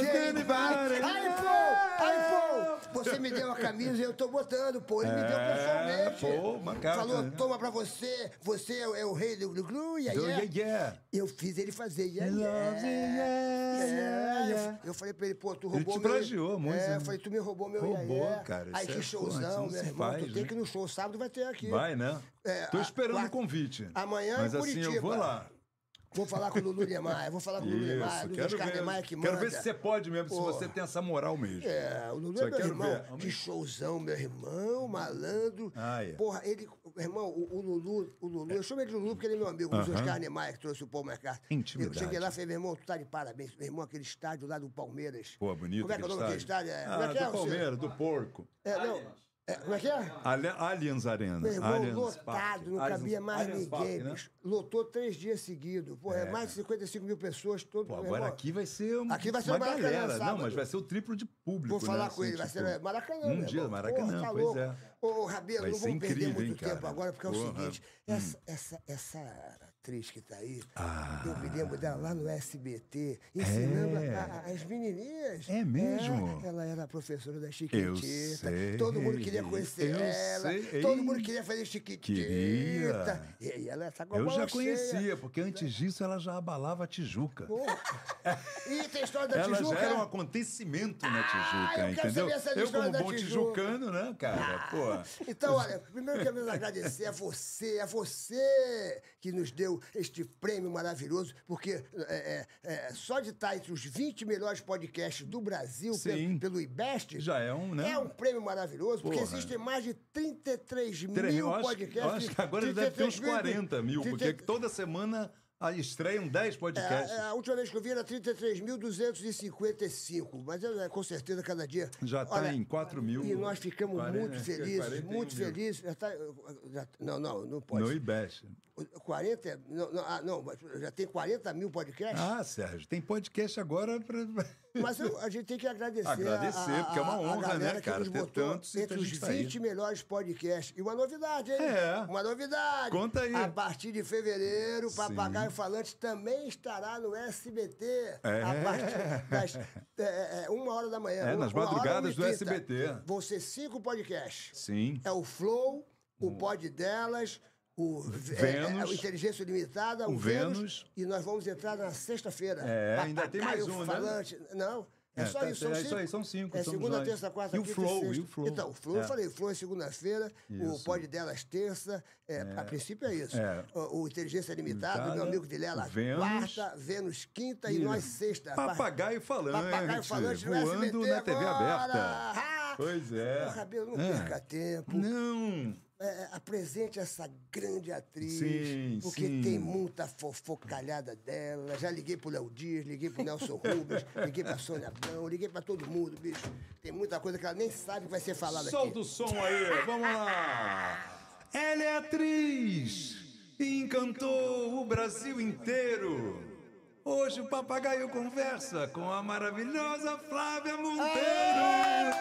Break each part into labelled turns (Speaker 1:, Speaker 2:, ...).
Speaker 1: Aí, pô! Aí, pô! Você me deu a camisa e eu tô botando, pô. Ele me deu pessoalmente.
Speaker 2: É, pô, uma carta,
Speaker 1: Falou,
Speaker 2: né?
Speaker 1: toma pra você. Você é o- é o rei do glu glu, yeah,
Speaker 2: Do
Speaker 1: yeah.
Speaker 2: yeah, yeah.
Speaker 1: Eu fiz ele fazer, yeah,
Speaker 2: Love,
Speaker 1: yeah.
Speaker 2: yeah, yeah, yeah.
Speaker 1: Eu falei pra ele, pô, tu
Speaker 2: Ele
Speaker 1: roubou
Speaker 2: te
Speaker 1: meu...
Speaker 2: plagiou a música,
Speaker 1: É, eu
Speaker 2: né?
Speaker 1: falei, tu me roubou meu
Speaker 2: Roubou,
Speaker 1: yeah, yeah.
Speaker 2: cara,
Speaker 1: Aí
Speaker 2: isso
Speaker 1: que
Speaker 2: é, pô, isso
Speaker 1: showzão,
Speaker 2: não
Speaker 1: meu
Speaker 2: se
Speaker 1: irmão. Tu
Speaker 2: faz,
Speaker 1: tem
Speaker 2: né?
Speaker 1: que ir no show, sábado vai ter aqui.
Speaker 2: Vai, né?
Speaker 1: É,
Speaker 2: Tô
Speaker 1: a-
Speaker 2: esperando
Speaker 1: quarta-
Speaker 2: o convite.
Speaker 1: amanhã é
Speaker 2: Mas
Speaker 1: em
Speaker 2: assim, eu
Speaker 1: Curitiba.
Speaker 2: vou lá.
Speaker 1: Vou falar com o Lulu Niemeyer, vou falar com o Lulu Niemeyer,
Speaker 2: Isso,
Speaker 1: Lulu
Speaker 2: quero
Speaker 1: Oscar Niemeyer
Speaker 2: ver.
Speaker 1: que
Speaker 2: Quero
Speaker 1: manda.
Speaker 2: ver se você pode mesmo, se
Speaker 1: Pô.
Speaker 2: você tem essa moral mesmo.
Speaker 1: É, o Lulu
Speaker 2: Só
Speaker 1: é meu
Speaker 2: quero
Speaker 1: irmão.
Speaker 2: ver. Vamos-
Speaker 1: Que showzão, meu irmão, malandro.
Speaker 2: Ah, é.
Speaker 1: Porra, ele. Irmão, o, o Lulu, o Lulu, eu chamo ele de Lulu porque ele é meu amigo, o Oscar Niemeyer que trouxe o Paul McCartney.
Speaker 2: Intimidade.
Speaker 1: Eu cheguei lá e falei, meu irmão, tu tá de parabéns. Meu irmão, aquele estádio lá do Palmeiras.
Speaker 2: Pô, bonito
Speaker 1: Como é que é o nome daquele estádio? É, como é que é,
Speaker 2: Ah, do
Speaker 1: o seu-
Speaker 2: Palmeiras, do Porco.
Speaker 1: É, não. É, como é que é?
Speaker 2: Ali- Allianz Arena.
Speaker 1: Meu irmão,
Speaker 2: Allianz
Speaker 1: lotado,
Speaker 2: Parque.
Speaker 1: não
Speaker 2: Allianz-
Speaker 1: cabia mais
Speaker 2: Allianz Parque,
Speaker 1: ninguém,
Speaker 2: né?
Speaker 1: bicho. Lotou três dias seguidos. Porra, é, mais de 55 mil pessoas todo
Speaker 2: Pô,
Speaker 1: meu
Speaker 2: agora
Speaker 1: irmão,
Speaker 2: aqui vai ser um-
Speaker 1: Aqui vai ser
Speaker 2: uma
Speaker 1: o Maracanã,
Speaker 2: galera. Não,
Speaker 1: sábado.
Speaker 2: mas vai ser o triplo de público.
Speaker 1: Vou falar
Speaker 2: né?
Speaker 1: com
Speaker 2: Assim,
Speaker 1: ele, vai
Speaker 2: tipo,
Speaker 1: ser Maracanã.
Speaker 2: Um
Speaker 1: meu
Speaker 2: dia,
Speaker 1: irmão.
Speaker 2: Maracanã,
Speaker 1: Porra, tá
Speaker 2: pois
Speaker 1: louco.
Speaker 2: é.
Speaker 1: Ô, Rabelo,
Speaker 2: Vai
Speaker 1: não
Speaker 2: ser
Speaker 1: vamos perder
Speaker 2: incrível,
Speaker 1: muito
Speaker 2: hein, cara?
Speaker 1: tempo agora, porque é o
Speaker 2: Porra. Hum.
Speaker 1: seguinte, essa, essa, essa atriz que tá aí, eu
Speaker 2: Ah.
Speaker 1: me lembro dela lá no SBT, ensinando a- a- as menininhas.
Speaker 2: É mesmo?
Speaker 1: É, ela era a professora da Chiquitita,
Speaker 2: sei,
Speaker 1: todo mundo queria conhecer
Speaker 2: eu
Speaker 1: ela,
Speaker 2: sei.
Speaker 1: todo mundo queria fazer Chiquitita.
Speaker 2: Queria.
Speaker 1: E, e ela tá com a
Speaker 2: Eu
Speaker 1: bola
Speaker 2: já
Speaker 1: cheia.
Speaker 2: conhecia, porque antes disso ela já abalava a Tijuca.
Speaker 1: Porra. E tem a história da
Speaker 2: Ela
Speaker 1: Tijuca. Ah,
Speaker 2: já era um acontecimento na
Speaker 1: eu
Speaker 2: Tijuca,
Speaker 1: quero
Speaker 2: entendeu?
Speaker 1: saber essa
Speaker 2: Eu,
Speaker 1: história
Speaker 2: como
Speaker 1: da
Speaker 2: bom
Speaker 1: Tijuca.
Speaker 2: tijucano, né, cara? Pô.
Speaker 1: Então, olha, primeiro quero agradecer a você, a você que nos deu este prêmio maravilhoso, porque é, é, é, só de estar entre os 20 melhores podcasts do Brasil pe-
Speaker 2: Sim.
Speaker 1: pelo, IBEST.
Speaker 2: Já é um, né?
Speaker 1: É um prêmio maravilhoso, porque
Speaker 2: Porra.
Speaker 1: existem mais de 33 mil
Speaker 2: Tre- eu acho,
Speaker 1: podcasts.
Speaker 2: eu acho que agora deve ter uns
Speaker 1: 33
Speaker 2: 40 mil, porque
Speaker 1: 33
Speaker 2: toda semana ah, estreiam 10 podcasts.
Speaker 1: é, é, a última vez que eu vi era 33.255, mas eu, é, com certeza cada dia.
Speaker 2: Já tá
Speaker 1: Olha,
Speaker 2: em 4 mil. é,
Speaker 1: E nós ficamos
Speaker 2: 40,
Speaker 1: muito felizes,
Speaker 2: 41
Speaker 1: muito
Speaker 2: mil. é
Speaker 1: felizes. Já tá- já- não, não, não pode.
Speaker 2: No IBEST.
Speaker 1: 40? Não, não, ah, não, mas já tem 40 mil podcasts.
Speaker 2: Ah, Sérgio, tem podcast agora pra...
Speaker 1: Mas eu- a gente tem que agradecer. a-
Speaker 2: Agradecer,
Speaker 1: a-
Speaker 2: porque é uma
Speaker 1: a- a
Speaker 2: honra,
Speaker 1: galera
Speaker 2: né,
Speaker 1: que
Speaker 2: cara,
Speaker 1: nos
Speaker 2: ter
Speaker 1: botou
Speaker 2: tantos e
Speaker 1: Entre
Speaker 2: ter
Speaker 1: os
Speaker 2: gente aí.
Speaker 1: 20 melhores podcasts. E uma novidade, hein?
Speaker 2: É.
Speaker 1: Uma novidade.
Speaker 2: Conta aí.
Speaker 1: A partir de fevereiro, o Papagaio Falante também estará no SBT.
Speaker 2: É.
Speaker 1: A partir das é, é, uma hora da manhã.
Speaker 2: É,
Speaker 1: uma-
Speaker 2: nas
Speaker 1: uma hora,
Speaker 2: madrugadas do
Speaker 1: 1h30.
Speaker 2: SBT.
Speaker 1: Vão ser cinco podcasts.
Speaker 2: Sim.
Speaker 1: É o Flow, o Pod Delas, o
Speaker 2: Vênus.
Speaker 1: é, é, o Inteligência Limitada, o,
Speaker 2: O
Speaker 1: Vênus,
Speaker 2: Vênus.
Speaker 1: E nós vamos entrar na sexta-feira.
Speaker 2: É, ainda tem mais
Speaker 1: Papagaio
Speaker 2: um, né?
Speaker 1: falante. Não, é,
Speaker 2: É,
Speaker 1: só
Speaker 2: tá-
Speaker 1: isso. São
Speaker 2: é
Speaker 1: cinco.
Speaker 2: isso aí, são cinco,
Speaker 1: É
Speaker 2: somos
Speaker 1: segunda,
Speaker 2: nós.
Speaker 1: terça, quarta,
Speaker 2: E o
Speaker 1: quinta
Speaker 2: Flow,
Speaker 1: sexta.
Speaker 2: e o Flow.
Speaker 1: Então, o Flow, eu
Speaker 2: É.
Speaker 1: falei, o Flow é segunda-feira, o
Speaker 2: Isso.
Speaker 1: Pod Delas terça. É, A princípio é isso.
Speaker 2: É.
Speaker 1: O, o Inteligência Limitada,
Speaker 2: Limitada,
Speaker 1: meu amigo Dilela,
Speaker 2: Vênus.
Speaker 1: quarta, Vênus, quinta e,
Speaker 2: E
Speaker 1: nós sexta.
Speaker 2: Papagaio falante,
Speaker 1: Papagaio falante no
Speaker 2: voando
Speaker 1: SBT
Speaker 2: na TV
Speaker 1: agora.
Speaker 2: aberta.
Speaker 1: Ah,
Speaker 2: Pois é.
Speaker 1: Porra, Belo, não
Speaker 2: É.
Speaker 1: perca tempo.
Speaker 2: Não!
Speaker 1: É, apresente essa grande atriz,
Speaker 2: Sim,
Speaker 1: porque
Speaker 2: sim.
Speaker 1: tem muita fofocalhada dela. Já liguei pro Léo Dias, liguei pro Nelson Rubens, liguei pra Sônia Abrão, liguei pra todo mundo, bicho. Tem muita coisa que ela nem sabe que vai ser falada
Speaker 2: Solta
Speaker 1: aqui.
Speaker 2: o som aí, vamos lá! Ela é atriz, encantou o Brasil inteiro. Hoje o Papagaio conversa com a maravilhosa Flávia Monteiro.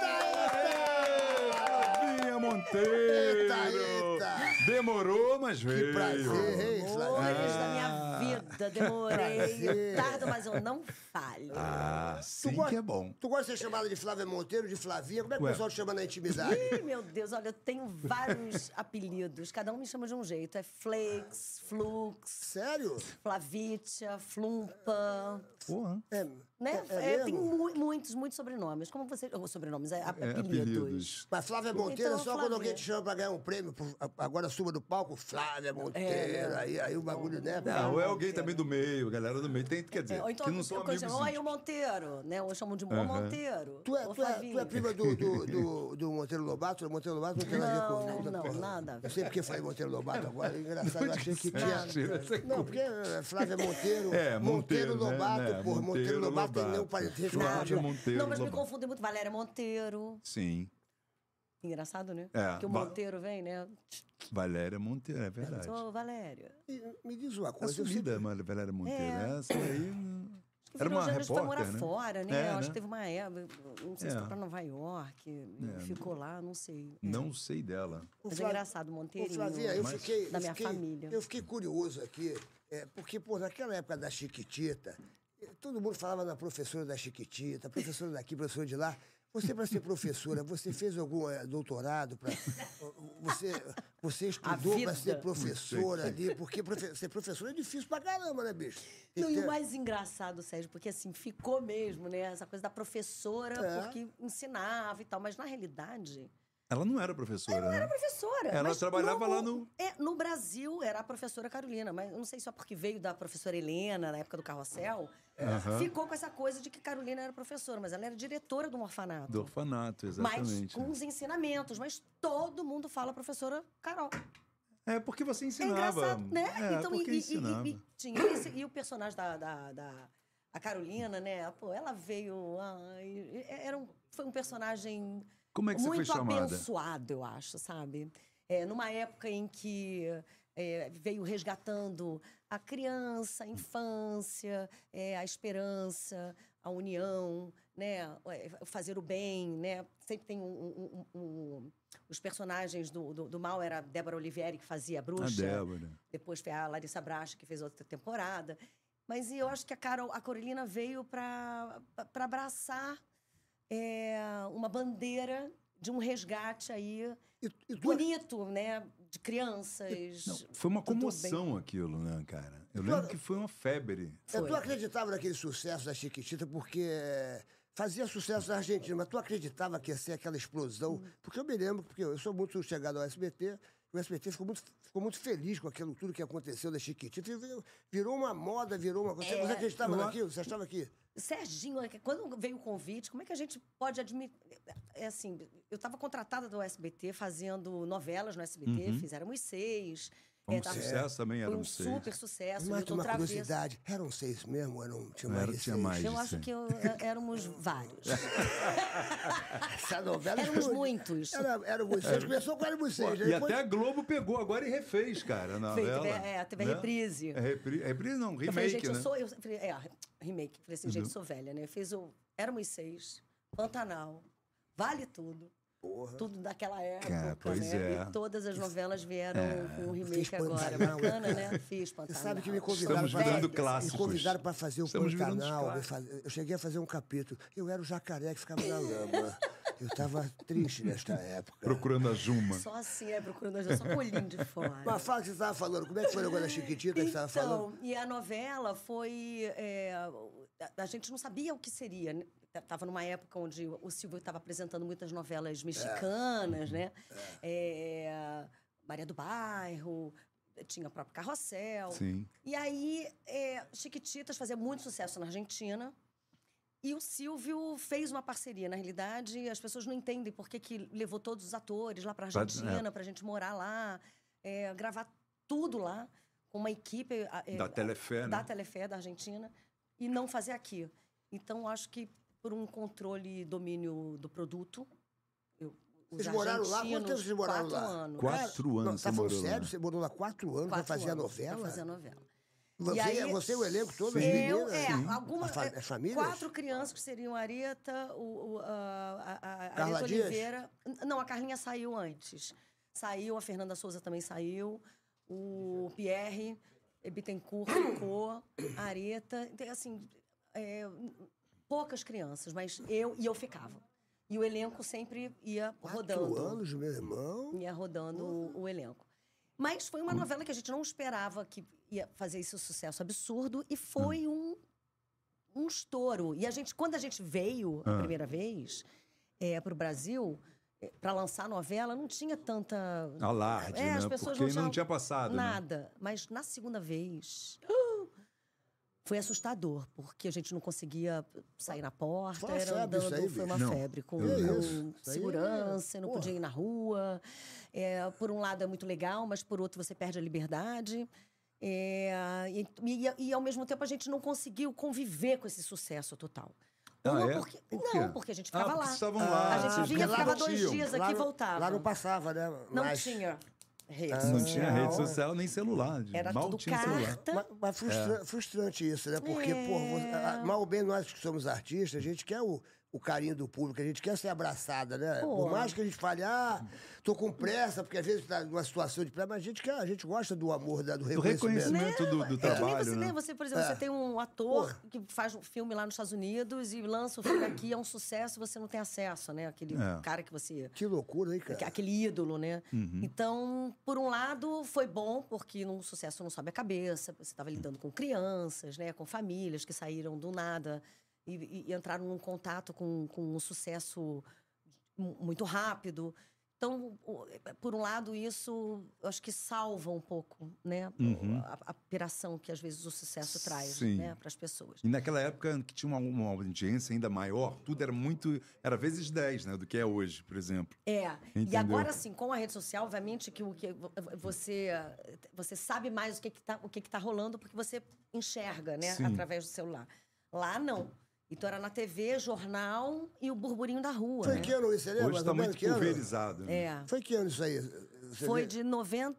Speaker 2: É, Flávia Monteiro.
Speaker 1: Eita, eita.
Speaker 2: Demorou, mas veio.
Speaker 1: Que prazer, hein, Flávia?
Speaker 3: Amores da minha vida, demorei.
Speaker 1: Prazer.
Speaker 3: Eu tardo, mas eu não falho.
Speaker 2: Ah, sim
Speaker 1: gosta-
Speaker 2: que é bom.
Speaker 1: Tu gosta de ser chamada de Flávia Monteiro, de Flavinha? Como é que
Speaker 2: Ué.
Speaker 1: o pessoal te chama na intimidade?
Speaker 3: Ih, meu Deus, olha, eu tenho vários apelidos. Cada um me chama de um jeito. É Flex, Flux,
Speaker 1: Sério?
Speaker 3: Flavitia, Flumpa.
Speaker 2: Porra.
Speaker 1: É,
Speaker 3: Né?
Speaker 1: é
Speaker 3: É, tem
Speaker 1: mesmo?
Speaker 3: mu- muitos, muitos sobrenomes. Como você. ou sobrenomes, é, ap-
Speaker 2: É, apelidos.
Speaker 1: Mas Flávia Monteiro é
Speaker 3: Então,
Speaker 1: só quando alguém
Speaker 3: Flávia. É.
Speaker 1: te chama pra ganhar um prêmio. por- Agora suba do palco, Flávia Monteiro. Aí, aí o bagulho, né?
Speaker 2: Não, ou é alguém também do meio, a galera do meio. Tem, quer dizer,
Speaker 3: É, ou então
Speaker 2: que não são
Speaker 3: eu conheço-
Speaker 2: amigos.
Speaker 3: Oi, o Monteiro, né? Ou chamam de Mo Monteiro.
Speaker 1: Tu é,
Speaker 3: ou
Speaker 1: tu, é, tu
Speaker 3: Flavinha.
Speaker 1: é prima do, do, do, do Monteiro Lobato? O Monteiro Lobato não tem nada a ver com
Speaker 3: Não,
Speaker 1: com-
Speaker 3: não,
Speaker 1: com-
Speaker 3: nada a ver.
Speaker 1: Eu sei porque falei Monteiro Lobato agora. é Engraçado, eu achei que tinha.
Speaker 2: Tira essa
Speaker 1: Não, porque é, Flávia Monteiro.
Speaker 2: É, Monteiro, né,
Speaker 1: Lobato,
Speaker 2: né,
Speaker 1: porra. Monteiro
Speaker 2: Monteiro
Speaker 1: Lobato tem um
Speaker 2: Lobato.
Speaker 1: nenhum parentesco
Speaker 2: Flávia
Speaker 1: com o Monteiro tá
Speaker 2: Monteiro
Speaker 3: Não, mas me
Speaker 2: Lobato.
Speaker 3: confundem muito. Valéria Monteiro.
Speaker 2: Sim,
Speaker 3: Engraçado, né?
Speaker 2: É,
Speaker 3: Porque o
Speaker 2: Va-
Speaker 3: Monteiro vem, né?
Speaker 2: Valéria Monteiro, é verdade.
Speaker 3: Ô, Valéria.
Speaker 1: E me diz uma
Speaker 2: A
Speaker 1: coisa. eu
Speaker 2: subida,
Speaker 1: sempre-
Speaker 2: mano, Valéria Monteiro.
Speaker 3: É.
Speaker 2: Essa aí. né?
Speaker 3: Acho que
Speaker 2: Era
Speaker 3: virou
Speaker 2: uma
Speaker 3: jornalista pra
Speaker 2: repórter,
Speaker 3: morar
Speaker 2: né?
Speaker 3: fora, né?
Speaker 2: É,
Speaker 3: Eu Acho
Speaker 2: né?
Speaker 3: que teve uma época, não sei se
Speaker 2: É.
Speaker 3: foi pra Nova York, ficou lá, não sei. É.
Speaker 2: Não sei dela.
Speaker 3: Mas
Speaker 1: Flá-
Speaker 3: é engraçado,
Speaker 1: Ô,
Speaker 3: Monteirinho.
Speaker 1: Flavinha, eu
Speaker 2: Mas-
Speaker 1: fiquei.
Speaker 3: Da
Speaker 1: eu
Speaker 3: minha
Speaker 1: fiquei-
Speaker 3: família.
Speaker 1: Eu fiquei curioso aqui, é, porque, pô, naquela época da Chiquitita, eh, todo mundo falava na professora da Chiquitita, professora daqui, professora de lá. Você, para ser professora, você fez algum eh, doutorado? Pra, você, você estudou para
Speaker 3: vida.
Speaker 1: ser professora ali? Porque profe- ser professora é difícil pra caramba, né, bicho? Tem
Speaker 3: Não,
Speaker 1: que
Speaker 3: e o
Speaker 1: ter-
Speaker 3: mais engraçado, Sérgio, porque assim, ficou mesmo, né? Essa coisa da professora,
Speaker 1: É.
Speaker 3: porque ensinava e tal. Mas na realidade,
Speaker 2: Ela não era professora, né?
Speaker 3: professora.
Speaker 2: Ela
Speaker 3: mas
Speaker 2: trabalhava lá no-
Speaker 3: É, no Brasil era a professora Carolina, mas eu não sei só porque veio da professora Helena, na época do Carrossel. Ficou com essa coisa de que Carolina era professora, mas ela era diretora de um orfanato.
Speaker 2: Do orfanato,
Speaker 3: mas
Speaker 2: exatamente.
Speaker 3: com os ensinamentos, mas todo mundo fala professora Carol.
Speaker 2: É porque você
Speaker 3: É
Speaker 2: ensinava.
Speaker 3: engraçado, né?
Speaker 2: É, porque
Speaker 3: e, e- e-
Speaker 2: ensinava.
Speaker 3: e tinha esse- e o personagem da, da, da- a Carolina, né? Pô, ela veio. ai, era um, foi um personagem
Speaker 2: Como é que você
Speaker 3: muito
Speaker 2: foi chamada?
Speaker 3: abençoado, eu acho, sabe? É, numa época em que é, veio resgatando a criança, a infância, é, a esperança, a união, né? É, Fazer o bem, né? Sempre tem um- um- um- um- os personagens do, do, do mal era a Débora Olivieri que fazia a bruxa.
Speaker 2: A Débora.
Speaker 3: Depois foi a Larissa Bracha, que fez outra temporada. Mas eu acho que a, Carol, a Carolina veio para abraçar é, uma bandeira de um resgate aí
Speaker 1: E, e tu,
Speaker 3: bonito, né? De crianças.
Speaker 2: Não, foi uma
Speaker 3: Tudo bem.
Speaker 2: comoção aquilo, né, cara? Eu lembro que foi uma febre.
Speaker 1: eu, tu acreditava naquele sucesso da Chiquitita porque eh, fazia sucesso na Argentina, mas tu acreditava que ia ser aquela explosão?
Speaker 3: Hum.
Speaker 1: Porque eu me lembro, porque eu sou muito chegado ao SBT, o SBT ficou muito, ficou muito feliz com aquilo tudo que aconteceu da Chiquitita. e Virou, virou uma moda, virou uma coisa.
Speaker 3: É,
Speaker 1: Você acreditava naquilo? Você achava que.
Speaker 3: Serginho, olha, quando veio o convite, como é que a gente pode admitir? É assim, eu estava contratada do SBT fazendo novelas no SBT, fizeramos seis.
Speaker 2: Uhum. Foi um
Speaker 3: tava-
Speaker 2: sucesso também,
Speaker 3: Foi
Speaker 2: eram
Speaker 3: um
Speaker 2: seis.
Speaker 3: super sucesso.
Speaker 1: Mas
Speaker 3: Milton
Speaker 1: uma
Speaker 3: um Travesso.
Speaker 1: curiosidade. Eram seis mesmo? Eram, tinha
Speaker 2: Não
Speaker 1: mais
Speaker 2: era,
Speaker 1: de
Speaker 2: tinha
Speaker 1: seis?
Speaker 2: mais.
Speaker 3: Eu
Speaker 2: Isso, é.
Speaker 3: acho que eu- éramos vários.
Speaker 1: Essa novela
Speaker 3: Éramos
Speaker 1: explodiu.
Speaker 3: muitos.
Speaker 1: Era, éramos seis. Começou com éramos
Speaker 2: Pô,
Speaker 1: seis. né?
Speaker 2: e
Speaker 1: Depois-
Speaker 2: até a Globo pegou agora e refez, cara, a
Speaker 3: Fez,
Speaker 2: novela.
Speaker 3: teve- é, teve a reprise.
Speaker 2: Ah, É, repri- reprise não, remake,
Speaker 3: eu falei, gente,
Speaker 2: né?
Speaker 3: eu sou. Eu falei, é, remake. Eu Falei assim, gente, sou velha, né? Eu fiz o. Éramos seis, Pantanal, Vale Tudo. Tudo daquela época.
Speaker 2: Cara, pois
Speaker 3: né?
Speaker 2: é.
Speaker 3: E todas as novelas vieram com o
Speaker 1: Fiz
Speaker 3: remake agora.
Speaker 1: Pantanal.
Speaker 3: Bacana, né? Fiz Pantanal.
Speaker 1: Você sabe que me convidaram
Speaker 2: Estamos virando
Speaker 1: me
Speaker 2: clássicos.
Speaker 1: convidaram para fazer o
Speaker 2: Estamos virando os
Speaker 1: Pantanal. Eu,
Speaker 2: clássicos.
Speaker 1: faz- eu cheguei a fazer um capítulo. Eu era o jacaré que ficava na lama. Eu estava triste nesta época.
Speaker 2: Procurando a Juma.
Speaker 3: Só assim é procurando ajuda, só colinho de fora.
Speaker 1: Mas fala o que você estava falando. Como é que foi o negócio da Chiquitita que você estava falando?
Speaker 3: Então, e a novela foi. é, a- a gente não sabia o que seria. né? Tá- Tava numa época onde o Silvio estava apresentando muitas novelas mexicanas, né?
Speaker 1: É.
Speaker 3: É, Maria do Bairro, tinha o próprio Carrossel.
Speaker 2: Sim.
Speaker 3: E aí, é, Chiquititas fazia muito sucesso na Argentina. E o Silvio fez uma parceria, na realidade, as pessoas não entendem por que, que levou todos os atores lá para
Speaker 2: Pra- é.
Speaker 3: Argentina, para a gente morar lá, é, gravar tudo lá, com uma equipe a- é,
Speaker 2: Da Telefé, né?
Speaker 3: da Telefé da Argentina, e não fazer aqui. Então, acho que por um controle e domínio do produto. Eu, os
Speaker 1: Vocês moraram lá? Quanto
Speaker 3: argentinos,
Speaker 1: tempo vocês moraram
Speaker 3: quatro
Speaker 1: lá?
Speaker 3: Anos. É,
Speaker 2: Quatro
Speaker 1: Não,
Speaker 2: anos
Speaker 1: tá
Speaker 2: você
Speaker 1: falando
Speaker 2: morou lá.
Speaker 1: sério? Você morou lá quatro anos para
Speaker 3: Quatro
Speaker 1: fazer a
Speaker 3: anos pra
Speaker 1: novela?
Speaker 3: fazer a novela.
Speaker 1: Você, é
Speaker 3: E aí-
Speaker 1: você o elenco todo, as
Speaker 3: Eu,
Speaker 1: meninas?
Speaker 3: é, algumas.
Speaker 1: As fa-
Speaker 3: é,
Speaker 1: as famílias?
Speaker 3: Quatro crianças que seriam a Areta, o, o- a, a- a- a
Speaker 1: Carla
Speaker 3: Areta
Speaker 1: Dias?
Speaker 3: Oliveira. N- Não, a Carlinha saiu antes. Saiu, a Fernanda Souza também saiu, o Pierre, eh, Bittencourt ficou, a Areta. Tem, assim, é, n- poucas crianças, mas eu e eu ficava. E o elenco sempre ia
Speaker 1: Quatro
Speaker 3: rodando
Speaker 1: anos, meu irmão.
Speaker 3: ia rodando o, o elenco. Mas foi uma novela que a gente não esperava que ia fazer esse sucesso absurdo e foi um, um estouro. E a gente, quando a gente veio a primeira vez para o Brasil para lançar a novela, não tinha tanta
Speaker 2: Alarde,
Speaker 3: é,
Speaker 2: né?
Speaker 3: as pessoas
Speaker 2: Porque ainda
Speaker 3: não,
Speaker 2: não tinha
Speaker 3: tinham
Speaker 2: passado, né?
Speaker 3: Nada. Mas na segunda vez. Foi assustador, porque a gente não conseguia sair na porta,
Speaker 1: Foi uma
Speaker 3: era
Speaker 1: febre isso
Speaker 3: andando,
Speaker 1: aí,
Speaker 3: foi uma
Speaker 2: bicho. Não,
Speaker 3: febre, com,
Speaker 1: que
Speaker 3: com
Speaker 1: isso. Isso aí é-
Speaker 3: segurança, não
Speaker 1: porra.
Speaker 3: podia ir na rua. É, por um lado é muito legal, mas por outro você perde a liberdade. É, e, e- e ao mesmo tempo a gente não conseguiu conviver com esse sucesso total.
Speaker 2: Ah,
Speaker 3: Uma
Speaker 2: é?
Speaker 3: porque-
Speaker 2: Por quê?
Speaker 3: não, porque a gente
Speaker 2: Ah,
Speaker 3: ficava
Speaker 2: porque
Speaker 3: lá.
Speaker 2: estavam lá.
Speaker 3: A gente
Speaker 2: vocês
Speaker 3: vinha, ficava dois
Speaker 2: curtiam.
Speaker 3: dias aqui
Speaker 1: Lá
Speaker 3: e
Speaker 1: não-
Speaker 3: voltava.
Speaker 1: Lá não passava, né?
Speaker 3: Não
Speaker 1: mais.
Speaker 3: tinha redes.
Speaker 2: Não tinha rede
Speaker 1: Não.
Speaker 2: social nem celular. gente.
Speaker 3: Era
Speaker 2: Mal
Speaker 3: tudo
Speaker 2: tinha celular.
Speaker 3: carta.
Speaker 1: Mas, mas
Speaker 2: É.
Speaker 1: frustra- frustrante isso, né? Porque,
Speaker 3: É.
Speaker 1: pô, você- a- mal ou bem nós que somos artistas, a gente quer o, o carinho do público, a gente quer ser abraçada, né?
Speaker 3: Pô.
Speaker 1: Por mais que a gente fale, ah, tô com pressa, porque às vezes tá numa situação de pressa, mas a gente quer, a gente gosta do amor, da, do
Speaker 2: Do
Speaker 1: reconhecimento.
Speaker 2: reconhecimento do, do
Speaker 3: É que nem
Speaker 2: trabalho,
Speaker 3: você,
Speaker 2: né?
Speaker 3: né? você, por exemplo, você tem um ator que faz um filme lá nos Estados Unidos e lança o filme aqui, é um sucesso, você não tem acesso, né? Aquele
Speaker 2: É.
Speaker 3: cara que você.
Speaker 1: Que loucura, hein,
Speaker 3: aque-
Speaker 1: cara?
Speaker 3: Aquele ídolo, né? Então, por um lado, foi bom, porque num sucesso não sobe a cabeça. Você estava lidando com crianças, né? Com famílias que saíram do nada e, e- e entraram num contato com, com um sucesso mu- muito rápido. Então, o- por um lado, isso eu acho que salva um pouco, né? A, a piração que às vezes o sucesso traz
Speaker 2: Sim.
Speaker 3: né? para as pessoas.
Speaker 2: E naquela época que tinha uma, uma audiência ainda maior, tudo era muito. Era vezes 10, né? Do que é hoje, por exemplo.
Speaker 3: É. E
Speaker 2: Entendeu.
Speaker 3: agora, assim, com a rede social, obviamente que, o que vo- você, você sabe mais o que está o que que tá rolando porque você enxerga, né?
Speaker 2: Sim.
Speaker 3: Através do celular. Lá, não. Então era na TV, jornal e o burburinho da rua.
Speaker 1: Foi
Speaker 3: né?
Speaker 1: que ano isso, você lembra?
Speaker 2: hoje
Speaker 1: É, Mais
Speaker 2: está
Speaker 1: ou
Speaker 2: muito
Speaker 1: menos que ano?
Speaker 2: pulverizado. né?
Speaker 3: É.
Speaker 1: Foi que ano isso aí? Você
Speaker 3: Foi
Speaker 1: vê?
Speaker 3: de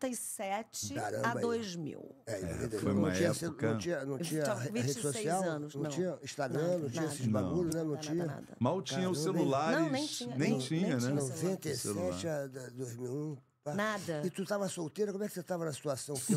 Speaker 3: 97 a
Speaker 1: Caramba, aí.
Speaker 3: 2000.
Speaker 1: É,
Speaker 2: foi
Speaker 1: não,
Speaker 2: uma
Speaker 1: tinha,
Speaker 2: época-
Speaker 1: não tinha, não
Speaker 3: Eu
Speaker 1: tinha
Speaker 3: tava com
Speaker 1: rede
Speaker 3: 26
Speaker 1: social,
Speaker 3: anos,
Speaker 1: não,
Speaker 3: não.
Speaker 1: tinha Instagram,
Speaker 3: Nada,
Speaker 1: não tinha
Speaker 3: nada.
Speaker 1: esses bagulhos, né? Não
Speaker 3: Nada,
Speaker 1: tinha.
Speaker 3: nada.
Speaker 2: Mal tinha os
Speaker 1: Caramba, nem-
Speaker 2: celulares.
Speaker 3: Não, nem tinha,
Speaker 2: Nem
Speaker 3: nem-
Speaker 2: tinha,
Speaker 3: nem
Speaker 2: né?
Speaker 3: tinha celular.
Speaker 1: 97
Speaker 2: Celular.
Speaker 1: a da- 2001. pá.
Speaker 3: Nada.
Speaker 1: E tu tava solteira? Como é que você tava na situação? Porque eu-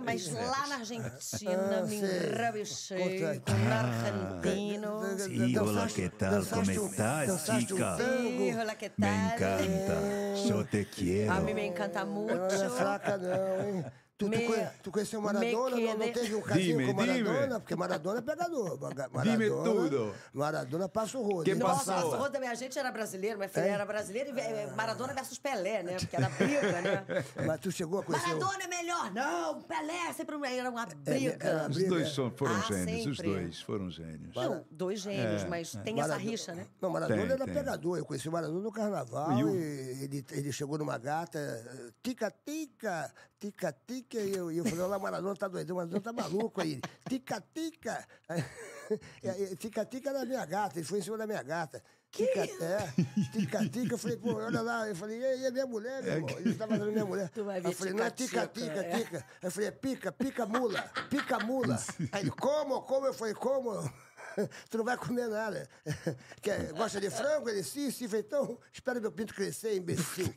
Speaker 3: mas lá na Argentina
Speaker 1: É. Ah,
Speaker 3: me
Speaker 1: sei.
Speaker 3: enrabichei
Speaker 1: Conta
Speaker 3: com um argentino.
Speaker 4: Sí, hola, ¿qué tal?
Speaker 1: um- Dançaste
Speaker 2: é
Speaker 4: ¿Cómo
Speaker 1: um-
Speaker 2: tá,
Speaker 4: estás,
Speaker 1: dançaste um
Speaker 4: chica?
Speaker 3: Sí,
Speaker 1: tango.
Speaker 3: hola, que
Speaker 4: Me
Speaker 3: tal?
Speaker 4: encanta. Yo te quiero.
Speaker 2: Ah,
Speaker 3: A mim me encanta muito.
Speaker 1: Ela não é fraca, não, hein? Tu, tu
Speaker 3: Me-
Speaker 1: conhe- tu conheceu Maradona?
Speaker 3: me
Speaker 1: Não, não
Speaker 3: quedé-
Speaker 1: teve um casinho
Speaker 2: Dime,
Speaker 1: com Maradona?
Speaker 2: dime.
Speaker 1: Porque Maradona é pegador. Maga-
Speaker 2: Dime
Speaker 1: Maradona,
Speaker 2: tudo.
Speaker 1: Maradona passa o rodo.
Speaker 2: Que
Speaker 1: hein?
Speaker 3: Nossa,
Speaker 2: Passou.
Speaker 3: o roda minha gente era brasileiro, minha filha
Speaker 1: É?
Speaker 3: era brasileira e eh, Maradona versus Pelé, né? Porque era briga, né?
Speaker 1: Mas tu chegou a conhecer... o-
Speaker 3: Maradona é melhor! Não, Pelé sempre um- era uma
Speaker 1: É, era
Speaker 3: briga.
Speaker 1: uma
Speaker 2: Os dois
Speaker 1: Briga.
Speaker 2: são- foram
Speaker 3: Ah,
Speaker 2: gênios, os
Speaker 3: sempre.
Speaker 2: dois foram gênios.
Speaker 3: Não, dois
Speaker 1: É,
Speaker 3: gênios, mas tem essa
Speaker 1: Maradona-
Speaker 3: rixa, né?
Speaker 1: Não, Maradona
Speaker 2: É. Tem,
Speaker 1: era
Speaker 2: tem.
Speaker 1: pegador. Eu conheci o Maradona no carnaval
Speaker 2: E
Speaker 1: e,
Speaker 2: o-
Speaker 1: ele, ele chegou numa gata, eh, tica, tica, tica, tica, e eu, e eu falei, olha lá, Maradona tá doidão, Maradona tá maluco aí. Tica, tica. Aí, aí, Tica, tica era minha gata, ele foi em cima da minha gata. Tica, é, tica, tica, eu falei, pô, olha lá, eu falei, e aí, é minha mulher, meu irmão. Ele tava fazendo minha mulher.
Speaker 3: Tu vai
Speaker 1: Aí
Speaker 3: ver
Speaker 1: eu falei, não é tica,
Speaker 3: tica,
Speaker 1: tica,
Speaker 3: tica, é.
Speaker 1: tica. Aí eu falei, é pica, pica mula, pica mula. Aí ele, como, como? Eu falei, como? Tu não vai comer nada. Quer, gosta de frango? Ele, sim, sim. Eu Falei, então, espera meu pinto crescer, imbecil.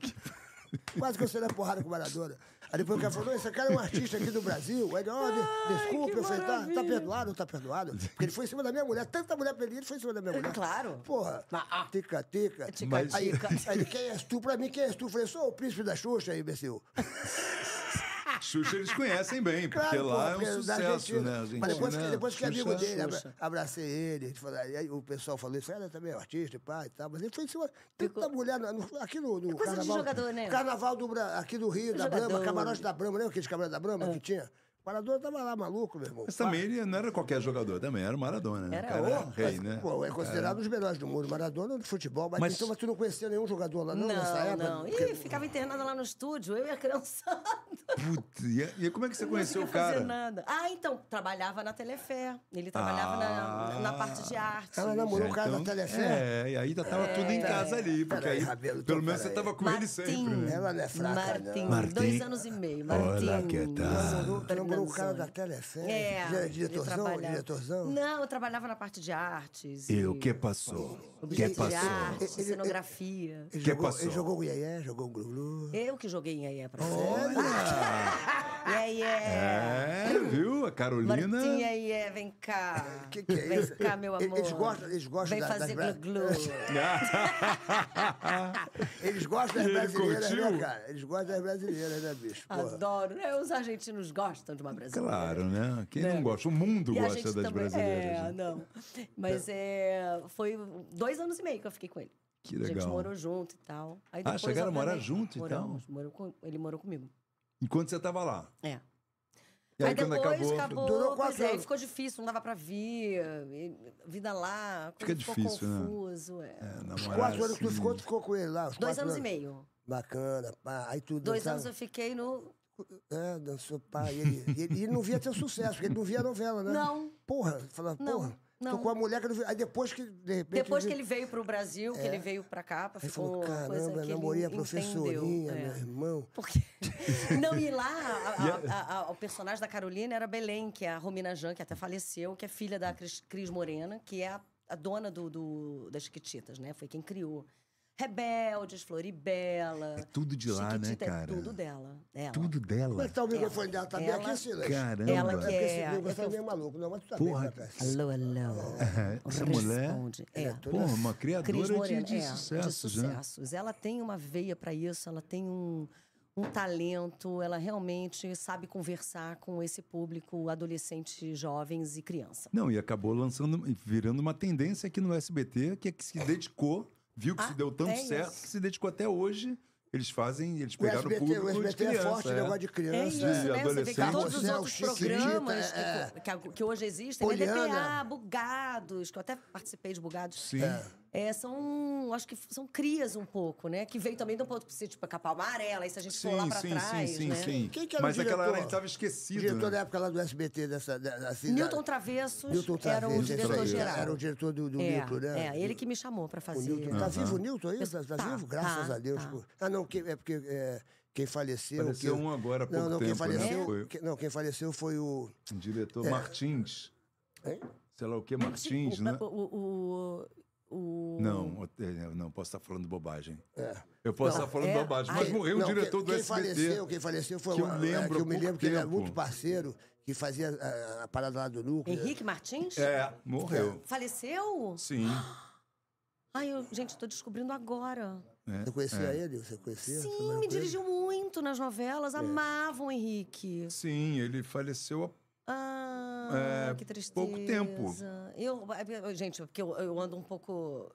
Speaker 1: Quase que eu saí na porrada com o Maradona. Aí depois o cara falou, não, esse cara é um artista aqui do Brasil. Aí ele, ó, de- desculpa.
Speaker 3: que
Speaker 1: Eu falei, tá, tá
Speaker 3: maravilha.
Speaker 1: perdoado, tá perdoado. Porque ele foi em cima da minha mulher. Tanta mulher pra ele, ele foi em cima da minha mulher.
Speaker 3: Claro.
Speaker 1: Porra,
Speaker 3: Ah, ah.
Speaker 1: tica, tica.
Speaker 3: Tica,
Speaker 2: Mas-
Speaker 1: Aí,
Speaker 3: tica.
Speaker 1: aí ele, quem és tu? Pra mim, quem és tu? Eu falei, sou o príncipe da Xuxa, imbecil.
Speaker 2: Xuxa eles conhecem bem, É porque
Speaker 1: Claro,
Speaker 2: lá
Speaker 1: pô,
Speaker 2: é um
Speaker 1: porque da
Speaker 2: sucesso,
Speaker 1: Argentina.
Speaker 2: né? A
Speaker 1: Mas depois,
Speaker 2: Argentina,
Speaker 1: que- depois que é amigo
Speaker 2: Xuxa.
Speaker 1: dele, abra- abracei ele, ele falou, aí o pessoal falou isso, ela também é um artista, pai e tal, mas ele foi em cima tanta mulher no- no- aqui no, no
Speaker 3: É coisa de
Speaker 1: carnaval.
Speaker 3: jogador, né?
Speaker 1: Carnaval do, Bra- aqui do Rio, da
Speaker 3: Jogador. É.
Speaker 1: Brama, camarote da Brama, lembra aqueles camarotes da Brama que tinha? O Maradona tava lá, maluco, meu irmão.
Speaker 2: Mas tá também ele não era qualquer jogador, também era o Maradona. né?
Speaker 3: Era
Speaker 2: O cara
Speaker 3: o-
Speaker 2: rei, né?
Speaker 1: Pô, é considerado um dos melhores do mundo, Maradona de futebol, mas,
Speaker 2: Mas-
Speaker 1: então mas tu não conhecia nenhum jogador lá não,
Speaker 3: Não,
Speaker 1: nessa época?
Speaker 3: não.
Speaker 1: Porque-
Speaker 3: Ih, ficava internada lá no estúdio, eu e a criançada.
Speaker 2: Putz, e, e como é que você conheceu
Speaker 3: não
Speaker 2: o
Speaker 3: conseguia
Speaker 2: cara?
Speaker 3: fazer nada. Ah, então, trabalhava na Telefé. Ele trabalhava
Speaker 2: Ah.
Speaker 3: na, na parte de arte.
Speaker 1: Ela namorou o cara da
Speaker 2: Então,
Speaker 1: Telefé.
Speaker 2: É, e aí já tava tudo em casa ali, porque
Speaker 1: Peraí,
Speaker 2: aí,
Speaker 1: Rabelo, então,
Speaker 2: pelo menos você
Speaker 1: peraí.
Speaker 2: tava com ele sempre, né?
Speaker 1: Ela não é fraca,
Speaker 3: Martim,
Speaker 1: não.
Speaker 4: Martim.
Speaker 3: dois anos e meio. Martim.
Speaker 4: Olá, que tal?
Speaker 3: Fernanzoni.
Speaker 1: Tu namorou o cara da Telefé?
Speaker 3: né? É.
Speaker 1: Ele era
Speaker 3: ele
Speaker 1: Diretorzão?
Speaker 3: trabalhava-
Speaker 1: Diretorzão?
Speaker 3: Não, eu trabalhava na parte de artes.
Speaker 4: E o que passou? O que
Speaker 3: de
Speaker 4: passou?
Speaker 3: arte,
Speaker 1: Ele-
Speaker 3: cenografia.
Speaker 1: Ele
Speaker 2: Que
Speaker 1: jogou,
Speaker 2: passou?
Speaker 1: ele jogou um iaié, jogou um glu-glu.
Speaker 3: Eu que joguei em Aia pra você.
Speaker 1: Olha!
Speaker 3: Yeah, yeah.
Speaker 2: É, viu? A Carolina.
Speaker 3: Martim, yeah, vem cá.
Speaker 1: Que que é
Speaker 3: vem
Speaker 1: isso?
Speaker 3: cá, meu
Speaker 1: Eles
Speaker 3: amor.
Speaker 1: gostam- eles gostam
Speaker 3: Vem
Speaker 1: da- das
Speaker 3: fazer
Speaker 1: bra-
Speaker 3: glu-glu.
Speaker 1: Eles gostam das
Speaker 2: E ele
Speaker 1: brasileiras, né,
Speaker 2: curtiu?
Speaker 1: cara? Eles gostam das brasileiras, né, bicho? Porra.
Speaker 3: Adoro. né? Os argentinos gostam de uma brasileira.
Speaker 2: Claro, né? Quem não gosta? O mundo
Speaker 3: É. E a
Speaker 2: gosta
Speaker 3: gente
Speaker 2: das
Speaker 3: também-
Speaker 2: brasileiras.
Speaker 3: É,
Speaker 2: né? Tá.
Speaker 3: não. Mas é, foi dois anos e meio que eu fiquei com ele.
Speaker 2: Que
Speaker 3: A gente
Speaker 2: legal.
Speaker 3: morou junto e tal. Aí
Speaker 2: Ah,
Speaker 3: depois,
Speaker 2: chegaram a morar
Speaker 3: obviamente,
Speaker 2: junto e tal?
Speaker 3: moramos, morou com- ele morou comigo.
Speaker 2: Enquanto você tava lá.
Speaker 3: É.
Speaker 2: E aí, quando acabou,
Speaker 1: Durou
Speaker 3: pois
Speaker 1: quatro
Speaker 3: é, aí
Speaker 1: anos.
Speaker 3: ficou difícil, não dava pra vir. e- Vida lá, a coisa
Speaker 2: Fica
Speaker 3: ficou
Speaker 2: difícil, né?
Speaker 3: confuso. é.
Speaker 1: Os quatro anos que tu ficou, tu
Speaker 2: assim,
Speaker 1: ficou com ele lá. os
Speaker 3: Dois
Speaker 1: quatro
Speaker 3: anos e meio.
Speaker 1: Bacana, pá. Aí tu
Speaker 3: Dois
Speaker 1: dançava-
Speaker 3: anos eu fiquei no.
Speaker 1: É, dançou, pá. E ele, e ele- e ele não via teu sucesso, porque ele não via a novela, né?
Speaker 3: Não.
Speaker 1: Porra, falava,
Speaker 3: Não,
Speaker 1: porra.
Speaker 3: Não.
Speaker 1: Tocou a mulher que eu não vi. Aí depois que, de repente.
Speaker 3: Depois
Speaker 1: eu
Speaker 3: que
Speaker 1: vi-
Speaker 3: ele veio pro Brasil, que ele veio pra cá,
Speaker 1: Aí
Speaker 3: ficou
Speaker 1: falou,
Speaker 3: uma coisa que
Speaker 1: caramba, eu
Speaker 3: ele
Speaker 1: namorei a
Speaker 3: entendeu,
Speaker 1: professorinha,
Speaker 3: é.
Speaker 1: meu irmão.
Speaker 3: Porque... Não, e lá, a-
Speaker 4: é
Speaker 3: a- a- a- o personagem da Carolina era Belém, que é a Romina Jan, que até faleceu, que é filha da Cris, Cris Morena, que é a, a dona do, do- das Chiquititas, né? Foi quem criou. Rebeldes, Floribela.
Speaker 4: É tudo de lá, né,
Speaker 3: Chiquitita
Speaker 4: cara?
Speaker 3: É tudo dela. Ela.
Speaker 4: Tudo
Speaker 1: Como é
Speaker 4: dela.
Speaker 1: que tá o microfone dela? Tá bem
Speaker 3: Ela-
Speaker 1: aqui, Silas?
Speaker 4: Caramba.
Speaker 3: Ela que
Speaker 1: É porque
Speaker 3: é-
Speaker 1: esse microfone
Speaker 3: é que
Speaker 1: tá
Speaker 3: eu-
Speaker 1: meio maluco. Não, mas tu tá
Speaker 4: Porra,
Speaker 1: bem, rapaz.
Speaker 3: Alô, alô.
Speaker 4: Essa mulher-
Speaker 3: Responde. É.
Speaker 1: Ela é toda-
Speaker 4: Pô, uma
Speaker 3: Cris
Speaker 4: criadora de,
Speaker 3: Morena,
Speaker 4: de
Speaker 3: é,
Speaker 2: né?
Speaker 4: sucesso,
Speaker 3: de
Speaker 4: já.
Speaker 3: sucessos. Ela tem uma veia para isso, ela tem um, um talento, ela realmente sabe conversar com esse público, adolescente, jovens e criança.
Speaker 2: Não, e acabou lançando, virando uma tendência aqui no SBT, que é que se dedicou, viu que
Speaker 3: Ah,
Speaker 2: se deu tanto
Speaker 3: é
Speaker 2: certo,
Speaker 3: isso.
Speaker 2: que se dedicou até hoje. Eles fazem, eles
Speaker 1: O
Speaker 2: pegaram o,
Speaker 1: SBT,
Speaker 2: público
Speaker 1: o
Speaker 2: de
Speaker 1: SBT é
Speaker 2: criança. né?
Speaker 1: forte, negócio de
Speaker 3: É
Speaker 1: criança.
Speaker 3: isso,
Speaker 1: é.
Speaker 3: né? Você vê que
Speaker 2: adolescente.
Speaker 3: todos os
Speaker 1: Carrossel,
Speaker 3: outros
Speaker 1: Chiquitita,
Speaker 3: programas que-
Speaker 1: é.
Speaker 3: que, que hoje existem, né?
Speaker 1: Poliana.
Speaker 3: DPA, Bugados, que eu até participei de Bugados.
Speaker 2: Sim.
Speaker 3: É, são, acho que são crias um pouco, né? Que veio também do ponto de tipo, capa amarela, e se a gente for lá
Speaker 2: Sim,
Speaker 3: pra
Speaker 2: sim,
Speaker 3: trás,
Speaker 2: sim, sim,
Speaker 3: né?
Speaker 2: sim.
Speaker 1: Quem que era o
Speaker 2: Mas naquela hora
Speaker 1: diretor?
Speaker 2: ele estava
Speaker 1: O
Speaker 2: esquecido.
Speaker 1: diretor
Speaker 2: né?
Speaker 1: da época lá do SBT, dessa. da- da- assim,
Speaker 3: Newton
Speaker 1: da-
Speaker 3: Travesso
Speaker 1: Newton
Speaker 3: era o
Speaker 1: Travesso,
Speaker 3: diretor
Speaker 1: isso aí,
Speaker 3: geral.
Speaker 1: Era o diretor do, do
Speaker 3: é,
Speaker 1: Newton, né?
Speaker 3: é, ele que me chamou pra
Speaker 1: O
Speaker 3: fazer.
Speaker 1: Newton. Tá vivo o Nilton aí? Tá, tá
Speaker 3: Tá,
Speaker 1: vivo? Graças
Speaker 3: tá,
Speaker 1: a Deus.
Speaker 3: tá.
Speaker 1: pô. Ah, não, que, é porque é, quem faleceu.
Speaker 2: Faleceu
Speaker 1: quem-
Speaker 2: um agora há pouco
Speaker 1: Não, não, quem
Speaker 2: tempo, né?
Speaker 1: faleceu.
Speaker 2: Foi-
Speaker 1: que- não, quem faleceu foi o.
Speaker 2: Um diretor Martins.
Speaker 1: É. Hein?
Speaker 2: Sei lá o que, Martins,
Speaker 3: o,
Speaker 2: né?
Speaker 3: o, o, o-
Speaker 2: Não, o- é, não, posso estar falando bobagem.
Speaker 1: É.
Speaker 2: Eu posso
Speaker 3: Não,
Speaker 2: estar falando
Speaker 3: é-
Speaker 2: bobagem, mas
Speaker 3: Ai,
Speaker 2: morreu
Speaker 1: Não,
Speaker 2: o diretor
Speaker 1: quem,
Speaker 2: do
Speaker 1: quem
Speaker 2: SBT.
Speaker 1: Faleceu, quem faleceu foi
Speaker 2: que eu
Speaker 1: uma- é,
Speaker 2: lembro
Speaker 1: que eu
Speaker 2: há
Speaker 1: me
Speaker 2: pouco
Speaker 1: lembro que ele era
Speaker 2: tempo.
Speaker 1: muito parceiro, que fazia eh, a, a parada lá do núcleo.
Speaker 3: Henrique Martins?
Speaker 2: É, morreu.
Speaker 1: É.
Speaker 3: Faleceu?
Speaker 2: Sim.
Speaker 3: Ai, eu, gente, tô descobrindo agora.
Speaker 2: É.
Speaker 1: Você conhecia ele? Você conhecia?
Speaker 3: Sim,
Speaker 1: Trabalhou
Speaker 3: me
Speaker 1: com ele?
Speaker 3: dirigiu muito nas
Speaker 1: É.
Speaker 3: novelas. Amavam o Henrique.
Speaker 2: Sim, ele faleceu há
Speaker 3: Ah,
Speaker 2: É,
Speaker 3: que tristeza.
Speaker 2: pouco tempo.
Speaker 3: Eu, eu- gente, porque eu, eu ando um pouco...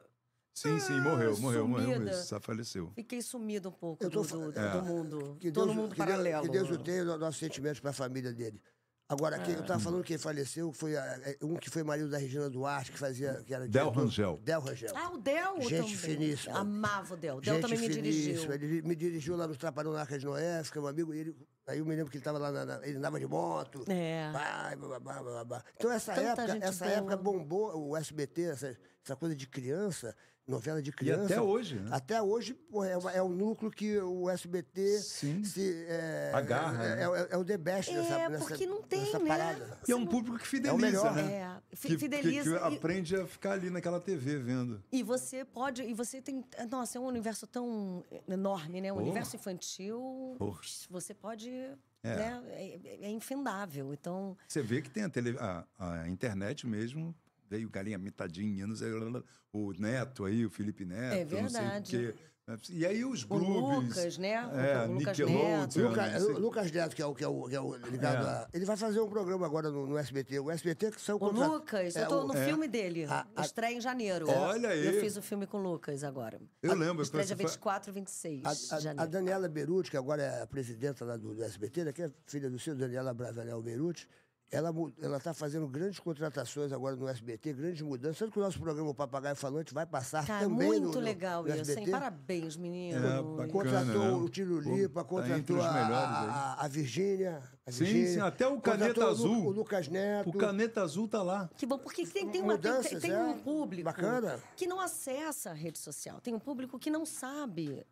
Speaker 2: Sim, sim, morreu, morreu, morreu
Speaker 3: Ah, sumida.
Speaker 2: mesmo. Só faleceu.
Speaker 3: Fiquei sumido um pouco
Speaker 1: Eu tô
Speaker 3: do,
Speaker 1: fa-
Speaker 3: do- do
Speaker 1: é.
Speaker 3: mundo.
Speaker 1: Que
Speaker 3: tô
Speaker 1: Deus,
Speaker 3: no mundo
Speaker 1: que Deus-
Speaker 3: paralelo.
Speaker 1: que Deus o tenha, no- nossos sentimentos para a família dele. Agora, quem, eu
Speaker 2: É.
Speaker 1: estava falando que quem faleceu foi a- é, um que foi marido da Regina Duarte, que fazia. Que era
Speaker 2: Del
Speaker 1: diretor-
Speaker 2: Rangel.
Speaker 1: Del Rangel.
Speaker 3: Ah, o Del
Speaker 1: Gente
Speaker 3: também.
Speaker 1: finíssima.
Speaker 3: Amava o Del. O Del
Speaker 1: Gente
Speaker 3: também me
Speaker 1: finíssima,
Speaker 3: dirigiu.
Speaker 1: Ele me dirigiu lá no Trapalhão na Arca de Noé, fica meu é um amigo. e ele, aí eu me lembro que ele estava lá, na, na- ele andava de moto.
Speaker 3: É.
Speaker 1: pá, blá, blá, blá, blá, blá. Então, essa,
Speaker 3: Tanta
Speaker 1: época,
Speaker 3: gente
Speaker 1: essa
Speaker 3: boa.
Speaker 1: época bombou o SBT, essa, essa coisa de criança, novela de
Speaker 2: E
Speaker 1: criança.
Speaker 2: até hoje, né?
Speaker 1: Até hoje, pô, é, uma- é um núcleo que o SBT
Speaker 2: Sim.
Speaker 1: se. É,
Speaker 2: Agarra,
Speaker 1: É,
Speaker 2: né?
Speaker 1: é, é o the best
Speaker 3: É,
Speaker 1: nessa, nessa-
Speaker 3: porque não tem,
Speaker 1: nessa
Speaker 3: né?
Speaker 1: parada.
Speaker 2: E é um público que fideliza,
Speaker 1: melhor.
Speaker 2: né?
Speaker 3: É, fi-
Speaker 2: Que- que-
Speaker 3: fideliza
Speaker 2: Que,
Speaker 3: e-
Speaker 2: aprende a ficar ali naquela TV vendo.
Speaker 3: E você pode. E você tem. Nossa, é um universo tão enorme, né? O
Speaker 2: Oh.
Speaker 3: universo infantil.
Speaker 2: Oh.
Speaker 3: Você pode. Né? É, é infindável. Então.
Speaker 2: Você vê que tem a, tele, a, a internet mesmo. Veio galinha mitadinha, não sei, lá, lá, o Neto aí, o Felipe Neto,
Speaker 3: É
Speaker 2: não
Speaker 3: verdade.
Speaker 2: sei o quê. E aí os
Speaker 3: O
Speaker 2: grooves.
Speaker 3: Lucas, né? O
Speaker 2: É,
Speaker 3: Lucas
Speaker 2: Nickelodeon.
Speaker 3: Neto.
Speaker 2: não
Speaker 1: Lucas,
Speaker 2: sei-
Speaker 1: Lucas Neto, que é o, que é o, que é o ligado
Speaker 2: É.
Speaker 1: a- Ele vai fazer um programa agora no, no SBT. O SBT que saiu
Speaker 3: O
Speaker 1: contra-
Speaker 3: Lucas,
Speaker 1: é,
Speaker 3: eu tô
Speaker 1: o-
Speaker 3: no
Speaker 2: é.
Speaker 3: filme dele.
Speaker 1: A- a-
Speaker 3: Estreia em janeiro.
Speaker 2: Olha aí.
Speaker 3: Eu fiz o filme com o Lucas agora.
Speaker 2: Eu lembro,
Speaker 3: Estreia dia
Speaker 2: foi-
Speaker 3: 24 e 26
Speaker 1: A,
Speaker 3: de
Speaker 1: a- a
Speaker 3: janeiro.
Speaker 1: Daniela Beruti, que agora é a presidenta lá do, do SBT, né, que é filha do seu Daniela Bra- Daniel Beruti, ela está fazendo grandes contratações agora no SBT, grandes mudanças. Tanto que o nosso programa O Papagaio Falante vai passar
Speaker 3: Cara,
Speaker 1: também no-
Speaker 3: Tá muito
Speaker 1: no,
Speaker 3: legal
Speaker 1: no
Speaker 3: isso, hein?
Speaker 1: SBT.
Speaker 3: Parabéns, menino.
Speaker 1: É,
Speaker 2: bacana.
Speaker 1: Contratou
Speaker 2: né?
Speaker 1: o Tiro Lipa,
Speaker 2: Pô, tá entre
Speaker 1: contratou
Speaker 2: os
Speaker 1: a,
Speaker 2: melhores aí.
Speaker 1: a, a- a Virgínia. a
Speaker 2: Sim,
Speaker 1: Virgínia,
Speaker 2: sim, até o
Speaker 1: contratou
Speaker 2: Caneta
Speaker 1: Lu-
Speaker 2: Azul.
Speaker 1: O Lucas Neto.
Speaker 2: O caneta azul tá lá.
Speaker 3: Que bom, porque tem, tem, uma, tem,
Speaker 1: Mudanças,
Speaker 3: tem
Speaker 1: é.
Speaker 3: um público
Speaker 1: Bacana.
Speaker 3: que não acessa a rede social. Tem um público que não sabe.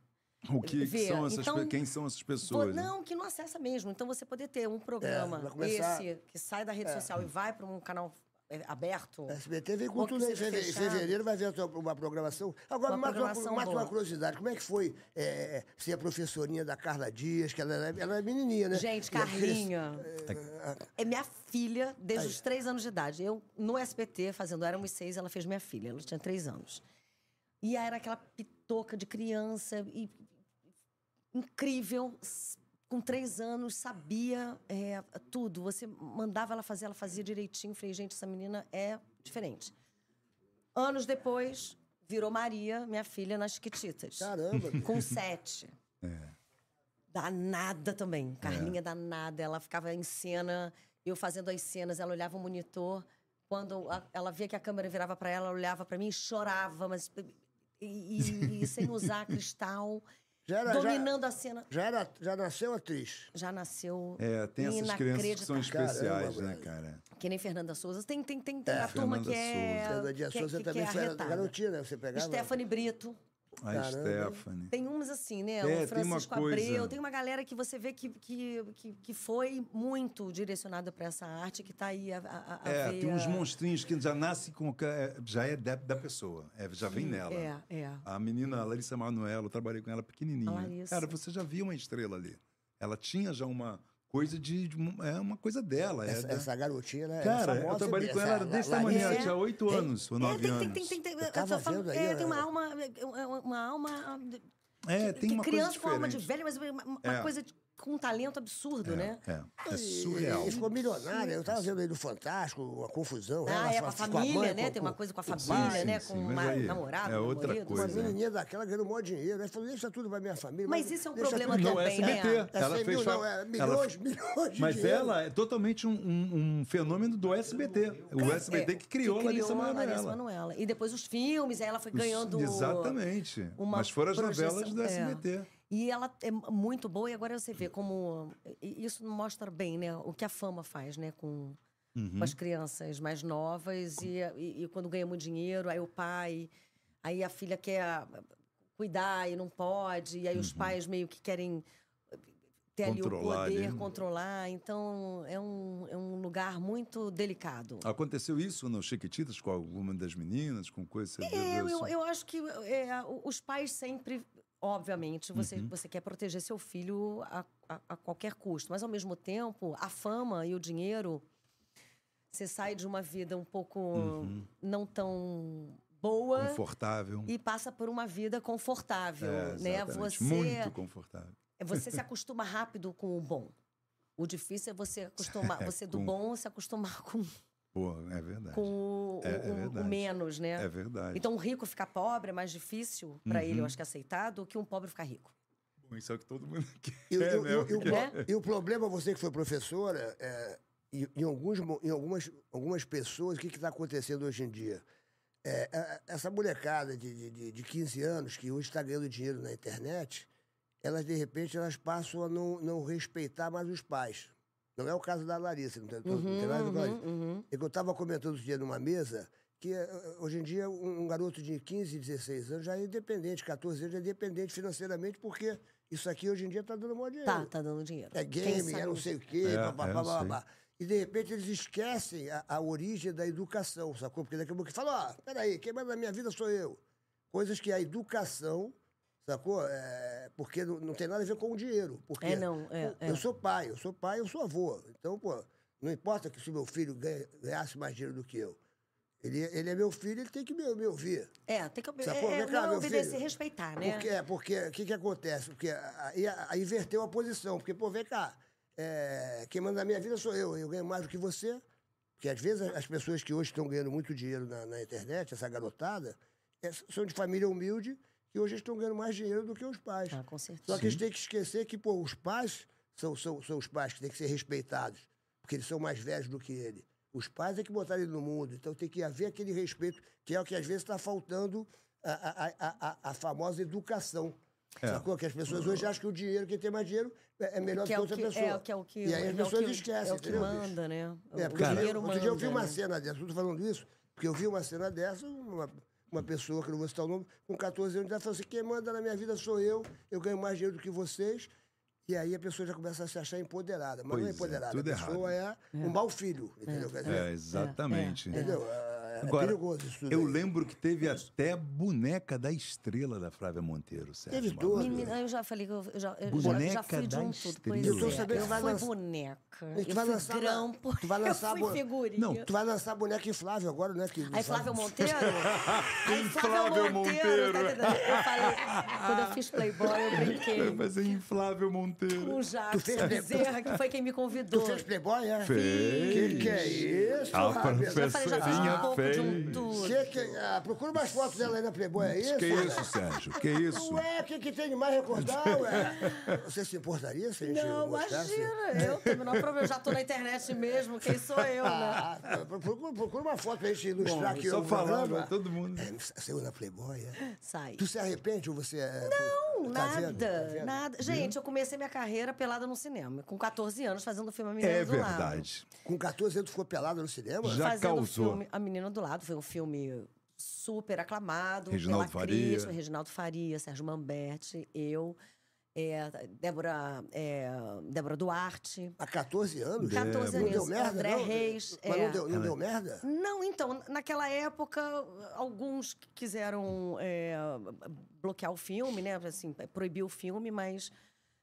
Speaker 2: O que, que
Speaker 3: Vê,
Speaker 2: são essas
Speaker 3: então-
Speaker 2: pe- quem são essas
Speaker 3: Pô,
Speaker 2: pessoas? né?
Speaker 3: não, que não acessa mesmo. Então você poder ter um
Speaker 1: É,
Speaker 3: programa
Speaker 1: vai começar- é.
Speaker 3: esse que sai da rede social e vai para um canal é, aberto.
Speaker 1: O SBT vem com
Speaker 3: Ou que
Speaker 1: tudo aí. Em
Speaker 3: seja
Speaker 1: feve- em
Speaker 3: fechado.
Speaker 1: fevereiro vai ver a tua- uma programação. Agora, uma
Speaker 3: Uma
Speaker 1: mata, uma-
Speaker 3: programação
Speaker 1: mata uma,
Speaker 3: boa.
Speaker 1: curiosidade. Como é que foi eh, ser a professorinha da Carla Dias? Que ela era, ela era menininha, né?
Speaker 3: Gente,
Speaker 1: E ela fez-
Speaker 3: Carlinha. É minha filha desde os três anos de idade. Eu, no SBT, fazendo Éramos Seis, ela fez minha filha. Ela tinha três anos. E aí era aquela pitoca de criança e incrível. s- Com três anos, sabia é, tudo. Você mandava ela fazer, ela fazia direitinho. Falei, gente, essa menina é diferente. Anos depois, virou Maria, minha filha, nas Chiquititas.
Speaker 1: Caramba.
Speaker 3: Com sete.
Speaker 2: É.
Speaker 3: Danada também. Carlinha danada. Ela ficava em cena, eu fazendo as cenas, ela olhava o monitor. Quando a- ela via que a câmera virava para ela, ela olhava para mim e chorava, mas. E, e- e sem usar cristal.
Speaker 1: Já era- já-
Speaker 3: dominando a cena.
Speaker 1: Já, era, já nasceu atriz.
Speaker 3: Já nasceu.
Speaker 2: É, tem essas crianças que são
Speaker 3: inacreditável.
Speaker 2: especiais,
Speaker 1: Caramba,
Speaker 2: né,
Speaker 1: velho.
Speaker 2: cara?
Speaker 3: Que nem Fernanda Souza. Tem, tem, tem, tem
Speaker 2: É,
Speaker 3: a turma
Speaker 2: Fernanda
Speaker 3: que é.
Speaker 1: É, Fernanda Dias
Speaker 3: que-
Speaker 1: Souza
Speaker 3: que- que
Speaker 1: também
Speaker 3: é
Speaker 1: foi a
Speaker 3: arretada.
Speaker 1: garotinha, né? Você pegava.
Speaker 3: Stephanie Brito.
Speaker 2: A
Speaker 1: Caramba.
Speaker 2: Stephanie.
Speaker 3: Tem umas assim, né?
Speaker 2: É,
Speaker 3: o
Speaker 2: tem uma
Speaker 3: Francisco
Speaker 2: coisa-
Speaker 3: Abreu. Tem uma galera que você vê que, que, que, que foi muito direcionada para essa arte, que tá aí a, a, a
Speaker 2: É, tem
Speaker 3: veia-
Speaker 2: uns monstrinhos que já nascem com. ca- é, Já é da, da pessoa, é, já vem nela.
Speaker 3: É, é.
Speaker 2: A menina Larissa Manoela, eu trabalhei com ela pequenininha.
Speaker 3: A Larissa.
Speaker 2: Cara, você já viu uma estrela ali. Ela tinha já uma coisa de. de um- é uma coisa dela. é
Speaker 1: Essa,
Speaker 2: da-
Speaker 1: essa garotinha, né?
Speaker 2: Cara,
Speaker 1: famosa,
Speaker 2: eu trabalhei com ela
Speaker 1: essa
Speaker 2: era desse
Speaker 1: La-
Speaker 2: tamanho,
Speaker 3: Larissa.
Speaker 2: tinha oito anos ou
Speaker 3: É,
Speaker 2: nove
Speaker 3: tem,
Speaker 2: anos.
Speaker 3: tem, tem, tem, tem,
Speaker 1: Eu tava
Speaker 3: eu tô falando-
Speaker 1: vendo aí,
Speaker 3: é,
Speaker 1: né?
Speaker 3: tem uma alma, é, uma alma,
Speaker 2: É,
Speaker 3: que
Speaker 2: tem uma coisa
Speaker 3: criança com alma de
Speaker 2: diferente.
Speaker 3: velho, mas uma, uma
Speaker 2: É.
Speaker 3: coisa de- com um talento absurdo, né?
Speaker 2: É, é
Speaker 1: E-
Speaker 2: surreal.
Speaker 1: E ficou milionária. Eu tava vendo aí no Fantástico, uma confusão. ela
Speaker 3: Ah, é
Speaker 1: só-
Speaker 3: com a
Speaker 1: a
Speaker 3: família,
Speaker 1: mãe,
Speaker 3: né?
Speaker 1: com-
Speaker 3: Tem uma coisa com a
Speaker 1: com-
Speaker 3: família,
Speaker 2: sim,
Speaker 3: né?
Speaker 2: sim,
Speaker 3: com
Speaker 2: mas
Speaker 3: uma
Speaker 2: aí
Speaker 3: namorada, um
Speaker 2: é outra
Speaker 3: namorado,
Speaker 2: coisa.
Speaker 3: mas-
Speaker 1: Uma menininha daquela ganhando um monte de dinheiro. Ela falou, deixa tudo pra minha família.
Speaker 3: né? Mas isso é um
Speaker 1: deixa
Speaker 3: problema
Speaker 1: tudo pra
Speaker 2: Não, é
Speaker 3: também, né?
Speaker 2: SBT.
Speaker 1: É
Speaker 2: Ela
Speaker 1: 100
Speaker 2: fez
Speaker 1: mil,
Speaker 2: fa-
Speaker 1: não, é
Speaker 2: ela-
Speaker 1: milhões, milhões de
Speaker 2: Mas
Speaker 1: dinheiro.
Speaker 2: ela é totalmente um, um- um fenômeno do SBT. O SBT
Speaker 3: é,
Speaker 2: que criou a Larissa Manoela.
Speaker 3: Manoela. E depois os filmes, aí ela foi
Speaker 2: Os-
Speaker 3: ganhando.
Speaker 2: Exatamente.
Speaker 3: uma
Speaker 2: Mas foram as
Speaker 3: projeção.
Speaker 2: novelas do
Speaker 3: É.
Speaker 2: SBT.
Speaker 3: E ela é muito boa, e agora você vê como. e Isso mostra bem, né? O que a fama faz, né? Com, com as crianças mais novas. E, e, e quando ganha muito dinheiro, aí o pai. Aí a filha quer ah, cuidar e não pode. E aí os pais meio que querem ter ali o
Speaker 2: Controlar ali.
Speaker 3: poder, controlar. Então é um, é um lugar muito delicado.
Speaker 2: Aconteceu isso no Chiquititas com alguma das meninas, com coisa. você
Speaker 3: É,
Speaker 2: viu
Speaker 3: eu,
Speaker 2: isso?
Speaker 3: eu acho que é, o- os pais sempre, obviamente, você,
Speaker 2: Uhum.
Speaker 3: você quer proteger seu filho a, a- a qualquer custo, mas ao mesmo tempo, a fama e o dinheiro, você sai de uma vida um pouco
Speaker 2: Uhum.
Speaker 3: não tão boa
Speaker 2: Confortável.
Speaker 3: e passa por uma vida confortável,
Speaker 2: É,
Speaker 3: né?
Speaker 2: exatamente.
Speaker 3: Você é,
Speaker 2: Muito confortável.
Speaker 3: você se acostuma rápido com o bom. O difícil é você acostumar, você do
Speaker 2: Com-
Speaker 3: bom se acostumar com,
Speaker 2: Pô, é verdade.
Speaker 3: com o,
Speaker 2: É, é
Speaker 3: o- o
Speaker 2: verdade.
Speaker 3: menos, né?
Speaker 2: É verdade. Uhum.
Speaker 3: Então, um rico ficar pobre é mais difícil para ele, eu acho que aceitar, do que um pobre ficar rico.
Speaker 2: Bom, Isso é o que todo mundo quer.
Speaker 1: E, o- e o-
Speaker 2: né?
Speaker 1: e o- e o pro-
Speaker 3: Né?
Speaker 1: e o problema, você que foi professora, é, em, em alguns, mo- em algumas, algumas pessoas, o que está acontecendo hoje em dia? É, é, essa molecada de, de- de, de 15 anos que hoje está ganhando dinheiro na internet, elas, de repente, elas passam a não, não respeitar mais os pais. Não é o caso da Larissa, não tem, não
Speaker 2: Uhum,
Speaker 1: tem nada a ver com isso.
Speaker 3: Uhum.
Speaker 1: É que eu estava comentando outro dia numa mesa que eh, hoje em dia um, um garoto de 15, 16 anos já é independente, 14 anos já é independente financeiramente, porque isso aqui hoje em dia está dando mó dinheiro.
Speaker 3: Tá, tá dando dinheiro.
Speaker 1: É
Speaker 3: Quem
Speaker 1: game,
Speaker 3: sabe- um
Speaker 1: é não sei o quê,
Speaker 2: É,
Speaker 1: papá,
Speaker 2: é, eu
Speaker 1: papá,
Speaker 2: sei.
Speaker 1: papá. E de repente eles esquecem a, a origem da educação, sacou? Porque daqui a pouco fala, ó, peraí, quem manda na minha vida sou eu. Coisas que a educação, sacou? É, porque não, não tem nada a ver com o dinheiro. Porque
Speaker 3: É, não, é,
Speaker 1: eu,
Speaker 3: é.
Speaker 1: eu sou pai, eu sou pai, eu sou avô. Então, pô, não importa que se meu filho ganhe- ganhasse mais dinheiro do que eu. Ele, ele é meu filho, ele tem que me, me ouvir.
Speaker 3: É, tem que obe-
Speaker 1: Sacou?
Speaker 3: é,
Speaker 1: Vem cá,
Speaker 3: não,
Speaker 1: meu
Speaker 3: obedecer
Speaker 1: filho.
Speaker 3: respeitar, né?
Speaker 1: Porque, é, porque o que, que acontece? Porque aí, aí inverteu a posição. Porque, pô, vem cá, é, quem manda na minha vida sou eu, eu ganho mais do que você. Porque às vezes as pessoas que hoje estão ganhando muito dinheiro na, na internet, essa garotada, é, são de família humilde que hoje estão ganhando mais dinheiro do que os pais.
Speaker 3: Ah, com certeza.
Speaker 1: Só que eles têm que esquecer que, pô, os pais são, são, são os pais que têm que ser respeitados, porque eles são mais velhos do que ele. Os pais é que botaram ele no mundo, então tem que haver aquele respeito, que é o que às vezes está faltando a, a, a, a, a famosa educação. Sacou? Que as pessoas hoje acham que o dinheiro, quem tem mais dinheiro, é é melhor
Speaker 3: Que
Speaker 1: que,
Speaker 3: é o
Speaker 1: outra
Speaker 3: que,
Speaker 1: pessoa.
Speaker 3: é, o que é o que.
Speaker 1: e aí
Speaker 3: é
Speaker 1: as
Speaker 3: o
Speaker 1: pessoas
Speaker 3: que-
Speaker 1: esquecem,
Speaker 3: É o que
Speaker 1: entendeu, bicho?
Speaker 3: manda, né?
Speaker 1: É,
Speaker 3: o
Speaker 1: porque outro dia-
Speaker 3: dinheiro
Speaker 1: outro,
Speaker 3: manda.
Speaker 1: dia eu vi uma
Speaker 3: né?
Speaker 1: cena dessa, eu tô falando isso, porque eu vi uma cena dessa, uma, uma pessoa, que eu não vou citar o nome, com 14 anos, ela falou assim, quem manda na minha vida sou eu, eu ganho mais dinheiro do que vocês. E aí a pessoa já começa a se achar empoderada. Mas não é
Speaker 2: Pois é,
Speaker 1: empoderada,
Speaker 2: tudo
Speaker 1: a pessoa é um mau filho, entendeu? Quer dizer,
Speaker 2: É, exatamente.
Speaker 1: entendeu? É, é perigoso isso tudo
Speaker 2: eu
Speaker 1: aí.
Speaker 2: lembro que teve até boneca da estrela da Flávia Monteiro, Sérgio.
Speaker 1: Teve
Speaker 2: Malandro.
Speaker 1: duas.
Speaker 3: Menina, eu já falei que eu eu já, eu
Speaker 2: Boneca
Speaker 3: já, já fui de
Speaker 2: da
Speaker 3: um tudo.
Speaker 2: estrela.
Speaker 3: Pois é.
Speaker 2: Eu tô
Speaker 1: sabendo
Speaker 3: eu
Speaker 1: que vai
Speaker 3: fui
Speaker 1: lançar-
Speaker 3: boneca.
Speaker 1: E tu
Speaker 3: Eu
Speaker 1: vai
Speaker 3: fui
Speaker 1: lançar-
Speaker 3: grampo.
Speaker 1: tu vai lançar
Speaker 3: eu
Speaker 1: bo-
Speaker 3: fui figurinha.
Speaker 2: Não,
Speaker 1: Tu vai lançar boneca inflável agora, né? Que
Speaker 3: Aí Flávio Monteiro. Aí
Speaker 2: Flávio
Speaker 3: Flávio Monteiro. tá
Speaker 2: Monteiro.
Speaker 3: entendendo? eu falei, quando eu fiz Playboy, eu
Speaker 2: Vai
Speaker 3: brinquei
Speaker 2: fazer inflável Monteiro.
Speaker 3: com o
Speaker 1: fez
Speaker 3: Jackson
Speaker 1: Playboy?
Speaker 3: Bezerra, que foi quem me convidou.
Speaker 1: Tu fez Playboy, é?
Speaker 2: Fez.
Speaker 1: Que que é isso,
Speaker 2: A
Speaker 1: rapaz?
Speaker 3: Eu falei, já fiz um
Speaker 2: Professorinha
Speaker 3: pouco de um
Speaker 2: fez.
Speaker 3: tour.
Speaker 1: Que que- ah, procura umas fotos dela aí na Playboy, é isso?
Speaker 2: Que
Speaker 3: né?
Speaker 2: isso, Sérgio? Que isso?
Speaker 3: é
Speaker 1: Ué, o que, que tem de mais recordar, ué? Você se importaria se a gente
Speaker 3: Não,
Speaker 1: mostrasse?
Speaker 3: imagina. Eu tenho o menor problema. Eu já tô na internet mesmo. Quem sou eu, né?
Speaker 1: Ah, pro- procura, procura uma foto pra gente ilustrar
Speaker 2: Bom,
Speaker 1: aqui
Speaker 2: só
Speaker 1: o
Speaker 2: falar,
Speaker 1: programa.
Speaker 2: vai todo mundo.
Speaker 1: É, saiu na Playboy, é?
Speaker 3: Sai.
Speaker 1: Tu se arrepende ou você é... Não!
Speaker 3: Não,
Speaker 1: Tá
Speaker 3: nada,
Speaker 1: vendo? Tá vendo?
Speaker 3: nada. Gente, eu comecei minha carreira pelada no cinema, com 14 anos, fazendo o filme A Menina
Speaker 2: É
Speaker 3: do Lado.
Speaker 2: verdade.
Speaker 1: Com 14 anos tu ficou pelado no cinema?
Speaker 2: Já
Speaker 3: fazendo o
Speaker 2: causou.
Speaker 3: filme A Menina do Lado, foi um filme super aclamado
Speaker 2: Reginaldo
Speaker 3: pela
Speaker 2: Faria.
Speaker 3: crítica, Reginaldo Faria, Sérgio Mamberti, eu, é, Débora, é, Débora Duarte,
Speaker 1: Há 14 anos?
Speaker 3: 14
Speaker 1: Não deu
Speaker 3: anos,
Speaker 1: merda,
Speaker 3: André
Speaker 1: não?
Speaker 3: Reis.
Speaker 1: Mas
Speaker 3: é.
Speaker 1: não, deu, não deu merda?
Speaker 3: Não, então, naquela época, alguns que quiseram é, bloquear o filme, né? Assim, proibir o filme, mas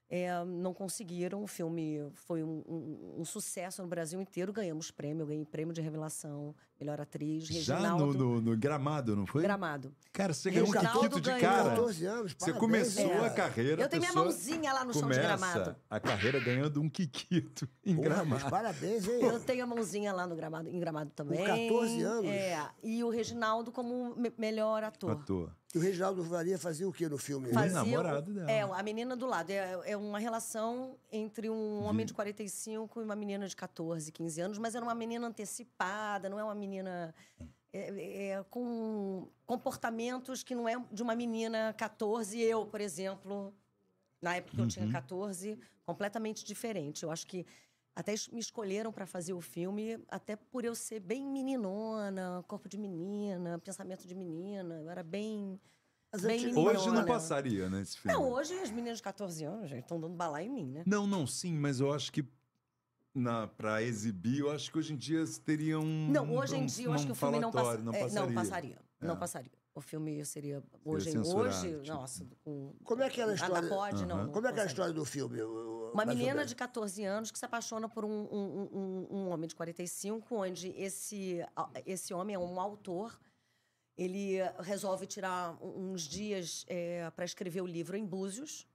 Speaker 3: é, não conseguiram. O filme foi um, um- um sucesso no Brasil inteiro. Ganhamos prêmio, eu ganhei prêmio de revelação, melhor atriz,
Speaker 2: Já no,
Speaker 3: Reginaldo
Speaker 2: no- no gramado, não foi?
Speaker 3: Gramado.
Speaker 2: Cara, você ganhou um
Speaker 3: Reginaldo
Speaker 2: quito de
Speaker 3: ganhou.
Speaker 2: cara.
Speaker 1: 14 anos,
Speaker 2: Você
Speaker 1: parabéns,
Speaker 2: começou
Speaker 1: cara.
Speaker 2: a carreira.
Speaker 3: né? Eu tenho
Speaker 2: a
Speaker 3: minha
Speaker 2: pessoa
Speaker 3: mãozinha lá no chão de
Speaker 2: começa
Speaker 3: gramado.
Speaker 2: A carreira ganhando um Kikito em
Speaker 1: Porra, mas
Speaker 2: gramado.
Speaker 1: parabéns, hein?
Speaker 3: Eu tenho a mãozinha lá no gramado, em gramado também.
Speaker 1: 14 anos?
Speaker 3: É, e o Reginaldo como me- melhor ator.
Speaker 2: Ator.
Speaker 1: E o Reginaldo Varia fazia o quê no filme?
Speaker 2: Faz-
Speaker 3: fazia o-
Speaker 2: é namorado dela.
Speaker 3: É, a menina do lado. É, é uma relação entre um homem de 45 e uma menina de 14, 15 anos, mas era uma menina antecipada, não é uma menina. é- é, com comportamentos que não é de uma menina 14, eu, por exemplo, na época que eu
Speaker 2: Uhum.
Speaker 3: tinha 14, completamente diferente. Eu acho que até es- me escolheram para fazer o filme, até por eu ser bem meninona, corpo de menina, pensamento de menina, eu era bem.
Speaker 1: Mas
Speaker 3: bem
Speaker 1: antigo-
Speaker 3: meninona.
Speaker 2: Hoje não, passaria, né, esse filme.
Speaker 3: Não, hoje as meninas de 14 anos, gente, estão dando balai em mim, né?
Speaker 2: Não, não, sim, mas eu acho que na, pra exibir, eu acho que hoje em dia teria um.
Speaker 3: Não, hoje em
Speaker 2: um-
Speaker 3: dia eu acho
Speaker 2: um
Speaker 3: que o filme não, passa,
Speaker 2: falatório, não
Speaker 3: é,
Speaker 2: passaria.
Speaker 3: não passaria.
Speaker 2: É.
Speaker 3: Não passaria. O filme seria. Hoje, em-
Speaker 2: censurado,
Speaker 3: hoje
Speaker 2: tipo.
Speaker 3: nossa, com.
Speaker 1: Como é que era a
Speaker 3: Ana
Speaker 1: história?
Speaker 3: Pode, não,
Speaker 2: Aham.
Speaker 3: não
Speaker 1: Como é que era a
Speaker 3: passaria.
Speaker 1: história do filme? o- o-
Speaker 3: Uma
Speaker 1: mais ou
Speaker 3: menina
Speaker 1: menos?
Speaker 3: de 14 anos que se apaixona por um, um- um- um- um homem de 45, onde esse, a- esse homem é um autor. Ele eh, resolve tirar um- uns dias para escrever o livro em Búzios.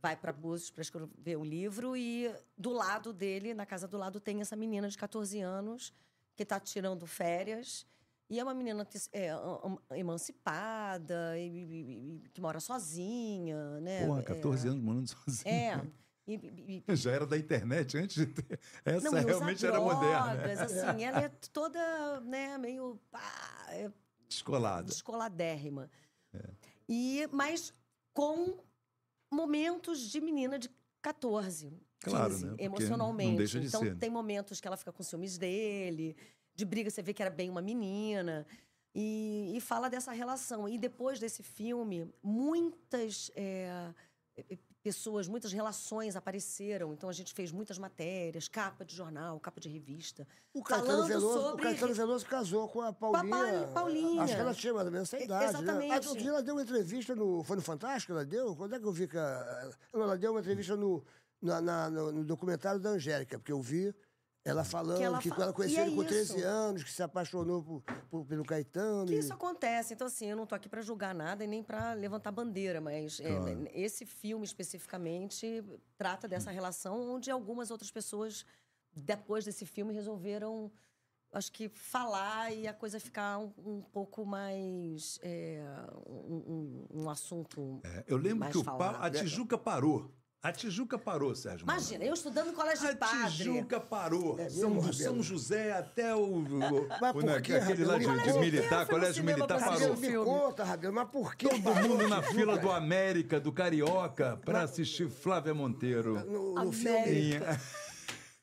Speaker 3: Vai para Búzios para escrever o livro e do lado dele, na casa do lado, tem essa menina de 14 anos que está tirando férias. E é uma menina ante- é, am- am- emancipada, e- e- e- e que mora sozinha, né?
Speaker 2: Porra,
Speaker 3: É,
Speaker 2: 14 anos morando sozinho.
Speaker 3: é. E, e- e-
Speaker 2: Já era da internet antes de ter. Essa
Speaker 3: não, e usa
Speaker 2: realmente era moderna.
Speaker 3: drogas, assim, ela é toda, né, meio pá, é
Speaker 2: Descolada.
Speaker 3: descoladérrima. E, mas com momentos de menina de 14,
Speaker 2: Claro,
Speaker 3: 15,
Speaker 2: né? Porque
Speaker 3: emocionalmente.
Speaker 2: não deixa de
Speaker 3: então
Speaker 2: ser, né?
Speaker 3: tem momentos que ela fica com ciúmes dele, de briga, você vê que era bem uma menina. E, e fala dessa relação. E depois desse filme, muitas é, eh, pessoas, muitas relações apareceram. Então a gente fez muitas matérias, capa de jornal, capa de revista.
Speaker 1: O Caetano,
Speaker 3: falando
Speaker 1: Veloso,
Speaker 3: sobre-
Speaker 1: o Caetano Veloso casou com a Paulinha.
Speaker 3: Papai- Paulinha.
Speaker 1: Acho que ela tinha mais ou menos essa
Speaker 3: E-
Speaker 1: idade.
Speaker 3: exatamente.
Speaker 1: Né? Ah, outro dia ela deu uma entrevista no. Foi no Fantástico? Ela deu? Quando é que eu vi que. a- Não, ela deu uma entrevista no, na- na- no, no documentário da Angélica, porque eu vi. Ela falando que
Speaker 3: ela
Speaker 1: ela,
Speaker 3: fa-
Speaker 1: conheceu
Speaker 3: E é
Speaker 1: ele com
Speaker 3: isso.
Speaker 1: 13 anos, que se apaixonou por, por- pelo Caetano.
Speaker 3: que
Speaker 1: e-
Speaker 3: isso acontece. Então, assim, eu não tô aqui para julgar nada e nem para levantar bandeira, mas é, esse filme especificamente trata dessa relação onde algumas outras pessoas, depois desse filme, resolveram, acho que, falar e a coisa ficar um, um pouco mais. é, um, um- um assunto.
Speaker 2: É, eu lembro
Speaker 3: mais
Speaker 2: que o pa-
Speaker 3: falado.
Speaker 2: a Tijuca parou. A Tijuca parou, Sérgio. Malandro.
Speaker 3: Imagina, eu estudando no colégio de
Speaker 2: A
Speaker 3: padre.
Speaker 2: Tijuca parou.
Speaker 1: É mesmo,
Speaker 2: São, do
Speaker 1: Rabelo?
Speaker 2: São José até o. o-
Speaker 1: Mas
Speaker 2: o- né,
Speaker 1: por que,
Speaker 2: aquele lá
Speaker 1: Rabelo?
Speaker 2: de, de
Speaker 1: Colégio
Speaker 2: militar,
Speaker 3: inteiro foi no
Speaker 2: colégio
Speaker 3: cinema
Speaker 2: militar
Speaker 3: pra assistir
Speaker 2: parou.
Speaker 3: o
Speaker 1: me
Speaker 3: filme.
Speaker 1: conta, Rabelo, mas por que
Speaker 2: Todo mundo na fila do América, do Carioca, pra assistir Flávia Monteiro.
Speaker 1: No, no
Speaker 3: América.
Speaker 1: filme.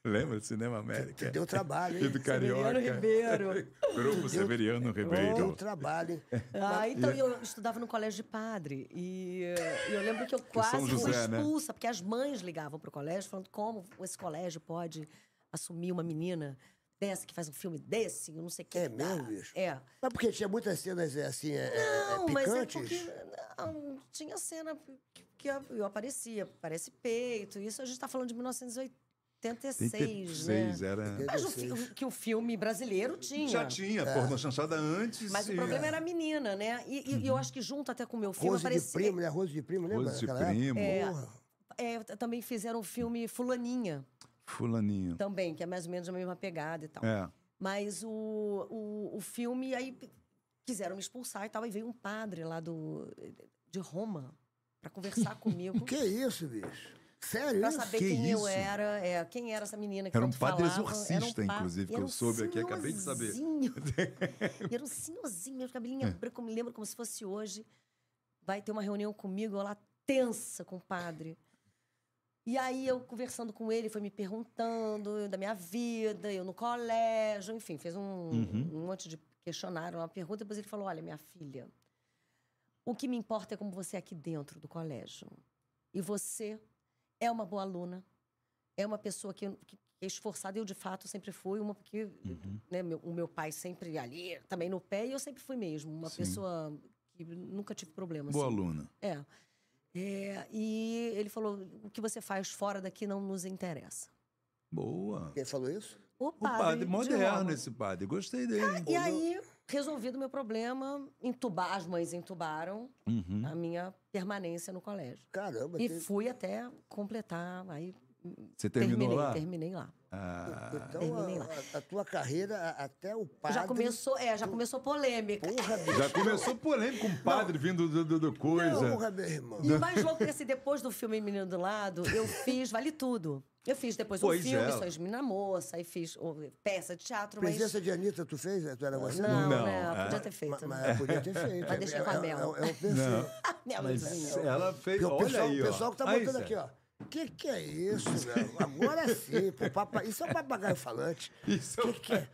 Speaker 2: Lembra do Cinema América?
Speaker 1: Deu trabalho,
Speaker 2: E do
Speaker 1: hein?
Speaker 2: Carioca.
Speaker 3: Ribeiro.
Speaker 2: Grupo Severiano
Speaker 1: Deu
Speaker 2: Ribeiro.
Speaker 1: trabalho, hein?
Speaker 3: Ah, então eu estudava no colégio de padre e, eh, e eu lembro que eu quase fui
Speaker 2: José, né?
Speaker 3: expulsa, porque as mães ligavam pro colégio falando como esse colégio pode assumir uma menina dessa que faz um filme desse, eu não sei o que.
Speaker 1: É
Speaker 3: que dá.
Speaker 1: mesmo, bicho?
Speaker 3: É.
Speaker 1: Mas porque tinha muitas cenas é, assim, é, é,
Speaker 3: Não, mas é
Speaker 1: picantes.
Speaker 3: porque não, tinha cena que- que eu aparecia, parece peito, isso a gente tá falando de 1986,
Speaker 1: é,
Speaker 3: né?
Speaker 2: era.
Speaker 3: Mas o fi- que o filme brasileiro tinha.
Speaker 2: Já tinha, porno chanchada antes.
Speaker 3: Mas o
Speaker 2: e-
Speaker 3: problema era a menina, né? E, e- e eu acho que junto até com o meu
Speaker 1: é.
Speaker 3: filme
Speaker 1: Uhum. Rose de
Speaker 3: aparecia.
Speaker 1: Primo, né? Rose de Primo, lembra?
Speaker 2: Rose de
Speaker 1: daquela
Speaker 2: Primo.
Speaker 1: época?
Speaker 2: É.
Speaker 1: Porra.
Speaker 3: É, t- também fizeram o filme Fulaninha,
Speaker 2: Fulaninho.
Speaker 3: também, que é mais ou menos a mesma pegada e tal.
Speaker 2: É.
Speaker 3: Mas o, o, o filme, aí p- quiseram me expulsar e tal. Aí veio um padre lá do, de Roma pra conversar comigo.
Speaker 1: Que isso, bicho? Sério
Speaker 3: Pra
Speaker 1: isso?
Speaker 3: saber
Speaker 2: Que
Speaker 3: quem
Speaker 2: isso?
Speaker 3: eu era, é, quem era essa menina que
Speaker 2: Era um
Speaker 3: tanto
Speaker 2: padre
Speaker 3: falava.
Speaker 2: exorcista,
Speaker 3: pa-
Speaker 2: inclusive, que
Speaker 3: era
Speaker 2: eu
Speaker 3: um
Speaker 2: soube aqui, acabei de saber. É.
Speaker 3: senhorzinho. E era um senhorzinho, meu cabelinho branco, eu me lembro como se fosse hoje. Vai ter uma reunião comigo, eu lá tensa com o padre. E aí eu conversando com ele, foi me perguntando da minha vida, eu no colégio, enfim, fez um,
Speaker 2: Uhum.
Speaker 3: um monte de questionário, uma pergunta, depois ele falou: "Olha, minha filha, o que me importa é como você é aqui dentro do colégio. E você é uma boa aluna, é uma pessoa que, que é esforçada, eu de fato sempre fui uma porque
Speaker 2: Uhum.
Speaker 3: né, meu- o meu pai sempre ali, também no pé, e eu sempre fui mesmo, uma
Speaker 2: Sim.
Speaker 3: pessoa que nunca tive problemas.
Speaker 2: Boa aluna.
Speaker 3: É. É, E ele falou: o que você faz fora daqui não nos interessa.
Speaker 2: Boa.
Speaker 1: Quem falou isso?
Speaker 3: O
Speaker 2: O padre
Speaker 3: padre. de
Speaker 2: moderno
Speaker 3: Roma.
Speaker 2: esse padre. Gostei dele. hein?
Speaker 3: E aí, resolvido o meu problema, entubar, as mães entubaram
Speaker 2: Uhum.
Speaker 3: a minha permanência no colégio.
Speaker 1: Caramba,
Speaker 3: E
Speaker 1: tem-
Speaker 3: fui até completar, aí
Speaker 2: Você terminou
Speaker 3: terminei,
Speaker 2: lá?
Speaker 3: terminei lá.
Speaker 2: Ah,
Speaker 1: então
Speaker 3: terminei
Speaker 1: a, a- a tua carreira, a- até o padre...
Speaker 3: Já começou, é, já começou polêmica.
Speaker 1: Porra, bicho.
Speaker 2: já começou polêmico com o padre vindo do, do- do coisa.
Speaker 1: Porra, meu irmão.
Speaker 3: E o mais louco é que assim, depois do filme Menino do Lado, eu fiz Vale Tudo. Eu fiz depois
Speaker 2: Pois
Speaker 3: um filme,
Speaker 2: é.
Speaker 3: Só Sois Menina Moça, aí fiz ó, peça de teatro, mas...
Speaker 1: Presença de Anitta, tu fez? Tu era você?
Speaker 3: Não,
Speaker 2: Não,
Speaker 3: né?
Speaker 2: é.
Speaker 3: Podia ter feito.
Speaker 1: Mas,
Speaker 3: né?
Speaker 1: mas podia ter feito.
Speaker 3: Vai deixar
Speaker 1: é,
Speaker 3: com a
Speaker 1: é-
Speaker 3: Mel.
Speaker 1: É, é, um perfil.
Speaker 3: Minha
Speaker 2: Mas
Speaker 3: mãezinha.
Speaker 2: ela fez.
Speaker 1: Porque o
Speaker 2: Olha
Speaker 1: pessoal,
Speaker 2: aí, ó.
Speaker 1: o pessoal que tá
Speaker 2: Aí,
Speaker 1: botando
Speaker 2: Zé.
Speaker 1: aqui, ó. Que que é isso, meu? Agora sim, pô, papa... isso é um papagaio falante.
Speaker 2: Isso é o
Speaker 1: que que é?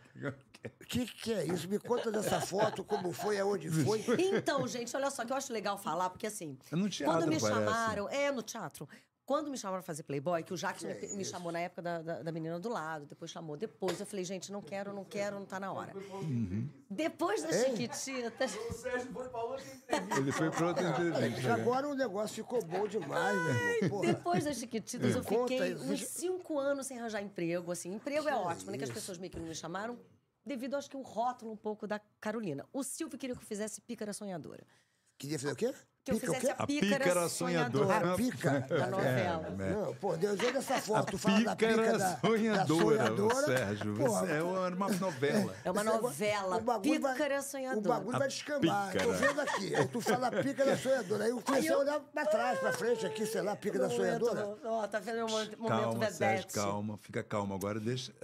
Speaker 1: Que que é isso? Me conta dessa foto, como foi, aonde foi.
Speaker 3: Então, gente, olha só, que eu acho legal falar, porque assim.
Speaker 2: É no teatro,
Speaker 3: quando me
Speaker 2: parece.
Speaker 3: chamaram. É, no teatro. Quando me chamaram pra fazer Playboy, que o Jackson
Speaker 1: Que é
Speaker 3: me
Speaker 1: isso?
Speaker 3: chamou na época da, da, da menina do lado, depois chamou depois. Eu falei, gente, não quero, não quero, não tá na hora. Depois das Chiquititas.
Speaker 2: Ele foi pra outra entrevista. né?
Speaker 1: Agora o negócio ficou bom demais, meu irmão. Porra.
Speaker 3: Depois das Chiquititas, eu
Speaker 1: Conta
Speaker 3: fiquei
Speaker 1: aí,
Speaker 3: uns
Speaker 1: deixa-
Speaker 3: cinco anos sem arranjar emprego. Assim, emprego é ótimo, né? Que as pessoas meio que não me chamaram, devido, acho que, o rótulo um pouco da Carolina. O Silvio queria que eu fizesse pícara sonhadora.
Speaker 1: Queria fazer o quê?
Speaker 3: Que eu
Speaker 1: Pica o
Speaker 3: fizesse
Speaker 1: quê?
Speaker 3: a
Speaker 2: A
Speaker 3: pícara,
Speaker 2: pícara
Speaker 3: sonhadora.
Speaker 2: sonhadora.
Speaker 1: A pica
Speaker 3: Da
Speaker 2: É,
Speaker 3: novela.
Speaker 2: né?
Speaker 1: Não, pô, Deus, olha essa foto. Tu fala da pica da,
Speaker 2: Pícara
Speaker 1: da
Speaker 2: sonhadora,
Speaker 1: sonhadora.
Speaker 2: Sérgio.
Speaker 1: Porra,
Speaker 2: Você é uma novela.
Speaker 3: É uma
Speaker 1: Esse negócio-
Speaker 3: novela,
Speaker 1: o um bagulho vai-
Speaker 3: pícara
Speaker 1: O
Speaker 3: sonhadora.
Speaker 1: bagulho vai descambar.
Speaker 2: pícara.
Speaker 1: Tô vendo aqui. Aí tu fala pica da sonhadora. Aí eu comecei a olhar pra trás, pra frente aqui, sei lá, pica da
Speaker 3: Momento,
Speaker 1: é sonhadora.
Speaker 3: Ó, tá vendo o momento momento
Speaker 2: Calma, Sérgio,
Speaker 3: Bebete.
Speaker 2: calma. Fica calmo agora, deixa.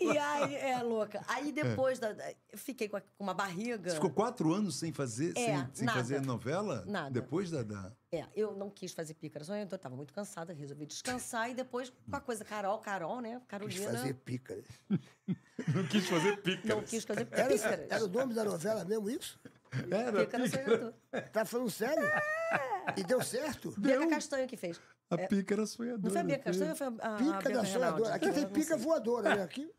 Speaker 3: E aí, é louca. Aí depois,
Speaker 2: É.
Speaker 3: da, da- eu fiquei com, a- com uma barriga.
Speaker 2: Você ficou quatro anos sem fazer,
Speaker 3: É,
Speaker 2: sem, sem
Speaker 3: nada.
Speaker 2: fazer novela?
Speaker 3: Nada.
Speaker 2: Depois da. da-
Speaker 3: É, eu não quis fazer pícara sonhadora, então tava muito cansada, resolvi descansar. E depois, com a coisa Carol, Carol, né?
Speaker 1: Quis
Speaker 3: Carolina.
Speaker 1: fazer pica.
Speaker 2: Não quis fazer pica.
Speaker 3: Não quis fazer
Speaker 1: Era,
Speaker 3: pícaras.
Speaker 1: era o nome da novela mesmo isso?
Speaker 2: Era
Speaker 3: Pícara sonhadora.
Speaker 1: Tá falando sério?
Speaker 3: É.
Speaker 1: E deu certo?
Speaker 3: Bianca Castanho que fez.
Speaker 2: a pícara sonhadora.
Speaker 3: É. Não foi a Bianca Castanho, foi a, a, a
Speaker 1: Pica
Speaker 3: Bianca
Speaker 1: da sonhadora.
Speaker 3: Reinaldi.
Speaker 1: Aqui tem
Speaker 3: Eu não
Speaker 1: pica
Speaker 3: sei.
Speaker 1: voadora, né? Aqui.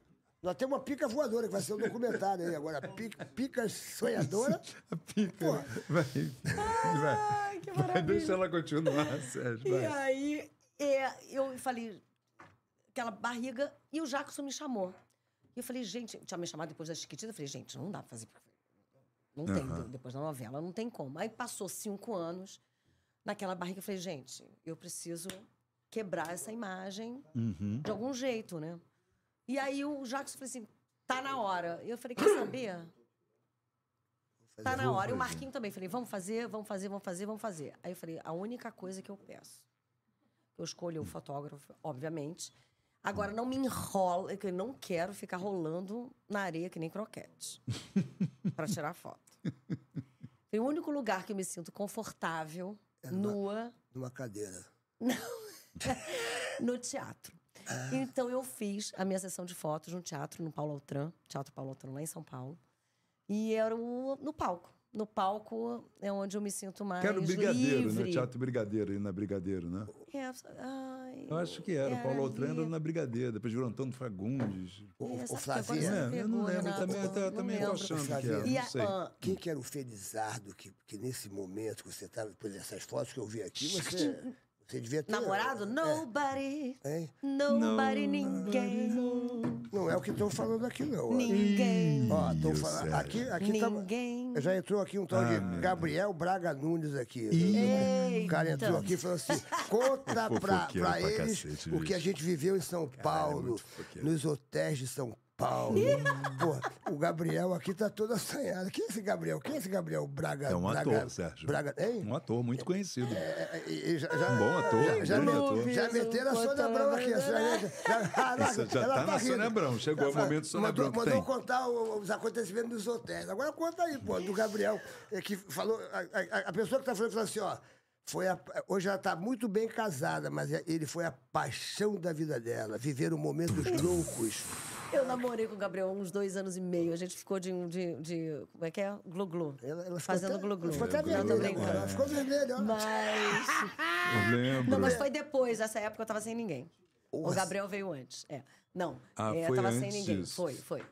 Speaker 1: Nós temos uma pica voadora, que vai ser um documentário aí agora. Pica, pica sonhadora.
Speaker 2: A pícara. Vai. vai.
Speaker 3: Ai, que
Speaker 2: Vai,
Speaker 3: maravilha.
Speaker 2: Deixa ela continuar, Sérgio. Vai.
Speaker 3: E aí, é, eu falei, aquela barriga, e o Jackson me chamou. E eu falei, gente, tinha me chamado depois da Chiquitita, eu falei, gente, não dá pra fazer. Não tem, de- depois da novela, não tem como. Aí passou cinco anos naquela barriga, eu falei, gente, eu preciso quebrar essa imagem de algum jeito, né? E aí o Jackson falou assim, tá na hora. E eu falei, quer saber? Tá na hora. E o Marquinho também. Falei, vamos fazer, vamos fazer, vamos fazer, vamos fazer. Aí eu falei, a única coisa que eu peço. Eu escolho o fotógrafo, obviamente. Agora, não me enrola, que eu não quero ficar rolando na areia que nem croquete pra tirar foto. Tem o único lugar que eu me sinto confortável, nua,
Speaker 1: Numa cadeira.
Speaker 3: no teatro.
Speaker 2: Ah.
Speaker 3: Então eu fiz a minha sessão de fotos no teatro, no Paulo Altran, Teatro Paulo Altran, lá em São Paulo. E era o- no palco. No palco é onde eu me sinto mais
Speaker 2: Quero o um Brigadeiro,
Speaker 3: livre.
Speaker 2: né? Teatro Brigadeiro, aí na Brigadeiro, né?
Speaker 3: É, ai,
Speaker 2: Eu acho que era. O Paulo Altran era
Speaker 3: ali.
Speaker 2: na Brigadeiro, depois virou Antônio Fagundes.
Speaker 1: O,
Speaker 3: É,
Speaker 1: o
Speaker 3: sabe que agora
Speaker 1: Flavinha.
Speaker 3: você
Speaker 2: É,
Speaker 3: me
Speaker 2: eu não
Speaker 3: pegou,
Speaker 2: lembro,
Speaker 3: Renato,
Speaker 2: também, eu
Speaker 3: não
Speaker 2: também tô
Speaker 3: lembro.
Speaker 2: achando que
Speaker 1: Flavinha.
Speaker 2: era,
Speaker 3: E
Speaker 2: não
Speaker 3: a-
Speaker 2: sei.
Speaker 3: ah,
Speaker 1: Quem que era o Felizardo que, que nesse momento que você estava, por essas fotos que eu vi aqui, você, você devia ter.
Speaker 2: É.
Speaker 1: é,
Speaker 3: namorado? Nobody.
Speaker 1: Hein?
Speaker 3: Nobody, ninguém.
Speaker 1: Não é o que estão falando aqui, não. ó.
Speaker 3: Ninguém.
Speaker 1: Ó, estão falando. Aqui, aqui tá-
Speaker 3: Ninguém.
Speaker 2: É.
Speaker 1: Já entrou aqui um tal
Speaker 2: Ah,
Speaker 1: de Gabriel Braga Nunes aqui. né? O cara entrou aqui e falou assim: conta
Speaker 2: Fofoqueiro
Speaker 1: pra,
Speaker 2: pra
Speaker 1: pra eles
Speaker 2: cacete,
Speaker 1: o
Speaker 2: bicho. é
Speaker 1: que a gente viveu em São Paulo,
Speaker 2: muito fofoqueiro.
Speaker 1: nos hotéis de São Paulo. Pô, o Gabriel aqui tá todo assanhado. Quem é esse Gabriel? Quem é esse Gabriel Braga?
Speaker 2: É um
Speaker 1: Braga,
Speaker 2: ator, Sérgio.
Speaker 1: Braga, hein?
Speaker 2: Um ator muito conhecido.
Speaker 1: É, e- e já- já-
Speaker 2: Um bom ator,
Speaker 1: já,
Speaker 2: um
Speaker 1: já,
Speaker 2: grande ator.
Speaker 1: já meteram a Sônia Abrão aqui. a Sônia- já- Caraca,
Speaker 2: Isso, já
Speaker 1: ela
Speaker 2: tá na
Speaker 1: rindo.
Speaker 2: Sônia Abrão, chegou
Speaker 1: Ela
Speaker 2: o momento Sônia
Speaker 1: mandou,
Speaker 2: Abrão que
Speaker 1: Mandou
Speaker 2: tem.
Speaker 1: contar o- os acontecimentos dos é, hotéis. Agora conta aí, pô, do Gabriel, eh, que falou... A, a- a pessoa que tá falando, falou assim, ó... Foi a- hoje ela está muito bem casada, mas é, ele foi a paixão da vida dela. Viveram momentos loucos.
Speaker 3: Eu namorei com o Gabriel há uns dois anos e meio. A gente ficou de. um- de, de como é que é? Glu-glu.
Speaker 1: Ela, ela ficou
Speaker 3: Fazendo
Speaker 1: até-
Speaker 3: glu-glu.
Speaker 1: ela Ficou até
Speaker 3: Não, tô
Speaker 1: vermelha agora.
Speaker 2: é.
Speaker 3: brincando.
Speaker 1: Ela ficou vermelha, ó.
Speaker 3: Mas.
Speaker 2: Eu lembro.
Speaker 3: Ah, Não, mas foi depois. Essa época eu tava sem ninguém. O Gabriel veio antes. É. Não.
Speaker 2: Ah,
Speaker 3: é,
Speaker 2: foi
Speaker 3: tava sem
Speaker 2: antes
Speaker 3: ninguém.
Speaker 2: disso.
Speaker 3: Foi, foi.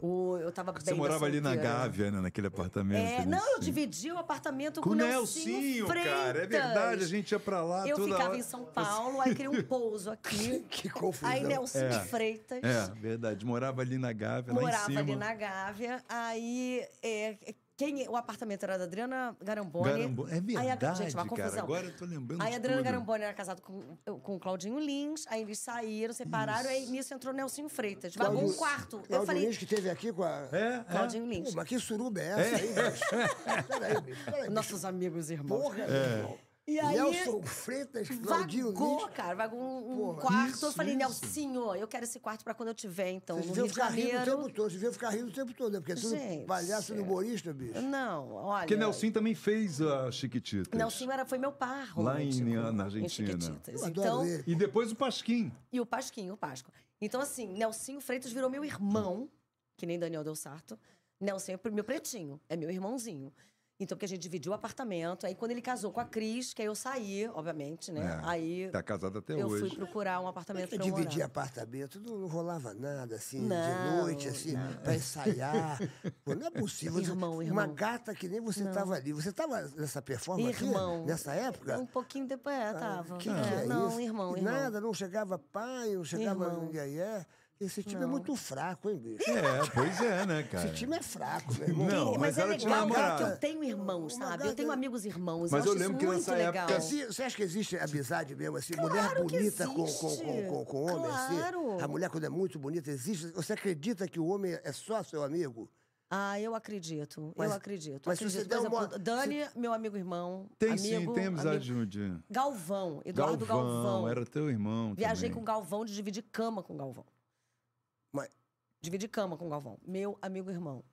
Speaker 3: O, eu tava bem.
Speaker 2: Você morava ali na
Speaker 3: solteira.
Speaker 2: Gávea, né? Naquele apartamento.
Speaker 3: É,
Speaker 2: ali.
Speaker 3: não, eu dividi o apartamento
Speaker 2: Com
Speaker 3: com,
Speaker 2: o
Speaker 3: o Nelsinho,
Speaker 2: Nelsinho, cara. É
Speaker 3: Freitas.
Speaker 2: verdade, a gente ia pra lá
Speaker 3: Eu
Speaker 2: toda
Speaker 3: ficava
Speaker 2: hora.
Speaker 3: em São Paulo, aí criei um pouso aqui.
Speaker 1: Que confusão.
Speaker 3: aí Nelsinho
Speaker 2: É.
Speaker 3: Freitas
Speaker 2: É, verdade. Morava ali na Gávea, lá é em
Speaker 3: morava
Speaker 2: cima.
Speaker 3: ali na Gávea. Aí, é, quem, o apartamento era da Adriana Garamboni.
Speaker 2: Garambo- É
Speaker 3: Aí a-
Speaker 2: verdade,
Speaker 3: gente, uma
Speaker 2: cara.
Speaker 3: confusão.
Speaker 2: Agora eu tô lembrando
Speaker 3: Aí
Speaker 2: de
Speaker 3: a Adriana
Speaker 2: tudo.
Speaker 3: Garamboni era casada com, com o Claudinho Lins, aí eles saíram, separaram, aí nisso entrou Nelsinho Freitas. Vagou um
Speaker 1: Claudio-
Speaker 3: quarto. Eu
Speaker 1: Claudio
Speaker 3: falei,
Speaker 1: Lins que teve aqui com a...
Speaker 2: É, é.
Speaker 3: Claudinho
Speaker 1: Pô,
Speaker 3: Lins.
Speaker 1: mas que suruba é essa aí,
Speaker 3: É.
Speaker 1: bicho? Peraí, bicho. Peraí, bicho.
Speaker 3: Nossos amigos e irmãos.
Speaker 1: Porra, é.
Speaker 3: E aí-
Speaker 1: Nelson Freitas, Claudinho
Speaker 3: Vagou,
Speaker 1: Lins.
Speaker 3: cara, vagou um, um
Speaker 1: Porra,
Speaker 3: quarto. eu
Speaker 2: isso,
Speaker 3: falei,
Speaker 2: isso.
Speaker 3: Nelsinho, eu quero esse quarto pra quando eu tiver, então,
Speaker 1: Vocês
Speaker 3: no
Speaker 1: deviam
Speaker 3: Rio de
Speaker 1: ficar rindo o
Speaker 3: Janeiro.
Speaker 1: tempo todo. Vocês deviam ficar rindo o tempo todo, né? Porque é tudo
Speaker 3: Gente.
Speaker 1: palhaço do humorista, bicho.
Speaker 3: Não, olha.
Speaker 2: Porque Nelsinho também fez a Chiquititas.
Speaker 3: Nelsinho era, foi meu par,
Speaker 2: Lá em-
Speaker 3: romântico,
Speaker 2: na Argentina.
Speaker 3: Chiquititas.
Speaker 1: Eu adoro
Speaker 3: então,
Speaker 1: ele.
Speaker 2: E depois o Pasquim.
Speaker 3: E o Pasquinho, o Pasco. Então, assim, Nelsinho Freitas virou meu irmão, que nem Daniel Del Sarto. Nelsinho é pro- meu pretinho, é meu irmãozinho. Então, porque a gente dividiu o apartamento. Aí, quando ele casou com a Cris, que aí eu saí, obviamente, né?
Speaker 2: É,
Speaker 3: aí
Speaker 2: Tá casado até
Speaker 3: eu
Speaker 2: hoje.
Speaker 3: fui procurar um apartamento pra eu morar.
Speaker 1: dividir apartamento, não, não rolava nada assim,
Speaker 3: Não,
Speaker 1: de noite, assim, pra ensaiar. Pô, não é possível. Você-
Speaker 3: Irmão,
Speaker 1: uma
Speaker 3: irmão.
Speaker 1: gata que nem você estava ali. Você estava nessa performance
Speaker 3: Irmão.
Speaker 1: aqui, nessa época?
Speaker 3: Um pouquinho depois, é, tava.
Speaker 1: Que,
Speaker 3: É,
Speaker 1: que é
Speaker 3: não,
Speaker 1: isso?
Speaker 3: irmão,
Speaker 1: E
Speaker 3: irmão.
Speaker 1: Nada, não chegava pai, não chegava
Speaker 3: Irmão.
Speaker 1: ninguém. É. Esse time é muito fraco, hein, bicho?
Speaker 2: É, pois é, né, cara?
Speaker 1: Esse time é fraco, meu irmão.
Speaker 2: Não,
Speaker 3: Mas, é
Speaker 2: ela tinha
Speaker 3: legal, cara,
Speaker 2: namorado.
Speaker 3: que eu tenho irmãos,
Speaker 1: Uma
Speaker 3: sabe?
Speaker 1: gata-
Speaker 3: Eu tenho amigos irmãos.
Speaker 2: Mas eu
Speaker 3: eu, acho
Speaker 2: lembro
Speaker 3: isso
Speaker 2: que
Speaker 3: muito
Speaker 2: nessa época-
Speaker 3: legal.
Speaker 1: Exi- Você acha é que existe amizade mesmo, assim? mulher
Speaker 3: Claro que
Speaker 1: bonita com, com,
Speaker 3: existe.
Speaker 1: com, com, com homem,
Speaker 3: Claro.
Speaker 1: assim? A mulher, quando é muito bonita, existe. Você acredita que o homem é só seu amigo?
Speaker 3: Ah, eu acredito.
Speaker 1: Mas-
Speaker 3: eu acredito.
Speaker 1: mas se você
Speaker 3: acredito. Por
Speaker 1: der
Speaker 3: exemplo,
Speaker 1: uma-
Speaker 3: Dani, meu amigo irmão.
Speaker 2: Tem
Speaker 3: amigo,
Speaker 2: sim, tem amizade
Speaker 3: amigo-
Speaker 2: de um dia.
Speaker 3: Galvão, Eduardo Galvão.
Speaker 2: era teu irmão.
Speaker 3: Viajei com
Speaker 2: também. É
Speaker 3: Galvão de dividir cama com Galvão.
Speaker 1: Mas-
Speaker 3: Dividir cama com Galvão. Meu amigo irmão.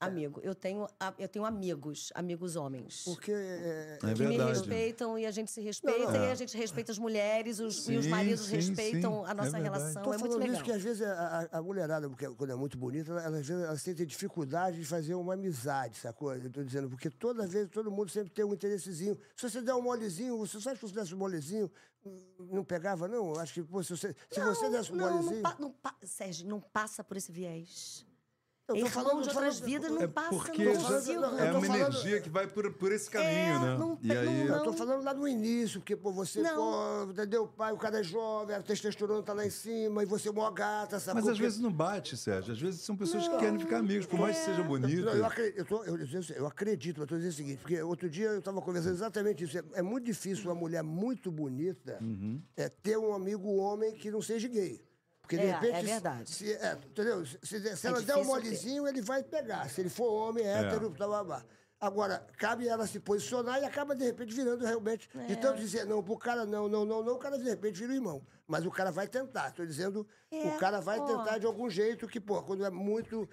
Speaker 2: É.
Speaker 3: Amigo. Eu tenho, a- eu tenho amigos, amigos homens.
Speaker 1: Porque. é,
Speaker 2: É
Speaker 3: que me
Speaker 2: verdade.
Speaker 3: respeitam e a gente se respeita
Speaker 2: não. é.
Speaker 3: e a gente respeita as mulheres os, e os
Speaker 2: Sim,
Speaker 3: maridos
Speaker 2: sim,
Speaker 3: respeitam
Speaker 2: sim.
Speaker 3: a nossa
Speaker 2: É verdade.
Speaker 3: relação.
Speaker 1: Tô
Speaker 3: é muito
Speaker 1: falando
Speaker 3: legal.
Speaker 1: isso que às vezes a, a- a mulherada, porque quando é muito bonita, ela, ela, às vezes, ela sente dificuldade de fazer uma amizade, sacou? Eu tô dizendo, porque toda vez todo mundo sempre tem um interessezinho. Se você der um molezinho, se você acha que você desse um molezinho, hum, não pegava, não? Eu Acho que, pô, se você, se você desse um
Speaker 3: não, não,
Speaker 1: molezinho.
Speaker 3: pa- não pa- Sérgio, não passa por esse viés.
Speaker 1: eu tô
Speaker 3: Irmão
Speaker 1: falando-
Speaker 3: de
Speaker 1: tô
Speaker 3: outras
Speaker 1: falando-
Speaker 3: vidas não
Speaker 2: É
Speaker 3: passa,
Speaker 2: porque
Speaker 3: não
Speaker 2: já-
Speaker 3: consigo.
Speaker 1: eu
Speaker 2: é
Speaker 1: tô
Speaker 2: uma
Speaker 1: falando-
Speaker 2: energia que vai por, por esse caminho,
Speaker 3: É,
Speaker 2: né?
Speaker 3: não
Speaker 2: e
Speaker 3: pe-
Speaker 2: aí,
Speaker 3: não-
Speaker 1: Eu tô falando lá no início, porque, pô, você,
Speaker 3: Não.
Speaker 1: pô, entendeu? O pai, o cara é jovem, a testosterona tá lá em cima, e você é mó gata, sacou?
Speaker 2: Mas às
Speaker 1: Porque-
Speaker 2: vezes não bate, Sérgio. Às vezes são pessoas que querem ficar amigos, por
Speaker 3: É,
Speaker 2: mais que seja bonita.
Speaker 1: Não, eu, acre- eu tô- eu- eu- eu acredito, mas estou dizendo o seguinte, porque outro dia eu estava conversando exatamente isso. É, é muito difícil uma mulher muito bonita é, ter um amigo homem que não seja gay. Porque, de
Speaker 3: É,
Speaker 1: repente.
Speaker 3: é
Speaker 1: se-
Speaker 3: verdade.
Speaker 1: Se, é, entendeu? Se, se- se
Speaker 3: É
Speaker 1: ela der um
Speaker 3: difícil ter.
Speaker 1: molezinho, ele vai pegar. Se ele for homem, é hétero, blá, blá, blá. Agora, cabe ela se posicionar e acaba, de repente, virando realmente.
Speaker 3: É.
Speaker 1: De tanto dizer não pro cara, não, não, não, não, o cara, de repente, vira o irmão. Mas o cara vai tentar. Estou dizendo,
Speaker 3: É,
Speaker 1: o cara vai
Speaker 3: ó.
Speaker 1: tentar de algum jeito que, pô, quando é muito.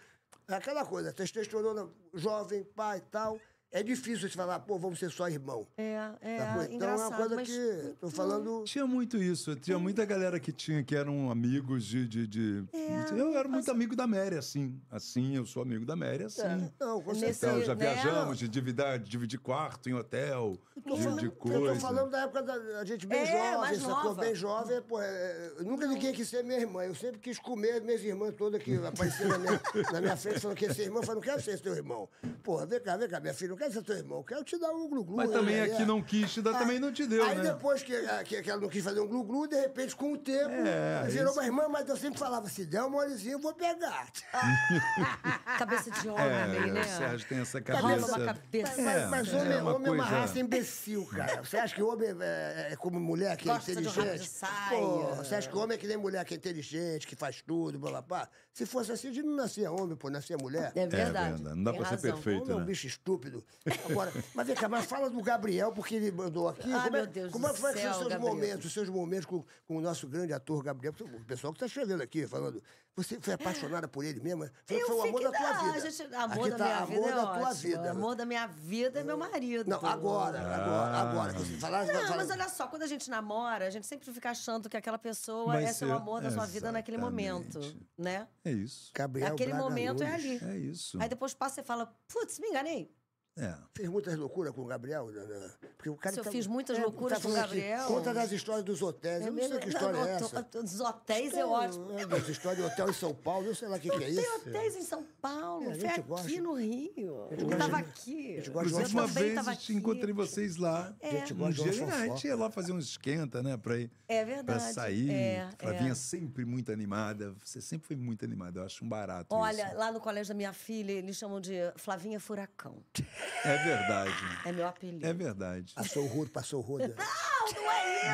Speaker 1: É aquela coisa, testosterona, jovem, pai e tal. É difícil você falar, pô, vamos ser só irmão.
Speaker 3: É, é,
Speaker 1: Tá, pô? então é
Speaker 3: engraçado,
Speaker 1: uma coisa
Speaker 3: mas
Speaker 1: que. Tô falando.
Speaker 2: Tinha muito isso. Tinha muita galera que tinha, que eram amigos de. de, de-
Speaker 3: É,
Speaker 2: eu era muito amigo da Mary, assim. Assim, eu sou amigo da Mary,
Speaker 3: Tá.
Speaker 2: assim.
Speaker 1: Não, com
Speaker 3: Nesse-
Speaker 1: certeza.
Speaker 2: Então, já
Speaker 3: né?
Speaker 2: viajamos de dividir, dividir quarto em hotel,
Speaker 1: Tô
Speaker 2: de,
Speaker 1: falando-
Speaker 2: de
Speaker 1: Eu tô
Speaker 2: coisa.
Speaker 1: falando da época da a gente bem
Speaker 3: É,
Speaker 1: jovem,
Speaker 3: mais
Speaker 1: sacou?
Speaker 3: nova.
Speaker 1: Bem jovem, pô, é, eu nunca ninguém quis ser minha irmã. Eu sempre quis comer minhas irmãs todas que apareciam na minha, na minha frente, falando que ia ser irmão. Eu falei, não quero ser teu irmão. Porra, vem cá, vem cá, minha filha, não quero ser teu irmão. Eu quero te dar um glu-glu.
Speaker 2: Mas
Speaker 1: né?
Speaker 2: também
Speaker 1: Aí,
Speaker 2: aqui
Speaker 1: é.
Speaker 2: não quis te dar, também não te deu,
Speaker 1: Aí
Speaker 2: né?
Speaker 1: depois que, que, que ela não quis fazer um glu-glu, de repente, com o tempo,
Speaker 2: É,
Speaker 1: virou
Speaker 2: isso.
Speaker 1: uma irmã, mas eu sempre falava, se der um molezinho, eu vou pegar.
Speaker 3: Cabeça de homem,
Speaker 2: É,
Speaker 3: né?
Speaker 2: o Sérgio tem essa
Speaker 3: Rola
Speaker 2: cabeça.
Speaker 3: uma cabeça.
Speaker 2: É,
Speaker 1: Mas
Speaker 2: é
Speaker 1: homem é,
Speaker 2: uma
Speaker 1: homem é uma
Speaker 2: coisa-
Speaker 1: raça imbecil, cara. Você acha que homem é, é como mulher que
Speaker 3: Gosta
Speaker 1: é
Speaker 3: de um rabo de
Speaker 1: inteligente?
Speaker 3: saia.
Speaker 1: Pô, você acha que homem é que nem mulher que é inteligente, que faz tudo, blá blá blá? Se fosse assim, a gente não nascia homem, pô, nascia mulher.
Speaker 3: É
Speaker 2: É
Speaker 3: verdade.
Speaker 2: verdade, não dá
Speaker 3: tem
Speaker 2: pra ser
Speaker 3: razão.
Speaker 2: perfeito,
Speaker 1: Homem é um
Speaker 2: né?
Speaker 1: bicho estúpido. Agora, mas vem cá, mas fala do Gabriel, porque ele mandou aqui.
Speaker 3: Ai,
Speaker 1: como é,
Speaker 3: meu Deus
Speaker 1: como é
Speaker 3: do
Speaker 1: que foi que são os
Speaker 3: céu,
Speaker 1: seus
Speaker 3: Gabriel.
Speaker 1: momentos, os seus momentos com, com o nosso grande ator Gabriel? Porque O pessoal que está escrevendo aqui, falando. Você foi apaixonada por ele mesmo? Foi,
Speaker 3: Eu
Speaker 1: foi o amor
Speaker 3: fiquei-
Speaker 1: da tua
Speaker 3: Ah,
Speaker 1: vida.
Speaker 3: gente, amor
Speaker 1: aqui
Speaker 3: da
Speaker 1: tá
Speaker 3: minha
Speaker 1: amor
Speaker 3: vida é
Speaker 1: da tua
Speaker 3: ótimo.
Speaker 1: vida.
Speaker 3: Amor da minha vida é meu marido.
Speaker 1: Não, agora, agora, agora. que
Speaker 2: Ah.
Speaker 1: você Falar,
Speaker 3: Não,
Speaker 1: falar-
Speaker 3: mas olha só, quando a gente namora, a gente sempre fica achando que aquela pessoa
Speaker 2: Vai
Speaker 3: é seu
Speaker 2: ser-
Speaker 3: amor da sua vida naquele momento,
Speaker 2: exatamente.
Speaker 3: né?
Speaker 2: É isso.
Speaker 1: Gabriel
Speaker 3: Aquele
Speaker 1: Braga
Speaker 3: momento é
Speaker 1: Nunes.
Speaker 3: ali.
Speaker 2: É isso.
Speaker 3: Aí depois passa e fala, putz, me enganei.
Speaker 2: É.
Speaker 1: Fez muitas loucuras com o Gabriel? né, né? Porque o cara é, tá
Speaker 3: Se eu fiz muitas loucuras com o
Speaker 1: falando aqui,
Speaker 3: Gabriel?
Speaker 1: Conta das histórias dos hotéis. eu não sei que história é essa.
Speaker 3: Os hotéis é ótimo.
Speaker 1: É, mas história de hotel em São Paulo, eu sei lá o que, que é
Speaker 3: Tem
Speaker 1: isso.
Speaker 3: hotéis em São Paulo,
Speaker 1: É, a
Speaker 3: foi
Speaker 1: gente
Speaker 3: aqui
Speaker 1: gosta.
Speaker 3: no Rio. Eu
Speaker 1: gosta-
Speaker 3: tava
Speaker 1: a gente gosta
Speaker 3: aqui.
Speaker 1: de
Speaker 3: Eu
Speaker 2: Inclusive,
Speaker 1: gosta-
Speaker 2: uma
Speaker 3: também
Speaker 2: vez
Speaker 3: tava
Speaker 2: eu te
Speaker 3: aqui.
Speaker 2: encontrei vocês lá.
Speaker 3: É. Gente,
Speaker 1: gosta
Speaker 2: um
Speaker 1: de uma
Speaker 2: dia a gente
Speaker 1: fofoca.
Speaker 2: ia lá fazer um esquenta, né? Pra ir.
Speaker 3: É verdade.
Speaker 2: Pra sair.
Speaker 3: É,
Speaker 2: Flavinha
Speaker 3: é.
Speaker 2: sempre muito animada. Você sempre foi muito animada. Eu acho um barato.
Speaker 3: Olha,
Speaker 2: isso.
Speaker 3: lá no colégio da minha filha, eles chamam de Flavinha Furacão.
Speaker 2: É verdade.
Speaker 3: É meu apelido.
Speaker 2: É verdade.
Speaker 1: Passou o rodo, passou o rodo.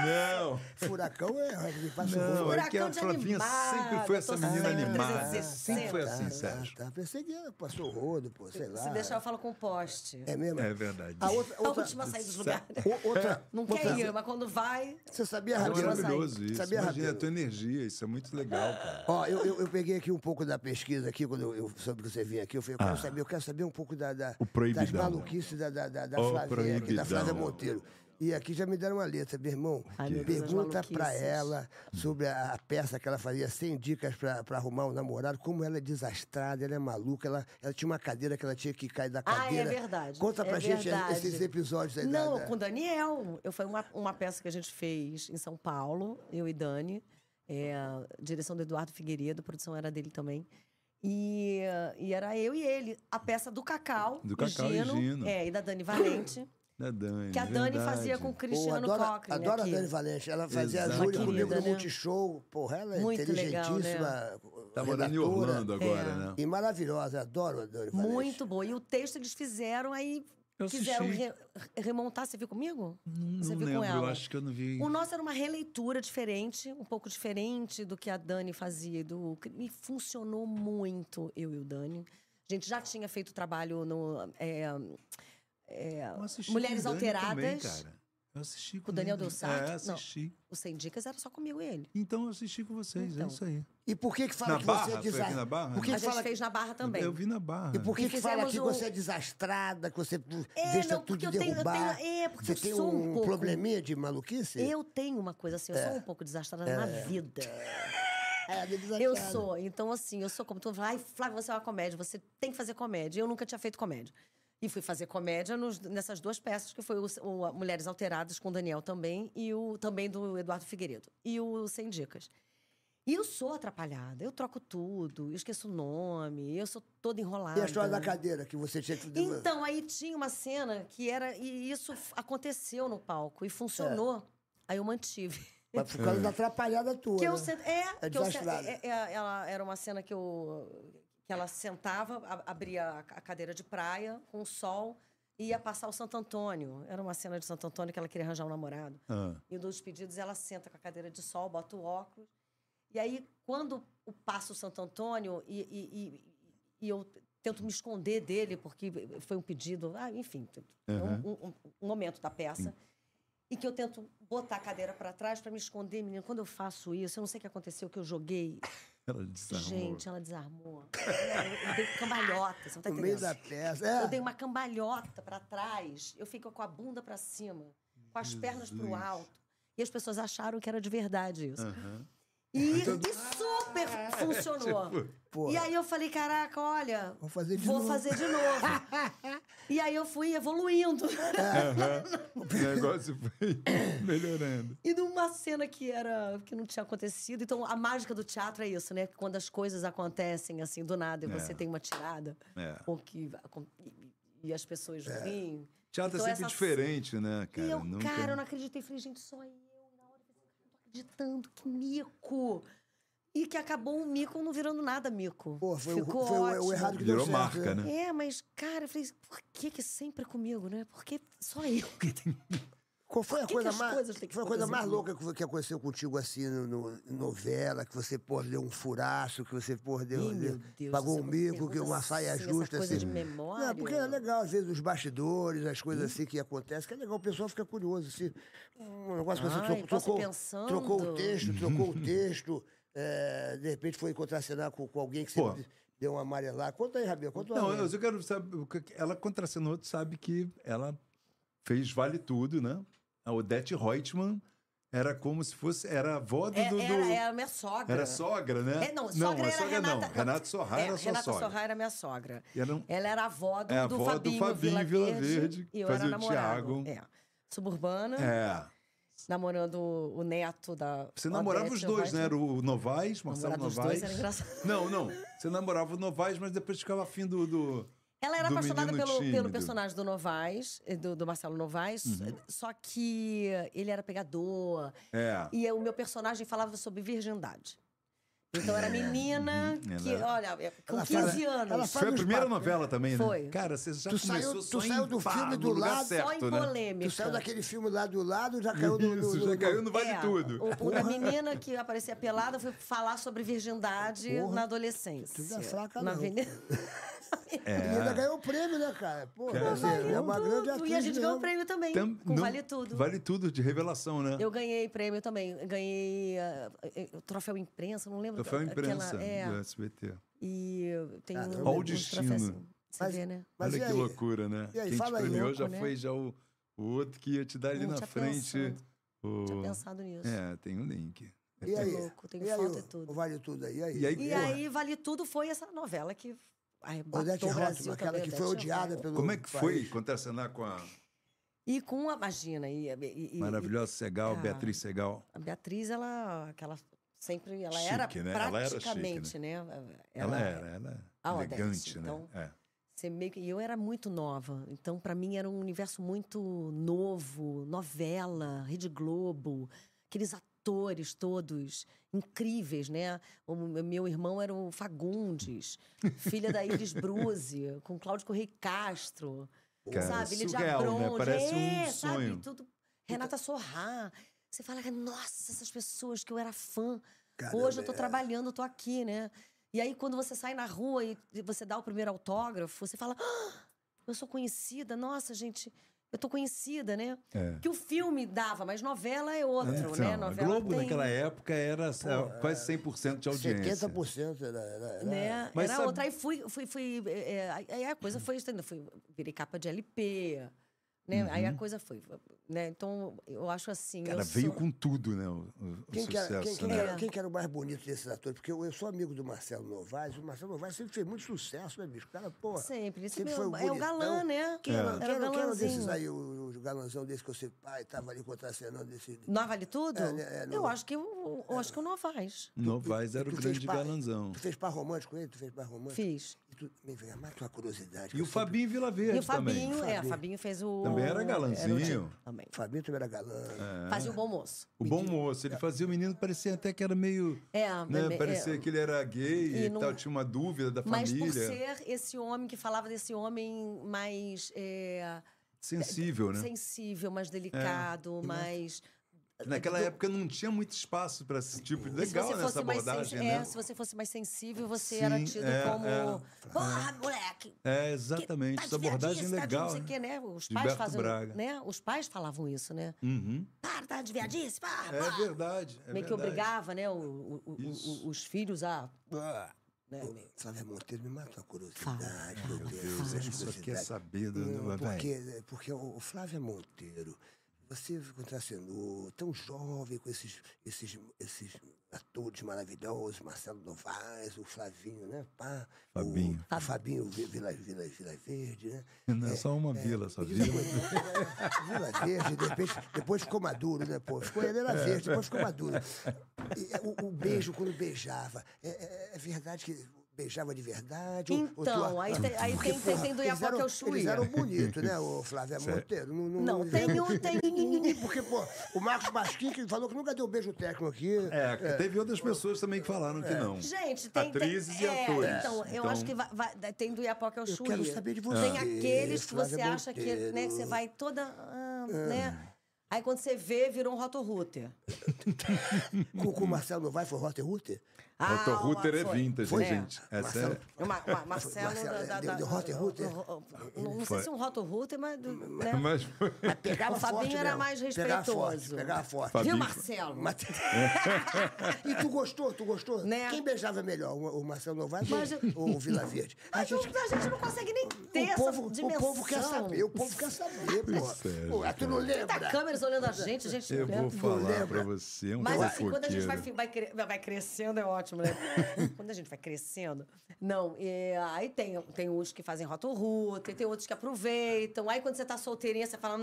Speaker 2: Não!
Speaker 1: Furacão é. ele Passa o rodo.
Speaker 2: Não, é que a
Speaker 3: assim, um Furacão de
Speaker 2: Flavinha sempre
Speaker 3: animada,
Speaker 2: foi essa
Speaker 3: tô
Speaker 2: menina
Speaker 3: sempre
Speaker 2: animada.
Speaker 3: 360.
Speaker 2: Sempre foi assim,
Speaker 1: tá,
Speaker 2: Sérgio.
Speaker 1: Tá, pensei que era, passou o rodo, pô, sei lá.
Speaker 3: Se deixar, eu falo com o poste.
Speaker 1: É mesmo?
Speaker 2: É verdade.
Speaker 1: A outra.
Speaker 3: A
Speaker 1: outra
Speaker 3: última a sair dos lugares.
Speaker 1: o- outra
Speaker 3: Não
Speaker 1: outra-
Speaker 3: quer ir, mas quando vai,
Speaker 1: Você sabia,
Speaker 2: É
Speaker 1: Rabelo?
Speaker 2: maravilhoso isso.
Speaker 1: Sabia,
Speaker 2: Imagina a
Speaker 1: Rabelo?
Speaker 2: tua energia, isso é muito legal, cara.
Speaker 1: Ó, eu, eu, eu peguei aqui um pouco da pesquisa aqui, quando eu, eu soube que você vinha aqui, eu falei, eu quero, saber, eu quero saber um pouco da, da-
Speaker 2: Ah. O proibidão.
Speaker 1: das maluquices da, da, da, da
Speaker 2: O
Speaker 1: Flávia, aqui, da
Speaker 2: proibidão.
Speaker 1: Flávia Monteiro. E aqui já me deram uma letra, meu irmão.
Speaker 3: Ai, meu Deus, as
Speaker 1: pergunta pra
Speaker 3: maluquices.
Speaker 1: ela sobre a, a peça que ela fazia, 100 dicas pra, pra arrumar um namorado, como ela é desastrada, ela é maluca, ela, ela tinha uma cadeira que ela tinha que cair da
Speaker 3: Ah, é
Speaker 1: cadeira.
Speaker 3: verdade.
Speaker 1: Conta
Speaker 3: é
Speaker 1: pra gente
Speaker 3: verdade.
Speaker 1: esses episódios aí. da-
Speaker 3: Não,
Speaker 1: da-
Speaker 3: com o Daniel. Eu, foi uma, uma peça que a gente fez em São Paulo, eu e Dani. É, direção do Eduardo Figueiredo, a produção era dele também. E, e era eu e ele. A peça do Cacau.
Speaker 2: Do
Speaker 3: e
Speaker 2: Cacau e
Speaker 3: Gino,
Speaker 2: Gino.
Speaker 3: É, e da Dani Valente.
Speaker 2: Da Né, Dani.
Speaker 3: que a Dani
Speaker 2: verdade.
Speaker 3: fazia com o
Speaker 1: Pô,
Speaker 3: Cristiano
Speaker 1: adoro,
Speaker 3: Cochrane
Speaker 1: adoro a
Speaker 3: aqui.
Speaker 1: Dani Valente. Ela fazia
Speaker 2: Exato.
Speaker 1: a Júlia
Speaker 3: Uma
Speaker 1: comigo
Speaker 3: querida,
Speaker 1: no
Speaker 3: né?
Speaker 1: Multishow. Porra, ela é
Speaker 3: Muito legal, né?
Speaker 1: inteligentíssima.
Speaker 2: Tá morando em
Speaker 1: redatora
Speaker 2: Orlando agora,
Speaker 3: É.
Speaker 2: né?
Speaker 1: E maravilhosa. Adoro a Dani Valente.
Speaker 3: Muito boa. E o texto eles fizeram, aí
Speaker 2: Eu
Speaker 3: quiseram
Speaker 2: assisti.
Speaker 3: um re- remontar. Você viu comigo?
Speaker 2: Não
Speaker 3: Você viu
Speaker 2: lembro,
Speaker 3: com ela? Um
Speaker 2: eu acho que eu não vi.
Speaker 3: O nosso era uma releitura diferente, um pouco diferente do que a Dani fazia. e Do... E funcionou muito, eu e o Dani. A gente já tinha feito trabalho no. é, é,
Speaker 2: Eu assisti
Speaker 3: Mulheres
Speaker 2: com o Dani Também,
Speaker 3: Alteradas.
Speaker 2: cara. Eu assisti com
Speaker 3: O Daniel
Speaker 2: ele.
Speaker 3: Delsarte?
Speaker 2: É,
Speaker 3: Não.
Speaker 2: assisti.
Speaker 3: o Sem Dicas era só comigo e ele.
Speaker 2: Então eu assisti com vocês,
Speaker 3: Então.
Speaker 2: é isso aí.
Speaker 1: E por que que fala
Speaker 2: Na
Speaker 1: que
Speaker 2: Barra?
Speaker 1: você é
Speaker 2: Foi aqui
Speaker 1: desastrada?
Speaker 2: na Barra?
Speaker 1: Por que
Speaker 3: a
Speaker 1: que
Speaker 3: gente
Speaker 1: fala...
Speaker 3: fez na Barra também.
Speaker 2: Eu vi na barra.
Speaker 1: E por que,
Speaker 3: E
Speaker 1: que fala que
Speaker 3: fizemos
Speaker 1: você
Speaker 3: o-
Speaker 1: é desastrada, que você
Speaker 3: É,
Speaker 1: deixa
Speaker 3: não,
Speaker 1: tudo
Speaker 3: porque eu tenho- eu tenho-
Speaker 1: derrubar?
Speaker 3: é, porque
Speaker 1: você
Speaker 3: eu
Speaker 1: tem
Speaker 3: sou um
Speaker 1: um
Speaker 3: pouco-
Speaker 1: probleminha É. de maluquice?
Speaker 3: Eu tenho uma coisa assim, eu sou um pouco desastrada na vida.
Speaker 1: É, de desastrada.
Speaker 3: Eu sou. Então, assim, eu sou como tu fala, ai, Flávio, você é uma comédia, você tem que fazer comédia. Eu nunca tinha feito comédia. E fui fazer comédia nos- nessas duas peças, que foi o, o Mulheres Alteradas com o Daniel também, e o também do Eduardo Figueiredo. E o Sem Dicas. E eu sou atrapalhada, eu troco tudo, eu esqueço o nome, eu sou toda enrolada.
Speaker 1: E a história da né? cadeira que você tinha que...
Speaker 3: Então, aí tinha uma cena que era. E isso f- aconteceu no palco e funcionou.
Speaker 1: É.
Speaker 3: Aí eu mantive.
Speaker 1: Mas por
Speaker 2: É.
Speaker 1: causa da atrapalhada tua,
Speaker 3: Que
Speaker 1: né?
Speaker 3: eu sent... É,
Speaker 1: É
Speaker 3: que eu sent...
Speaker 1: desastrada.
Speaker 3: é, é, é, ela era uma cena que eu que ela sentava, a- abria a ca- a cadeira de praia com o sol e ia passar o Santo Antônio. Era uma cena de Santo Antônio que ela queria arranjar um namorado.
Speaker 2: Ah.
Speaker 3: E um dos pedidos ela senta com a cadeira de sol, bota o óculos. E aí quando o passa o Santo Antônio e, e- e- e eu tento me esconder dele porque foi um pedido, ah, enfim, é um- um- um- um momento da peça e que eu tento botar a cadeira pra trás pra me esconder, menina. Quando eu faço isso, eu não sei o que aconteceu, que eu joguei.
Speaker 2: Ela desarmou.
Speaker 3: Gente, ela desarmou. Eu, eu dei cambalhota, você não tá
Speaker 1: No meio
Speaker 3: entendendo?
Speaker 1: da peça. É.
Speaker 3: Eu dei uma cambalhota pra trás. Eu fico com a bunda pra cima, com as pernas pro alto. E as pessoas acharam que era de verdade isso. E, e super funcionou.
Speaker 1: Então, Ah, tipo, Pô.
Speaker 3: e aí eu falei, caraca, olha,
Speaker 1: Vou fazer de
Speaker 3: vou
Speaker 1: novo.
Speaker 3: fazer de novo. e aí eu fui evoluindo.
Speaker 2: O negócio foi melhorando.
Speaker 3: E numa cena que era que não tinha acontecido. Então, a mágica do teatro é isso, né? Quando as coisas acontecem assim do nada e você tem uma tirada
Speaker 2: É.
Speaker 3: ou que acon- e, e as pessoas vêm.
Speaker 2: Teatro
Speaker 3: Então,
Speaker 2: é sempre
Speaker 3: essa-
Speaker 2: diferente, né, cara?
Speaker 3: E eu,
Speaker 2: Nunca-
Speaker 3: cara, eu não acreditei. Falei, gente, só eu. E Na hora eu falei, cara, não tô acreditando, que mico. E que acabou o mico não virando nada mico.
Speaker 1: Pô, foi, o,
Speaker 3: Ficou
Speaker 1: foi o-
Speaker 3: ótimo.
Speaker 1: o errado que
Speaker 2: Virou
Speaker 1: deu certo,
Speaker 2: marca, né?
Speaker 3: É, mas, cara, eu falei, por que que sempre comigo, né? Porque só eu que tenho.
Speaker 1: Qual foi a
Speaker 3: Por que que
Speaker 1: coisa
Speaker 3: as
Speaker 1: mais,
Speaker 3: coisas têm que
Speaker 1: foi a
Speaker 3: ser
Speaker 1: coisa mais
Speaker 3: coisa
Speaker 1: louca que, vo- que aconteceu contigo assim no, no- em novela, que você pô, deu um furaço, que você pô, deu,
Speaker 3: Ih, meu
Speaker 1: deu-
Speaker 3: Deus,
Speaker 1: pagou um
Speaker 3: essa é uma
Speaker 1: bico, que
Speaker 3: pergunta
Speaker 1: uma saia
Speaker 3: assim, essa
Speaker 1: justa
Speaker 3: coisa
Speaker 1: assim.
Speaker 3: de
Speaker 1: Não, porque é
Speaker 3: memória.
Speaker 1: legal às vezes os bastidores, as coisas assim que acontecem, que é legal, o pessoal fica curioso assim. Um negócio que você
Speaker 3: Ai,
Speaker 1: trocou,
Speaker 3: posso ir
Speaker 1: trocou,
Speaker 3: pensando?
Speaker 1: trocou o texto, trocou o texto, eh, de repente foi contracenar com, com alguém que
Speaker 2: Pô.
Speaker 1: você deu uma amarelada. Conta aí, Rabia, conta
Speaker 2: Não,
Speaker 1: uma
Speaker 2: eu só quero saber. o que- Ela contracenou, tu sabe que ela fez vale tudo, né? A Odete Reutemann era como se fosse. Era a avó do.
Speaker 3: É,
Speaker 2: do-
Speaker 3: era, era a minha sogra.
Speaker 2: era sogra, né?
Speaker 3: É, não, sogra
Speaker 2: é
Speaker 3: era Renata.
Speaker 2: não. Renato Sorra
Speaker 3: é,
Speaker 2: era sua
Speaker 3: Renata
Speaker 2: sogra.
Speaker 3: Sorra era minha sogra.
Speaker 2: E era um-
Speaker 3: Ela era avó do,
Speaker 2: É,
Speaker 3: do
Speaker 2: avó do
Speaker 3: Fabinho,
Speaker 2: Fabinho
Speaker 3: Vila,
Speaker 2: Vila
Speaker 3: Verde,
Speaker 2: Verde, que
Speaker 3: E eu
Speaker 2: fazia
Speaker 3: era
Speaker 2: o Thiago.
Speaker 3: namorado. É. Suburbana,
Speaker 2: É.
Speaker 3: namorando o neto da.
Speaker 2: Você namorava os
Speaker 3: Odete
Speaker 2: dois, né?
Speaker 3: Reutemann.
Speaker 2: Era o Novaes, Marcelo
Speaker 3: Namorava os
Speaker 2: Novaes.
Speaker 3: dois, era engraçado.
Speaker 2: Não, não. Você namorava o Novaes, mas depois ficava afim do. do...
Speaker 3: Ela era
Speaker 2: do
Speaker 3: apaixonada
Speaker 2: menino
Speaker 3: pelo, pelo
Speaker 2: tímido. Uhum.
Speaker 3: personagem do Novaes, eh, do, do Marcelo Novaes, só que ele era pegador.
Speaker 2: É.
Speaker 3: E eu- o meu personagem falava sobre virgindade. Então era menina
Speaker 2: uhum.
Speaker 3: que,
Speaker 2: Ela-
Speaker 3: olha, é, com
Speaker 1: Ela
Speaker 3: 15
Speaker 1: fala-
Speaker 3: anos.
Speaker 1: ela
Speaker 2: Foi
Speaker 1: Sabe
Speaker 2: a
Speaker 1: os
Speaker 2: primeira
Speaker 1: papos,
Speaker 2: novela também, né?
Speaker 3: Foi.
Speaker 2: Cara, você já
Speaker 1: Tu
Speaker 2: começou
Speaker 1: saiu-
Speaker 2: só
Speaker 1: tu
Speaker 2: em
Speaker 1: saiu do
Speaker 2: pá,
Speaker 1: filme
Speaker 2: no
Speaker 1: do
Speaker 2: lugar
Speaker 1: lado-
Speaker 3: Só em
Speaker 2: certo, né?
Speaker 3: polêmica.
Speaker 1: Tu saiu daquele filme lá do lado, já caiu no.
Speaker 2: Isso,
Speaker 1: no-
Speaker 2: já
Speaker 1: no-
Speaker 2: caiu no Vale
Speaker 3: É,
Speaker 2: Tudo.
Speaker 3: o- o- a menina que aparecia pelada foi falar sobre virgindade na adolescência.
Speaker 1: Tu não é fraca,
Speaker 3: na
Speaker 1: não.
Speaker 3: avenida-
Speaker 2: É.
Speaker 3: É.
Speaker 1: A menina ganhou o prêmio, né, cara? Pô,
Speaker 2: Cara,
Speaker 1: quer dizer,
Speaker 2: vale
Speaker 1: é uma grande
Speaker 3: Tudo,
Speaker 1: atriz.
Speaker 3: e a gente ganhou
Speaker 1: mesmo.
Speaker 3: o prêmio também,
Speaker 2: Tam-
Speaker 3: com
Speaker 2: não-
Speaker 3: Vale Tudo.
Speaker 2: Vale tudo de revelação, né?
Speaker 3: Eu ganhei prêmio também. Ganhei ah, eh, o troféu imprensa, não lembro.
Speaker 2: Troféu
Speaker 3: aquela-
Speaker 2: imprensa
Speaker 3: é,
Speaker 2: do SBT.
Speaker 3: E tem um,
Speaker 1: Caramba.
Speaker 2: Olha o
Speaker 3: uns
Speaker 2: destino.
Speaker 3: troféus assim. Você
Speaker 1: Mas-
Speaker 3: vê, né?
Speaker 1: Mas e
Speaker 2: Olha que
Speaker 1: aí?
Speaker 2: loucura, né?
Speaker 1: E aí,
Speaker 2: Quem te
Speaker 1: fala aí.
Speaker 2: premiou já
Speaker 3: Louco, né?
Speaker 2: foi já o, o outro que ia te dar ali
Speaker 3: Não
Speaker 2: na
Speaker 3: tinha
Speaker 2: frente.
Speaker 3: pensado.
Speaker 2: o-
Speaker 3: Tinha pensado nisso.
Speaker 2: É, tem um link.
Speaker 1: E aí?
Speaker 3: Tá louco, tem
Speaker 1: É e aí,
Speaker 3: foto e
Speaker 1: o-
Speaker 3: tudo.
Speaker 1: o Vale tudo aí. E aí?
Speaker 2: E aí,
Speaker 3: E
Speaker 2: porra,
Speaker 3: aí, Vale Tudo foi essa novela que arrebatou
Speaker 1: Odete
Speaker 3: o
Speaker 1: Rottman,
Speaker 3: Brasil
Speaker 1: aquela
Speaker 3: também,
Speaker 1: que foi
Speaker 3: Odete
Speaker 1: odiada
Speaker 3: Rottmann.
Speaker 1: pelo.
Speaker 2: como é que foi
Speaker 1: país.
Speaker 2: contracenar com a
Speaker 3: E com a, imagina, e, e, e-
Speaker 2: maravilhosa Segal,
Speaker 3: Ah.
Speaker 2: Beatriz Segal?
Speaker 3: A Beatriz, ela, aquela sempre, ela
Speaker 2: Chique,
Speaker 3: era
Speaker 2: né? Ela era chique,
Speaker 3: praticamente, né?
Speaker 2: Ela, era, ela
Speaker 3: a
Speaker 2: era
Speaker 3: Odete,
Speaker 2: elegante,
Speaker 3: então,
Speaker 2: né?
Speaker 3: Você meio que- e eu era muito nova, então pra mim era um universo muito novo, novela, Rede Globo, aqueles atores todos incríveis, né? O m- meu irmão era o Fagundes, filha da Iris Bruze, com Cláudio Correia Castro,
Speaker 2: Cara,
Speaker 3: sabe? Ele de
Speaker 2: surreal, né?
Speaker 3: Abronde,
Speaker 2: Parece um
Speaker 3: é,
Speaker 2: sonho.
Speaker 3: sabe? Tudo Renata Sorrá. Você fala, nossa, essas pessoas que eu era fã.
Speaker 1: Caramba,
Speaker 3: Hoje eu tô trabalhando, eu tô aqui, né? E aí, quando você sai na rua e você dá o primeiro autógrafo, você fala: "Ah, Eu sou conhecida, nossa, gente, eu tô conhecida, né?
Speaker 2: É. é.
Speaker 3: Que o filme dava, mas novela é outro, né?
Speaker 2: Então, a
Speaker 3: Novela
Speaker 2: Globo
Speaker 3: tem,
Speaker 2: naquela época era é, quase 100% de audiência.
Speaker 1: 70% era. era, era-
Speaker 3: Né?
Speaker 2: É, Mas
Speaker 3: Era
Speaker 2: sabe-
Speaker 3: outra. Aí fui, fui, fui é, é, aí- aí a coisa foi estando, fui, virei capa de LP, né? Aí a coisa foi, né? Então, eu acho assim.
Speaker 2: Uhum. Cara,
Speaker 3: eu
Speaker 2: veio
Speaker 3: sou-
Speaker 2: com tudo, né? O, o- o
Speaker 1: Quem, que era,
Speaker 2: sucesso,
Speaker 1: quem, quem
Speaker 2: né?
Speaker 1: que era- quem que era o mais bonito desses atores? Porque eu, eu sou amigo do Marcelo Novaes. O Marcelo Novaes sempre fez muito sucesso, né, bicho? O Cara, pô.
Speaker 3: Sempre, isso
Speaker 1: sempre foi
Speaker 3: mesmo.
Speaker 1: um
Speaker 3: É o galã,
Speaker 1: bonitão.
Speaker 3: né?
Speaker 1: Quem
Speaker 2: É.
Speaker 1: era, quem
Speaker 3: Era o
Speaker 1: era- quem era desses
Speaker 3: galãzinho.
Speaker 1: aí, o, o galãzão desse que eu sei, pai, tava ali contracenando desse.
Speaker 3: Não vale tudo?
Speaker 1: É, né, é, não-
Speaker 3: eu acho que o- eu, acho que o Novaes.
Speaker 2: Novaes era o
Speaker 1: Tu fez
Speaker 2: grande
Speaker 1: par-
Speaker 2: galanzão.
Speaker 1: Tu fez par romântico com ele? Tu fez par
Speaker 2: É.
Speaker 1: romântico?
Speaker 3: Fiz.
Speaker 1: E tu, me vem, mata uma curiosidade. que
Speaker 2: E
Speaker 1: eu
Speaker 2: o
Speaker 1: sempre-
Speaker 2: Fabinho Vila Verde
Speaker 3: E o Fabinho,
Speaker 2: também.
Speaker 3: é, o Fabinho fez o.
Speaker 2: Também era
Speaker 3: o
Speaker 2: galanzinho.
Speaker 3: tipo também.
Speaker 1: O Fabinho também era galã.
Speaker 2: É.
Speaker 3: Fazia o bom moço.
Speaker 2: O bom moço, ele fazia o menino, parecia até que era meio.
Speaker 3: É,
Speaker 2: né,
Speaker 3: é,
Speaker 2: parecia
Speaker 3: é.
Speaker 2: que ele era gay e,
Speaker 3: E não-
Speaker 2: tal, tinha uma dúvida da
Speaker 3: Mas
Speaker 2: família.
Speaker 3: por ser esse homem que falava desse homem mais é,
Speaker 2: Sensível, né?
Speaker 3: sensível, mais delicado, mais.
Speaker 2: Naquela
Speaker 3: do-
Speaker 2: época não tinha muito espaço para esse tipo de.
Speaker 3: se você
Speaker 2: Legal nessa
Speaker 3: fosse mais
Speaker 2: abordagem,
Speaker 3: sensi-
Speaker 2: né?
Speaker 3: é, se você fosse mais sensível, você era
Speaker 2: Sim,
Speaker 3: tido
Speaker 2: é,
Speaker 3: como.
Speaker 2: é.
Speaker 3: Porra, moleque!
Speaker 2: É,
Speaker 3: que
Speaker 2: exatamente.
Speaker 3: tá
Speaker 2: essa
Speaker 3: desviadinho,
Speaker 2: abordagem
Speaker 3: esse tadinho,
Speaker 2: legal.
Speaker 3: Não sei o
Speaker 2: né?
Speaker 3: quê, né? Os pais
Speaker 2: Gilberto
Speaker 3: faziam.
Speaker 2: Braga.
Speaker 3: Né? Os pais falavam isso, né?
Speaker 2: Uhum.
Speaker 3: Para, tá de viadice, pá, pá.
Speaker 2: É verdade. É verdade.
Speaker 3: meio que obrigava, né, o- o- o- o-
Speaker 2: Isso.
Speaker 3: os filhos a. né,
Speaker 1: Pô,
Speaker 3: meio-
Speaker 1: Flávia Monteiro me mata uma
Speaker 3: Fala.
Speaker 1: curiosidade. Meu Deus,
Speaker 2: Meu Deus,
Speaker 1: essas
Speaker 2: isso aqui é
Speaker 1: curiosidades.
Speaker 2: saber do. do-
Speaker 1: Ah, Não,
Speaker 2: vai.
Speaker 1: porque, porque o o Flávia Monteiro, você contracenou tão jovem com esses, esses, esses atores maravilhosos, Marcelo Novaes, o Flavinho, né? Pá,
Speaker 2: Fabinho.
Speaker 1: O, o Fabinho Vi- Vila, Vila, Vila Verde, né?
Speaker 2: Não é só uma vila, só
Speaker 1: Vila,
Speaker 2: vila.
Speaker 1: Vila Verde, de repente, depois ficou maduro, né? Pô, ficou ele era verde, depois ficou maduro. E, é, o, o beijo quando beijava. É, é- é verdade que beijava de verdade? Ou- ou tu-
Speaker 3: Então, aí tem- aí
Speaker 1: Porque,
Speaker 3: tem- tem-
Speaker 1: porra,
Speaker 3: tem do
Speaker 1: eles
Speaker 3: Iapó que
Speaker 1: eram-
Speaker 3: é o Chuí.
Speaker 1: Eles eram bonitos, né, o Flávio Monteiro? Não,
Speaker 3: Não, tem um, tem.
Speaker 1: Porque, pô, o Marcos Basquim que falou que nunca deu beijo técnico aqui.
Speaker 2: É, teve outras pessoas também que falaram que não.
Speaker 3: Gente, tem.
Speaker 2: Atrizes
Speaker 3: tem,
Speaker 2: e atores.
Speaker 3: É, então, eu
Speaker 2: Então-
Speaker 3: acho que vai, vai- tem do Iapoca ao
Speaker 1: Eu
Speaker 3: Chuí.
Speaker 1: quero saber de você,
Speaker 3: Tem aqueles que
Speaker 1: Flávia
Speaker 3: você acha que, né, que
Speaker 1: Monteiro.
Speaker 3: você vai toda. ah, né? Aí quando você vê, virou um roto-router.
Speaker 1: Com, com o Marcelo Novaes foi Rotter Rutter?
Speaker 2: Roto Router é vintage,
Speaker 3: Ah, Foi.
Speaker 2: hein, gente? É sério.
Speaker 3: É uma- uma- Marcelo,
Speaker 1: Marcelo,
Speaker 3: da, da,
Speaker 1: deu-
Speaker 3: da-
Speaker 1: deu Rotter Router?
Speaker 3: Não, não sei
Speaker 2: Foi.
Speaker 3: se um roto-router, mas... do- Né?
Speaker 2: Mas foi.
Speaker 1: Pegava
Speaker 3: O Fabinho
Speaker 1: forte
Speaker 3: era
Speaker 1: mesmo.
Speaker 3: mais respeitoso.
Speaker 1: Pegava forte, pegava forte.
Speaker 3: Viu,
Speaker 2: Fabinho-
Speaker 3: Marcelo?
Speaker 1: Mas- e tu gostou, tu gostou?
Speaker 3: Né?
Speaker 1: Quem beijava melhor, o o Marcelo Novaes
Speaker 3: Mas-
Speaker 1: ou ou o Vila Verde?
Speaker 3: Mas não- a gente não consegue nem ter
Speaker 1: o
Speaker 3: essa
Speaker 1: povo, o
Speaker 3: dimensão.
Speaker 1: povo quer saber, o povo quer saber,
Speaker 2: é,
Speaker 1: pô. Pô, tu não
Speaker 3: Tá
Speaker 1: lembra?
Speaker 3: câmeras olhando a gente, a gente
Speaker 2: Eu
Speaker 3: não
Speaker 2: vou
Speaker 3: lembra.
Speaker 2: falar pra
Speaker 1: lembra.
Speaker 2: você, é um
Speaker 3: Mas assim,
Speaker 2: fofoqueiro.
Speaker 3: quando a gente vai, fi- vai, cre- vai crescendo, é ótimo, né? quando a gente vai crescendo. Não, é, aí tem, tem uns que fazem rota tem, tem outros que aproveitam. Aí quando você tá solteirinha, você fala.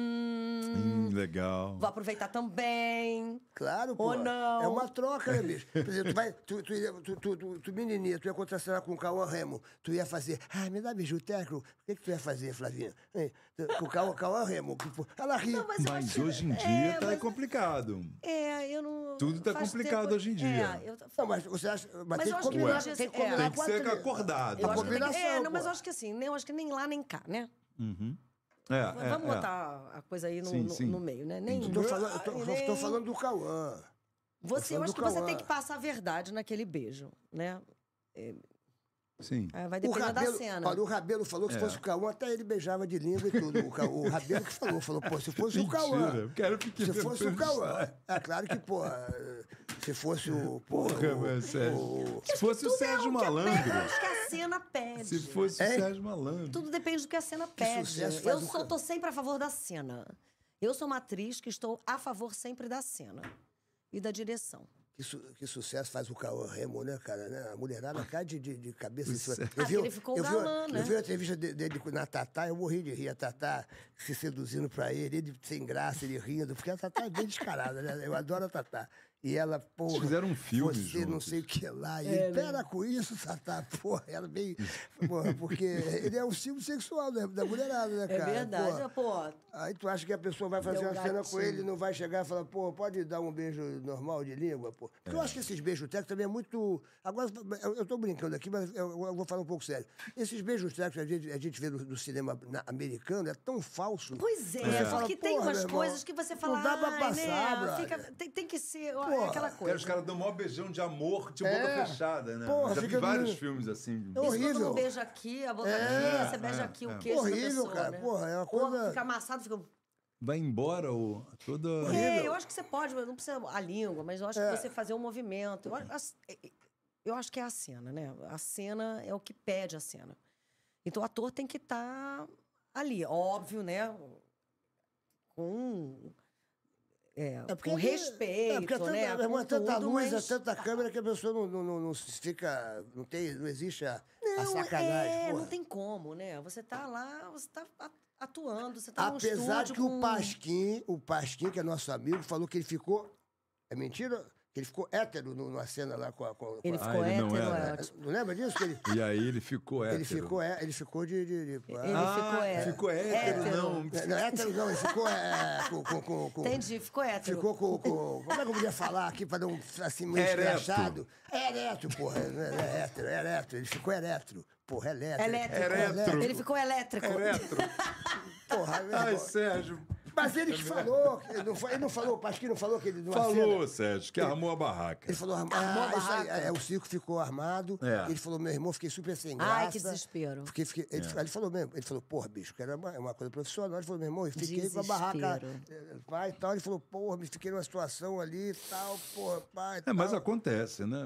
Speaker 3: Hum,
Speaker 2: Hum, legal.
Speaker 3: vou aproveitar também.
Speaker 1: Claro, pô.
Speaker 3: Ou não.
Speaker 1: É uma troca, né, bicho? Por exemplo, tu, vai, tu, tu, ia- tu, tu, tu, tu menininha, tu ia contracenar com o Cauã Remo. Tu ia fazer, ah, me dá biju técnico. O que, que tu ia fazer, Flavinha? Hein? Com o Cauã, Cauã Remo. Tipo, Ela ri.
Speaker 3: Não, mas eu
Speaker 2: Mas
Speaker 3: acho-
Speaker 2: hoje em
Speaker 3: é,
Speaker 2: dia tá
Speaker 3: mas-
Speaker 2: complicado.
Speaker 3: É, eu não.
Speaker 2: Tudo tá
Speaker 3: faz
Speaker 2: complicado hoje em dia.
Speaker 3: É, eu tô-
Speaker 1: Não, mas tá você acha. Mas,
Speaker 3: Mas
Speaker 1: tem
Speaker 3: eu
Speaker 1: que
Speaker 3: acho que
Speaker 1: combinar,
Speaker 3: hoje,
Speaker 1: tem que
Speaker 3: é.
Speaker 1: combinar
Speaker 3: Tem
Speaker 2: que
Speaker 1: com a
Speaker 2: ser
Speaker 1: atriz.
Speaker 2: acordado.
Speaker 3: Eu
Speaker 1: A
Speaker 3: acho que tem que-
Speaker 1: combinação.
Speaker 3: é, não, mas
Speaker 1: pô.
Speaker 3: eu acho que assim, né, eu acho que nem lá nem cá, né?
Speaker 2: É, é,
Speaker 3: Vamos
Speaker 2: é.
Speaker 3: botar a coisa aí no,
Speaker 2: Sim,
Speaker 3: no-
Speaker 2: sim.
Speaker 3: no meio, né? Nem,
Speaker 1: Eu Tô falando, eu tô,
Speaker 3: Ai,
Speaker 1: eu tô
Speaker 3: nem-
Speaker 1: falando do Cauã.
Speaker 3: Você, eu
Speaker 1: falando
Speaker 3: acho
Speaker 1: do
Speaker 3: que você
Speaker 1: Cauã.
Speaker 3: tem que passar a verdade naquele beijo, né?
Speaker 2: Sim.
Speaker 3: Ah, Vai
Speaker 1: O
Speaker 3: depender da
Speaker 1: Rabelo,
Speaker 3: cena.
Speaker 1: olha, o Rabelo falou que se
Speaker 2: É.
Speaker 1: fosse o Cauã, até ele beijava de língua e tudo. O, Ca- o Rabelo que falou, falou, pô, se fosse o Cauã.
Speaker 2: Mentira, quero ficar
Speaker 1: Se fosse o
Speaker 2: pensando.
Speaker 1: Cauã. É claro que, porra, se fosse o.
Speaker 2: Porra,
Speaker 1: o-
Speaker 2: mas é. Sérgio.
Speaker 1: o-
Speaker 2: Se fosse o
Speaker 3: Tudo é
Speaker 2: Sérgio
Speaker 3: que a-
Speaker 2: Malandro.
Speaker 3: Eu acho que a cena pede.
Speaker 2: Se fosse o
Speaker 1: Hein?
Speaker 2: Sérgio Malandro.
Speaker 3: Tudo depende do que a cena pede.
Speaker 1: sucesso faz
Speaker 3: Eu
Speaker 1: um
Speaker 3: só
Speaker 1: ca-
Speaker 3: tô sempre a favor da cena. Eu sou uma atriz que estou a favor sempre da cena e da direção.
Speaker 1: Que, su- que sucesso faz o Cauã Remo, né, cara? né? A mulherada cai de, de, de cabeça em cima.
Speaker 2: é.
Speaker 3: Ah,
Speaker 1: vi,
Speaker 3: porque ele ficou
Speaker 1: eu vi,
Speaker 3: galã,
Speaker 1: eu
Speaker 3: né?
Speaker 1: vi uma entrevista de- dele com- na Tatá, eu morri de rir. A Tatá se seduzindo pra ele, ele sem graça, ele rindo, porque a Tatá é bem descarada, né? Eu adoro a Tatá. E ela, porra.
Speaker 2: fizeram um filme
Speaker 1: Você não
Speaker 2: juntos.
Speaker 1: sei o que lá. E
Speaker 3: É, né?
Speaker 1: ele, pera com isso, Tatá. Porra, ela é bem. Porra, porque ele é um símbolo sexual da, da mulherada, né,
Speaker 3: É
Speaker 1: cara?
Speaker 3: verdade,
Speaker 1: Porra.
Speaker 3: pô.
Speaker 1: Aí tu acha que a pessoa vai fazer
Speaker 3: Deu um
Speaker 1: uma cena com
Speaker 3: gatinho.
Speaker 1: ele e não vai chegar e falar, pô, pode dar um beijo normal de língua, pô. Porque eu acho que esses beijos técnicos também é muito. Agora, eu, eu tô brincando aqui, mas eu, eu vou falar um pouco sério. Esses beijos técnicos que a gente, a gente vê no, no cinema na- americano é tão falso.
Speaker 3: Pois é,
Speaker 1: Você fala,
Speaker 3: porque tem
Speaker 1: "Porra,
Speaker 3: umas
Speaker 1: meu irmão,
Speaker 3: coisas que você fala.
Speaker 1: Não dá pra
Speaker 3: "Ai,
Speaker 1: passar,
Speaker 3: né?
Speaker 1: brother."
Speaker 3: Fica- tem, tem que ser ó,
Speaker 1: Porra,
Speaker 3: é aquela
Speaker 2: Cara, os
Speaker 3: coisa.
Speaker 2: caras dão o maior beijão de amor, tipo
Speaker 1: É.
Speaker 2: boca fechada, né?
Speaker 1: Porra,
Speaker 2: Já vi
Speaker 1: fica
Speaker 2: vários
Speaker 1: meio-
Speaker 2: filmes assim.
Speaker 1: É
Speaker 3: Isso, Todo
Speaker 1: horrível.
Speaker 3: mundo beija aqui, a boca aqui, você beija
Speaker 2: é,
Speaker 3: aqui
Speaker 2: é.
Speaker 3: o queixo da
Speaker 1: Horrível,
Speaker 3: pessoa,
Speaker 1: cara,
Speaker 3: né?
Speaker 1: porra, é uma
Speaker 3: Ou
Speaker 1: coisa-
Speaker 3: Fica amassado, fica...
Speaker 2: Vai embora o... toda...
Speaker 3: É, eu acho que você pode, mas não precisa a língua, mas eu acho
Speaker 1: É.
Speaker 3: que você fazer um movimento. Eu, acho- é, eu acho que é a cena, né? A cena é o que pede a cena. Então o ator tem que estar ali, óbvio, né? Com. É, com
Speaker 1: é-
Speaker 3: respeito,
Speaker 1: é porque é tanta,
Speaker 3: né?
Speaker 1: meu irmão, é
Speaker 3: Com
Speaker 1: tanta
Speaker 3: tudo,
Speaker 1: luz,
Speaker 3: mas-
Speaker 1: é tanta câmera que a pessoa não, não, não, não se fica. Não, tem, não existe a, a
Speaker 3: Não,
Speaker 1: Tá sacanagem.
Speaker 3: é,
Speaker 1: porra.
Speaker 3: não tem como, né? Você tá lá, você tá a- atuando, você tá num
Speaker 1: Apesar de
Speaker 3: estúdio
Speaker 1: que
Speaker 3: com-
Speaker 1: o Pasquim, o Pasquim, que é nosso amigo, falou que ele ficou. É mentira? Que ele ficou hétero no- numa cena lá com a. com a-
Speaker 3: Ele
Speaker 1: com a-
Speaker 3: ficou
Speaker 2: Ah, ele não
Speaker 3: hétero,
Speaker 2: era.
Speaker 3: é ótimo.
Speaker 1: não lembra disso? Que ele,
Speaker 2: E aí ele ficou hétero.
Speaker 1: ele ficou, é, ele ficou de. de- de-
Speaker 3: é. Ele
Speaker 2: Ah,
Speaker 3: ficou hétero.
Speaker 2: ficou hétero, não.
Speaker 1: Não, hétero não, ele ficou é, com, com- com- com-
Speaker 3: Entendi, ficou hétero.
Speaker 1: Ficou com, com- Como é que eu podia falar aqui para não assim meio
Speaker 2: Ereto.
Speaker 1: escrachado? É ereto, porra. Não é é hétero, é ereto. Ele ficou ereto. Porra, é elétrico.
Speaker 3: Elétrico.
Speaker 2: É Elétrico. É
Speaker 3: Ele ficou elétrico.
Speaker 2: Hétero.
Speaker 1: Porra, meu
Speaker 2: Ai,
Speaker 1: irmão.
Speaker 2: Sérgio.
Speaker 1: Mas ele que falou, ele não, fa- ele não falou, o Pasquim não falou que ele numa cena-
Speaker 2: Falou, Sérgio, que armou a barraca.
Speaker 1: Ele falou, ah,
Speaker 3: a
Speaker 1: isso aí,
Speaker 3: barraca.
Speaker 1: é, o circo ficou armado.
Speaker 2: É.
Speaker 1: Ele falou, meu irmão, fiquei super sem graça.
Speaker 3: Ai, que desespero.
Speaker 1: Fiquei, fiquei- ele, ele falou mesmo, ele falou, porra, bicho, que era uma, é uma coisa profissional. Ele falou, meu irmão, eu fiquei com a barraca, eh, pai e tal. Ele falou, porra, me fiquei numa situação ali e tal, porra, pai e
Speaker 2: É,
Speaker 1: tal.
Speaker 2: mas acontece, né?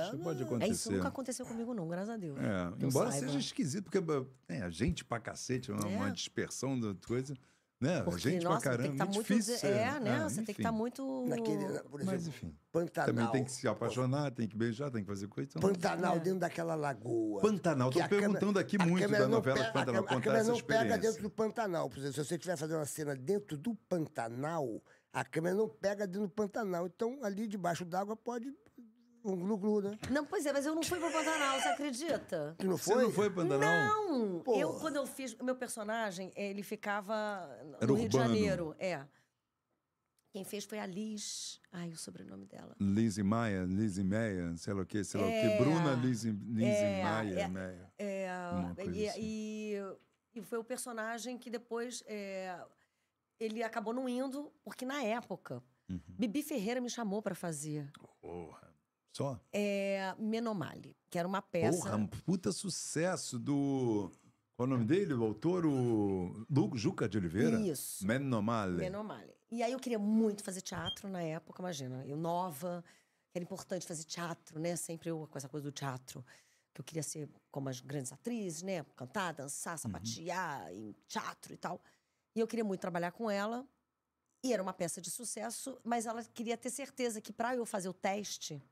Speaker 2: Acho que pode
Speaker 3: É,
Speaker 2: acontecer.
Speaker 3: isso nunca aconteceu comigo, não, graças a Deus.
Speaker 2: É,
Speaker 3: Que eu
Speaker 2: embora
Speaker 3: saiba.
Speaker 2: seja esquisito, porque é, a gente pra cacete, uma,
Speaker 3: É.
Speaker 2: uma dispersão da coisa. Né?
Speaker 3: Porque,
Speaker 2: gente
Speaker 3: nossa,
Speaker 2: pra
Speaker 3: tem que
Speaker 2: caramba,
Speaker 3: tá
Speaker 2: muito
Speaker 3: muito.
Speaker 2: difícil.
Speaker 3: de- É, né? você tem que estar
Speaker 2: enfim.
Speaker 3: muito.
Speaker 1: Naquele, na- por exemplo,
Speaker 2: Mas enfim,
Speaker 3: Tá
Speaker 1: Pantanal.
Speaker 2: também tem que se apaixonar, tem que beijar, tem que fazer coisa. Então...
Speaker 3: É.
Speaker 1: Pantanal dentro daquela lagoa.
Speaker 2: Pantanal,
Speaker 1: Que
Speaker 2: tô
Speaker 1: a câmera-
Speaker 2: perguntando aqui
Speaker 1: a
Speaker 2: muito
Speaker 1: câmera
Speaker 2: da
Speaker 1: não
Speaker 2: novela
Speaker 1: pega-
Speaker 2: do Pantanal,
Speaker 1: A, câmera- a
Speaker 2: contar
Speaker 1: câmera
Speaker 2: essa
Speaker 1: não pega
Speaker 2: experiência.
Speaker 1: dentro do Pantanal. Por exemplo, se você estiver fazendo uma cena dentro do Pantanal, a câmera não pega dentro do Pantanal. Então, ali debaixo d'água pode um glu-glu, né?
Speaker 3: Não, pois é, mas eu não fui pro Pantanal, você acredita?
Speaker 1: Tu não
Speaker 2: Você
Speaker 1: foi?
Speaker 2: não foi pro Pantanal?
Speaker 3: Não!
Speaker 1: Pô.
Speaker 3: Eu, quando eu fiz. Meu personagem, ele ficava no
Speaker 2: Era
Speaker 3: Rio de
Speaker 2: urbano.
Speaker 3: Janeiro. É. Quem fez foi a Liz. Ai, o sobrenome dela.
Speaker 2: Lizzie Maia, Lizzie Meia, sei lá o que, sei lá o
Speaker 3: É.
Speaker 2: que. Bruna Lizzie, Lizzie
Speaker 3: É,
Speaker 2: Maia,
Speaker 3: é.
Speaker 2: Meia.
Speaker 3: É,
Speaker 2: Uma coisa
Speaker 3: e,
Speaker 2: assim.
Speaker 3: e- e foi o personagem que depois é, ele acabou não indo, porque na época,
Speaker 2: Uhum.
Speaker 3: Bibi Ferreira me chamou pra fazer
Speaker 2: Porra. Só?
Speaker 3: é, Menomale, que era uma peça.
Speaker 2: Porra, um puta sucesso do. Qual é o nome dele? O autor, o. Lu- Juca de Oliveira?
Speaker 3: Isso.
Speaker 2: Menomale.
Speaker 3: Menomale. E aí eu queria muito fazer teatro na época, imagina. Eu nova, que era importante fazer teatro, né? Sempre eu com essa coisa do teatro. Que eu queria ser como as grandes atrizes, né? Cantar, dançar, sapatear, em teatro e tal. E eu queria muito trabalhar com ela. E era uma peça de sucesso, mas ela queria ter certeza que para eu fazer o teste,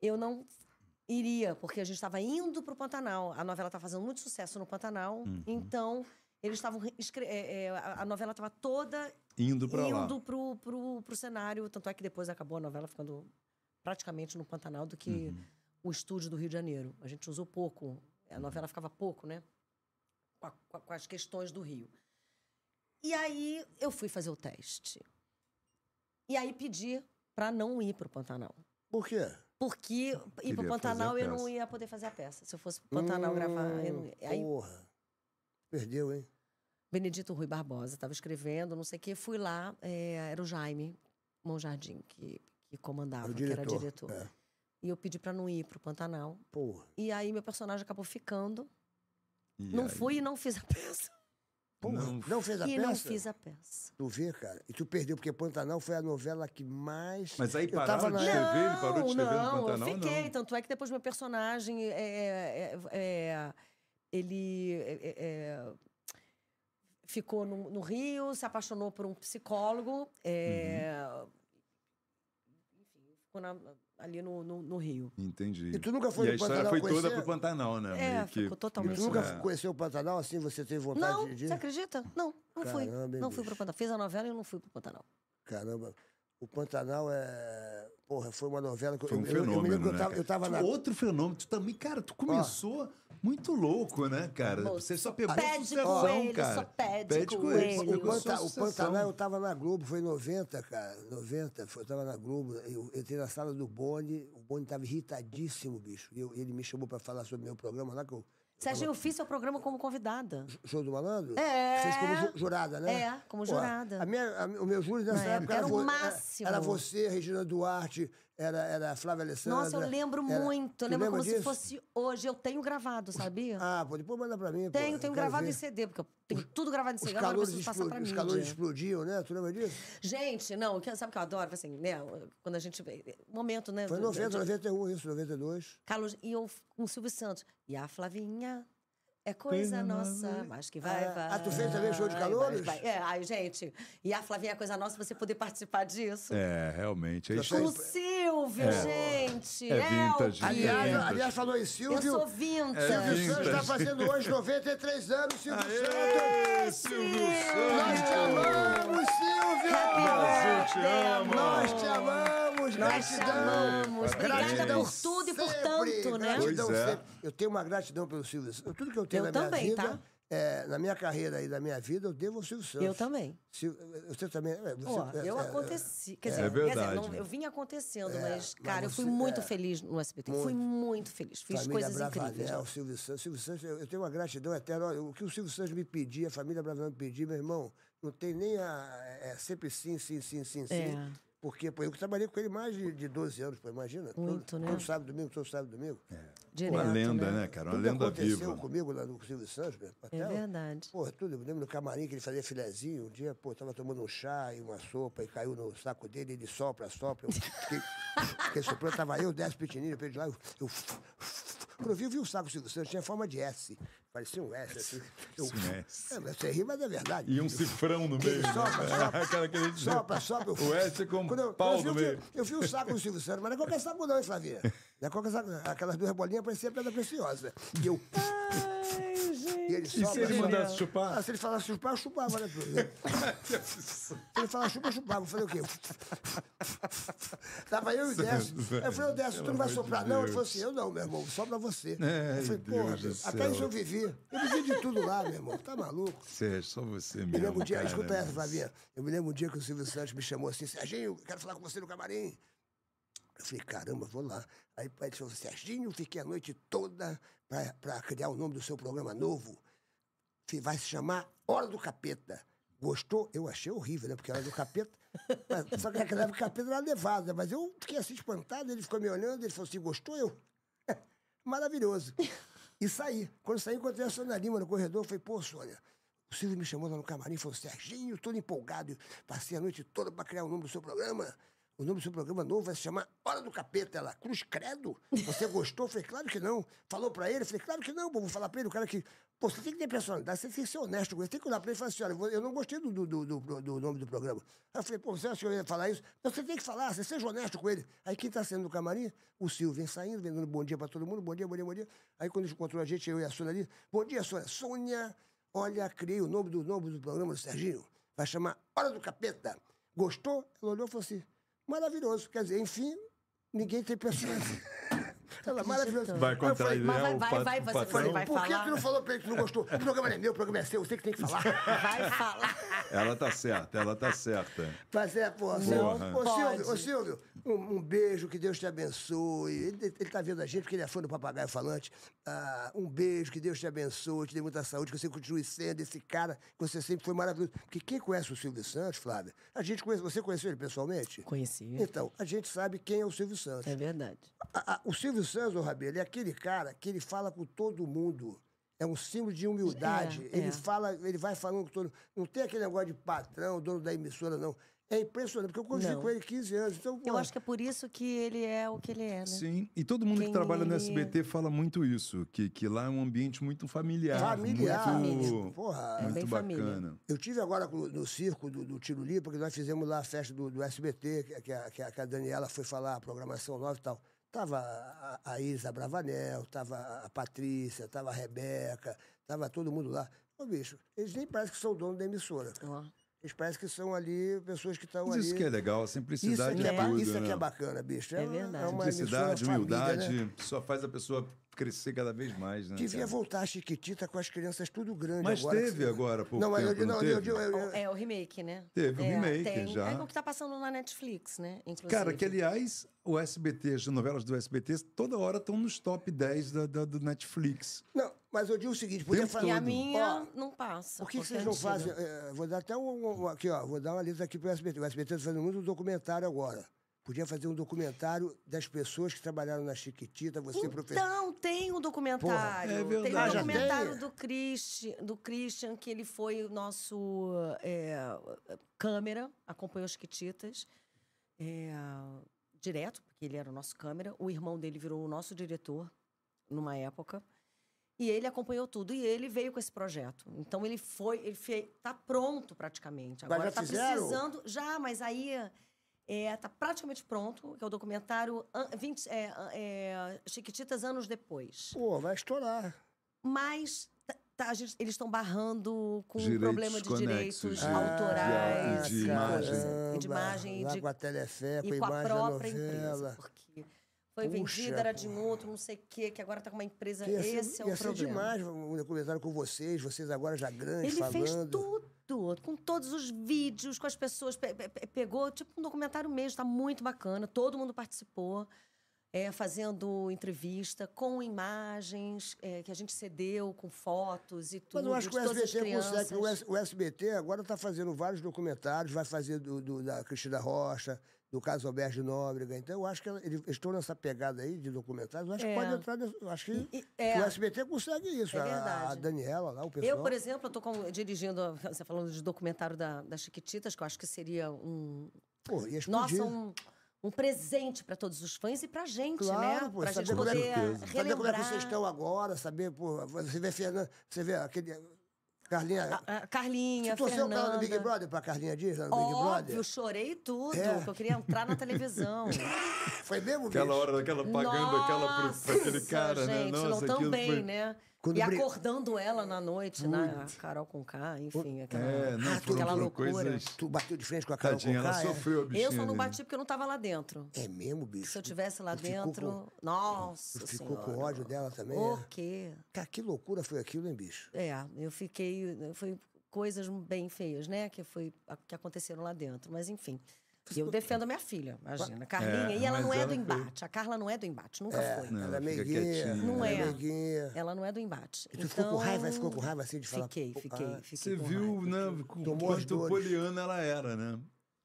Speaker 3: eu não iria, porque a gente estava indo para o Pantanal. A novela estava fazendo muito sucesso no Pantanal, então eles estavam re- escre- é, é, a a novela estava toda
Speaker 2: Indo pra lá.
Speaker 3: indo pro, pro, pro cenário, tanto é que depois acabou a novela ficando praticamente no Pantanal do que
Speaker 2: Uhum.
Speaker 3: o estúdio do Rio de Janeiro. A gente usou pouco, a novela ficava pouco, né? Com, a- com a- com as questões do Rio. E aí eu fui fazer o teste. E aí pedi para não ir pro Pantanal.
Speaker 1: Por quê?
Speaker 3: Porque ir pro
Speaker 2: Queria
Speaker 3: Pantanal
Speaker 2: fazer a
Speaker 3: eu não
Speaker 2: peça. Hum,
Speaker 3: ia poder fazer a peça. Se eu fosse pro Pantanal gravar, eu não ia. Aí
Speaker 1: Hum, Porra. Perdeu, hein?
Speaker 3: Benedito Rui Barbosa estava escrevendo, não sei o quê. Fui lá, é, era o Jaime Monjardim que, que comandava,
Speaker 1: Era o
Speaker 3: que Ah, era
Speaker 1: diretor,
Speaker 3: diretor.
Speaker 1: é.
Speaker 3: E eu pedi para não ir pro Pantanal.
Speaker 1: Porra.
Speaker 3: E aí meu personagem acabou ficando.
Speaker 2: E
Speaker 3: não
Speaker 2: aí?
Speaker 3: fui e não fiz a peça.
Speaker 1: Porra.
Speaker 2: Não
Speaker 1: Não, fez a
Speaker 3: e
Speaker 1: peça?
Speaker 3: não fiz a peça.
Speaker 1: Tu vê, cara. E tu perdeu, porque Pantanal foi a novela que mais.
Speaker 2: Mas aí
Speaker 1: Eu
Speaker 2: pararam
Speaker 1: tava na-
Speaker 2: de escrever, ele parou de
Speaker 3: não,
Speaker 2: escrever no Pantanal?
Speaker 3: eu fiquei.
Speaker 2: Não.
Speaker 3: Tanto é que depois meu personagem é, é, é, ele é, é, é, ficou no, no Rio, se apaixonou por um psicólogo, é,
Speaker 1: Uhum.
Speaker 3: enfim, ficou na- ali no, no, no Rio.
Speaker 2: Entendi.
Speaker 1: E tu nunca foi
Speaker 2: e
Speaker 1: no
Speaker 2: a história
Speaker 1: Pantanal
Speaker 2: foi
Speaker 1: conhecer?
Speaker 2: toda pro Pantanal, né?
Speaker 3: É,
Speaker 2: Meio que-
Speaker 3: ficou totalmente
Speaker 1: Tu nunca
Speaker 2: É.
Speaker 1: conheceu o Pantanal assim? Você teve vontade
Speaker 3: Não,
Speaker 1: de.
Speaker 3: você acredita? Não, não fui.
Speaker 1: Caramba, hein,
Speaker 3: Não fui
Speaker 1: bicho.
Speaker 3: pro Pantanal. Fiz a novela e não fui pro Pantanal.
Speaker 1: Caramba. O Pantanal é. Porra, foi uma novela que eu-
Speaker 2: Foi um
Speaker 1: eu, eu, me
Speaker 2: fenômeno,
Speaker 1: lembro que eu
Speaker 2: né,
Speaker 1: tava,
Speaker 2: cara?
Speaker 1: eu tava na.
Speaker 2: Outro fenômeno. Tu também, cara, tu começou muito louco, né, cara?
Speaker 3: Louco.
Speaker 2: Você só pegou
Speaker 3: Pede
Speaker 2: sucessão,
Speaker 3: coelho,
Speaker 2: cara.
Speaker 3: só pede
Speaker 2: coelho. só
Speaker 3: coelho.
Speaker 1: O,
Speaker 2: pegou
Speaker 1: Panta-
Speaker 2: só
Speaker 1: o
Speaker 2: sucessão.
Speaker 1: Pantanal, eu tava na Globo, foi em 90, cara. 90, foi- eu tava na Globo, eu entrei na sala do Boni, o Boni tava irritadíssimo, bicho. E eu- ele me chamou pra falar sobre meu programa lá, que eu.
Speaker 3: Sérgio, eu fiz seu programa como convidada.
Speaker 1: Show do Malandro?
Speaker 3: É.
Speaker 1: Fez como ju- jurada, né?
Speaker 3: É, como
Speaker 1: Pô,
Speaker 3: jurada.
Speaker 1: a minha, a mi- o meu júri nessa
Speaker 3: Na
Speaker 1: época
Speaker 3: época era o
Speaker 1: vo-
Speaker 3: máximo.
Speaker 1: Era você, Regina Duarte, era, era a Flávia Alessandra.
Speaker 3: Nossa, eu lembro
Speaker 1: era-
Speaker 3: muito. Eu
Speaker 1: Tu
Speaker 3: lembro
Speaker 1: lembra
Speaker 3: como se
Speaker 1: disso?
Speaker 3: fosse hoje. Eu tenho gravado, sabia?
Speaker 1: Ah, pô, depois manda pra mim. pô,
Speaker 3: Tenho,
Speaker 1: eu quero
Speaker 3: tenho gravado
Speaker 1: ver.
Speaker 3: em CD, porque eu tenho tudo gravado em
Speaker 1: Os
Speaker 3: CD, agora eu
Speaker 1: calores,
Speaker 3: preciso passar pra
Speaker 1: explo- os
Speaker 3: mídia.
Speaker 1: calores explodiam, né? Tu lembra disso?
Speaker 3: Gente, não, o que- sabe o que eu adoro? Assim, né, quando a gente... vê- Momento, né?
Speaker 1: Foi em
Speaker 3: do-
Speaker 1: 90,
Speaker 3: de-
Speaker 1: 91, isso, 92.
Speaker 3: Carlos, e eu f- com o Silvio Santos. E a Flavinha é coisa nossa, mas que vai,
Speaker 1: Ah,
Speaker 3: vai.
Speaker 1: ah, tu fez também show de
Speaker 3: vai,
Speaker 1: calouros?
Speaker 3: vai, vai. É, ai, gente, e a Flavinha é coisa nossa, você poder participar disso.
Speaker 2: É, realmente. É
Speaker 1: Já
Speaker 2: isso.
Speaker 3: Com o Silvio, gente.
Speaker 2: É vintage,
Speaker 3: o que-
Speaker 2: é
Speaker 1: Aliás,
Speaker 2: vintage.
Speaker 1: aliás, falou em Silvio.
Speaker 3: Eu sou
Speaker 1: Silvio
Speaker 3: vintage.
Speaker 2: É
Speaker 1: Santos
Speaker 2: vintage.
Speaker 1: está fazendo hoje 93 anos, Silvio Santos.
Speaker 2: Aê, Silvio
Speaker 1: Nós te amamos, Silvio!
Speaker 2: Brasil te Ah, ama!
Speaker 1: Nós te amamos,
Speaker 3: Nós te
Speaker 1: gratidão!
Speaker 3: amamos. Obrigada
Speaker 2: Gratidão
Speaker 3: por tudo e por
Speaker 1: sempre,
Speaker 3: tanto, né?
Speaker 1: gratidão
Speaker 2: Pois é.
Speaker 1: sempre. Eu tenho uma gratidão pelo Silvio Santos. Tudo que eu tenho na
Speaker 3: Eu também,
Speaker 1: minha vida,
Speaker 3: tá?
Speaker 1: é, na minha carreira e na minha vida, eu devo ao Silvio Santos.
Speaker 3: Eu também.
Speaker 1: Sil- Você também. é, você-
Speaker 3: Ó,
Speaker 1: é,
Speaker 3: eu
Speaker 1: é,
Speaker 3: aconteci. Quer dizer,
Speaker 2: É
Speaker 3: quer dizer,
Speaker 2: verdade.
Speaker 3: não- eu vim acontecendo, mas,
Speaker 1: mas
Speaker 3: cara, eu fui
Speaker 1: você-
Speaker 3: muito
Speaker 1: é.
Speaker 3: feliz no SBT. Fui muito feliz. Fiz
Speaker 1: família
Speaker 3: coisas incríveis.
Speaker 1: Bravanel, Silvio Santos. Silvio Santos, eu eu tenho uma gratidão eterna. Olha, o que o Silvio Santos me pedia, a família Bravanel me pedia, meu irmão, não tem nem a. É sempre sim, sim, sim, sim, sim.
Speaker 3: É.
Speaker 1: Porque pô, eu trabalhei com ele mais de, de 12 anos, pô, imagina.
Speaker 3: Muito,
Speaker 1: todo,
Speaker 3: né?
Speaker 1: Todo sábado, e domingo, todo sábado, e domingo.
Speaker 3: Direto,
Speaker 2: Uma lenda, né, cara? É, Uma
Speaker 1: Tudo
Speaker 2: lenda
Speaker 1: aconteceu
Speaker 2: viva.
Speaker 1: comigo lá no Silvio Santos, meu. Até
Speaker 3: É
Speaker 1: o-
Speaker 3: verdade.
Speaker 1: Porra, tudo. Eu lembro no camarim que ele fazia filezinho. Um dia, pô, tava tomando um chá e uma sopa e caiu no saco dele, ele sopra, sopra. Eu fiquei, fiquei soprando, tava eu, Décio Pitininho, Pedro de lá, eu. eu quando eu vi, eu vi o saco do Silvio Santos, tinha forma de S. Parecia um S, assim. Eu,
Speaker 2: Um S.
Speaker 1: É, mas você ri, mas é verdade.
Speaker 2: E um cifrão no meio. né?
Speaker 1: Sopra, sopra.
Speaker 2: Aquela que a gente-
Speaker 1: Sopra, sopra. eu-
Speaker 2: O S com
Speaker 1: Quando eu-
Speaker 2: pau
Speaker 1: eu vi
Speaker 2: no
Speaker 1: o que-
Speaker 2: meio.
Speaker 1: Eu vi o saco do Silvio Santos, mas não é qualquer saco não, hein, Flavinha? Não é qualquer saco não. Aquelas duas bolinhas pareciam pedra preciosa. E eu...
Speaker 3: Ai, gente.
Speaker 1: E ele
Speaker 2: E se
Speaker 1: sopra,
Speaker 2: ele
Speaker 1: sopra.
Speaker 2: mandasse chupar?
Speaker 1: Ah, se ele falasse chupar, eu chupava, né? Se ele falasse chupa, eu chupava. Eu falei o quê? Tava eu e o Décio. Eu falei, ô Décio, tu não vai
Speaker 2: amor de
Speaker 1: soprar? Não, ele falou
Speaker 2: Deus.
Speaker 1: assim, eu não, meu irmão, só pra você.
Speaker 2: Ai,
Speaker 1: eu falei,
Speaker 2: Deus
Speaker 1: porra,
Speaker 2: do
Speaker 1: meu, até
Speaker 2: céu.
Speaker 1: isso eu vivi. Eu vivi de tudo lá, meu irmão, tá maluco?
Speaker 2: Sérgio, só você
Speaker 1: Eu me
Speaker 2: mesmo.
Speaker 1: lembro um dia,
Speaker 2: cara. né,
Speaker 1: escuta essa, Flavinha. Eu me lembro um dia que o Silvio Santos me chamou assim, Serginho, quero falar com você no camarim. Eu falei, caramba, vou lá. Aí o pai disse, Serginho, fiquei a noite toda pra- pra criar o nome do seu programa novo. Fi- Vai se chamar Hora do Capeta. Gostou? Eu achei horrível, né? Porque era do capeta. Mas- só que naquela época o capeta era levado, né? Mas eu fiquei assim espantado, ele ficou me olhando, ele falou assim, gostou? Eu, maravilhoso. E saí. Quando saí, encontrei a Sônia Lima no corredor, eu falei, pô, Sônia, o Silvio me chamou lá no camarim e falou, Serginho, todo empolgado, passei a noite toda para criar o nome do seu programa. O nome do seu programa novo vai se chamar Hora do Capeta. Ela, Cruz Credo? Você gostou? Eu falei, claro que não. Falou pra ele? Eu falei, claro que não. pô, Vou falar pra ele, o cara que... Pô, você tem que ter personalidade, você tem que ser honesto com ele. Tem que olhar pra ele e falar assim, olha, eu vou- eu não gostei do, do, do, do- do nome do programa. Aí eu falei, pô, você acha que eu ia falar isso? Não, você tem que falar, você seja honesto com ele. Aí quem tá saindo do camarim? O Silvio vem saindo, vem dando bom dia pra todo mundo, bom dia, bom dia, bom dia. Aí quando encontrou a gente, eu e a Sônia ali, bom dia, Sônia. Sônia, olha, criei o nome do nome do programa do Serginho. Vai chamar Hora do Capeta. Gostou? Ela olhou e falou assim, maravilhoso. Quer dizer, enfim, ninguém tem personalidade. Ela, maravilhoso.
Speaker 2: Vai
Speaker 1: Aí eu falei,
Speaker 2: contrariar
Speaker 3: mas vai-
Speaker 2: o
Speaker 3: vai-
Speaker 2: pat-
Speaker 3: vai, você-
Speaker 2: patrão.
Speaker 3: você vai-
Speaker 1: por que
Speaker 3: falar?
Speaker 1: tu não falou pra ele que não gostou? O programa não é meu, o programa é seu, você que tem que falar.
Speaker 3: Vai falar.
Speaker 2: Ela tá certa, ela tá certa.
Speaker 1: Mas é, pô, Silvio, ô,
Speaker 3: pode.
Speaker 1: Silvio, ô, Silvio um, um beijo, que Deus te abençoe. Ele, ele tá vendo a gente, porque ele é fã do Papagaio Falante. Ah, um beijo, que Deus te abençoe, te dê muita saúde, que você continue sendo esse cara, que você sempre foi maravilhoso. Porque quem conhece o Silvio Santos, Flávia, a gente conhece, você conheceu ele pessoalmente?
Speaker 3: Conheci.
Speaker 1: Então, a gente sabe quem é o Silvio Santos.
Speaker 3: É verdade.
Speaker 1: A- a- o Silvio Santos, ô Rabelo, é aquele cara que ele fala com todo mundo. É um símbolo de humildade.
Speaker 3: É,
Speaker 1: ele
Speaker 3: é.
Speaker 1: fala, ele vai falando com todo mundo. Não tem aquele negócio de patrão, dono da emissora, não. É impressionante, porque eu convivi
Speaker 3: Não.
Speaker 1: com ele 15 anos. Então,
Speaker 3: Eu
Speaker 1: pô,
Speaker 3: acho que é por isso que ele é o que ele é, né?
Speaker 2: Sim, e todo mundo
Speaker 3: Quem
Speaker 2: que trabalha no
Speaker 3: ele-
Speaker 2: SBT fala muito isso, que, que lá é um ambiente muito familiar.
Speaker 1: Familiar,
Speaker 2: muito,
Speaker 1: amigo, porra. É
Speaker 2: muito
Speaker 3: bem família.
Speaker 2: bacana.
Speaker 1: Eu tive agora com- no circo do, do Tiro Lipa, que nós fizemos lá a festa do, do SBT, que, que a, que a- que a Daniela foi falar, a programação nova e tal. Tava a, a Isa Bravanel, tava a Patrícia, tava a Rebeca, tava todo mundo lá. Ô, bicho, eles nem parecem que são dono da emissora.
Speaker 3: Ó.
Speaker 1: Eles parecem que são ali pessoas que estão
Speaker 2: Mas
Speaker 1: Então ali.
Speaker 2: isso que é legal, a
Speaker 1: isso
Speaker 2: simplicidade
Speaker 1: aqui é,
Speaker 2: de
Speaker 1: ba-
Speaker 2: tudo,
Speaker 1: isso aqui
Speaker 2: né?
Speaker 1: é bacana, bicho.
Speaker 3: É
Speaker 1: uma-
Speaker 3: verdade.
Speaker 1: uma emissora
Speaker 2: Simplicidade,
Speaker 1: família,
Speaker 2: humildade,
Speaker 1: né?
Speaker 2: só faz a pessoa crescer cada vez mais, né?
Speaker 1: Devia
Speaker 2: cara?
Speaker 1: voltar a Chiquitita com as crianças tudo grande
Speaker 2: Mas
Speaker 1: agora. que
Speaker 2: teve
Speaker 1: você-
Speaker 2: agora, há pouco
Speaker 1: Não, mas eu
Speaker 2: tempo,
Speaker 1: digo,
Speaker 2: não
Speaker 1: não, eu
Speaker 2: teve?
Speaker 1: digo, eu- eu-
Speaker 3: É o remake, né?
Speaker 2: Teve o
Speaker 3: é,
Speaker 2: remake,
Speaker 3: tem.
Speaker 2: já.
Speaker 3: É o que tá passando na Netflix, né? Inclusive.
Speaker 2: Cara, que aliás, o SBT, as novelas do SBT, toda hora estão nos top 10 da, da- do Netflix.
Speaker 1: Não, mas eu digo o seguinte, podia
Speaker 2: Tempo
Speaker 1: falar. assim,
Speaker 3: E a
Speaker 2: todo.
Speaker 3: minha
Speaker 1: Ó,
Speaker 3: não passa.
Speaker 1: Por que, que
Speaker 3: porque é
Speaker 1: vocês não
Speaker 3: antiga.
Speaker 1: fazem? eh, vou dar até um, um- Aqui, ó, vou dar uma letra aqui pro SBT. O SBT está tá fazendo muito documentário agora. Podia fazer um documentário das pessoas que trabalharam na Chiquitita, você, professor.
Speaker 3: Então, tem um documentário.
Speaker 2: Porra, é
Speaker 3: tem um
Speaker 2: verdade.
Speaker 3: documentário
Speaker 1: Ah, já tem?
Speaker 3: do, Christi, do Christian, que ele foi o nosso é, câmera, acompanhou as Chiquititas. é, direto, porque ele era o nosso câmera. O irmão dele virou o nosso diretor, numa época. E ele acompanhou tudo. E ele veio com esse projeto. Então, ele foi... Ele fe- tá pronto, praticamente.
Speaker 1: Mas
Speaker 3: Agora
Speaker 1: já
Speaker 3: tá
Speaker 1: fizeram?
Speaker 3: precisando... Já, mas aí... É, tá praticamente pronto, que é o documentário an- 20, é, an- é, Chiquititas Anos Depois.
Speaker 1: Pô, vai estourar.
Speaker 3: Mas tá- tá, a gente- eles estão barrando com um
Speaker 2: Direitos
Speaker 3: problema de
Speaker 2: conexos,
Speaker 3: direitos
Speaker 2: Ah, de-
Speaker 1: Ah,
Speaker 3: autorais.
Speaker 2: e de
Speaker 3: e
Speaker 2: imagem.
Speaker 3: coisa, e de imagem e
Speaker 1: Lá
Speaker 3: de
Speaker 1: com a Telefé, com a
Speaker 3: e com a
Speaker 1: imagem da
Speaker 3: própria empresa.
Speaker 1: novela.
Speaker 3: Porque foi
Speaker 1: Puxa,
Speaker 3: vendida, era de
Speaker 1: porra.
Speaker 3: um outro, não sei o quê, que agora tá com uma empresa.
Speaker 1: Ia ser,
Speaker 3: Esse é
Speaker 1: ia
Speaker 3: o
Speaker 1: ser
Speaker 3: problema.
Speaker 1: assim, demais um documentário com vocês, vocês agora já grandes,
Speaker 3: Ele
Speaker 1: falando.
Speaker 3: fez tudo, com todos os vídeos, com as pessoas. pe- pe- pe- pegou, tipo, um documentário mesmo, tá muito bacana. Todo mundo participou, é, fazendo entrevista com imagens é, que a gente cedeu, com fotos e tudo.
Speaker 1: Mas eu acho que o
Speaker 3: de todas as
Speaker 1: SBT
Speaker 3: crianças.
Speaker 1: consegue. O, S- é o SBT agora está fazendo vários documentários, vai fazer do, do- da Cristina Rocha, do caso Alberto de Nóbrega. Então, eu acho que ela- eles estão nessa pegada aí de documentários. Eu acho
Speaker 3: É.
Speaker 1: que pode entrar. nesse- Eu acho que,
Speaker 3: E- e- é.
Speaker 1: que o SBT consegue isso.
Speaker 3: É
Speaker 1: A- a,
Speaker 3: verdade.
Speaker 1: Daniela lá, o pessoal.
Speaker 3: Eu, por exemplo, eu tô com- dirigindo, a- você falando de documentário da, das Chiquititas, que eu acho que seria um,
Speaker 1: Pô, ia explodir.
Speaker 3: Nossa, um, um presente para todos os fãs e pra gente,
Speaker 1: Claro,
Speaker 3: né?
Speaker 1: pô,
Speaker 3: pra
Speaker 1: saber
Speaker 3: gente
Speaker 1: como é que-
Speaker 3: poder
Speaker 2: Certeza.
Speaker 1: Saber como é que
Speaker 3: relembrar.
Speaker 1: vocês estão agora, saber, pô, você vê Fernanda, você vê aquele. Carlinha.
Speaker 3: A- a Ah, Carlinha,
Speaker 1: você torceu pra ela
Speaker 3: Fernanda.
Speaker 1: no Big Brother, pra Carlinha Dias, lá no Big
Speaker 3: Óbvio,
Speaker 1: Brother?
Speaker 3: chorei tudo,
Speaker 1: É.
Speaker 3: porque eu queria entrar na televisão.
Speaker 1: Foi mesmo,
Speaker 2: Aquela
Speaker 1: bicho?
Speaker 2: hora daquela pagando aquela pro, pra aquele
Speaker 3: Nossa,
Speaker 2: cara, né?
Speaker 3: gente, não tão
Speaker 2: aquilo
Speaker 3: bem,
Speaker 2: foi-
Speaker 3: né?
Speaker 1: Quando
Speaker 3: e
Speaker 1: bri-
Speaker 3: acordando ela na noite, né? A Carol com K, enfim, aquela, Ah,
Speaker 2: É, não, foram,
Speaker 3: aquela
Speaker 2: foram
Speaker 3: loucura.
Speaker 2: coisas...
Speaker 1: Ah, Tu bateu de frente com a Carol
Speaker 2: Tadinha, ela
Speaker 1: Conká, é?
Speaker 2: sofreu a bichinha
Speaker 3: Eu só não
Speaker 2: ali.
Speaker 3: bati porque eu não tava lá dentro.
Speaker 1: É mesmo, bicho?
Speaker 3: Se eu tivesse lá
Speaker 1: Tu ficou com-
Speaker 3: dentro, nossa
Speaker 1: Tu ficou
Speaker 3: senhora.
Speaker 1: com ódio dela também?
Speaker 3: O
Speaker 1: é?
Speaker 3: quê?
Speaker 1: Cara, que loucura foi aquilo, hein, bicho?
Speaker 3: É, eu fiquei. Foi coisas bem feias, né? Que, foi, que aconteceram lá dentro. Mas, enfim. E eu defendo a minha filha, imagina. Carlinha, e ela
Speaker 2: mas
Speaker 3: não é
Speaker 2: ela
Speaker 3: do
Speaker 2: foi-
Speaker 3: embate. A Carla não é do embate, nunca foi.
Speaker 2: Não,
Speaker 1: ela é
Speaker 2: fica
Speaker 1: meiguinha.
Speaker 2: quietinha.
Speaker 3: Não é.
Speaker 1: Ela meiguinha.
Speaker 3: Ela não é do embate. Então,
Speaker 1: E tu ficou com raiva? Ficou com raiva assim de falar?
Speaker 3: Fiquei,
Speaker 1: "Pô,
Speaker 3: fiquei,
Speaker 1: ah,
Speaker 3: fiquei.
Speaker 2: Você
Speaker 3: com
Speaker 2: viu,
Speaker 3: raiva.
Speaker 2: né? Com
Speaker 1: Tomou as
Speaker 2: quanto
Speaker 1: dores.
Speaker 2: poliana ela era, né?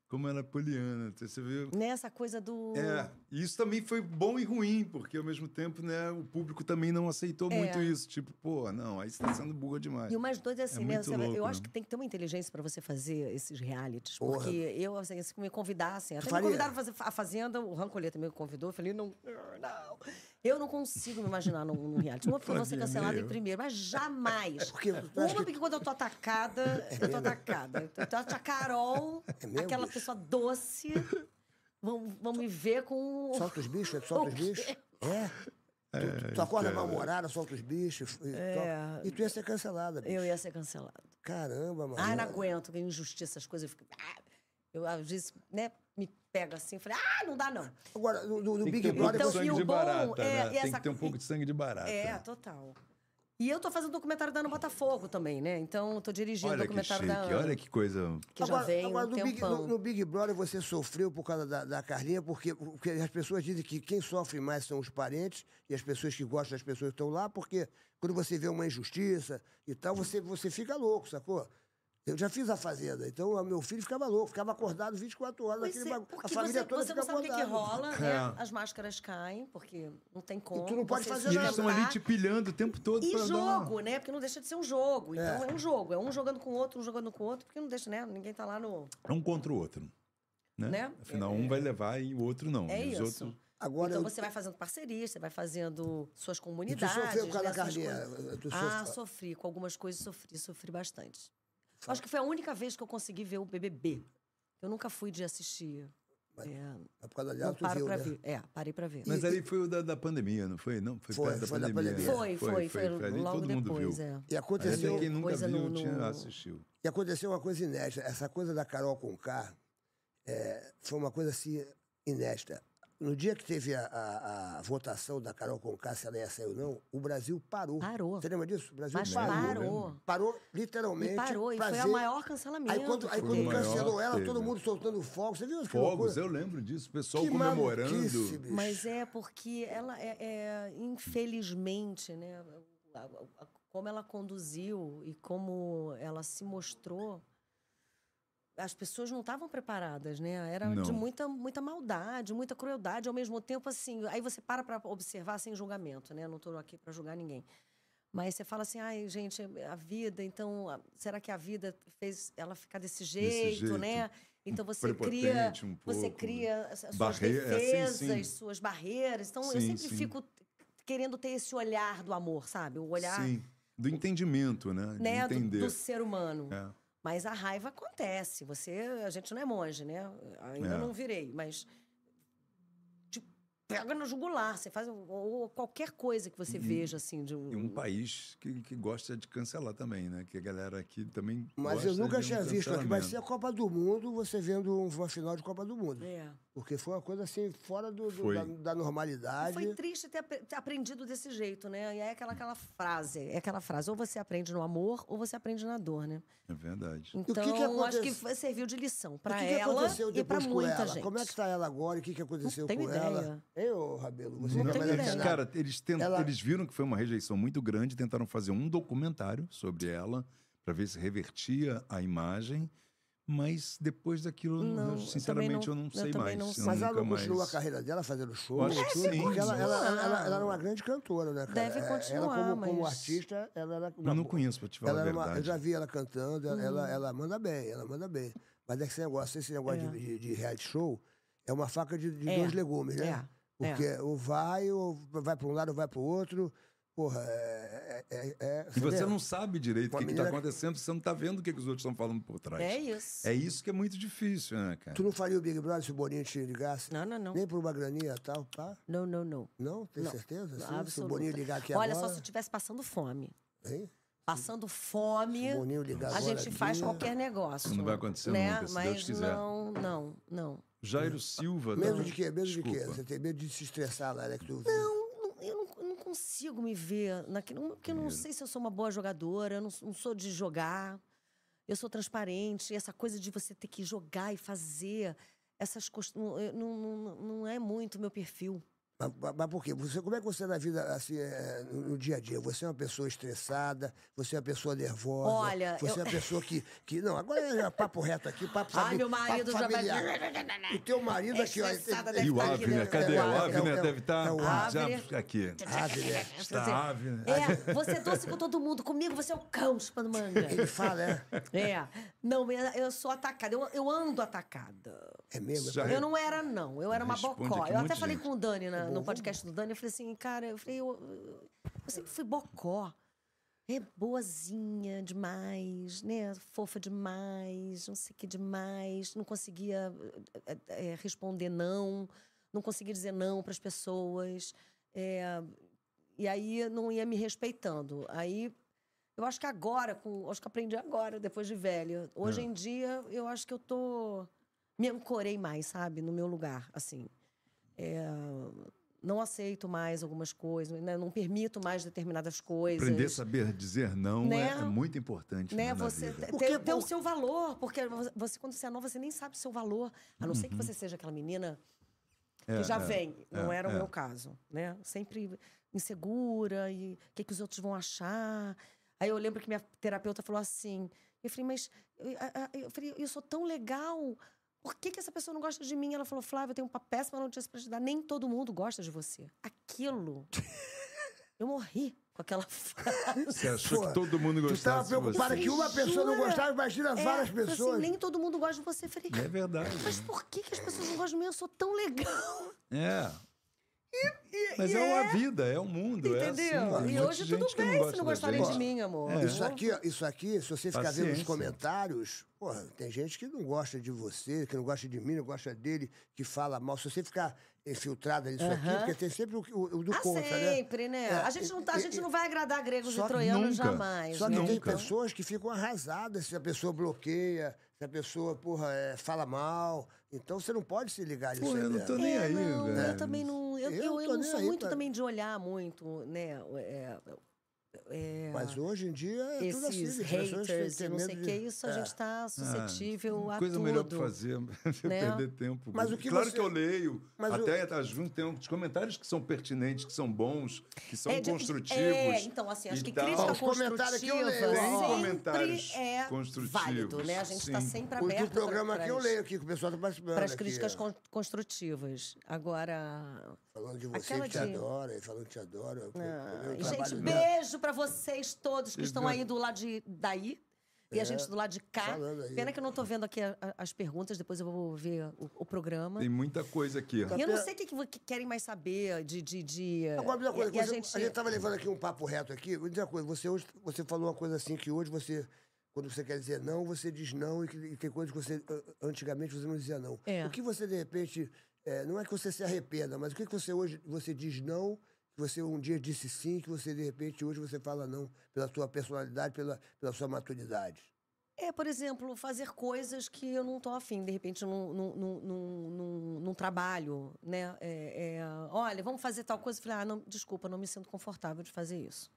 Speaker 2: Como ela é poliana. Você viu.
Speaker 3: Nessa coisa do.
Speaker 2: É, e isso também foi bom e ruim, porque ao mesmo tempo, né, o público também não aceitou
Speaker 3: É.
Speaker 2: muito isso. Tipo, pô, não, aí você tá sendo burra demais.
Speaker 3: E o mais doido é assim,
Speaker 2: É
Speaker 3: né?
Speaker 2: muito
Speaker 3: Você vai-
Speaker 2: louco,
Speaker 3: eu
Speaker 2: né?
Speaker 3: acho que tem que ter uma inteligência pra você fazer esses realities.
Speaker 1: Porra.
Speaker 3: Porque eu, assim, se me convidassem, até me
Speaker 1: faria?
Speaker 3: convidaram a fazer a Fazenda, o Rancoleta me convidou, eu falei, não, não. Eu não consigo me imaginar num, num reality. Uma porque eu vou ser
Speaker 2: Faria,
Speaker 3: cancelada
Speaker 2: nem
Speaker 3: em
Speaker 2: eu.
Speaker 3: primeiro, mas jamais.
Speaker 1: É Porque tu acha
Speaker 3: Uma
Speaker 1: que-
Speaker 3: porque quando eu tô atacada, eu tô atacada. Eu tô a Carol,
Speaker 1: É mesmo,
Speaker 3: aquela
Speaker 1: bicho?
Speaker 3: pessoa doce, vão, vão me ver com...
Speaker 1: Solta os bichos, tu solta os
Speaker 3: O quê?
Speaker 1: bichos. É. Tu, tu- tu acorda mal-humorada, solta os bichos. E,
Speaker 3: É.
Speaker 1: to- e tu ia ser cancelada, bicho.
Speaker 3: Eu ia ser cancelada.
Speaker 1: Caramba, mano.
Speaker 3: Ah, não aguento, que injustiça, as coisas. Eu, fico, ah, eu às vezes, né, me pega assim, falei, ah, não dá não.
Speaker 1: Agora, no, no- no
Speaker 2: Tem que
Speaker 1: Big
Speaker 2: ter um pouco
Speaker 1: Brother,
Speaker 3: Então,
Speaker 2: de
Speaker 1: você-
Speaker 3: e
Speaker 2: sangue
Speaker 3: o
Speaker 2: de
Speaker 3: bom
Speaker 2: barata,
Speaker 3: é-
Speaker 2: né?
Speaker 3: e
Speaker 2: Tem
Speaker 3: essa-
Speaker 2: que ter um pouco de sangue de barata.
Speaker 3: É, total. E eu tô fazendo documentário da Ana Botafogo também, né? Então, eu tô dirigindo o
Speaker 2: Olha que
Speaker 3: documentário
Speaker 2: chique,
Speaker 3: da Ana,
Speaker 2: olha que coisa.
Speaker 3: que já vem um
Speaker 1: no, Big,
Speaker 3: tempão.
Speaker 1: no- no Big Brother você sofreu por causa da, da Carlinha, porque, porque as pessoas dizem que quem sofre mais são os parentes e as pessoas que gostam das pessoas que estão lá, porque quando você vê uma injustiça e tal, você, você fica louco, sacou? Eu já fiz a fazenda, então o meu filho ficava louco, ficava acordado 24 horas
Speaker 3: Pois
Speaker 1: naquele
Speaker 3: é,
Speaker 1: bagulho. A
Speaker 3: porque
Speaker 1: família
Speaker 3: você,
Speaker 1: toda
Speaker 3: você
Speaker 1: fica
Speaker 3: não sabe o que, que
Speaker 1: acordada.
Speaker 3: rola, né?
Speaker 2: É.
Speaker 3: As máscaras caem, porque não tem como.
Speaker 1: tu não pode
Speaker 3: você
Speaker 1: fazer
Speaker 3: se
Speaker 2: E
Speaker 1: nada.
Speaker 2: eles estão ali tipo, te
Speaker 3: levantar.
Speaker 2: pilhando o tempo todo
Speaker 3: E
Speaker 2: pra dar
Speaker 3: jogo, né? Porque não deixa de ser um jogo. Então é. um jogo. É um jogando com o outro, um jogando com o outro, porque não deixa, né? Ninguém tá lá no.
Speaker 2: uma- um contra o outro. Né?
Speaker 3: Né?
Speaker 2: Afinal, um vai levar e o outro não.
Speaker 3: É
Speaker 2: e os
Speaker 3: isso.
Speaker 2: outros.
Speaker 1: Agora
Speaker 3: então
Speaker 1: eu-
Speaker 3: você vai fazendo parcerias, você vai fazendo suas
Speaker 1: E tu
Speaker 3: comunidades.
Speaker 1: sofreu por causa
Speaker 3: né,
Speaker 1: da
Speaker 3: suas
Speaker 1: Carlinha? eh,
Speaker 3: coisas.
Speaker 1: Tu
Speaker 3: Ah,
Speaker 1: sofre-
Speaker 3: sofri. Com algumas coisas sofri, sofri bastante. Acho que foi a única vez que eu consegui ver o BBB. Eu nunca fui de assistir. É,
Speaker 1: É por causa da
Speaker 3: não
Speaker 1: tu
Speaker 3: paro
Speaker 1: viu,
Speaker 3: pra
Speaker 1: né?
Speaker 3: ver. É, parei pra ver.
Speaker 2: Mas ali foi o da, da pandemia, não foi? Não, foi,
Speaker 1: Foi,
Speaker 2: perto da
Speaker 1: foi da
Speaker 2: pandemia.
Speaker 1: pandemia.
Speaker 2: né?
Speaker 3: Foi, foi, foi,
Speaker 2: Ali
Speaker 3: logo
Speaker 2: todo mundo
Speaker 3: depois,
Speaker 2: viu.
Speaker 3: é.
Speaker 1: E
Speaker 2: Mas até
Speaker 1: aconteceu,
Speaker 2: quem nunca
Speaker 3: coisa
Speaker 2: viu
Speaker 3: no- no-
Speaker 2: tinha assistiu.
Speaker 1: e aconteceu uma coisa inédita. Essa coisa da Carol Conká é, foi uma coisa assim inédita. No dia que teve a, a- a votação da Carol Conká, se ela ia sair ou não, o Brasil parou.
Speaker 3: Parou.
Speaker 1: Você lembra disso? O Brasil
Speaker 3: Mas
Speaker 1: parou.
Speaker 3: parou.
Speaker 1: Parou,
Speaker 3: E
Speaker 1: literalmente.
Speaker 3: parou, e
Speaker 1: pra
Speaker 3: foi o
Speaker 1: ver.
Speaker 3: maior cancelamento.
Speaker 1: Aí quando, aí
Speaker 3: que
Speaker 1: quando
Speaker 3: teve.
Speaker 2: maior
Speaker 1: cancelou ela,
Speaker 2: teve.
Speaker 1: todo mundo soltando fogos. Você viu isso?
Speaker 2: Fogos, eu lembro disso, o pessoal comemorando.
Speaker 3: Mas é porque ela é, é, infelizmente, né? a- a- a- como ela conduziu e como ela se mostrou, as pessoas não estavam preparadas, né? Era de
Speaker 2: Não.
Speaker 3: muita, muita maldade, muita crueldade, ao mesmo tempo assim. Aí você para para observar sem julgamento, né? Não estou aqui para julgar ninguém. Mas você fala assim, ai, gente, a vida, então, a- será que a vida fez ela ficar desse jeito,
Speaker 2: jeito.
Speaker 3: né? Então você cria,
Speaker 2: Prepotente um
Speaker 3: você
Speaker 2: pouco.
Speaker 3: cria as- as
Speaker 2: Barreira-
Speaker 3: suas
Speaker 2: é, sim,
Speaker 3: defesas,
Speaker 2: sim.
Speaker 3: suas barreiras. Então eu
Speaker 2: Sim,
Speaker 3: sempre
Speaker 2: sim.
Speaker 3: fico t- querendo ter esse olhar do amor, sabe? O olhar
Speaker 2: Sim, do entendimento, né? De
Speaker 3: né, do,
Speaker 2: entender.
Speaker 3: do ser humano.
Speaker 2: É.
Speaker 3: Mas a raiva acontece. Você, a gente não é monge, né? Ainda
Speaker 2: É.
Speaker 3: não virei, mas te pega no jugular. Você faz ou- ou qualquer coisa que
Speaker 1: Uhum.
Speaker 3: você veja assim de
Speaker 2: E um país que, que gosta de cancelar também, né? Que a galera aqui também.
Speaker 1: Mas
Speaker 2: gosta
Speaker 1: eu nunca
Speaker 2: de um
Speaker 1: tinha visto aqui. Vai ser a
Speaker 2: cancelamento.
Speaker 1: Copa do Mundo, você vendo uma final de Copa do Mundo.
Speaker 3: É.
Speaker 1: Porque foi uma coisa assim, fora do, do-
Speaker 2: Foi.
Speaker 1: da, da
Speaker 3: E
Speaker 1: normalidade.
Speaker 3: Foi triste ter apre- ter aprendido desse jeito, né? E é aquela, aquela frase, é aquela frase, ou você aprende no amor, ou você aprende na dor, né?
Speaker 2: É verdade.
Speaker 3: Então,
Speaker 1: que que
Speaker 3: acho que
Speaker 1: aconte-
Speaker 3: foi- serviu de lição
Speaker 1: O
Speaker 3: pra
Speaker 1: que que
Speaker 3: ela
Speaker 1: aconteceu
Speaker 3: e pra
Speaker 1: depois com
Speaker 3: muita
Speaker 1: ela?
Speaker 3: gente.
Speaker 1: Como é que tá ela agora? e O que, que aconteceu
Speaker 3: tenho
Speaker 1: com
Speaker 3: ideia.
Speaker 1: ela? Eu, Rabelo, você
Speaker 3: Não
Speaker 1: tá
Speaker 3: tenho
Speaker 1: mais
Speaker 3: ideia.
Speaker 2: Eles,
Speaker 1: antenado.
Speaker 2: cara, eles, tent-
Speaker 1: Ela-
Speaker 2: eles viram que foi uma rejeição muito grande, tentaram fazer um documentário sobre ela, para ver se revertia a imagem, mas depois daquilo, eu não-
Speaker 3: Não, eu
Speaker 2: sinceramente, eu
Speaker 3: também
Speaker 2: não,
Speaker 3: não- eu
Speaker 2: sei
Speaker 3: também
Speaker 2: mais.
Speaker 3: não
Speaker 2: eu
Speaker 3: sei.
Speaker 1: Mas ela
Speaker 2: nunca
Speaker 1: não continua
Speaker 2: mais-
Speaker 1: a carreira dela fazendo show?
Speaker 2: Eu acho que
Speaker 1: tudo,
Speaker 2: sim.
Speaker 1: Porque ela, ela,
Speaker 3: Continua.
Speaker 1: ela- ela era uma grande cantora, né, cara? É,
Speaker 3: Deve
Speaker 1: Ela,
Speaker 3: continuar,
Speaker 1: como, como
Speaker 3: mas-
Speaker 1: artista, ela era.
Speaker 2: Eu não conheço, pra te falar
Speaker 1: Ela
Speaker 2: a
Speaker 1: era uma-
Speaker 2: verdade.
Speaker 1: eu já vi ela cantando, ela,
Speaker 3: Uhum.
Speaker 1: ela, ela manda bem, ela manda bem. Mas esse negócio, esse negócio
Speaker 3: É.
Speaker 1: de, de, de reality show é uma faca de, de
Speaker 3: É.
Speaker 1: dois legumes, né?
Speaker 3: É, é.
Speaker 1: Porque ou vai, ou vai para um lado, ou vai para o outro. Porra, é. é- é-
Speaker 2: E você
Speaker 1: entendeu?
Speaker 2: não sabe direito o
Speaker 1: Uma
Speaker 2: que está
Speaker 1: menina-
Speaker 2: acontecendo, você não está vendo o que, que os outros estão falando por trás.
Speaker 3: É isso.
Speaker 2: É isso que é muito difícil, né, cara?
Speaker 1: Tu não faria o Big Brother se o Boninho te ligasse?
Speaker 3: Não, não, não.
Speaker 1: Nem por uma graninha e tal, pá?
Speaker 3: Não, não, não.
Speaker 1: Não? Tem certeza? Sim, se o
Speaker 3: Absoluta.
Speaker 1: Boninho ligar aqui
Speaker 3: Olha,
Speaker 1: agora...
Speaker 3: só se eu estivesse passando fome.
Speaker 1: Hein?
Speaker 3: Passando fome,
Speaker 1: Se o Boninho ligar
Speaker 3: a
Speaker 1: agora
Speaker 3: gente faz
Speaker 1: aqui,
Speaker 3: qualquer negócio.
Speaker 2: Não vai acontecer
Speaker 3: né?
Speaker 2: nunca, se
Speaker 3: Mas
Speaker 2: Deus quiser.
Speaker 3: não, não, não.
Speaker 2: Jairo Silva.
Speaker 1: Medo
Speaker 2: tá-
Speaker 1: de quê? Medo de quê?
Speaker 2: Desculpa.
Speaker 1: Você tem medo de se estressar lá, né? Que tu... Não.
Speaker 3: não- eu não, eu não consigo me ver naquilo. Porque eu não sei se eu sou uma boa jogadora, eu não, sou- não sou de jogar. Eu sou transparente. e Essa coisa de você ter que jogar e fazer. essas coisas. Não, eu- não, não, não é muito meu perfil.
Speaker 1: Mas, mas- mas por quê? Você, como é que você é na vida, assim, é, no, no dia a dia? Você é uma pessoa estressada, você é uma pessoa nervosa.
Speaker 3: Olha,
Speaker 1: Você é
Speaker 3: eu-
Speaker 1: uma pessoa que, que. Não, agora é papo reto aqui, papo
Speaker 3: Ai,
Speaker 1: fami-
Speaker 3: meu marido
Speaker 1: papo
Speaker 3: já vai-
Speaker 1: familiar. O teu
Speaker 2: É
Speaker 1: marido aqui, ó.
Speaker 3: Estressada
Speaker 1: ele-
Speaker 3: deve
Speaker 2: E o
Speaker 3: tá aqui, né?
Speaker 2: Avner, cadê?
Speaker 1: É
Speaker 2: o
Speaker 1: é
Speaker 2: Avner
Speaker 1: é o-
Speaker 2: deve tá estar
Speaker 1: é o Avner.
Speaker 3: Avner.
Speaker 2: aqui. Tá,
Speaker 1: Avner.
Speaker 2: Ah, Está Ah, Avner.
Speaker 3: É, você é doce com todo mundo. Comigo você é o cão chupando manga.
Speaker 1: Ele fala, é.
Speaker 3: É. Não, eu- eu sou atacada. Eu, eu ando atacada.
Speaker 1: É mesmo?
Speaker 2: Já-
Speaker 1: é-
Speaker 3: Eu não era, não. Eu era uma
Speaker 2: Responde aqui
Speaker 3: bocó. Eu até
Speaker 2: muita
Speaker 3: falei
Speaker 2: gente.
Speaker 3: com o Dani na- no podcast do Dani. Eu falei assim, cara, eu falei, eu, eu- eu sempre fui bocó. É boazinha demais, né? Fofa demais, não sei o que demais. Não conseguia eh, eh, eh, responder não, não conseguia dizer não para as pessoas. É, e aí não ia me respeitando. Aí eu acho que agora, com, acho que aprendi agora, depois de velha.
Speaker 2: É.
Speaker 3: Hoje em dia, eu acho que eu tô. Me ancorei mais, sabe? No meu lugar, assim. É, não aceito mais algumas coisas, né? não permito mais determinadas coisas.
Speaker 2: Aprender a saber dizer não é-
Speaker 3: Né?
Speaker 2: é, muito importante
Speaker 3: Né?
Speaker 2: né, na
Speaker 3: Você
Speaker 2: vida.
Speaker 3: te-
Speaker 1: Por
Speaker 3: ter,
Speaker 1: que-
Speaker 3: ter o
Speaker 1: por-
Speaker 3: seu valor, porque vo- você, quando você é nova, você nem sabe o seu valor. A não
Speaker 2: Uhum.
Speaker 3: ser que você seja aquela menina que
Speaker 2: É,
Speaker 3: já
Speaker 2: é,
Speaker 3: vem.
Speaker 2: é,
Speaker 3: não era
Speaker 2: é.
Speaker 3: o meu caso, né? Sempre insegura e o que, que os outros vão achar. Aí eu lembro que minha terapeuta falou assim. Eu falei, mas eu, a- a- eu, falei, eu sou tão legal. Por que, que essa pessoa não gosta de mim? Ela falou, Flávia, eu tenho uma péssima notícia pra te dar. Nem todo mundo gosta de você. Aquilo. eu morri com aquela frase.
Speaker 2: é, Você achou
Speaker 1: Pô,
Speaker 2: que todo mundo
Speaker 1: Tu
Speaker 2: gostava
Speaker 1: estava
Speaker 2: de
Speaker 1: preocupada
Speaker 2: você. tipo
Speaker 1: que uma pessoa não
Speaker 3: Jura?
Speaker 1: gostava, imagina
Speaker 3: É,
Speaker 1: várias
Speaker 3: falei assim,
Speaker 1: pessoas.
Speaker 3: nem todo mundo gosta de você. Eu Falei,
Speaker 2: É verdade.
Speaker 3: mas por que, que as pessoas não gostam de mim? Eu sou tão legal.
Speaker 2: É. Mas é uma vida, é um mundo. É
Speaker 3: Entendeu?
Speaker 2: assim, tem um
Speaker 3: e
Speaker 2: monte
Speaker 3: hoje
Speaker 2: de
Speaker 3: tudo
Speaker 2: gente que
Speaker 3: bem se
Speaker 2: gosta
Speaker 3: não
Speaker 2: da
Speaker 3: gostarem
Speaker 2: gente.
Speaker 3: de mim, amor.
Speaker 2: É.
Speaker 1: Isso aqui, ó, isso aqui, se você ficar vendo nos
Speaker 2: Paciência.
Speaker 1: comentários, porra, tem gente que não gosta de você, que não gosta de mim, não gosta dele, que fala mal. Se você ficar infiltrada nisso aqui,
Speaker 3: Aham.
Speaker 1: porque tem sempre o, o- o do
Speaker 3: Ah,
Speaker 1: contra, né?
Speaker 3: sempre, né?
Speaker 1: É,
Speaker 3: a gente, não, tá- a
Speaker 1: e-
Speaker 3: gente
Speaker 1: e-
Speaker 3: não vai agradar gregos
Speaker 1: Só
Speaker 3: e
Speaker 1: que
Speaker 3: troianos
Speaker 2: nunca.
Speaker 3: jamais.
Speaker 1: Só que
Speaker 3: né?
Speaker 1: tem
Speaker 2: Nunca.
Speaker 1: pessoas que ficam arrasadas se a pessoa bloqueia, se a pessoa, porra, é, fala mal. Então você não pode se ligar nisso
Speaker 2: Pô,
Speaker 1: aí,
Speaker 2: eu não
Speaker 1: né?
Speaker 2: tô nem
Speaker 3: É,
Speaker 2: aí,
Speaker 3: não,
Speaker 2: velho.
Speaker 3: eu também não. Eu,
Speaker 1: Eu
Speaker 3: eu, eu
Speaker 1: tô
Speaker 3: não
Speaker 1: nem
Speaker 3: sou
Speaker 1: aí
Speaker 3: muito
Speaker 1: pra-
Speaker 3: também de olhar muito, né? É, é,
Speaker 1: Mas hoje em dia é tudo assim.
Speaker 3: esses
Speaker 1: as pessoas têm-
Speaker 3: haters
Speaker 1: têm
Speaker 3: e não sei o
Speaker 1: medo
Speaker 3: que,
Speaker 1: de-
Speaker 3: isso a
Speaker 1: É.
Speaker 3: gente tá suscetível a
Speaker 2: Ah, coisa
Speaker 3: tudo.
Speaker 2: melhor pra fazer, você
Speaker 3: né?
Speaker 2: perder tempo.
Speaker 1: Mas o que
Speaker 2: claro
Speaker 1: você-
Speaker 2: que eu leio.
Speaker 1: Mas
Speaker 2: até às vezes tem uns comentários que são pertinentes, que são bons, que são
Speaker 3: É, de-
Speaker 2: construtivos.
Speaker 3: é, então, assim, acho
Speaker 2: e
Speaker 3: que
Speaker 2: tal.
Speaker 3: crítica
Speaker 1: Os comentários que eu leio,
Speaker 3: construtiva
Speaker 1: hein?
Speaker 2: Tem
Speaker 3: sempre
Speaker 2: comentários
Speaker 3: é
Speaker 2: construtivos,
Speaker 3: válido, né? A gente está
Speaker 2: sim.
Speaker 3: sempre
Speaker 1: O
Speaker 3: aberto
Speaker 1: do programa
Speaker 3: pra-
Speaker 1: aqui eu
Speaker 3: pras-
Speaker 1: leio aqui, que o pessoal tá participando.
Speaker 3: para as
Speaker 1: aqui,
Speaker 3: críticas
Speaker 1: ó.
Speaker 3: con- construtivas. Agora,
Speaker 1: Falando de você
Speaker 3: Aquela
Speaker 1: que te
Speaker 3: de-
Speaker 1: adora, e falando que te adora. eu- eu- eu
Speaker 3: E,
Speaker 1: trabalho
Speaker 3: gente,
Speaker 1: dela.
Speaker 3: beijo pra vocês todos que
Speaker 2: E
Speaker 3: estão
Speaker 2: be-
Speaker 3: aí do lado de daí. E
Speaker 1: É,
Speaker 3: a gente do lado de cá.
Speaker 1: falando aí.
Speaker 3: Pena que eu não tô vendo aqui a- a- as perguntas, depois eu vou ver o, o programa.
Speaker 2: Tem muita coisa aqui.
Speaker 3: E eu não sei o que, que vo- que querem mais saber de. de, de
Speaker 1: Agora, Então, uma coisa,
Speaker 3: e, e a
Speaker 1: você-
Speaker 3: gente.
Speaker 1: a gente estava levando aqui um papo reto aqui. Vou dizer uma coisa, você, hoje, você falou uma coisa assim que hoje você, quando você quer dizer não, você diz não, e, que, e tem coisas que você, ah, antigamente, você não dizia não.
Speaker 3: É.
Speaker 1: O que você, de repente, eh, não é que você se arrependa, mas o que, que você hoje, você diz não, que você um dia disse sim, que você, de repente, hoje você fala não pela sua personalidade, pela, pela sua maturidade?
Speaker 3: É, por exemplo, fazer coisas que eu não tô afim, de repente, num, num, num, num, num- num trabalho, né? É, é, olha, vamos fazer tal coisa. Eu falei, ah, não, desculpa, não me sinto confortável de fazer isso.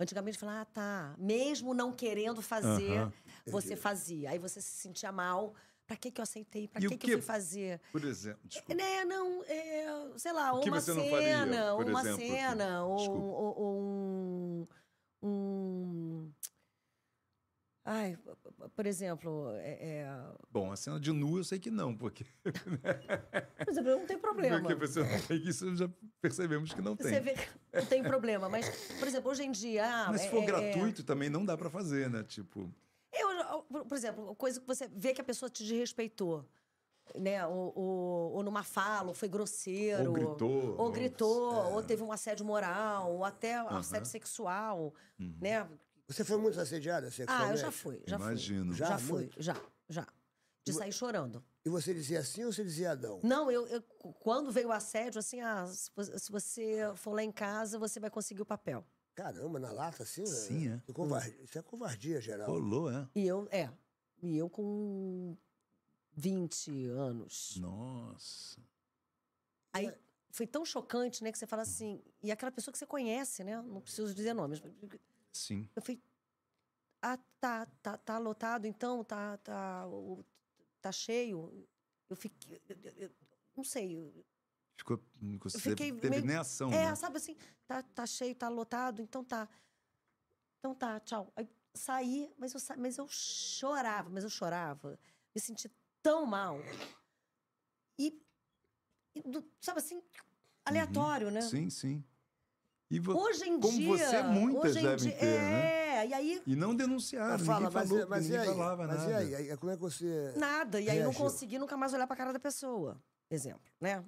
Speaker 3: Antigamente eu falava, ah, tá. Mesmo não querendo fazer,
Speaker 2: Aham.
Speaker 3: você fazia. Aí você se sentia mal. Pra que, que eu aceitei? Pra
Speaker 2: E
Speaker 3: que,
Speaker 2: o
Speaker 3: que,
Speaker 2: que-
Speaker 3: eu fui fazer?
Speaker 2: Por exemplo, desculpa.
Speaker 3: Né, não, é, sei lá,
Speaker 2: O
Speaker 3: ou
Speaker 2: que
Speaker 3: uma
Speaker 2: você não
Speaker 3: cena,
Speaker 2: faria,
Speaker 3: ou
Speaker 2: por
Speaker 3: uma
Speaker 2: exemplo, que-
Speaker 3: cena, ou,
Speaker 2: Desculpa.
Speaker 3: ou- ou um, um- Ai, por exemplo, é, é,
Speaker 2: Bom, a cena de nu eu sei que não, porque,
Speaker 3: por exemplo, não tem problema.
Speaker 2: porque você não tem que isso já percebemos que não tem.
Speaker 3: Você vê que não tem problema, mas, por exemplo, hoje em dia... ah,
Speaker 2: Mas se
Speaker 3: é-
Speaker 2: for
Speaker 3: é- é-
Speaker 2: gratuito também não dá pra fazer, né? Tipo,
Speaker 3: Eu, eu, por por exemplo, coisa que você vê que a pessoa te desrespeitou. Né? Ou, ou, ou numa fala, ou foi grosseiro.
Speaker 2: Ou gritou,
Speaker 3: Ou,
Speaker 2: ou-
Speaker 3: gritou, ou teve um assédio moral, ou até assédio sexual. Né?
Speaker 1: Você foi muito assediada
Speaker 3: Ah,
Speaker 1: sexualmente?
Speaker 3: eu já fui, já
Speaker 2: imagino.
Speaker 3: fui.
Speaker 1: é Já?
Speaker 3: Já, fui,
Speaker 1: Muito?
Speaker 3: já, já. De sair chorando.
Speaker 1: E você dizia sim ou você dizia não?
Speaker 3: Não, eu, eu- quando veio o assédio, assim, ah, se vo- se você for lá em casa, você vai conseguir o papel.
Speaker 1: Caramba, na lata assim?
Speaker 2: Sim, é.
Speaker 1: Que covardia- Isso é covardia, geral.
Speaker 2: Rolou, é?
Speaker 3: E eu, é. E eu com 20 anos.
Speaker 2: Hum. Nossa.
Speaker 3: Aí foi tão chocante, né? Que você fala assim. E aquela pessoa que você conhece, né? Não preciso dizer nomes.
Speaker 2: Sim.
Speaker 3: Eu falei. Ah, tá, tá, tá lotado então? Tá, tá, o- tá cheio? Eu fiquei. eu- eu- eu- não sei. eu-
Speaker 2: Ficou, não consegui-
Speaker 3: fiquei
Speaker 2: teve
Speaker 3: meio-
Speaker 2: nem ação,
Speaker 3: É,
Speaker 2: né?
Speaker 3: sabe assim, tá, tá cheio, tá lotado, então tá. Então tá, tchau. Aí saí, mas eu, sa- mas eu chorava, mas eu chorava. Me senti tão mal. E, e do- sabe assim, aleatório, né?
Speaker 2: Uhum. Sim, sim. E vo-
Speaker 3: Hoje em
Speaker 2: como
Speaker 3: dia...
Speaker 2: você, muitas
Speaker 3: hoje em
Speaker 2: devem
Speaker 3: dia-
Speaker 2: ter, né?
Speaker 3: É, e aí
Speaker 2: E não denunciaram,
Speaker 1: Mas fala,
Speaker 2: Ah, ninguém
Speaker 1: mas,
Speaker 3: é,
Speaker 2: falou,
Speaker 1: e- mas e
Speaker 2: ninguém
Speaker 1: aí?
Speaker 2: falava
Speaker 1: mas
Speaker 2: nada.
Speaker 1: e aí? aí? Como é que você.
Speaker 3: Nada, e aí eu não
Speaker 1: Reagiu.
Speaker 3: consegui nunca mais olhar pra cara da pessoa, exemplo, né?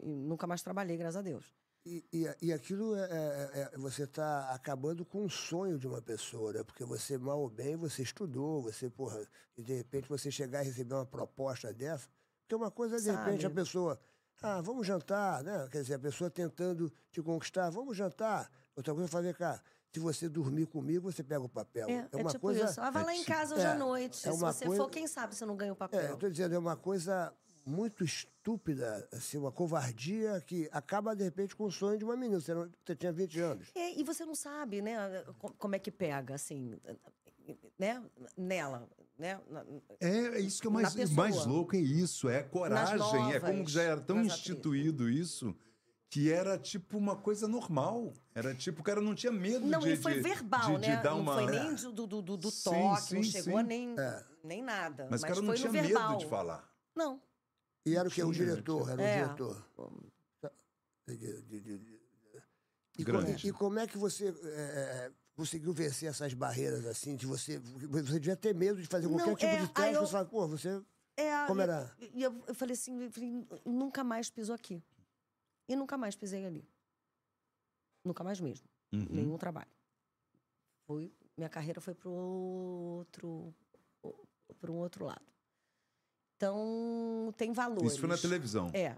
Speaker 3: E- e nunca mais trabalhei, graças a Deus.
Speaker 1: E, e- e aquilo é, é- é- Você está acabando com um sonho de uma pessoa, né? Porque você, mal ou bem, você estudou, você, porra. E de repente você chegar e receber uma proposta dessa. Porque uma coisa é, de
Speaker 3: Sabe.
Speaker 1: repente, a pessoa. Ah, vamos jantar, né? Quer dizer, a pessoa tentando te conquistar, vamos jantar. Outra coisa é fazer, cara, se você dormir comigo, você pega o papel.
Speaker 3: É, é tipo isso. Ah, vai lá em casa hoje
Speaker 1: é,
Speaker 3: à noite.
Speaker 1: é
Speaker 3: se
Speaker 1: uma
Speaker 3: você
Speaker 1: coisa-
Speaker 3: for, quem sabe você não ganha o
Speaker 1: É,
Speaker 3: papel.
Speaker 1: eu tô dizendo, é uma coisa muito estúpida, assim, uma covardia que acaba, de repente, com o sonho de uma menina. Você, não- você tinha 20 anos.
Speaker 3: É, e você não sabe, né, co- como é que pega, assim, né, nela, né? na-
Speaker 2: É, é isso que é
Speaker 3: Na
Speaker 2: mais,
Speaker 3: pessoa.
Speaker 2: mais louco, é isso, é a coragem. é como
Speaker 3: novas,
Speaker 2: já era tão
Speaker 3: nas atrizes.
Speaker 2: instituído isso que era tipo uma coisa normal. Era tipo, o cara não tinha medo
Speaker 3: Não,
Speaker 2: de.
Speaker 3: e foi
Speaker 2: de-
Speaker 3: verbal,
Speaker 2: de- de
Speaker 3: né?
Speaker 2: dar
Speaker 3: não
Speaker 2: uma- É,
Speaker 3: foi nem do, do, do, do
Speaker 2: Sim,
Speaker 3: toque,
Speaker 2: sim,
Speaker 3: não chegou
Speaker 2: sim. É.
Speaker 3: nem, nem nada.
Speaker 2: Mas, o cara
Speaker 3: foi
Speaker 2: não
Speaker 3: no
Speaker 2: tinha
Speaker 3: verbal.
Speaker 2: medo de falar.
Speaker 3: Não.
Speaker 1: E era o que? O
Speaker 2: Tinha,
Speaker 1: diretor, era o
Speaker 3: É.
Speaker 1: diretor. De- de- de- de- E, co-
Speaker 2: Grande.
Speaker 1: e como é que você é, é, conseguiu vencer essas barreiras, assim, de você... Você devia ter medo de fazer
Speaker 3: Não,
Speaker 1: qualquer tipo
Speaker 3: é,
Speaker 1: de
Speaker 3: aí
Speaker 1: teste.
Speaker 3: eu-
Speaker 1: Você fala, pô, você...
Speaker 3: É,
Speaker 1: Como
Speaker 3: e-
Speaker 1: era?
Speaker 3: E eu, eu falei assim, eu falei, nunca mais piso aqui. E nunca mais pisei ali. Nunca mais mesmo.
Speaker 2: Uhum.
Speaker 3: nenhum trabalho. Fui, minha carreira foi para outro, para um outro lado. Então tem valores.
Speaker 2: Isso foi na televisão.
Speaker 3: É,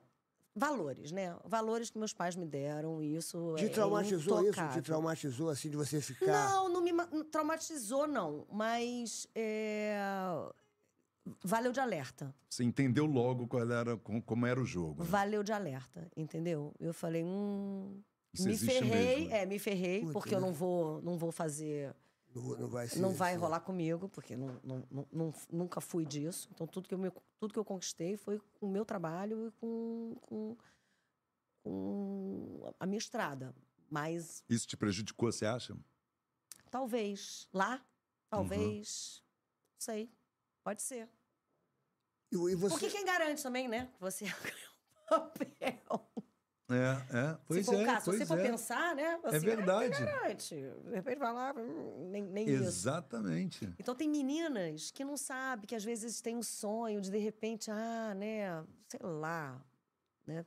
Speaker 3: valores, né? Valores que meus pais me deram e isso
Speaker 1: Te
Speaker 3: é-
Speaker 1: traumatizou
Speaker 3: é
Speaker 1: isso? Te
Speaker 3: intocável.
Speaker 1: traumatizou, assim, de você ficar...
Speaker 3: Não, não me ma- não traumatizou não, mas é, valeu de alerta.
Speaker 2: Você entendeu logo qual era, com- como era o jogo. né?
Speaker 3: Valeu de alerta, entendeu? Eu falei, hum,
Speaker 2: Isso
Speaker 3: me
Speaker 2: existe
Speaker 3: ferrei,
Speaker 2: mesmo.
Speaker 3: é, me ferrei
Speaker 1: Puta,
Speaker 3: porque eu
Speaker 1: né?
Speaker 3: não vou, não vou fazer
Speaker 1: Não, não vai ser
Speaker 3: não vai
Speaker 1: isso, né?
Speaker 3: rolar comigo, porque não, não- não- não- nunca fui disso. Então, tudo que, eu, me- tudo que eu conquistei foi com o meu trabalho e com, com, com a minha estrada. Mas
Speaker 2: Isso te prejudicou, você acha?
Speaker 3: talvez lá,
Speaker 2: Uhum.
Speaker 3: talvez, não sei, pode ser.
Speaker 1: E, e você...
Speaker 2: é.
Speaker 3: Porque quem garante também, né? que Você ganhou um papel.
Speaker 2: É, é. Pois
Speaker 3: se for
Speaker 2: é,
Speaker 3: o caso, se
Speaker 2: pois
Speaker 3: você for
Speaker 2: é.
Speaker 3: pensar, né?
Speaker 2: É
Speaker 3: assim,
Speaker 2: verdade.
Speaker 3: Quem garante? De repente vai lá, hum, nem, nem isso.
Speaker 2: Exatamente.
Speaker 3: Então tem meninas que não sabem, que às vezes têm um sonho de de repente, ah, né, sei lá, né?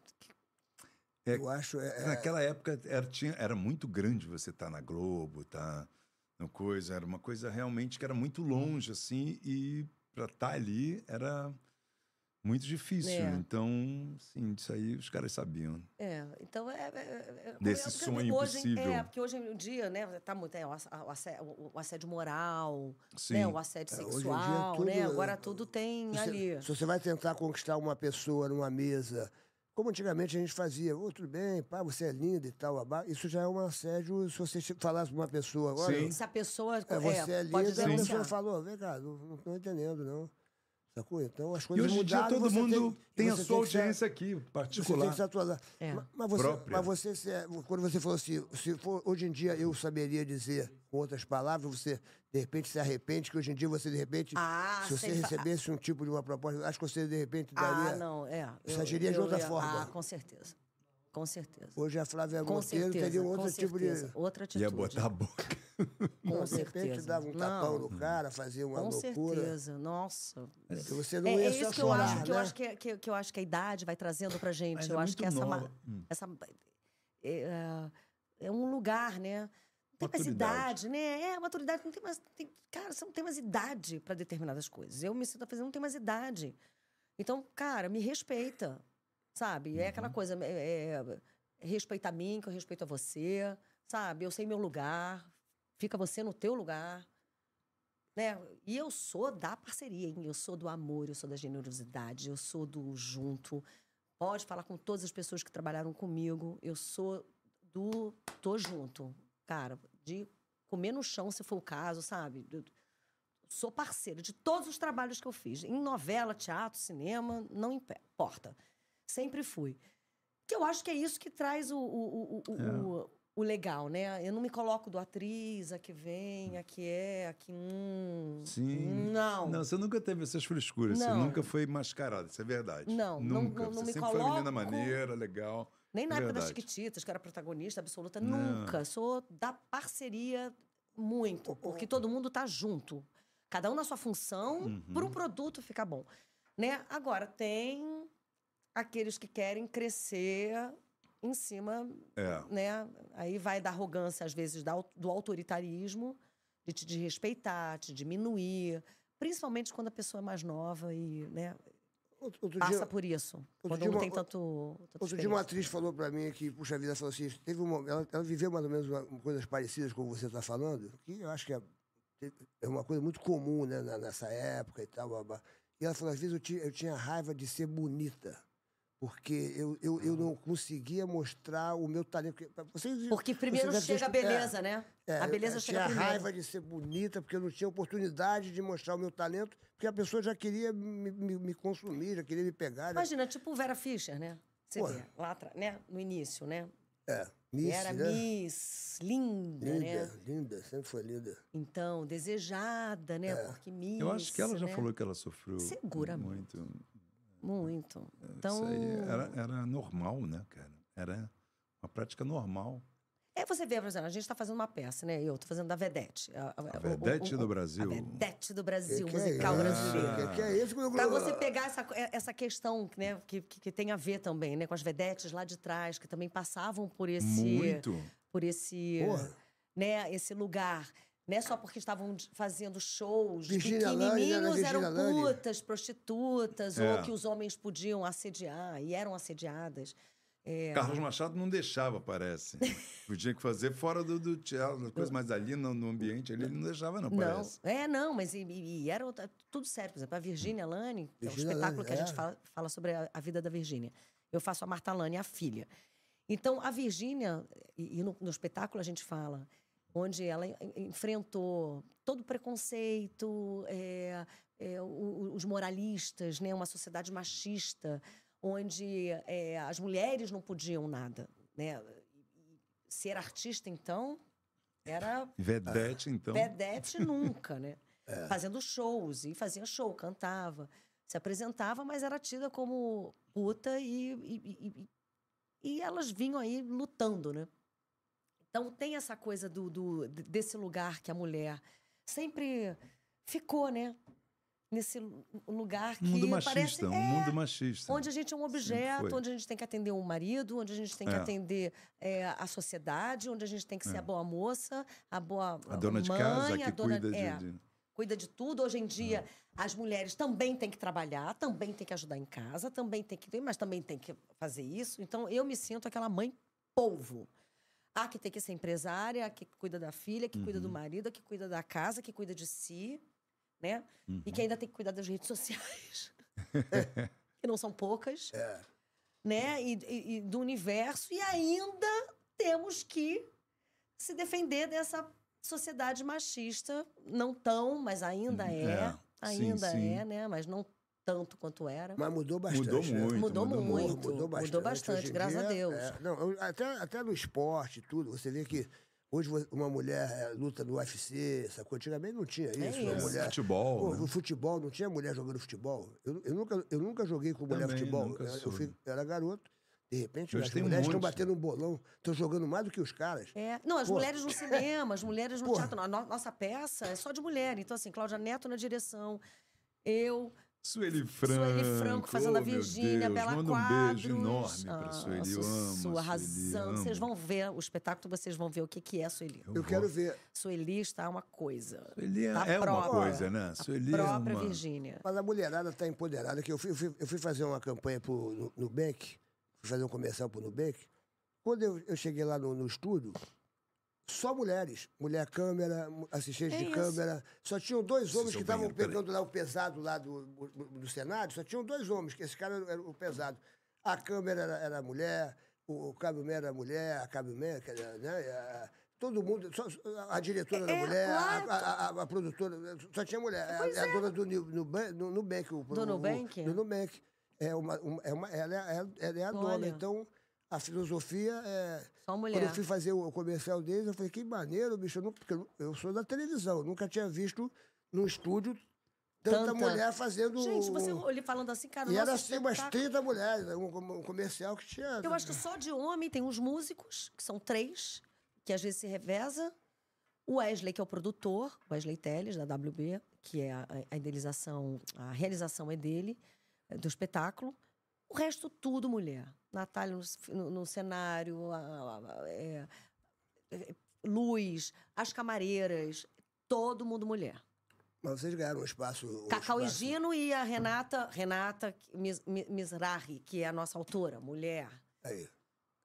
Speaker 2: É-
Speaker 1: Eu acho... é- é-
Speaker 2: Naquela época era, tinha- era muito grande você estar na Globo, tá no coisa, era uma coisa realmente que era
Speaker 3: Uhum.
Speaker 2: muito longe assim e para estar ali era muito difícil.
Speaker 3: É.
Speaker 2: Então, sim, disso aí os caras sabiam.
Speaker 3: É, então é. é- é-
Speaker 2: Desse
Speaker 3: porque
Speaker 2: sonho
Speaker 3: hoje,
Speaker 2: impossível.
Speaker 3: É, porque hoje em dia, né, tá muito. É, o ass- o assé- o- o assédio, moral,
Speaker 2: Sim.
Speaker 3: né, o assédio
Speaker 1: É, hoje em dia
Speaker 3: sexual, né?
Speaker 1: tudo-
Speaker 3: Agora tudo tem
Speaker 1: Se você-
Speaker 3: ali.
Speaker 1: Se você vai tentar conquistar uma pessoa numa mesa, como antigamente a gente fazia, ô, tudo bem, pá, você é linda e tal, babá, isso já é um assédio se você che- falasse pra uma pessoa agora.
Speaker 2: Sim.
Speaker 3: Se a pessoa.
Speaker 1: É, você é,
Speaker 3: é,
Speaker 1: linda,
Speaker 3: pode
Speaker 1: a pessoa
Speaker 3: denunciar.
Speaker 1: falou, vem cá, não, não tô entendendo, não. Sacou? Então as
Speaker 2: E
Speaker 1: coisas
Speaker 2: hoje em dia
Speaker 1: mudaram.
Speaker 2: todo
Speaker 1: você
Speaker 2: mundo tem, a
Speaker 1: você
Speaker 2: sua
Speaker 1: que se-
Speaker 2: audiência aqui,
Speaker 1: Você tem
Speaker 2: particular.
Speaker 1: que se atualizar.
Speaker 3: É.
Speaker 1: Ma- Mas, você,
Speaker 2: Própria.
Speaker 1: mas você se é- quando você falou assim, se for, hoje em dia eu saberia dizer com outras palavras, você de repente se arrepende, que hoje em dia você de repente,
Speaker 3: Ah,
Speaker 1: se você
Speaker 3: sem fa-
Speaker 1: recebesse um tipo de uma proposta, acho que você de repente daria.
Speaker 3: Ah, não, é. eu-
Speaker 1: Você agiria de
Speaker 3: eu
Speaker 1: outra
Speaker 3: ia-
Speaker 1: forma.
Speaker 3: Ah, com certeza. Com certeza.
Speaker 1: Hoje a Flávia
Speaker 3: Com
Speaker 1: Monteiro
Speaker 3: certeza.
Speaker 1: teria um
Speaker 3: com
Speaker 1: outro tipo
Speaker 3: certeza.
Speaker 1: de.
Speaker 3: Outra atitude.
Speaker 2: Ia é botar a boca.
Speaker 3: Com
Speaker 1: Não, de
Speaker 3: certeza.
Speaker 1: repente dava um tapão no cara, fazia uma
Speaker 3: Com
Speaker 1: loucura.
Speaker 3: certeza, nossa.
Speaker 1: Que Você
Speaker 3: É,
Speaker 1: não
Speaker 3: é
Speaker 1: ia
Speaker 3: isso
Speaker 1: só
Speaker 3: que eu
Speaker 1: chorar,
Speaker 3: acho, que eu
Speaker 1: né?
Speaker 3: acho que, é, que- que eu acho que a idade vai trazendo pra gente.
Speaker 2: Mas
Speaker 3: eu
Speaker 2: é
Speaker 3: acho que
Speaker 2: muito
Speaker 3: essa, ma-
Speaker 2: nova. Hum.
Speaker 3: essa é, é um lugar, né? Não tem mais
Speaker 2: Maturidade.
Speaker 3: idade, né? É, maturidade não tem mais. tem- cara, você não tem mais idade pra determinadas coisas. Eu me sinto fazendo, não tenho mais idade. Então, cara, me respeita. Sabe? É
Speaker 2: Uhum.
Speaker 3: aquela coisa. É, é, respeita a mim, que eu respeito a você. Sabe? Eu sei meu lugar. Fica você no teu lugar. Né? E eu sou da parceria, hein? Eu sou do amor, eu sou da generosidade, eu sou do junto. Pode falar com todas as pessoas que trabalharam comigo. Eu sou do tô junto, cara, de comer no chão se for o caso, sabe? Eu Sou parceira de todos os trabalhos que eu fiz. Em novela, teatro, cinema, não impe- importa. Sempre fui. Que eu acho que é isso que traz o, o, o, o-
Speaker 2: É.
Speaker 3: o- o legal, né? Eu não me coloco do atriz, a que vem, a que é, a que. Hum,
Speaker 2: Sim.
Speaker 3: Não.
Speaker 2: Não, você nunca teve essas frescuras. Você
Speaker 3: Não.
Speaker 2: nunca foi mascarada, isso é verdade.
Speaker 3: Não, não-
Speaker 2: nunca.
Speaker 3: não- não
Speaker 2: você
Speaker 3: me
Speaker 2: sempre foi uma menina
Speaker 3: coloco-
Speaker 2: maneira, legal.
Speaker 3: Nem na época das
Speaker 2: Verdade.
Speaker 3: Chiquititas, que era protagonista absoluta.
Speaker 2: Não.
Speaker 3: Nunca. Sou da parceria muito, porque todo mundo tá junto. Cada um na sua função,
Speaker 2: Uhum.
Speaker 3: para um produto ficar bom. Né? Agora, tem aqueles que querem crescer em cima,
Speaker 2: É.
Speaker 3: né? Aí vai da arrogância, às vezes, da au- do autoritarismo, de te desrespeitar, te diminuir. Principalmente quando a pessoa é mais nova e né,
Speaker 1: Outro, outro
Speaker 3: passa
Speaker 1: dia,
Speaker 3: por isso. Quando
Speaker 1: dia
Speaker 3: não
Speaker 1: uma-
Speaker 3: tem tanto. tanta
Speaker 1: outro dia uma
Speaker 3: experiência.
Speaker 1: atriz falou pra mim que, puxa vida, falou assim, teve uma, ela, ela viveu mais ou menos uma, coisas parecidas com você tá falando, que eu acho que é, é uma coisa muito comum, né, na- nessa época e tal, babá. E ela falou, às vezes eu tinha, eu tinha raiva de ser bonita. Porque eu, eu,
Speaker 3: Ah.
Speaker 1: eu não conseguia mostrar o meu talento. Porque, pra- você-
Speaker 3: Porque
Speaker 1: você
Speaker 3: primeiro
Speaker 1: deve ter
Speaker 3: chega a
Speaker 1: estu- é.
Speaker 3: beleza, né?
Speaker 1: É,
Speaker 3: a
Speaker 1: eu-
Speaker 3: beleza
Speaker 1: eu
Speaker 3: chega
Speaker 1: tinha
Speaker 3: primeiro.
Speaker 1: raiva de ser bonita, porque eu não tinha oportunidade de mostrar o meu talento, porque a pessoa já queria me, me- me consumir, já queria me pegar. né?
Speaker 3: Imagina, tipo Vera Fischer, né? Você
Speaker 1: Pô.
Speaker 3: vê, lá atrás, né? No início, né?
Speaker 1: É,
Speaker 3: E
Speaker 1: Miss,
Speaker 3: era
Speaker 1: né?
Speaker 3: Miss, linda,
Speaker 1: Linda,
Speaker 3: né?
Speaker 1: linda, sempre foi linda.
Speaker 3: Então, desejada,
Speaker 1: É.
Speaker 3: né? Porque Miss.
Speaker 2: Eu acho que ela já
Speaker 3: né?
Speaker 2: falou que ela sofreu
Speaker 3: Seguramente.
Speaker 2: muito.
Speaker 3: Muito. Então.
Speaker 2: É, Isso aí era, era normal, né, cara? Era uma prática normal.
Speaker 3: É, você vê, por exemplo, a gente tá fazendo uma peça, né? Eu tô fazendo da Vedete. A, a-
Speaker 2: A
Speaker 3: o- o-
Speaker 2: Vedete
Speaker 3: o-
Speaker 2: do
Speaker 3: o-
Speaker 2: Brasil.
Speaker 3: A Vedete do Brasil,
Speaker 1: Que que é
Speaker 3: musical
Speaker 1: isso?
Speaker 3: brasileiro.
Speaker 1: Que que é isso?
Speaker 3: Pra você pegar essa, co- eh, essa questão né, que, que, que tem a ver também, né? Com as vedetes lá de trás, que também passavam por esse.
Speaker 2: Muito.
Speaker 3: Por esse.
Speaker 1: Porra.
Speaker 3: Né, esse lugar. Não é só porque estavam de- fazendo shows.
Speaker 1: Virginia Lange, né,
Speaker 3: pequenininhos
Speaker 1: Virginia
Speaker 3: eram
Speaker 1: Lange.
Speaker 3: putas, prostitutas,
Speaker 2: É.
Speaker 3: ou que os homens podiam assediar e eram assediadas. É,
Speaker 2: Carlos Machado não deixava, parece. Podia que fazer fora do, do teatro, coisa, mas ali no, no ambiente ali, ele não deixava, não,
Speaker 3: Não,
Speaker 2: parece.
Speaker 3: é, não, mas e, e- e era outra- tudo sério. Por exemplo, a Virgínia Lane, que é um
Speaker 1: Virgínia
Speaker 3: espetáculo
Speaker 1: Lane,
Speaker 3: que a gente
Speaker 1: é.
Speaker 3: fala, fala sobre a, a vida da Virgínia. Eu faço a Marta Lane, a filha. Então, a Virgínia, e, e no, no espetáculo a gente fala, onde ela en- en- enfrentou todo o preconceito, é, é, o- o- os moralistas, né, uma sociedade machista, onde é, as mulheres não podiam nada. Né? Ser artista, então, era
Speaker 2: Vedete, então. É.
Speaker 3: Vedete nunca, né? Fazendo shows, e fazia show, cantava, se apresentava, mas era tida como puta e, e- e- e- e elas vinham aí lutando, né? Então tem essa coisa do, do- desse lugar que a mulher sempre ficou, né? Nesse lu- lugar que
Speaker 2: Um mundo
Speaker 3: parece
Speaker 2: machista, um mundo machista.
Speaker 3: onde a gente é um
Speaker 2: foi.
Speaker 3: objeto, onde a gente tem que atender o marido, onde a gente tem que
Speaker 2: É.
Speaker 3: atender é, a sociedade, onde a gente tem que ser a boa moça, a boa
Speaker 2: A dona
Speaker 3: mãe,
Speaker 2: de casa
Speaker 3: a
Speaker 2: que
Speaker 3: dona,
Speaker 2: cuida de-
Speaker 3: é,
Speaker 2: de... É.
Speaker 3: cuida de tudo. Hoje em dia, as mulheres também têm que trabalhar, também têm que ajudar em casa, também têm que, mas também têm que fazer isso. Então, eu me sinto aquela mãe polvo. A Ah, que tem que ser empresária, a que cuida da filha, a que cuida do
Speaker 2: Uhum.
Speaker 3: marido, a que cuida da casa, a que cuida de si, né? E
Speaker 2: Uhum.
Speaker 3: que ainda tem que cuidar das redes sociais. que não são poucas.
Speaker 2: É.
Speaker 3: Né? E, e- e do universo. E ainda temos que se defender dessa sociedade machista. Não tão, mas ainda é.
Speaker 2: É, sim,
Speaker 3: Ainda
Speaker 2: sim.
Speaker 3: é, né? Mas não tanto quanto era.
Speaker 1: Mas mudou bastante.
Speaker 2: Mudou
Speaker 1: né?
Speaker 2: muito,
Speaker 3: Mudou
Speaker 2: mudou
Speaker 3: muito.
Speaker 2: muito.
Speaker 3: Mudou bastante,
Speaker 1: Hoje em
Speaker 3: graças a
Speaker 1: dia,
Speaker 3: Deus.
Speaker 1: é, não, eu- até, até no esporte e tudo, você vê que hoje vo- uma mulher é, luta no UFC, sacou? Antigamente não tinha isso. uma
Speaker 3: É isso.
Speaker 1: mulher-
Speaker 2: Futebol,
Speaker 1: Pô,
Speaker 2: né?
Speaker 1: No futebol, não tinha mulher jogando futebol. Eu, eu nunca, eu nunca joguei com mulher
Speaker 2: Também,
Speaker 1: futebol.
Speaker 2: nunca
Speaker 1: eu, eu
Speaker 2: soube.
Speaker 1: fui- eu era garoto. De repente,
Speaker 2: Hoje
Speaker 1: as
Speaker 2: tem um
Speaker 1: mulheres estão
Speaker 2: monte,
Speaker 1: batendo um bolão, estão jogando mais do que os caras.
Speaker 3: É, Não, as
Speaker 1: Pô.
Speaker 3: mulheres no cinema, as mulheres no
Speaker 1: Porra.
Speaker 3: teatro. não, A no- nossa peça é só de mulher. Então, assim, Cláudia Neto na direção, eu,
Speaker 2: Sueli Franco.
Speaker 3: Sueli Franco fazendo a
Speaker 2: oh, meu
Speaker 3: Virgínia,
Speaker 2: Deus,
Speaker 3: Bela
Speaker 2: Manda um
Speaker 3: Quadros.
Speaker 2: beijo enorme pra
Speaker 3: Ah,
Speaker 2: Sueli. Eu amo. a
Speaker 3: Sussu,
Speaker 2: Sueli,
Speaker 3: arrasando.
Speaker 2: amo.
Speaker 3: Vocês vão ver o espetáculo, vocês vão ver o que, que é Sueli.
Speaker 1: Eu quero ver.
Speaker 3: Sueli está uma coisa.
Speaker 2: Sueli é,
Speaker 3: Tá
Speaker 2: é uma
Speaker 3: própria.
Speaker 2: coisa, né? Sueli
Speaker 3: a
Speaker 2: é
Speaker 3: própria
Speaker 2: uma...
Speaker 3: Virgínia.
Speaker 1: Mas a mulherada está empoderada. Que eu, fui, eu fui- eu fui fazer uma campanha pro Nu- Nubank, fui fazer um comercial pro Nubank. Quando eu, eu cheguei lá no, no estúdio, só mulheres. Mulher câmera, mu- assistente
Speaker 3: É
Speaker 1: de
Speaker 3: isso.
Speaker 1: câmera. Só tinham dois homens
Speaker 2: seu
Speaker 1: que estavam
Speaker 2: banheiro, peraí.
Speaker 1: pegando lá o pesado lá do, do, do Senado. Só tinham dois homens, que esse cara era, o pesado. A câmera era, era mulher, o, o cabeman era mulher, a cabeman, que era, né? a- Todo mundo, só- a diretora da
Speaker 3: É,
Speaker 1: mulher, a-
Speaker 3: claro.
Speaker 1: a, a- a produtora, só tinha mulher. A-
Speaker 3: Pois
Speaker 1: a,
Speaker 3: é.
Speaker 1: dona do Nil- Nuban- Nu- Nubank. o-
Speaker 3: Do
Speaker 1: o-
Speaker 3: Nubank?
Speaker 1: Do Nubank. É uma, uma- é uma- ela, é, ela- ela é a dona.
Speaker 3: Olha.
Speaker 1: Então, a filosofia é.
Speaker 3: Só mulher.
Speaker 1: Quando eu fui fazer o comercial deles, eu falei, que maneiro, bicho. Eu, não- porque eu- eu sou da televisão, eu nunca tinha visto num estúdio tanta,
Speaker 3: Tanta.
Speaker 1: mulher fazendo.
Speaker 3: Gente, você
Speaker 1: um-
Speaker 3: ele falando assim, cara,
Speaker 1: E
Speaker 3: nossa,
Speaker 1: era assim, umas
Speaker 3: espetáculo.
Speaker 1: 30 mulheres, um, com- um comercial que tinha.
Speaker 3: Eu acho que só de homem tem os músicos, que são três, que às vezes se reveza. O Wesley, que é o produtor, Wesley Teles, da WB, que é a, a idealização, a realização é dele, é do espetáculo. O resto, tudo mulher. Natália no, c- no- no cenário, a- a- a- é, é, luz, as camareiras, todo mundo mulher.
Speaker 1: Mas vocês ganharam um espaço. um
Speaker 3: Cacau e
Speaker 1: espaço.
Speaker 3: Gino e a Renata, Renata Mis- Mi- Misrahi, que é a nossa autora, mulher.
Speaker 1: Aí.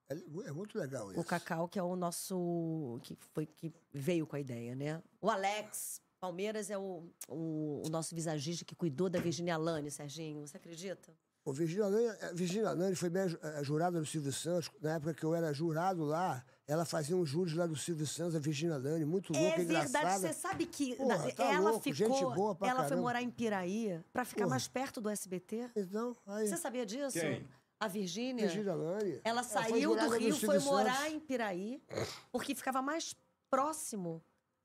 Speaker 1: É, le- é muito legal isso.
Speaker 3: O Cacau, que é o nosso. que foi que veio com a ideia, né? O Alex Palmeiras é o, o, o nosso visagista que cuidou da Virginia Lane, Serginho. Você acredita?
Speaker 1: O Virginia Lani, a Virginia Lani foi minha ju- é, a jurada do Silvio Santos. Na época que eu era jurado lá, ela fazia um júri lá do Silvio Santos, a Virginia Lani, muito louca,
Speaker 3: é verdade,
Speaker 1: engraçada.
Speaker 3: você sabe que
Speaker 1: Porra,
Speaker 3: na-
Speaker 1: tá
Speaker 3: ela
Speaker 1: louco, gente
Speaker 3: ficou.
Speaker 1: boa pra
Speaker 3: ela foi
Speaker 1: caramba.
Speaker 3: morar em Piraí pra ficar
Speaker 1: Porra.
Speaker 3: mais perto do SBT.
Speaker 1: Então, aí.
Speaker 3: Você sabia disso?
Speaker 2: Quem?
Speaker 3: A Virgínia.
Speaker 1: Virginia Lani.
Speaker 3: Ela
Speaker 1: foi
Speaker 3: saiu do
Speaker 1: jurada
Speaker 3: Rio,
Speaker 1: Silvio
Speaker 3: foi morar
Speaker 1: Santos.
Speaker 3: em Piraí, porque ficava mais próximo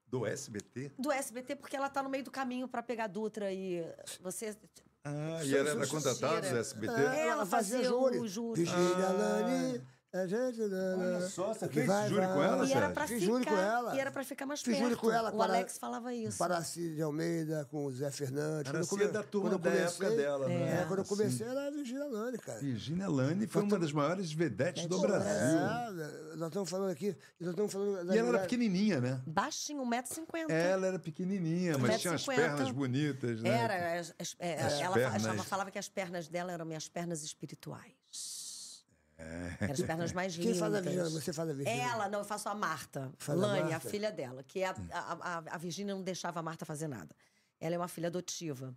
Speaker 2: Do SBT?
Speaker 3: do SBT, porque ela tá no meio do caminho pra pegar Dutra e você
Speaker 2: Ah, e
Speaker 1: Sou-
Speaker 2: ela
Speaker 1: sou
Speaker 2: era contratada do
Speaker 3: sujeira.
Speaker 2: SBT?
Speaker 1: É,
Speaker 3: Ela
Speaker 1: ela fazia
Speaker 3: fazia
Speaker 1: júri.
Speaker 3: o júri.
Speaker 1: Virginia
Speaker 2: Ah.
Speaker 1: Lani. A gente.
Speaker 2: Olha só, você
Speaker 1: que
Speaker 2: fez
Speaker 1: vai,
Speaker 2: júri
Speaker 1: vai.
Speaker 2: com ela,
Speaker 3: E era pra
Speaker 1: Fiz
Speaker 3: ficar,
Speaker 1: júri com ela.
Speaker 3: E era pra ficar mais
Speaker 1: Fiz
Speaker 3: perto.
Speaker 1: júri com ela,
Speaker 3: o
Speaker 1: com a-
Speaker 3: Alex falava isso.
Speaker 1: Paraci de Almeida com o Zé Fernandes. Quando eu
Speaker 2: Araci
Speaker 1: come-
Speaker 2: é da turma
Speaker 1: quando eu
Speaker 2: da época
Speaker 1: comecei-
Speaker 2: dela, né?
Speaker 1: É, quando eu
Speaker 2: Sim.
Speaker 1: comecei era a Virginia Lani, cara.
Speaker 2: Virginia Lani foi uma das maiores vedetes do Brasil.
Speaker 1: É, nós estamos falando aqui. Nós estamos falando da
Speaker 2: E ela era
Speaker 1: mulher-
Speaker 2: pequenininha, né?
Speaker 3: Baixinho, 1,50m.
Speaker 2: Ela era pequenininha, mas tinha as
Speaker 3: 1,50.
Speaker 2: pernas bonitas, né?
Speaker 3: Era, as- as- é,
Speaker 2: As
Speaker 3: ela fa-
Speaker 2: pernas.
Speaker 3: achava- falava que as pernas dela eram minhas pernas espirituais.
Speaker 2: É.
Speaker 3: Eram as pernas mais
Speaker 1: Quem
Speaker 3: lindas.
Speaker 1: faz a Virginia? Você faz a Virginia?
Speaker 3: Ela, não, eu faço a Marta.
Speaker 1: Faz a
Speaker 3: Lani, a,
Speaker 1: Marta?
Speaker 3: filha dela. Que é a, a, a- a Virgínia não deixava a Marta fazer nada. Ela é uma filha adotiva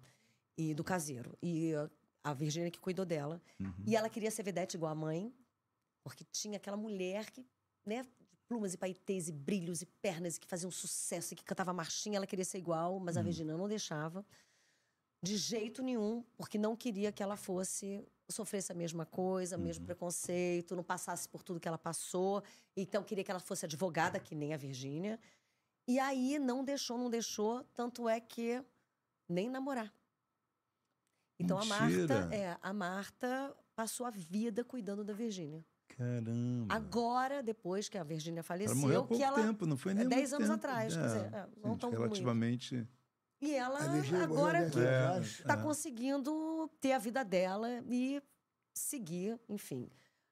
Speaker 3: e do caseiro. E uh, a Virgínia que cuidou dela.
Speaker 2: Uhum.
Speaker 3: E ela queria ser vedete igual a mãe, porque tinha aquela mulher que, né, plumas e paetês e brilhos e pernas e que fazia um sucesso e que cantava marchinha. Ela queria ser igual, mas a
Speaker 2: Uhum.
Speaker 3: Virgínia não deixava. De jeito nenhum, porque não queria que ela fosse sofresse a mesma coisa, o
Speaker 2: Uhum.
Speaker 3: mesmo preconceito, não passasse por tudo que ela passou. Então queria que ela fosse advogada, que nem a Virgínia. E aí não deixou, não deixou, tanto é que nem namorar. Então a
Speaker 2: Mentira.
Speaker 3: Marta, é, a Marta passou a vida cuidando da Virgínia.
Speaker 2: Caramba.
Speaker 3: Agora, depois que a Virgínia
Speaker 2: Hum. ela morreu há
Speaker 3: faleceu,
Speaker 2: pouco
Speaker 3: que ela
Speaker 2: tempo, não foi
Speaker 3: é
Speaker 2: nem muito
Speaker 3: 10 anos
Speaker 2: tempo.
Speaker 3: atrás, quer dizer, é, não
Speaker 2: gente,
Speaker 3: tão
Speaker 2: relativamente.
Speaker 3: e ela
Speaker 1: A Virgínia morreu
Speaker 3: agora
Speaker 1: dentro
Speaker 3: que
Speaker 1: da
Speaker 2: É.
Speaker 1: caixa.
Speaker 3: tá
Speaker 2: É.
Speaker 3: conseguindo ter a vida dela e seguir, enfim,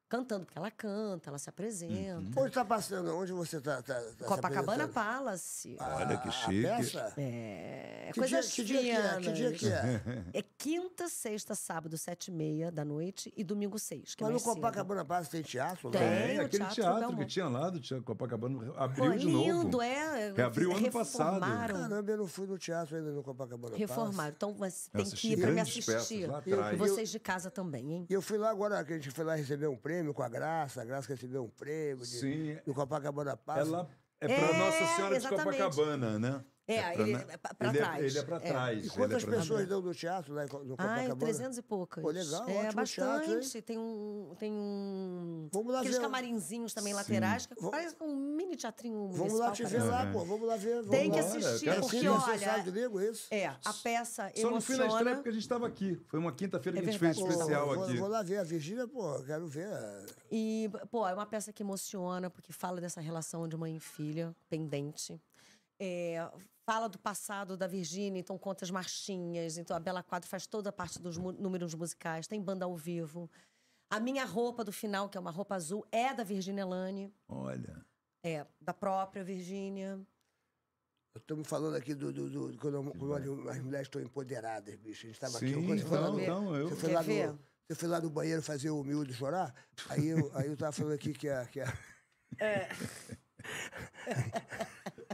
Speaker 3: cantando, porque ela canta, ela se
Speaker 2: Uhum.
Speaker 3: apresenta.
Speaker 1: Onde está passando? Onde você está? Tá, tá se
Speaker 3: Copacabana
Speaker 1: apresentando?
Speaker 3: Palace.
Speaker 2: Olha que
Speaker 1: A-
Speaker 2: chique.
Speaker 1: A peça?
Speaker 3: É,
Speaker 1: Que
Speaker 3: assim,
Speaker 1: dia,
Speaker 3: coisas
Speaker 1: que dia que é? Que dia que é?
Speaker 3: É quinta, sexta, sábado, sete e meia da noite e domingo, seis, que é
Speaker 1: Mas no
Speaker 3: mais cedo.
Speaker 1: Copacabana Palace tem teatro?
Speaker 3: Tem.
Speaker 1: né?
Speaker 2: É,
Speaker 3: o
Speaker 2: aquele
Speaker 3: Teatro
Speaker 2: teatro, que
Speaker 3: Belmont.
Speaker 2: tinha lá do Teatro Copacabana
Speaker 3: Pô,
Speaker 2: abriu de
Speaker 3: lindo,
Speaker 2: novo.
Speaker 3: é.
Speaker 2: Reabriu ano passado.
Speaker 3: reformaram,
Speaker 1: Caramba, eu não fui no teatro ainda no Copacabana Palace.
Speaker 3: Reformaram. Então, você tem
Speaker 2: assisti
Speaker 3: que ir pra me
Speaker 2: grandes peças
Speaker 3: assistir.
Speaker 2: lá atrás.
Speaker 3: E vocês de casa também, hein?
Speaker 1: E eu fui lá agora, que a gente foi lá receber um prêmio com a Graça, a Graça recebeu um prêmio de,
Speaker 2: Sim.
Speaker 1: do Copacabana Palace.
Speaker 2: Ela é pra
Speaker 3: É,
Speaker 2: Nossa Senhora
Speaker 3: exatamente.
Speaker 2: de Copacabana, né?
Speaker 3: É,
Speaker 2: pra,
Speaker 3: ele
Speaker 2: na-
Speaker 3: é pra- pra
Speaker 2: ele
Speaker 3: trás.
Speaker 2: ele é pra
Speaker 3: É.
Speaker 2: trás.
Speaker 1: E
Speaker 2: ele é
Speaker 1: quantas
Speaker 2: pra
Speaker 1: pessoas dão no teatro lá em Co- no
Speaker 3: Ai,
Speaker 1: Copacabana?
Speaker 3: 300 e poucas.
Speaker 1: né? Pô, legal,
Speaker 3: é
Speaker 1: ótimo
Speaker 3: bastante.
Speaker 1: teatro, hein?
Speaker 3: tem um. Tem um.
Speaker 1: Vamos lá
Speaker 3: aqueles
Speaker 1: ver.
Speaker 3: camarinzinhos também laterais, que
Speaker 1: Vamos-
Speaker 3: parece um mini teatrinho.
Speaker 1: Vamos lá
Speaker 3: municipal,
Speaker 1: te
Speaker 3: parece.
Speaker 1: ver lá, pô. Vamos lá ver. vamos lá.
Speaker 3: Tem que
Speaker 2: Bora,
Speaker 3: assistir,
Speaker 2: cara,
Speaker 3: porque
Speaker 1: Sim, você sai
Speaker 3: olha.
Speaker 1: domingo, isso?
Speaker 3: É, a peça
Speaker 2: Só não fui na estreia
Speaker 3: emociona.
Speaker 2: porque a gente estava aqui. Foi uma quinta-feira
Speaker 3: É
Speaker 2: que a gente
Speaker 3: verdade.
Speaker 2: fez
Speaker 3: Pô,
Speaker 2: especial
Speaker 1: vou,
Speaker 2: aqui.
Speaker 1: Vou lá ver a Virgínia, pô, quero ver.
Speaker 3: E, pô, é uma peça que emociona, porque fala dessa relação de mãe e filha pendente. É, fala do passado da Virgínia, então conta as marchinhas. Então a Bela Quadro faz toda a parte dos mu- números musicais, tem banda ao vivo. A minha roupa do final, que é uma roupa azul, é da Virgínia Lane,
Speaker 2: Olha.
Speaker 3: é da própria Virgínia.
Speaker 1: Estamos falando aqui do, do, do- quando, quando as mulheres estão empoderadas, bicho. A gente estava aqui.
Speaker 2: Sim,
Speaker 1: quando você foi lá
Speaker 2: então,
Speaker 1: no-
Speaker 2: então, eu-
Speaker 1: Você foi,
Speaker 3: Quer
Speaker 1: lá
Speaker 3: ver?
Speaker 1: no, você foi lá no banheiro fazer o miúdo chorar? Aí eu, aí eu tava falando aqui que a. Que a...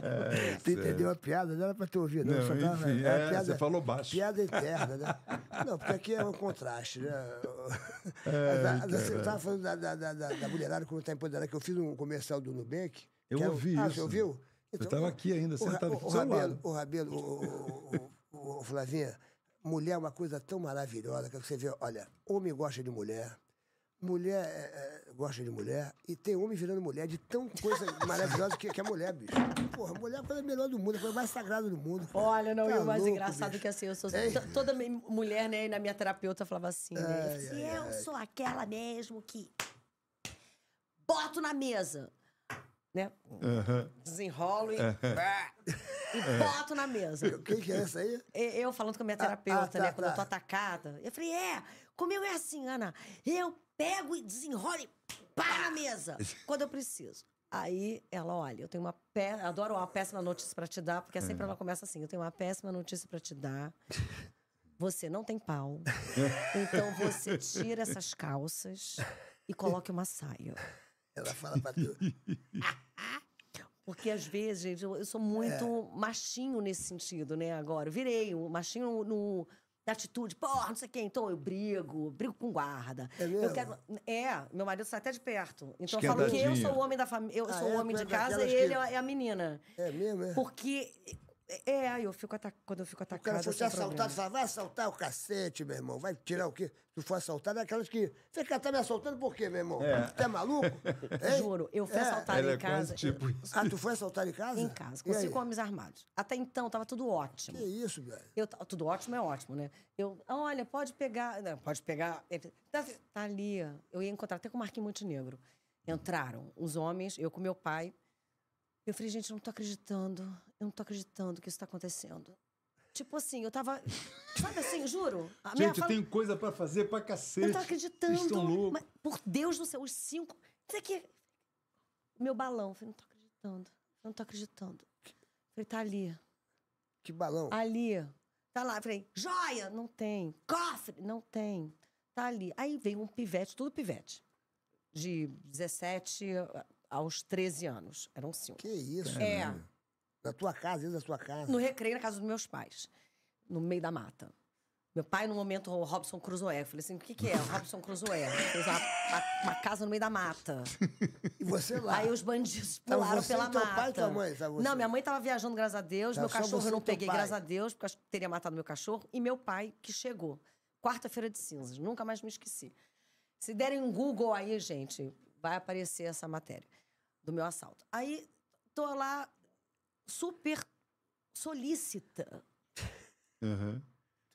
Speaker 2: É,
Speaker 1: Tu entendeu a piada? Não era pra ter ouvido, não.
Speaker 2: Não,
Speaker 1: só tava,
Speaker 2: enfim,
Speaker 1: era
Speaker 2: é, você falou baixo.
Speaker 1: Piada interna, né? Não, porque aqui é um contraste, né?
Speaker 2: É,
Speaker 1: tá Mas a- a- você estava falando da, da, da, da- da mulherada, como está empoderada, que eu fiz um comercial do Nubank,
Speaker 2: Eu
Speaker 1: Quero-
Speaker 2: ouvi
Speaker 1: ah,
Speaker 2: isso.
Speaker 1: Você ouviu?
Speaker 2: eu estava aqui ainda,
Speaker 1: o, Ra-
Speaker 2: sentado aqui
Speaker 1: o,
Speaker 2: do
Speaker 1: o
Speaker 2: seu
Speaker 1: Rabelo,
Speaker 2: lado.
Speaker 1: o Rabelo, o, o- o- o Flavinha, mulher é uma coisa tão maravilhosa que você vê, olha, homem gosta de mulher, mulher é, é, gosta de mulher, e tem homem virando mulher de tão coisa maravilhosa que, que é mulher, bicho. Porra, mulher é a coisa melhor do mundo, é a coisa mais sagrada do mundo.
Speaker 3: Olha, não,
Speaker 1: Tá
Speaker 3: e o mais
Speaker 1: louco,
Speaker 3: engraçado
Speaker 1: bicho.
Speaker 3: que assim, eu sou.
Speaker 1: Ei.
Speaker 3: to- Toda mi- mulher, né, e na minha terapeuta falava assim, né? Se eu sou aquela mesmo que boto na mesa, né? Desenrolo e. E boto na mesa.
Speaker 1: O que, que é essa aí?
Speaker 3: E- Eu falando com a minha
Speaker 1: Ah, ah,
Speaker 3: terapeuta,
Speaker 1: tá,
Speaker 3: né? Quando eu
Speaker 1: tá.
Speaker 3: tô atacada. Eu falei, é, comigo é assim, Ana. Eu pego e desenrolo e pá na mesa. Quando eu preciso. Aí ela, olha, eu tenho uma pé, adoro uma péssima notícia pra te dar, porque
Speaker 1: Hum.
Speaker 3: sempre ela começa assim, eu tenho uma péssima notícia pra te dar. Você não tem pau. Então você tira essas calças e coloca uma saia.
Speaker 1: Ela fala pra tu.
Speaker 3: Porque às vezes, gente, eu, eu sou
Speaker 1: É.
Speaker 3: muito machinho nesse sentido, né? Agora, eu virei o machinho no, no- na atitude, porra, não sei quem, então eu brigo, brigo com guarda.
Speaker 1: É
Speaker 3: eu
Speaker 1: mesmo?
Speaker 3: quero. É, meu marido sai até de perto. Então eu falo que eu
Speaker 2: Esquentadinho.
Speaker 3: sou o homem da família, eu
Speaker 1: Ah,
Speaker 3: sou
Speaker 1: é?
Speaker 3: o homem
Speaker 1: Tu
Speaker 3: de
Speaker 1: é
Speaker 3: casa
Speaker 1: daquelas
Speaker 3: e ele
Speaker 1: que-
Speaker 3: é a- é a menina.
Speaker 1: É mesmo, é?
Speaker 3: Porque. É, eu fico atacada. Quando eu fico
Speaker 1: O cara
Speaker 3: atacada.
Speaker 1: fosse
Speaker 3: sem
Speaker 1: assaltado,
Speaker 3: um problema.
Speaker 1: fala, vai assaltar o cacete, meu irmão. Vai tirar o quê? Tu for assaltado, é aquelas que. Você cara, tá me assaltando por quê, meu irmão? Tu é maluco? Hein?
Speaker 3: Juro, eu fui
Speaker 1: É.
Speaker 3: assaltada
Speaker 2: Ela
Speaker 3: em
Speaker 2: é
Speaker 3: casa.
Speaker 2: quase tipo isso.
Speaker 1: Ah, tu foi assaltado em casa?
Speaker 3: Em casa,
Speaker 1: E
Speaker 3: com
Speaker 1: aí?
Speaker 3: cinco homens armados. Até então, tava tudo ótimo.
Speaker 1: Que isso, velho?
Speaker 3: Eu, ta- tudo ótimo é ótimo, né? Eu, olha, pode pegar. Não, pode pegar. é, Tá, tá ali. ó. Eu ia encontrar até com o Marquinhos Montenegro. Entraram os homens, eu com meu pai. Eu falei, gente, eu não tô acreditando. Eu não tô acreditando que isso tá acontecendo. Tipo assim, eu tava. Sabe assim, juro? A minha
Speaker 2: Gente, eu
Speaker 3: fala-
Speaker 2: tenho coisa pra fazer pra
Speaker 3: eu
Speaker 2: cacete.
Speaker 3: não tô acreditando.
Speaker 2: Vocês estão loucos.
Speaker 3: Mas, por Deus do céu, os cinco. Isso aqui. é, Meu balão. Eu falei, não tô acreditando. Eu não tô acreditando. Eu falei, tá ali.
Speaker 1: Que balão.
Speaker 3: Ali. Tá lá. Eu Falei, joia! Não tem. Cofre! Não tem. Tá ali. Aí veio um pivete, tudo pivete. De 17 aos 13 anos. Eram cinco.
Speaker 1: Que isso,
Speaker 3: É.
Speaker 1: velho? Na tua casa, dentro da tua casa.
Speaker 3: No recreio, na casa dos meus pais. No meio da mata. Meu pai, no momento, o Robson Crusoe. Eu Falei assim, o que que é? Robson Crusoe. Fez uma- uma- uma casa no meio da mata.
Speaker 1: E você lá.
Speaker 3: Aí os bandidos
Speaker 1: Tava
Speaker 3: pularam
Speaker 1: você e
Speaker 3: pela
Speaker 1: teu
Speaker 3: mata.
Speaker 1: pai e tua mãe, tava você?
Speaker 3: Não, minha mãe tava viajando, graças a Deus.
Speaker 1: Tava
Speaker 3: meu
Speaker 1: só
Speaker 3: cachorro
Speaker 1: você
Speaker 3: eu não
Speaker 1: e teu
Speaker 3: peguei,
Speaker 1: pai.
Speaker 3: graças a Deus, porque acho que teria matado meu cachorro. E meu pai, que chegou. Quarta-feira de cinzas, nunca mais me esqueci. Se derem um Google aí, gente, vai aparecer essa matéria do meu assalto. Aí, tô lá super solícita.
Speaker 2: Aham.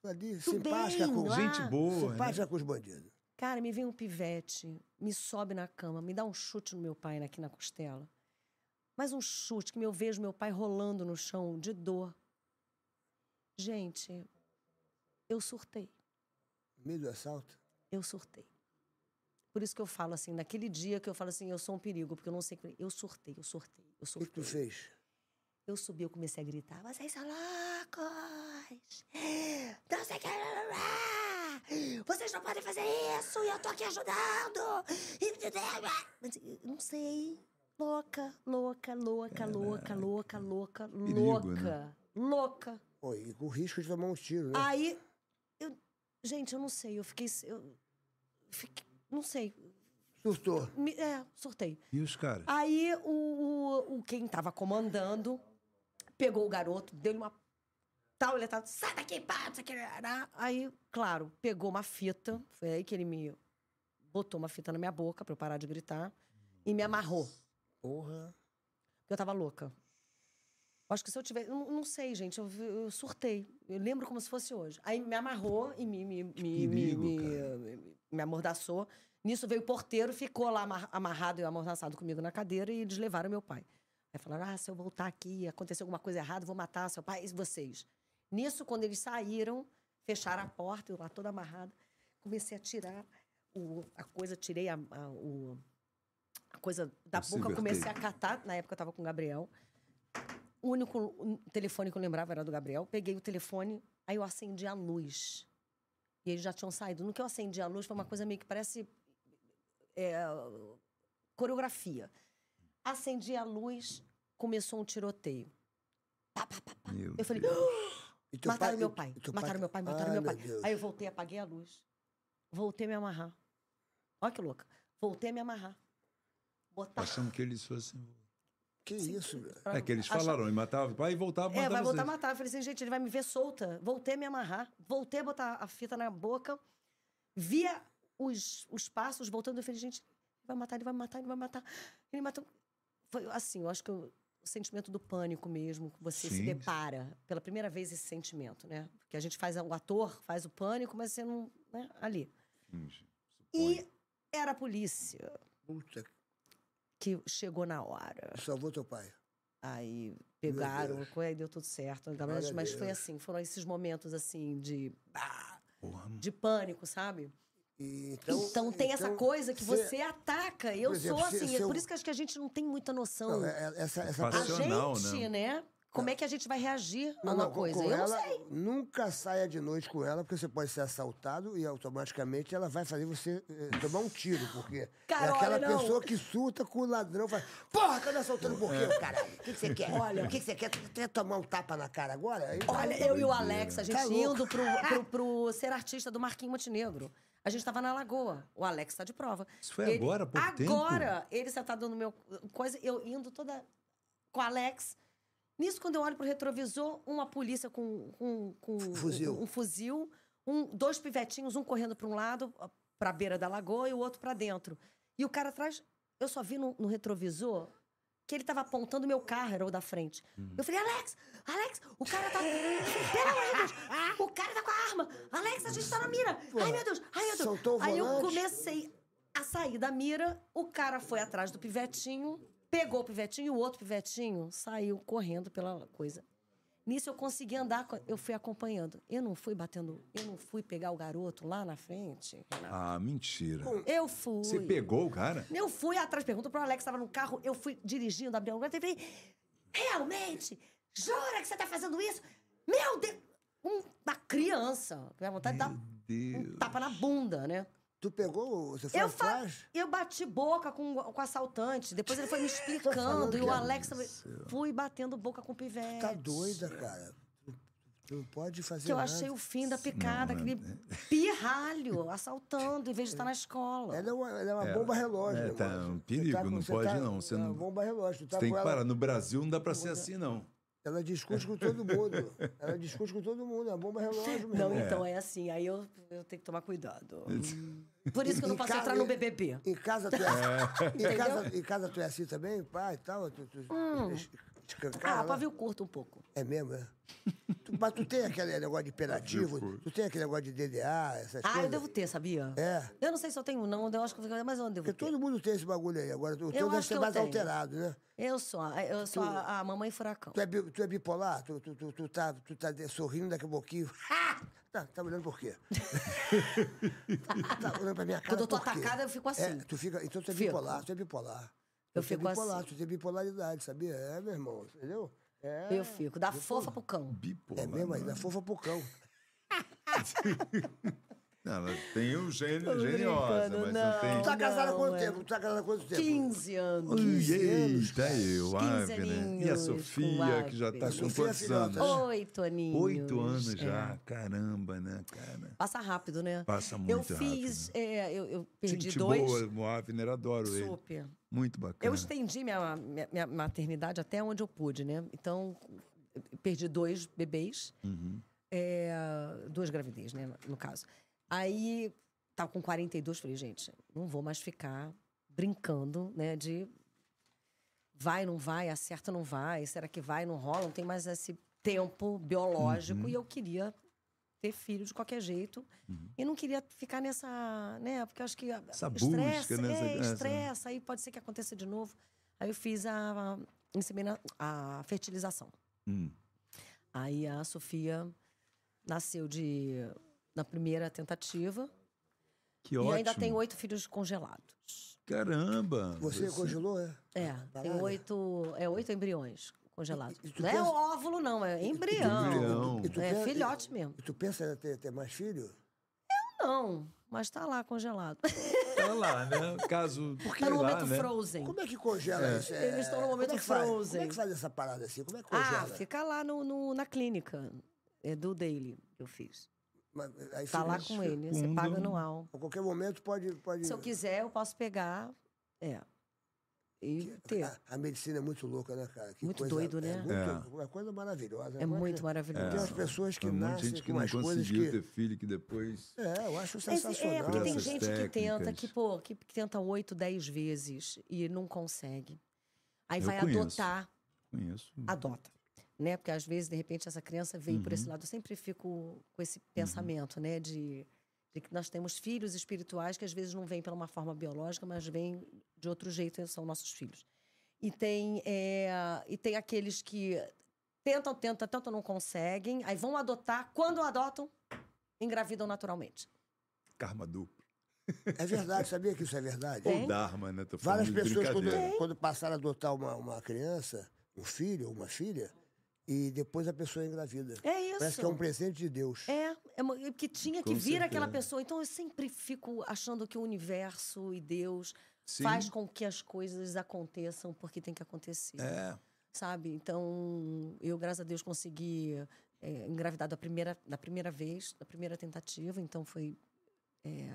Speaker 1: Tu ali,
Speaker 3: Tudo
Speaker 1: simpática
Speaker 3: bem, é? ah,
Speaker 1: com
Speaker 3: lá.
Speaker 2: Gente boa. né?
Speaker 1: Simpática com os bandidos.
Speaker 3: Cara, me vem um pivete, me sobe na cama, me dá um chute no meu pai aqui na costela. Mas um chute que eu vejo meu pai rolando no chão de dor. Gente, eu surtei,
Speaker 1: No Meio do assalto.
Speaker 3: eu surtei. Por isso que eu falo assim, naquele dia que eu falo assim, eu sou um perigo, porque eu não sei. que- Eu surtei, eu surtei, eu
Speaker 1: O que que tu
Speaker 3: surtei.
Speaker 1: fez?
Speaker 3: Eu subi, eu comecei a gritar, vocês são loucos! Não sei o que. Vocês não podem fazer isso! E eu tô aqui ajudando! E- Mas eu não sei. Louca, louca, louca, louca, louca, louca,
Speaker 2: É, Perigo, né?
Speaker 3: louca. Louca.
Speaker 1: Pô, e com o risco de tomar um
Speaker 2: É.
Speaker 1: tiro, né?
Speaker 3: Aí, eu. Gente, eu não sei, eu fiquei. Eu, fiquei não sei.
Speaker 1: Surtou.
Speaker 3: Me- é, surtei.
Speaker 2: E os caras?
Speaker 3: Aí o, o, o- quem tava comandando pegou o garoto, deu-lhe uma tal, ele tava, sai daqui, pá, não sei o que, ará." Aí, claro, pegou uma fita, foi aí que ele me botou uma fita na minha boca pra eu parar de gritar e me amarrou.
Speaker 1: Porra.
Speaker 3: porque Eu tava louca. Acho que se eu tiver. eu Não, não sei, gente. Eu, eu surtei. Eu lembro como se fosse hoje. Aí me amarrou e me, me, me,
Speaker 2: perigo,
Speaker 3: me, me-
Speaker 2: cara.
Speaker 3: me- me amordaçou. Nisso veio o porteiro, ficou lá amar- amarrado e amordaçado comigo na cadeira e eles levaram meu pai. Aí falaram: ah, se eu voltar aqui, aconteceu alguma coisa errada, vou matar seu pai e vocês. Nisso, quando eles saíram, fecharam a porta, eu lá toda amarrada, comecei a tirar o- a coisa, tirei a, a- o- a coisa da
Speaker 2: O
Speaker 3: boca, comecei a
Speaker 2: cibertape.
Speaker 3: catar. Na época eu tava com o Gabriel. O único um, telefone que eu lembrava era do Gabriel. Peguei o telefone, aí eu acendi a luz. E eles já tinham saído. No que eu acendi a luz, foi uma coisa meio que parece. é, coreografia. Acendi a luz, começou um tiroteio. Pá, pá, pá, pá.
Speaker 2: Meu
Speaker 3: Ah, Eu falei.
Speaker 2: Deus.
Speaker 1: E teu
Speaker 3: Mataram
Speaker 1: pai-
Speaker 3: meu
Speaker 1: e-
Speaker 3: pai.
Speaker 1: e teu
Speaker 3: Mataram meu pai, mataram
Speaker 1: Ah,
Speaker 3: meu pai.
Speaker 1: Deus.
Speaker 3: Aí eu voltei, apaguei a luz. Voltei a me amarrar. Olha que louca. Voltei a me amarrar. Botar.
Speaker 2: Achando que eles fossem.
Speaker 1: Que isso, meu?
Speaker 3: pra-
Speaker 2: É que eles
Speaker 3: achar-
Speaker 2: falaram, e matava o pai e voltava pra
Speaker 3: É, vai
Speaker 2: matar
Speaker 3: voltar a
Speaker 2: vocês.
Speaker 3: matar. Eu falei assim, gente, ele vai me ver solta. Voltei a me amarrar, voltei a botar a fita na boca, via os, os passos voltando. Eu falei, gente, ele vai matar, ele vai me matar, ele vai me matar. Ele matou. Foi assim, eu acho que eu- o sentimento do pânico mesmo, que você se
Speaker 2: Sim.
Speaker 3: depara pela primeira vez esse sentimento, né? Porque a gente faz, o ator faz o pânico, mas você não. Né? Ali. E era a polícia
Speaker 1: Puta, que
Speaker 3: que chegou na hora.
Speaker 1: salvou teu pai.
Speaker 3: Aí pegaram, a coisa, aí deu tudo certo. Na verdade,
Speaker 1: Glória a
Speaker 3: mas foi
Speaker 1: Deus.
Speaker 3: assim, foram esses momentos assim de. ah, de pânico, sabe?
Speaker 1: E então,
Speaker 3: Então, tem essa
Speaker 1: então,
Speaker 3: coisa que
Speaker 1: cê-
Speaker 3: você ataca. Eu
Speaker 1: Por exemplo,
Speaker 3: sou
Speaker 1: se-
Speaker 3: assim,
Speaker 1: se
Speaker 3: é
Speaker 1: eu-
Speaker 3: por isso que acho que a gente não tem muita noção.
Speaker 1: Não, é- é- essa, essa
Speaker 2: A
Speaker 3: a
Speaker 1: parte-
Speaker 2: racional,
Speaker 3: gente, né? Como é que a gente vai reagir a
Speaker 1: Não,
Speaker 3: uma
Speaker 1: não, com-
Speaker 3: coisa?
Speaker 1: com
Speaker 3: Eu não
Speaker 1: ela,
Speaker 3: sei.
Speaker 1: Nunca saia de noite com ela, porque você pode ser assaltado e automaticamente ela vai fazer você eh, tomar um tiro, porque
Speaker 3: Cara,
Speaker 1: é aquela
Speaker 3: olha, não.
Speaker 1: pessoa que surta com o ladrão e fala, porra, tá me assaltando por quê, caralho? O que que você quer?
Speaker 3: Olha.
Speaker 1: o que que você quer? Tu quer tomar um tapa na cara agora? Aí vai-
Speaker 3: Olha, eu e o Alex, a gente
Speaker 1: Tá louco.
Speaker 3: indo pro, pro, pro ser artista do Marquinho Montenegro. A gente tava na lagoa. O Alex tá de prova.
Speaker 2: Isso foi agora, há pouco tempo?
Speaker 3: Agora, ele sentado no meu. coisa, eu indo toda com o Alex. Nisso, quando eu olho pro retrovisor, uma polícia com, com, com
Speaker 1: Fuzil.
Speaker 3: Um, fuzil, um- dois pivetinhos, um correndo pra um lado, pra beira da lagoa, e o outro pra dentro. E o cara atrás, eu só vi no, no retrovisor que ele tava apontando meu carro, era o da frente.
Speaker 1: Hum.
Speaker 3: Eu falei, Alex, Alex, o cara tá. Pelo amor de Deus! O cara tá com a arma! Alex, a gente tá na mira! Ai, meu Deus! Ai, meu Deus!
Speaker 1: Soltou o
Speaker 3: Aí eu
Speaker 1: volante.
Speaker 3: comecei a sair da mira, o cara foi atrás do pivetinho, pegou o pivetinho e o outro pivetinho saiu correndo pela coisa. Nisso eu consegui andar, co- eu fui acompanhando. Eu não fui batendo, eu não fui pegar o garoto lá na frente. Renato.
Speaker 2: Ah, mentira.
Speaker 3: Eu fui.
Speaker 2: Você pegou o cara?
Speaker 3: Eu fui atrás, pergunta pro Alex, tava no carro, eu fui dirigindo, abri a porta e falei, realmente? Jura que você tá fazendo isso? Meu Deus! Um, uma criança, que vai vontade de dar um tapa na bunda, né?
Speaker 1: Tu pegou, você foi um
Speaker 3: Eu, fa-
Speaker 1: atrás?
Speaker 3: eu bati boca com, o- com o assaltante, depois ele foi me
Speaker 1: falando
Speaker 3: explicando, e
Speaker 1: que
Speaker 3: o
Speaker 1: é
Speaker 3: Alex também. Fui batendo boca com o pivete.
Speaker 1: Tá doida, cara. Tu- Tu não pode fazer
Speaker 3: É. Que eu
Speaker 1: nada.
Speaker 3: achei o fim da picada, aquele
Speaker 1: né?
Speaker 3: pirralho assaltando, em vez de estar na escola.
Speaker 1: Ela é uma, ela é uma
Speaker 2: É,
Speaker 1: bomba relógio.
Speaker 2: é,
Speaker 1: meu
Speaker 2: tá
Speaker 1: irmão.
Speaker 2: um
Speaker 1: Você
Speaker 2: perigo,
Speaker 1: com-
Speaker 2: não
Speaker 1: você
Speaker 2: pode
Speaker 1: tá-
Speaker 2: não, você
Speaker 1: é uma
Speaker 2: não-
Speaker 1: bomba relógio. Tu tá
Speaker 2: Você tem
Speaker 1: com
Speaker 2: que
Speaker 1: ela-
Speaker 2: parar. No Brasil não dá pra ser assim, não.
Speaker 3: É
Speaker 1: Ela discute com todo mundo. Ela discute com todo mundo. É uma bomba relógio mesmo.
Speaker 3: Não, então é assim, aí eu, eu tenho que tomar cuidado. Por isso que eu não
Speaker 1: Em
Speaker 3: posso
Speaker 1: ca-
Speaker 3: entrar no BBB.
Speaker 1: Em casa tu é, em, casa, em casa tu é assim também, pai e tal? Tu, tu, es- escancara
Speaker 3: Hum. Ah,
Speaker 1: lá?
Speaker 3: pavio curto um pouco.
Speaker 1: É mesmo, é? Tu- mas tu tem aquele negócio de imperativo? Tu tem aquele negócio de DDA, essas
Speaker 3: Ah,
Speaker 1: coisas?
Speaker 3: eu devo ter, sabia?
Speaker 1: É.
Speaker 3: Eu não sei se eu tenho, não, eu acho que eu fico- mas eu devo
Speaker 1: Porque
Speaker 3: ter.
Speaker 1: todo mundo tem esse bagulho aí. Agora, tu, tu
Speaker 3: acho
Speaker 1: deve ser
Speaker 3: que eu
Speaker 1: mais
Speaker 3: tenho.
Speaker 1: alterado, né?
Speaker 3: Eu sou, a- eu sou a, a mamãe furacão.
Speaker 1: Tu é, bi- tu é bipolar? Tu, tu, tu, tu tá, tu tá de- sorrindo daqui a pouquinho. Ha! Tá, tá olhando por quê? tá olhando pra minha cara.
Speaker 3: Quando eu tô
Speaker 1: por quê?
Speaker 3: atacada, eu fico assim.
Speaker 1: É, tu fica, então tu é
Speaker 3: Fico.
Speaker 1: bipolar, tu é bipolar.
Speaker 3: Eu
Speaker 1: tu é
Speaker 3: fico
Speaker 1: bipolar,
Speaker 3: assim.
Speaker 1: Tu tem bipolaridade, sabia? É, meu irmão, entendeu? É,
Speaker 3: Eu fico, da fofa pro cão.
Speaker 2: Bipolar.
Speaker 1: é mesmo aí,
Speaker 2: mano.
Speaker 1: da fofa pro cão.
Speaker 2: Ela tem o gênio,
Speaker 3: Tô
Speaker 2: geniosa,
Speaker 3: brincando,
Speaker 2: mas não,
Speaker 3: não.
Speaker 2: tem. um
Speaker 1: Tu tá casada há
Speaker 3: não,
Speaker 1: quanto
Speaker 3: é.
Speaker 1: tempo? Tu tá casada há quanto tempo?
Speaker 3: 15 anos.
Speaker 2: Eita, eu,
Speaker 3: 15
Speaker 2: Ave, né? E a
Speaker 3: aninhos,
Speaker 2: Sofia,
Speaker 3: com
Speaker 2: que já tá
Speaker 3: Ave.
Speaker 2: com
Speaker 1: Sofia é
Speaker 2: quantos
Speaker 1: filhota,
Speaker 2: anos?
Speaker 1: né?
Speaker 3: Oito aninhos.
Speaker 2: Oito anos
Speaker 3: É.
Speaker 2: já. Caramba, né, cara?
Speaker 3: Passa rápido, né?
Speaker 2: Passa muito
Speaker 3: Eu fiz,
Speaker 2: rápido. né?
Speaker 3: é, eu, eu perdi
Speaker 2: Gente
Speaker 3: dois.
Speaker 2: boa, o Avner, adoro ele.
Speaker 3: Super.
Speaker 2: Muito bacana.
Speaker 3: Eu estendi minha, minha, minha maternidade até onde eu pude, né? Então, eu perdi dois bebês. É, duas gravidez, né? No caso. Aí, tava com 42, falei, gente, não vou mais ficar brincando, né? De vai, não vai, acerta, não vai, será que vai, não rola? Não tem mais esse tempo biológico.
Speaker 2: Uhum.
Speaker 3: E eu queria ter filho de qualquer jeito. E não queria ficar nessa, né? Porque eu acho que a-
Speaker 2: Essa
Speaker 3: estressa,
Speaker 2: busca, né? Essa-
Speaker 3: é,
Speaker 2: essa-
Speaker 3: estressa, aí pode ser que aconteça de novo. Aí eu fiz a, a, insemina- a fertilização.
Speaker 2: Hum.
Speaker 3: Aí a Sofia nasceu de na primeira tentativa
Speaker 2: Que
Speaker 3: e
Speaker 2: ótimo.
Speaker 3: ainda tem oito filhos congelados.
Speaker 2: Caramba.
Speaker 1: Você congelou, é?
Speaker 3: É, tem
Speaker 1: Caralho.
Speaker 3: oito, é oito embriões congelados.
Speaker 1: E- e tu
Speaker 3: não é
Speaker 1: pensa-
Speaker 3: óvulo não, é embrião.
Speaker 2: Embrião.
Speaker 1: E tu
Speaker 3: É
Speaker 1: pensa-
Speaker 3: filhote mesmo.
Speaker 1: E tu pensa em ter, ter mais filho?
Speaker 3: Não, mas tá lá congelado.
Speaker 2: Tá lá, né? Caso.
Speaker 3: tá no
Speaker 2: sei lá,
Speaker 3: momento
Speaker 2: né?
Speaker 3: Frozen.
Speaker 1: Como é que congela isso? É,
Speaker 3: Eles estão no momento
Speaker 1: como é que faz?
Speaker 3: frozen.
Speaker 1: Como é que faz essa parada assim? Como é que congela?
Speaker 3: Ah, fica lá no, no- na clínica é, do Daily que eu fiz.
Speaker 1: Mas, aí
Speaker 3: Tá
Speaker 1: fica-
Speaker 3: lá com ele, você paga anual.
Speaker 1: A qualquer momento pode. pode...
Speaker 3: Se eu quiser, eu posso pegar. É. e ter.
Speaker 1: A, a medicina é muito louca, né, cara? Que
Speaker 3: Muito doido, né?
Speaker 1: É, muito- Uma coisa maravilhosa.
Speaker 3: É
Speaker 1: Agora
Speaker 3: muito
Speaker 1: tem-
Speaker 3: maravilhoso.
Speaker 1: Tem umas pessoas que
Speaker 2: Tem muita
Speaker 1: nascem
Speaker 2: gente que
Speaker 1: com
Speaker 2: não
Speaker 1: umas coisas
Speaker 2: conseguiu
Speaker 1: que...
Speaker 2: ter filho, que depois.
Speaker 1: É, eu acho
Speaker 3: Mas
Speaker 1: sensacional.
Speaker 3: É, porque tem
Speaker 2: Essas
Speaker 3: gente que tenta,
Speaker 2: técnicas.
Speaker 3: que, pô, que que tenta oito, dez vezes e não consegue. Aí
Speaker 2: Eu
Speaker 3: vai
Speaker 2: conheço.
Speaker 3: adotar,
Speaker 2: Conheço.
Speaker 3: adota. Né? Porque às vezes, de repente, essa criança veio por
Speaker 1: Uhum.
Speaker 3: esse lado. Eu sempre fico com esse pensamento, né? De, de que nós temos filhos espirituais que às vezes não vêm pela uma forma biológica, mas vêm de outro jeito, e são nossos filhos. E tem, é, e tem aqueles que tentam, tentam, tentam, não conseguem, aí vão adotar. Quando adotam, engravidam naturalmente.
Speaker 2: Karma duplo.
Speaker 1: É verdade, sabia que isso é verdade?
Speaker 2: Ou Dharma, né? Tô falando
Speaker 1: Várias
Speaker 2: de
Speaker 1: pessoas, quando,
Speaker 2: brincadeira.
Speaker 1: quando passaram a adotar uma, uma criança, um filho ou uma filha, e depois a pessoa engravida.
Speaker 3: É isso.
Speaker 1: Parece que é um presente de Deus.
Speaker 3: É, é uma- é que tinha que
Speaker 2: Com
Speaker 3: vir aquela
Speaker 2: certeza.
Speaker 3: pessoa. Então eu sempre fico achando que o universo e Deus
Speaker 2: Sim.
Speaker 3: faz com que as coisas aconteçam porque tem que acontecer.
Speaker 2: É.
Speaker 3: Sabe? Então, eu, graças a Deus, consegui é, engravidar da primeira, da primeira vez, da primeira tentativa. Então foi. é,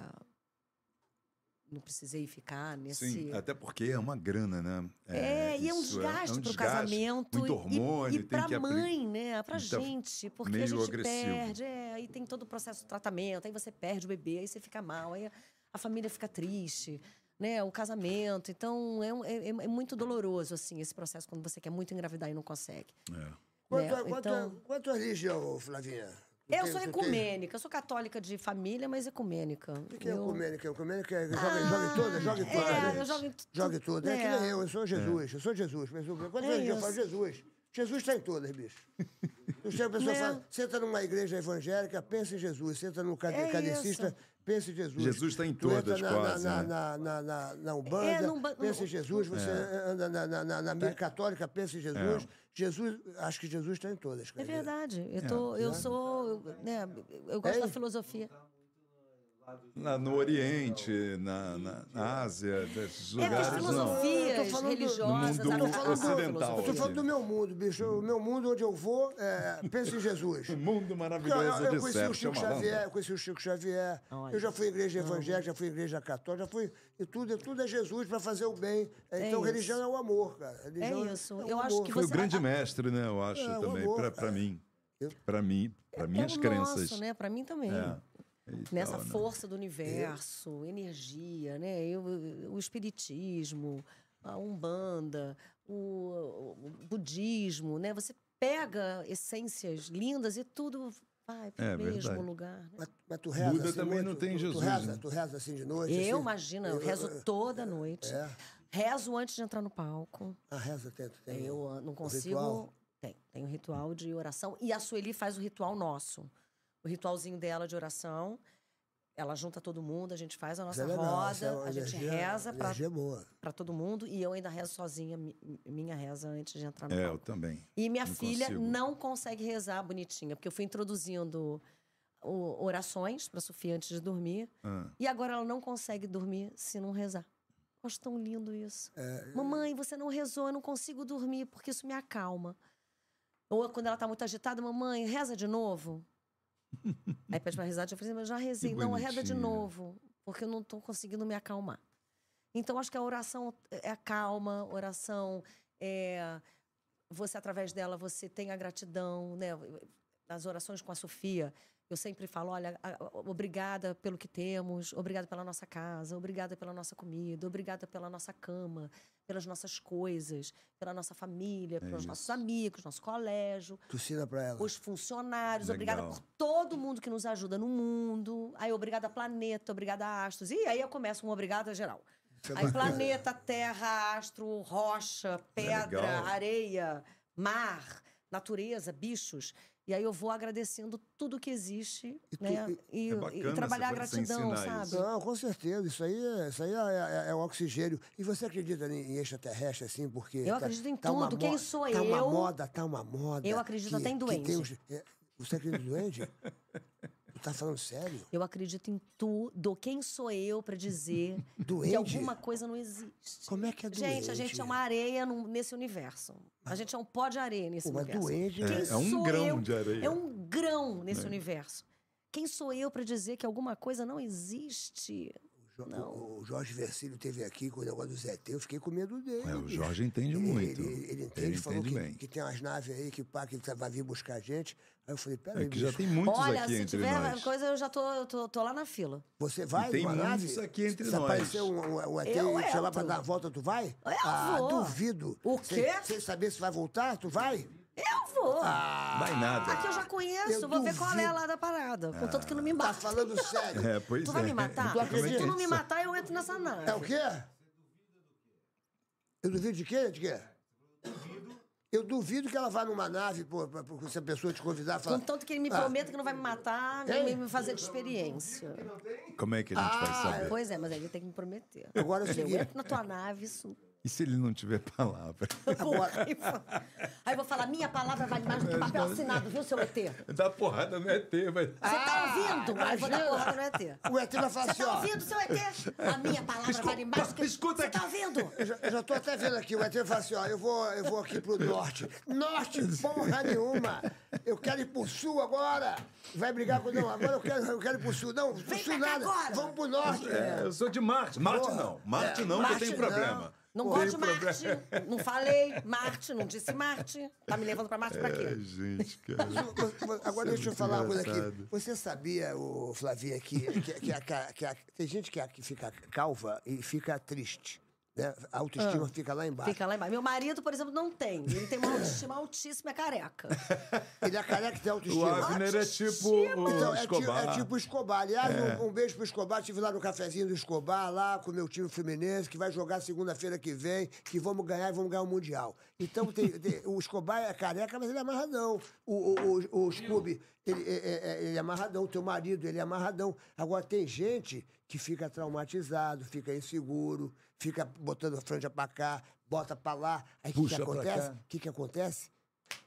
Speaker 3: não precisei ficar nesse.
Speaker 2: Sim, até porque é uma grana, né?
Speaker 3: É, e é um
Speaker 2: isso
Speaker 3: desgaste pro
Speaker 2: desgaste,
Speaker 3: casamento.
Speaker 2: Muito
Speaker 3: e-
Speaker 2: hormônio,
Speaker 3: e, e
Speaker 2: tem
Speaker 3: pra
Speaker 2: que apli-
Speaker 3: mãe, né? Pra
Speaker 1: tá
Speaker 2: Então,
Speaker 3: gente. Porque
Speaker 2: meio
Speaker 3: a gente
Speaker 2: agressivo.
Speaker 3: perde, é, aí tem todo o processo de tratamento, aí você perde o bebê, aí você fica mal, aí a, a família fica triste, né? O casamento. Então, é, um- é- é- é muito doloroso, assim, esse processo quando você quer muito engravidar e não consegue.
Speaker 2: É.
Speaker 1: Quanto,
Speaker 3: né?
Speaker 1: a, quanto, a-
Speaker 3: Então-
Speaker 1: quanto à religião, Flavinha? Tu
Speaker 3: Eu
Speaker 1: tem-
Speaker 3: sou
Speaker 1: tu tem-
Speaker 3: ecumênica, eu sou católica de família, mas ecumênica.
Speaker 1: O que que é
Speaker 3: Eu-
Speaker 1: ecumênica? Ecumênica é joga, joga em todas, joga em
Speaker 3: é,
Speaker 1: todas. né?
Speaker 3: eu jogo em tu-
Speaker 1: Joga em todas. É, que nem
Speaker 3: é.
Speaker 1: eu, eu sou Jesus, eu sou Jesus. Mas eu, quando
Speaker 3: É
Speaker 1: eu, eu falo
Speaker 3: isso.
Speaker 1: Jesus, Jesus está em todas, bicho. Eu sei, a pessoa
Speaker 3: Né?
Speaker 1: fala, senta numa igreja evangélica, pensa em Jesus. Senta num cade-
Speaker 3: É
Speaker 1: cadecista,
Speaker 3: isso.
Speaker 1: pensa em Jesus.
Speaker 2: Jesus tá em
Speaker 1: Tu entra
Speaker 2: todas,
Speaker 1: na,
Speaker 2: quase,
Speaker 1: Na,
Speaker 2: né?
Speaker 1: na, na, na, na Umbanda,
Speaker 3: É, num ba-
Speaker 1: pensa em
Speaker 3: num-
Speaker 1: Jesus. Você
Speaker 2: É.
Speaker 1: anda na, na,
Speaker 2: Tá.
Speaker 1: na, na Mira Católica, pensa em Jesus. Jesus, acho que Jesus está em todas.
Speaker 3: É
Speaker 1: cara.
Speaker 3: verdade. Eu, tô, eu sou. Né, eu gosto
Speaker 1: Ei.
Speaker 3: da filosofia.
Speaker 2: Lá no Oriente, na, na, na Ásia, desses
Speaker 3: É, as
Speaker 2: lugares, não.
Speaker 1: Eu
Speaker 3: filosofias
Speaker 1: tô falando do-
Speaker 3: religiosas, ah,
Speaker 2: No mundo
Speaker 3: a- a- a- a
Speaker 2: ocidental.
Speaker 1: Eu tô falando do meu mundo, bicho. O meu mundo onde eu vou, é, pensa em Jesus.
Speaker 2: O mundo
Speaker 1: Eu, eu-
Speaker 2: maravilhoso é
Speaker 1: eu
Speaker 2: de
Speaker 1: conheci o
Speaker 2: Sérgio
Speaker 1: Chico Xavier, eu conheci o Chico Xavier.
Speaker 3: Olha.
Speaker 1: Eu já fui à igreja evangélica, já fui à igreja católica, já fui. E tudo, e tudo é Jesus para fazer o bem. Então,
Speaker 3: isso.
Speaker 1: religião é o amor, cara.
Speaker 3: É
Speaker 1: Religião
Speaker 3: isso.
Speaker 1: o
Speaker 3: Eu acho
Speaker 1: amor.
Speaker 3: que
Speaker 2: Foi
Speaker 3: você
Speaker 2: o grande
Speaker 3: a-
Speaker 2: mestre, né? Eu acho
Speaker 1: É, o
Speaker 2: também,
Speaker 1: amor,
Speaker 2: pra,
Speaker 1: é.
Speaker 2: pra mim. Pra mim, pra minhas
Speaker 3: é o
Speaker 2: crenças.
Speaker 3: Nosso, né? Para mim também.
Speaker 2: E tal,
Speaker 3: Nessa
Speaker 2: né?
Speaker 3: força do universo, energia, né? Eu, eu- o espiritismo, a umbanda, o, o budismo, né? Você pega essências lindas e tudo vai para o
Speaker 2: É
Speaker 3: mesmo
Speaker 2: verdade.
Speaker 3: lugar. né?
Speaker 1: Mas, mas tu reza.
Speaker 2: Buda
Speaker 1: assim,
Speaker 2: também
Speaker 1: muito?
Speaker 2: não tem
Speaker 1: Tu-
Speaker 2: Jesus,
Speaker 1: Tu reza,
Speaker 2: né?
Speaker 1: tu reza assim de noite.
Speaker 3: Eu
Speaker 1: assim?
Speaker 3: imagino, eu rezo toda noite.
Speaker 1: É.
Speaker 3: Rezo antes de entrar no palco.
Speaker 1: Ah, reza tem, tem.
Speaker 3: Eu ah, não
Speaker 1: um ritual?
Speaker 3: consigo. Tem, tem um ritual de oração. E a Sueli faz o ritual nosso. O ritualzinho dela de oração. Ela junta todo mundo, a gente faz a
Speaker 1: Isso
Speaker 3: nossa
Speaker 1: é legal, isso é
Speaker 3: roda,
Speaker 1: uma
Speaker 3: a gente
Speaker 1: energia-
Speaker 3: reza pra-
Speaker 1: energia é boa.
Speaker 3: pra todo mundo e eu ainda rezo sozinha mi- minha reza antes de entrar no
Speaker 2: É, eu
Speaker 3: palco.
Speaker 2: também.
Speaker 3: E minha
Speaker 2: não
Speaker 3: filha
Speaker 2: consigo.
Speaker 3: não consegue rezar bonitinha, porque eu fui introduzindo o- orações pra Sofia antes de dormir.
Speaker 2: Ah.
Speaker 3: E agora ela não consegue dormir se não rezar. Eu acho tão lindo isso. Mamãe, você não rezou, eu não consigo dormir, porque isso me acalma. Ou quando ela tá muito agitada, mamãe, reza de novo. Aí pede pra rezar, eu falei, assim, mas já rezei. Não, reza de
Speaker 2: bonitinha.
Speaker 3: novo, porque eu não tô conseguindo me acalmar. Então, acho que a oração é a calma, oração é... Você, através dela, você tem a gratidão, né? Nas orações com a Sofia, eu sempre falo, olha, a- a- obrigada pelo que temos, obrigada pela nossa casa, obrigada pela nossa comida, obrigada pela nossa cama, pelas nossas coisas, pela nossa família, pelos nossos amigos, nosso colégio,
Speaker 1: Tu ensina pra ela.
Speaker 3: os funcionários, obrigada
Speaker 2: Legal.
Speaker 3: por todo mundo que nos ajuda no mundo. Aí, obrigada planeta, obrigada astros. E aí eu começo um obrigada geral.
Speaker 2: tá
Speaker 3: Aí, planeta, terra, astro, rocha, pedra,
Speaker 2: Legal.
Speaker 3: areia, mar, natureza, bichos. E aí eu vou agradecendo tudo que existe,
Speaker 1: E tu-
Speaker 3: né? E,
Speaker 2: É
Speaker 3: e
Speaker 2: bacana
Speaker 3: trabalhar a
Speaker 2: essa coisa de você
Speaker 3: gratidão,
Speaker 2: ensinar
Speaker 3: sabe?
Speaker 2: isso.
Speaker 1: Não, com certeza. Isso aí, é, isso aí é, é- é o oxigênio. E você acredita em, em extraterrestre, assim, porque.
Speaker 3: Eu acredito em
Speaker 1: uma
Speaker 3: tudo. Quem
Speaker 1: mo-
Speaker 3: sou
Speaker 1: Tá uma
Speaker 3: eu?
Speaker 1: moda, tá uma moda.
Speaker 3: Eu acredito até em
Speaker 1: que tem
Speaker 3: duende.
Speaker 1: uns- é, você acredita em doente? tu tá falando sério?
Speaker 3: Eu acredito em tudo. Quem sou eu pra dizer
Speaker 1: Doente?
Speaker 2: é
Speaker 3: que alguma coisa não existe?
Speaker 1: Como é que é doente?
Speaker 3: Gente, a gente é uma areia num- nesse universo. A gente é um pó de areia nesse
Speaker 1: Pô, mas
Speaker 3: universo.
Speaker 1: doente-
Speaker 3: Quem
Speaker 2: É, é um
Speaker 3: sou
Speaker 2: grão
Speaker 3: eu?
Speaker 2: de areia.
Speaker 3: É um grão nesse universo. Quem sou eu pra dizer que alguma coisa não existe?
Speaker 1: Jo- O, o Jorge Versílio teve aqui com o negócio do ZT, eu fiquei com medo dele.
Speaker 2: É, o
Speaker 1: bicho.
Speaker 2: Jorge entende muito.
Speaker 1: Ele, ele entende,
Speaker 2: Ele
Speaker 1: falou
Speaker 2: entende
Speaker 1: que,
Speaker 2: bem.
Speaker 1: que tem umas naves aí que, pá, que ele tá- vai vir buscar a gente. Aí eu falei, peraí,
Speaker 2: É que já
Speaker 1: bicho,
Speaker 2: tem muitos
Speaker 3: Olha,
Speaker 2: aqui
Speaker 3: se
Speaker 2: entre
Speaker 3: tiver
Speaker 2: nós.
Speaker 3: coisa, eu já tô, eu tô, tô lá na fila.
Speaker 1: você vai
Speaker 2: E tem
Speaker 1: numa nave?
Speaker 2: muitos aqui entre
Speaker 1: se
Speaker 2: nós.
Speaker 1: aparecer um, um, um ET
Speaker 3: Eu
Speaker 1: e te chamar pra
Speaker 3: entro.
Speaker 1: dar uma volta, tu vai?
Speaker 3: Eu
Speaker 1: ah,
Speaker 3: vou.
Speaker 1: duvido.
Speaker 3: O
Speaker 1: Sem-
Speaker 3: quê?
Speaker 1: Sem, saber se vai voltar, tu vai? Tá
Speaker 3: Eu vou!
Speaker 2: Vai nada.
Speaker 3: Ah, Aqui eu já conheço,
Speaker 1: eu
Speaker 3: vou ver qual é
Speaker 1: duvido.
Speaker 3: lá da parada. Contanto que não me
Speaker 1: Tá
Speaker 3: mata.
Speaker 1: falando né? sério.
Speaker 2: É, pois
Speaker 3: Tu
Speaker 2: é.
Speaker 3: vai me matar?
Speaker 1: Tu acredita?
Speaker 3: Se tu não me
Speaker 2: Isso.
Speaker 3: matar, eu entro nessa nave.
Speaker 1: É o quê? Eu duvido de quê? De quê? Eu duvido que ela vá numa nave, pô, pra, pra, se a pessoa te convidar e falar.
Speaker 3: Contanto que ele me
Speaker 1: Ah. É.
Speaker 3: prometa que não vai me matar,
Speaker 1: Ei.
Speaker 3: nem me- me fazer de experiência.
Speaker 2: Como é que a gente vai saber?
Speaker 3: Pois é, mas aí ele tem que me prometer.
Speaker 1: Agora é o
Speaker 3: Se eu
Speaker 1: seguinte.
Speaker 3: entro na tua nave, isso.
Speaker 2: E se ele não tiver palavra?
Speaker 1: Agora,
Speaker 3: Então tá Aí eu vou falar, minha palavra vale mais do que papel assinado, viu, seu ET? Você
Speaker 2: Dá porrada no ET, vai.
Speaker 3: tá ouvindo? Aí eu vou dar porrada no ET.
Speaker 1: o ET vai falar
Speaker 3: Você
Speaker 1: assim,
Speaker 3: tá
Speaker 1: ó.
Speaker 3: ouvindo, seu ET? A minha palavra vale mais do que...
Speaker 2: escuta
Speaker 3: Você tá ouvindo?
Speaker 1: Eu já, eu já tô até vendo aqui, o ET vai falar assim, ó, eu vou, eu vou aqui pro norte. Norte, porra nenhuma! Eu quero ir pro sul agora! Vai brigar com não, agora eu quero, eu quero ir pro sul, não, pro
Speaker 3: Vem
Speaker 1: sul
Speaker 3: pra cá
Speaker 1: nada!
Speaker 3: agora.
Speaker 1: Vamos pro norte!
Speaker 2: É, eu sou de Marte. Marte
Speaker 1: Porra.
Speaker 2: não. Marte
Speaker 1: É,
Speaker 2: não, que eu
Speaker 1: Marte
Speaker 2: tenho
Speaker 1: não.
Speaker 2: problema.
Speaker 3: Não
Speaker 2: Tem
Speaker 3: gosto de
Speaker 2: problema.
Speaker 3: Marte. Não falei Marte, não disse Marte. Tá me levando pra Marte pra
Speaker 2: É,
Speaker 3: quê?
Speaker 2: gente, cara.
Speaker 1: Tipo, Agora deixa eu
Speaker 2: muito
Speaker 1: falar uma coisa
Speaker 2: engraçado.
Speaker 1: aqui. Você sabia, ô, Flavinha, que, que, que a ca- que a- tem gente que, a- que fica calva e fica triste. Né? A autoestima fica lá
Speaker 2: É.
Speaker 1: embaixo.
Speaker 3: Ah. Fica lá embaixo. Meu marido, por exemplo, não tem. Ele tem uma autoestima altíssima, é careca.
Speaker 1: Ele é careca e tem
Speaker 2: O
Speaker 1: autoestima.
Speaker 2: Avner é tipo o
Speaker 1: Então, é, tipo,
Speaker 2: Escobar. É.
Speaker 1: é tipo o Escobar. Aliás, um, um beijo pro Escobar. Estive lá no cafezinho do Escobar, lá com o meu time Fluminense, que vai jogar segunda-feira que vem, que vamos ganhar e vamos ganhar o Mundial. Então, tem- tem- o Escobar é careca, mas ele é amarradão. O, o, o, o Scooby, ele, é, é- ele é amarradão. O teu marido, ele é amarradão. Agora, tem gente que fica traumatizado, fica inseguro, fica botando a franja pra cá, bota pra lá. Aí o que,
Speaker 2: Puxa
Speaker 1: que
Speaker 2: pra
Speaker 1: acontece?
Speaker 2: cá.
Speaker 1: O que, que acontece?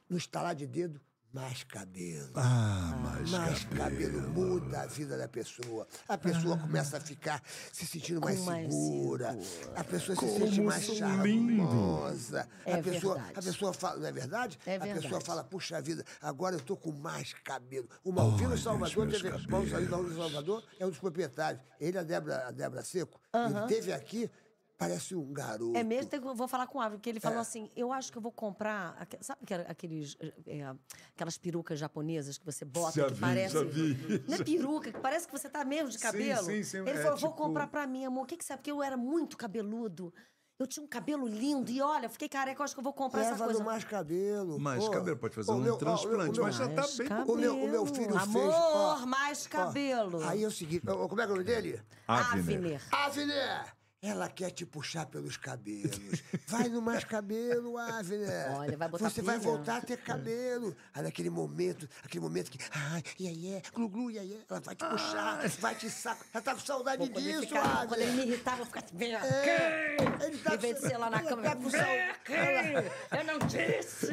Speaker 1: No estalar de dedo, mais cabelo.
Speaker 2: Ah, mas...
Speaker 1: Mas cabelo muda a vida da pessoa. A
Speaker 2: Ah.
Speaker 1: pessoa começa a ficar se sentindo mais
Speaker 3: Com mais
Speaker 1: segura. A pessoa se sente
Speaker 2: Como
Speaker 1: mais
Speaker 2: sou
Speaker 1: charmosa.
Speaker 3: É
Speaker 1: a pessoa,
Speaker 3: verdade.
Speaker 1: a pessoa fala, não é verdade?
Speaker 3: É
Speaker 1: A pessoa
Speaker 3: verdade.
Speaker 1: fala, puxa vida, agora eu tô com mais cabelo. O Malvino Salvador,
Speaker 2: meus
Speaker 1: teve, o Malvino Salvador é um dos proprietários. Ele, a Débora, a Débora Seco, ele teve aqui, parece um garoto.
Speaker 3: É mesmo, tem que- eu vou falar com o Ávila, porque ele
Speaker 2: É.
Speaker 3: falou assim: eu acho que eu vou comprar. aque- Sabe aquela- aqueles, é, aquelas perucas japonesas que você bota,
Speaker 2: Já
Speaker 3: que
Speaker 2: vi,
Speaker 3: parece.
Speaker 2: já vi.
Speaker 3: Não é peruca, que parece que você tá mesmo de
Speaker 2: Sim,
Speaker 3: cabelo.
Speaker 2: sim, sim,
Speaker 3: Ele
Speaker 2: é
Speaker 3: falou: vou
Speaker 2: tipo-
Speaker 3: comprar pra mim, amor. O que, que você é? Porque eu era muito cabeludo. Eu tinha um cabelo lindo e olha, eu fiquei careca, eu acho que eu vou comprar essa
Speaker 1: Leva
Speaker 3: coisa.
Speaker 1: no mais cabelo.
Speaker 2: Mas
Speaker 1: pô.
Speaker 2: cabelo pode fazer
Speaker 1: Ô,
Speaker 2: um
Speaker 1: meu- ó,
Speaker 2: transplante,
Speaker 1: meu-
Speaker 2: mas já tá
Speaker 3: mais
Speaker 2: bem...
Speaker 3: cabelo.
Speaker 1: O meu, o meu filho
Speaker 3: Amor,
Speaker 1: fez. ó,
Speaker 3: mais
Speaker 1: ó,
Speaker 3: cabelo.
Speaker 1: aí é o seguinte, ó, como é que é o nome dele?
Speaker 2: Avner.
Speaker 1: Avner! Ela quer te puxar pelos cabelos. Vai no mais cabelo, Avner.
Speaker 3: Olha, vai botar
Speaker 1: Você vai
Speaker 3: pilha.
Speaker 1: voltar a ter cabelo. Aí naquele momento, aquele momento que. Ai, ia, ia, glu, glu, ia, ia. Ela vai te puxar, vai te saco. Ela tá com saudade
Speaker 3: Quando ele,
Speaker 1: disso,
Speaker 3: ficava, quando ele
Speaker 1: Avner. É,
Speaker 3: me irritava, eu ficava assim, vem aqui.
Speaker 1: Ele
Speaker 3: Em vez de ser lá na
Speaker 1: ela
Speaker 3: câmera,
Speaker 1: tá com
Speaker 3: vem
Speaker 1: saudade.
Speaker 3: aqui. Eu não disse.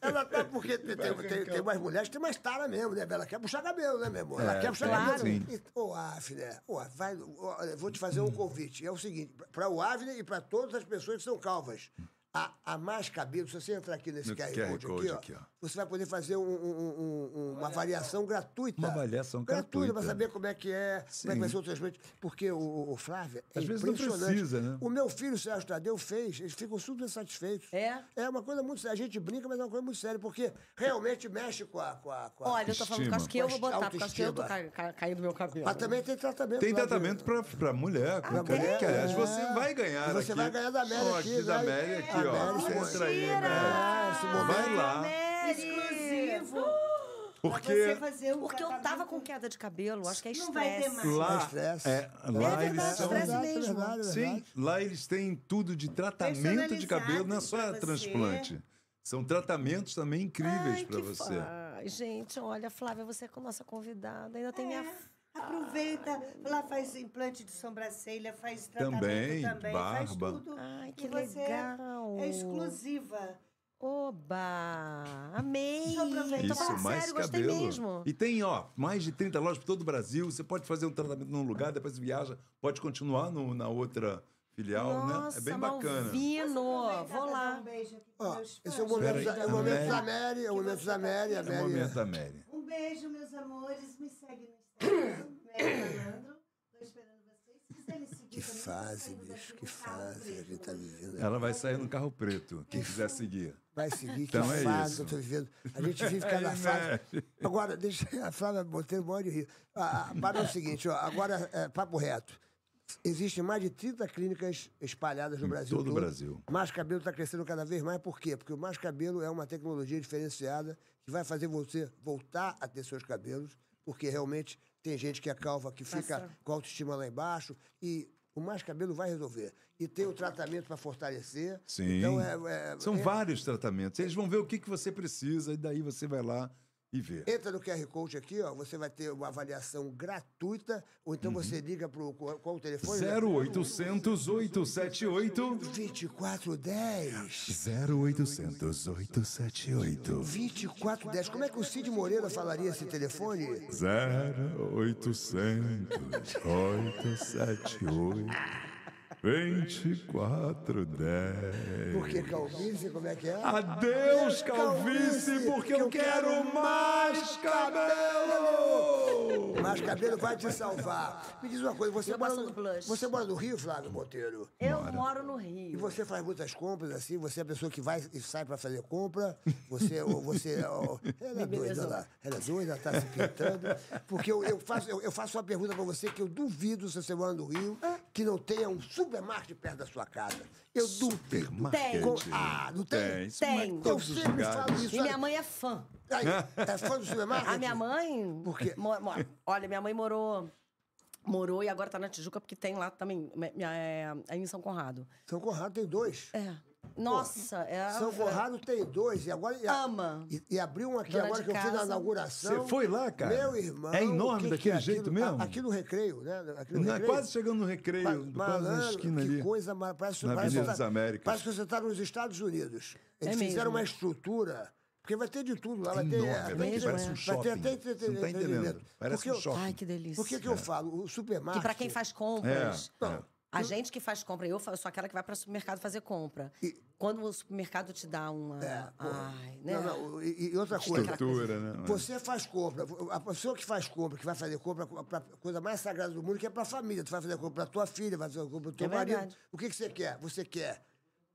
Speaker 1: Ela tá porque tem, tem, tem, tem umas mulheres que tem mais tara mesmo, né? Ela quer puxar cabelo, né, meu amor? Ela
Speaker 2: É,
Speaker 1: quer puxar
Speaker 2: tem,
Speaker 1: cabelo.
Speaker 2: sim.
Speaker 1: E, ô, Avner, ô, vai, ô, olha, vou te fazer um convite. É o seguinte, para o Avner e para todas as pessoas que são calvas. A, a mais cabelo, se você entrar aqui nesse
Speaker 2: No
Speaker 1: QR,
Speaker 2: QR
Speaker 1: Code,
Speaker 2: Code
Speaker 1: aqui, ó,
Speaker 2: aqui, ó.
Speaker 1: você vai poder fazer um- um- um- um- uma avaliação gratuita.
Speaker 2: Uma avaliação gratuita.
Speaker 1: para saber como é que é, como é que vai
Speaker 2: Sim.
Speaker 1: ser o transplante. Porque o, o Flávio é
Speaker 2: Às vezes não
Speaker 1: impressionante.
Speaker 2: precisa, né?
Speaker 1: O meu filho, Sérgio Tadeu, fez, eles ficam super satisfeitos.
Speaker 3: É?
Speaker 1: É uma coisa muito séria. A gente brinca, mas é uma coisa muito séria, porque realmente mexe com a. Com a, com a-
Speaker 3: Olha, eu tô falando por causa que eu vou
Speaker 1: Autoestima.
Speaker 3: botar, por causa que eu tô ca- ca- caindo meu cabelo.
Speaker 1: Mas também tem tratamento.
Speaker 2: Tem
Speaker 1: lá
Speaker 2: tratamento
Speaker 1: do-
Speaker 2: pra, pra mulher, com mulher, que aliás você vai ganhar
Speaker 1: É. Você
Speaker 2: aqui.
Speaker 1: vai ganhar da Mary
Speaker 2: Ó,
Speaker 1: aqui,
Speaker 2: aqui da
Speaker 1: vai-
Speaker 2: Mary, aqui,
Speaker 1: da
Speaker 2: ó.
Speaker 1: Mary,
Speaker 2: Você
Speaker 1: pô.
Speaker 2: entra aí,
Speaker 3: Mentira!
Speaker 2: né?
Speaker 1: É, é esse
Speaker 2: Vai
Speaker 1: momento.
Speaker 2: lá.
Speaker 3: Exclusivo.
Speaker 2: Porque
Speaker 3: Porque É, eu tava com queda de cabelo, acho que é estresse.
Speaker 5: um Não vai ter mais.
Speaker 1: Dá
Speaker 2: lá,
Speaker 1: estresse.
Speaker 2: é, lá
Speaker 3: É
Speaker 2: eles
Speaker 3: verdade,
Speaker 2: são...
Speaker 3: estresse
Speaker 1: Verdade,
Speaker 3: mesmo.
Speaker 1: verdade, é
Speaker 2: Sim,
Speaker 1: verdade.
Speaker 2: lá eles têm tudo de tratamento de cabelo, não é só
Speaker 5: Personalizado pra
Speaker 2: transplante. São tratamentos também incríveis
Speaker 3: Ai,
Speaker 2: pra
Speaker 3: que
Speaker 2: você.
Speaker 3: fa- Ai, gente, olha, Flávia, você é a nossa convidada. Ainda tem minha
Speaker 5: É. Aproveita, lá faz implante de sobrancelha, faz tratamento
Speaker 2: Também,
Speaker 5: também, faz
Speaker 2: barba.
Speaker 5: tudo.
Speaker 3: Ai,
Speaker 5: E
Speaker 3: que
Speaker 5: você
Speaker 3: legal.
Speaker 5: É exclusiva.
Speaker 3: Oba! Amei!
Speaker 5: Então aproveita.
Speaker 3: Tô
Speaker 5: Então,
Speaker 2: Isso,
Speaker 3: falando
Speaker 2: mais
Speaker 3: sério, gostei
Speaker 2: cabelo.
Speaker 3: mesmo.
Speaker 2: E tem, ó, mais de 30 lojas por todo o Brasil. Você pode fazer um tratamento num lugar, depois viaja, pode continuar no- na outra filial,
Speaker 3: Nossa,
Speaker 2: né? É bem bacana.
Speaker 3: Malvino,
Speaker 5: Aproveitar pra
Speaker 3: vou
Speaker 5: dar
Speaker 3: lá.
Speaker 5: Um beijo aqui pros
Speaker 1: Ó,
Speaker 5: meus
Speaker 1: esse é o
Speaker 5: fãs.
Speaker 1: momento,
Speaker 2: Peraí,
Speaker 1: da, é o
Speaker 2: a
Speaker 1: momento
Speaker 2: Mary-
Speaker 1: da Mary, é o
Speaker 5: Que
Speaker 1: momento
Speaker 5: você
Speaker 1: da
Speaker 5: tá
Speaker 1: Mary. A
Speaker 2: É
Speaker 5: aqui.
Speaker 2: o
Speaker 1: Mary
Speaker 2: momento da Mary.
Speaker 5: Um beijo, meus amores. Me segue no Instagram. Mary Malandro. Tô esperando vocês. Se quiserem se
Speaker 1: Que fase, bicho, que
Speaker 5: um
Speaker 1: fase que a gente tá vivendo.
Speaker 2: Ela vai sair no carro preto, quem quiser seguir.
Speaker 1: Vai seguir, que
Speaker 2: Então é
Speaker 1: fase
Speaker 2: isso.
Speaker 1: eu tô vivendo. A gente vive cada
Speaker 2: É,
Speaker 1: fase.
Speaker 2: né?
Speaker 1: Agora, deixa a Flávia Botelho morre de rir. Ah, ah, Para o seguinte, ó, agora, é, papo reto. Existem mais de 30 clínicas espalhadas no Brasil.
Speaker 2: todo o
Speaker 1: todo.
Speaker 2: Brasil.
Speaker 1: Mais cabelo está crescendo cada vez mais. Por quê? Porque o mais cabelo é uma tecnologia diferenciada que vai fazer você voltar a ter seus cabelos, porque realmente tem gente que é calva, que fica
Speaker 3: Passa.
Speaker 1: com a autoestima lá embaixo e o mais cabelo vai resolver. E tem o tratamento para fortalecer.
Speaker 2: Sim.
Speaker 1: Então é, é-
Speaker 2: São
Speaker 1: é-
Speaker 2: vários tratamentos. Eles vão ver o que, que você precisa e daí você vai lá e vê.
Speaker 1: Entra no QR Code aqui, ó, você vai ter uma avaliação gratuita, ou então você liga para qual, qual o
Speaker 3: é.
Speaker 1: telefone? né?
Speaker 2: 0800 878
Speaker 1: 2410.
Speaker 2: 0800 878
Speaker 1: 2410. Como é que o Cid Moreira falaria esse telefone?
Speaker 2: 0800 878 2410
Speaker 1: Porque calvície, como é que é?
Speaker 2: Ah, Adeus, calvície, porque eu quero mais cabelo!
Speaker 1: Mas cabelo vai te salvar. Me diz uma coisa, você
Speaker 3: Eu
Speaker 1: mora,
Speaker 3: passo
Speaker 1: no,
Speaker 3: no blush.
Speaker 1: você mora no Rio, Flávio Monteiro?
Speaker 3: Eu moro no
Speaker 1: E
Speaker 3: Rio.
Speaker 1: você faz muitas compras assim? Você é a pessoa que vai e sai pra fazer compra? Você, ou você ou, ela é doida
Speaker 3: embelezou.
Speaker 1: lá, ela é doida, ela tá se pintando. Porque eu, eu faço, eu, eu faço uma pergunta pra você que eu duvido se você mora no Rio que não tenha um supermarket perto da sua casa. Eu duvido.
Speaker 3: Tem.
Speaker 1: Com- Ah, não tem?
Speaker 2: Tem, isso
Speaker 3: Tem.
Speaker 2: é em
Speaker 1: Eu
Speaker 2: todos os
Speaker 1: sempre falo
Speaker 2: lugares.
Speaker 1: isso.
Speaker 3: E minha
Speaker 1: olha.
Speaker 3: mãe é fã.
Speaker 1: Aí, é fã do supermarket?
Speaker 3: A minha mãe.
Speaker 1: Por quê?
Speaker 3: mo- mo- olha, minha mãe morou. Morou e agora tá na Tijuca, porque tem lá também. me- minha- é, aí em São Conrado.
Speaker 1: São Conrado tem dois.
Speaker 3: É. Nossa, é.
Speaker 1: São Conrado tem dois. E agora. e a-
Speaker 3: Ama.
Speaker 1: E, e abriu um aqui
Speaker 3: Dona
Speaker 1: agora que
Speaker 3: de
Speaker 1: eu fui na
Speaker 3: casa.
Speaker 1: inauguração.
Speaker 2: Você foi lá, cara?
Speaker 1: Meu irmão.
Speaker 2: É
Speaker 1: o
Speaker 2: enorme
Speaker 1: que
Speaker 2: daquele
Speaker 1: que é
Speaker 2: jeito
Speaker 1: aquilo?
Speaker 2: mesmo?
Speaker 1: A- Aqui no recreio, né? Aqui no
Speaker 2: Não, é
Speaker 1: recreio.
Speaker 2: quase chegando no recreio,
Speaker 1: Ma-
Speaker 2: quase na
Speaker 1: malandro,
Speaker 2: esquina
Speaker 1: que
Speaker 2: ali.
Speaker 1: coisa ma- parece,
Speaker 2: na
Speaker 1: parece,
Speaker 2: Avenida
Speaker 1: que
Speaker 2: das
Speaker 1: você tá-
Speaker 2: Américas.
Speaker 1: parece que você está nos Estados Unidos. Eles
Speaker 3: É
Speaker 1: fizeram
Speaker 3: mesmo.
Speaker 1: uma estrutura. Porque vai ter de tudo lá. Vai ter,
Speaker 2: Enorme,
Speaker 1: vai
Speaker 2: né?
Speaker 1: ter-
Speaker 2: Parece um
Speaker 1: vai ter
Speaker 2: shopping.
Speaker 1: até
Speaker 2: Você não tá
Speaker 1: entretenimento.
Speaker 2: entendendo. Parece
Speaker 1: Porque
Speaker 2: um
Speaker 1: eu-
Speaker 2: shopping.
Speaker 3: Ai, que delícia.
Speaker 1: Por que, que eu falo? O supermarket.
Speaker 3: Que pra quem faz compras.
Speaker 2: É, é.
Speaker 3: A gente que faz compra, eu fa- eu sou aquela que vai para supermercado fazer compra. Quando o supermercado te dá uma. ai, né?
Speaker 1: É, Não, não, e, e outra coisa.
Speaker 2: Estrutura, né?
Speaker 1: Você faz compra. A pessoa que faz compra, que vai fazer compra para coisa mais sagrada do mundo, que é para a família. Tu vai fazer compra para tua filha, vai fazer compra para teu
Speaker 3: É
Speaker 1: marido.
Speaker 3: verdade.
Speaker 1: O que, que você quer? Você quer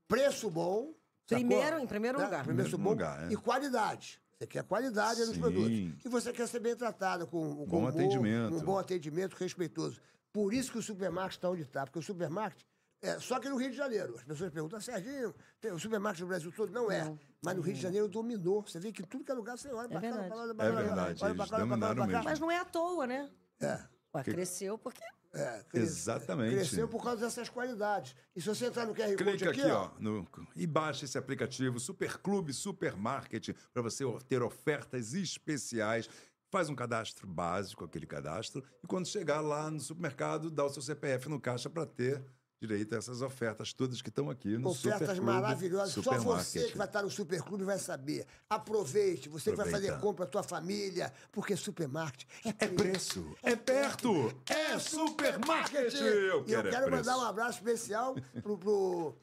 Speaker 1: preço bom. sacou? Tá?
Speaker 3: Primeiro- em primeiro lugar.
Speaker 1: Preço
Speaker 2: Primeiro
Speaker 1: bom
Speaker 2: lugar, é.
Speaker 1: e qualidade. Você quer qualidade nos
Speaker 2: Sim.
Speaker 1: produtos. E você quer ser bem tratado, com, com
Speaker 2: Bom
Speaker 1: humor,
Speaker 2: atendimento.
Speaker 1: um bom atendimento respeitoso. Por isso que o supermarket está onde está, porque o supermarket. É, só que no Rio de Janeiro. As pessoas perguntam, "Ah, Serginho, tem o supermarket no Brasil todo? Não é. Mas no Rio de Janeiro dominou. Você vê que em tudo que é lugar você olha pra cá, olha
Speaker 3: verdade.
Speaker 1: pra lá, olha pra lá,
Speaker 2: É verdade,
Speaker 1: olha pra
Speaker 2: eles
Speaker 1: cá, olha pra cá, olha
Speaker 2: dominaram
Speaker 1: pra cá.
Speaker 3: Mas não é à toa, né?
Speaker 1: É.
Speaker 3: Ué, Cresceu porque.
Speaker 1: É,
Speaker 2: Exatamente.
Speaker 1: Cresceu por causa dessas qualidades. E se você entrar no QR Code
Speaker 2: Clica
Speaker 1: aqui,
Speaker 2: aqui, ó, no- e baixa esse aplicativo Superclube Supermarket para você ter ofertas especiais. Faz um cadastro básico, aquele cadastro, e quando chegar lá no supermercado, dá o seu CPF no caixa para ter direito a essas ofertas todas que estão aqui no
Speaker 1: Ofertas
Speaker 2: Superclube
Speaker 1: maravilhosas. Só você
Speaker 2: Supermarket.
Speaker 1: que vai estar no Superclube vai saber. Aproveite. Você que vai fazer
Speaker 2: Aproveita.
Speaker 1: compra, tua família. Porque supermarket é
Speaker 2: É preço, é perto, é supermarket!
Speaker 1: E eu
Speaker 2: é
Speaker 1: quero
Speaker 2: preço.
Speaker 1: mandar um abraço especial pro. pro...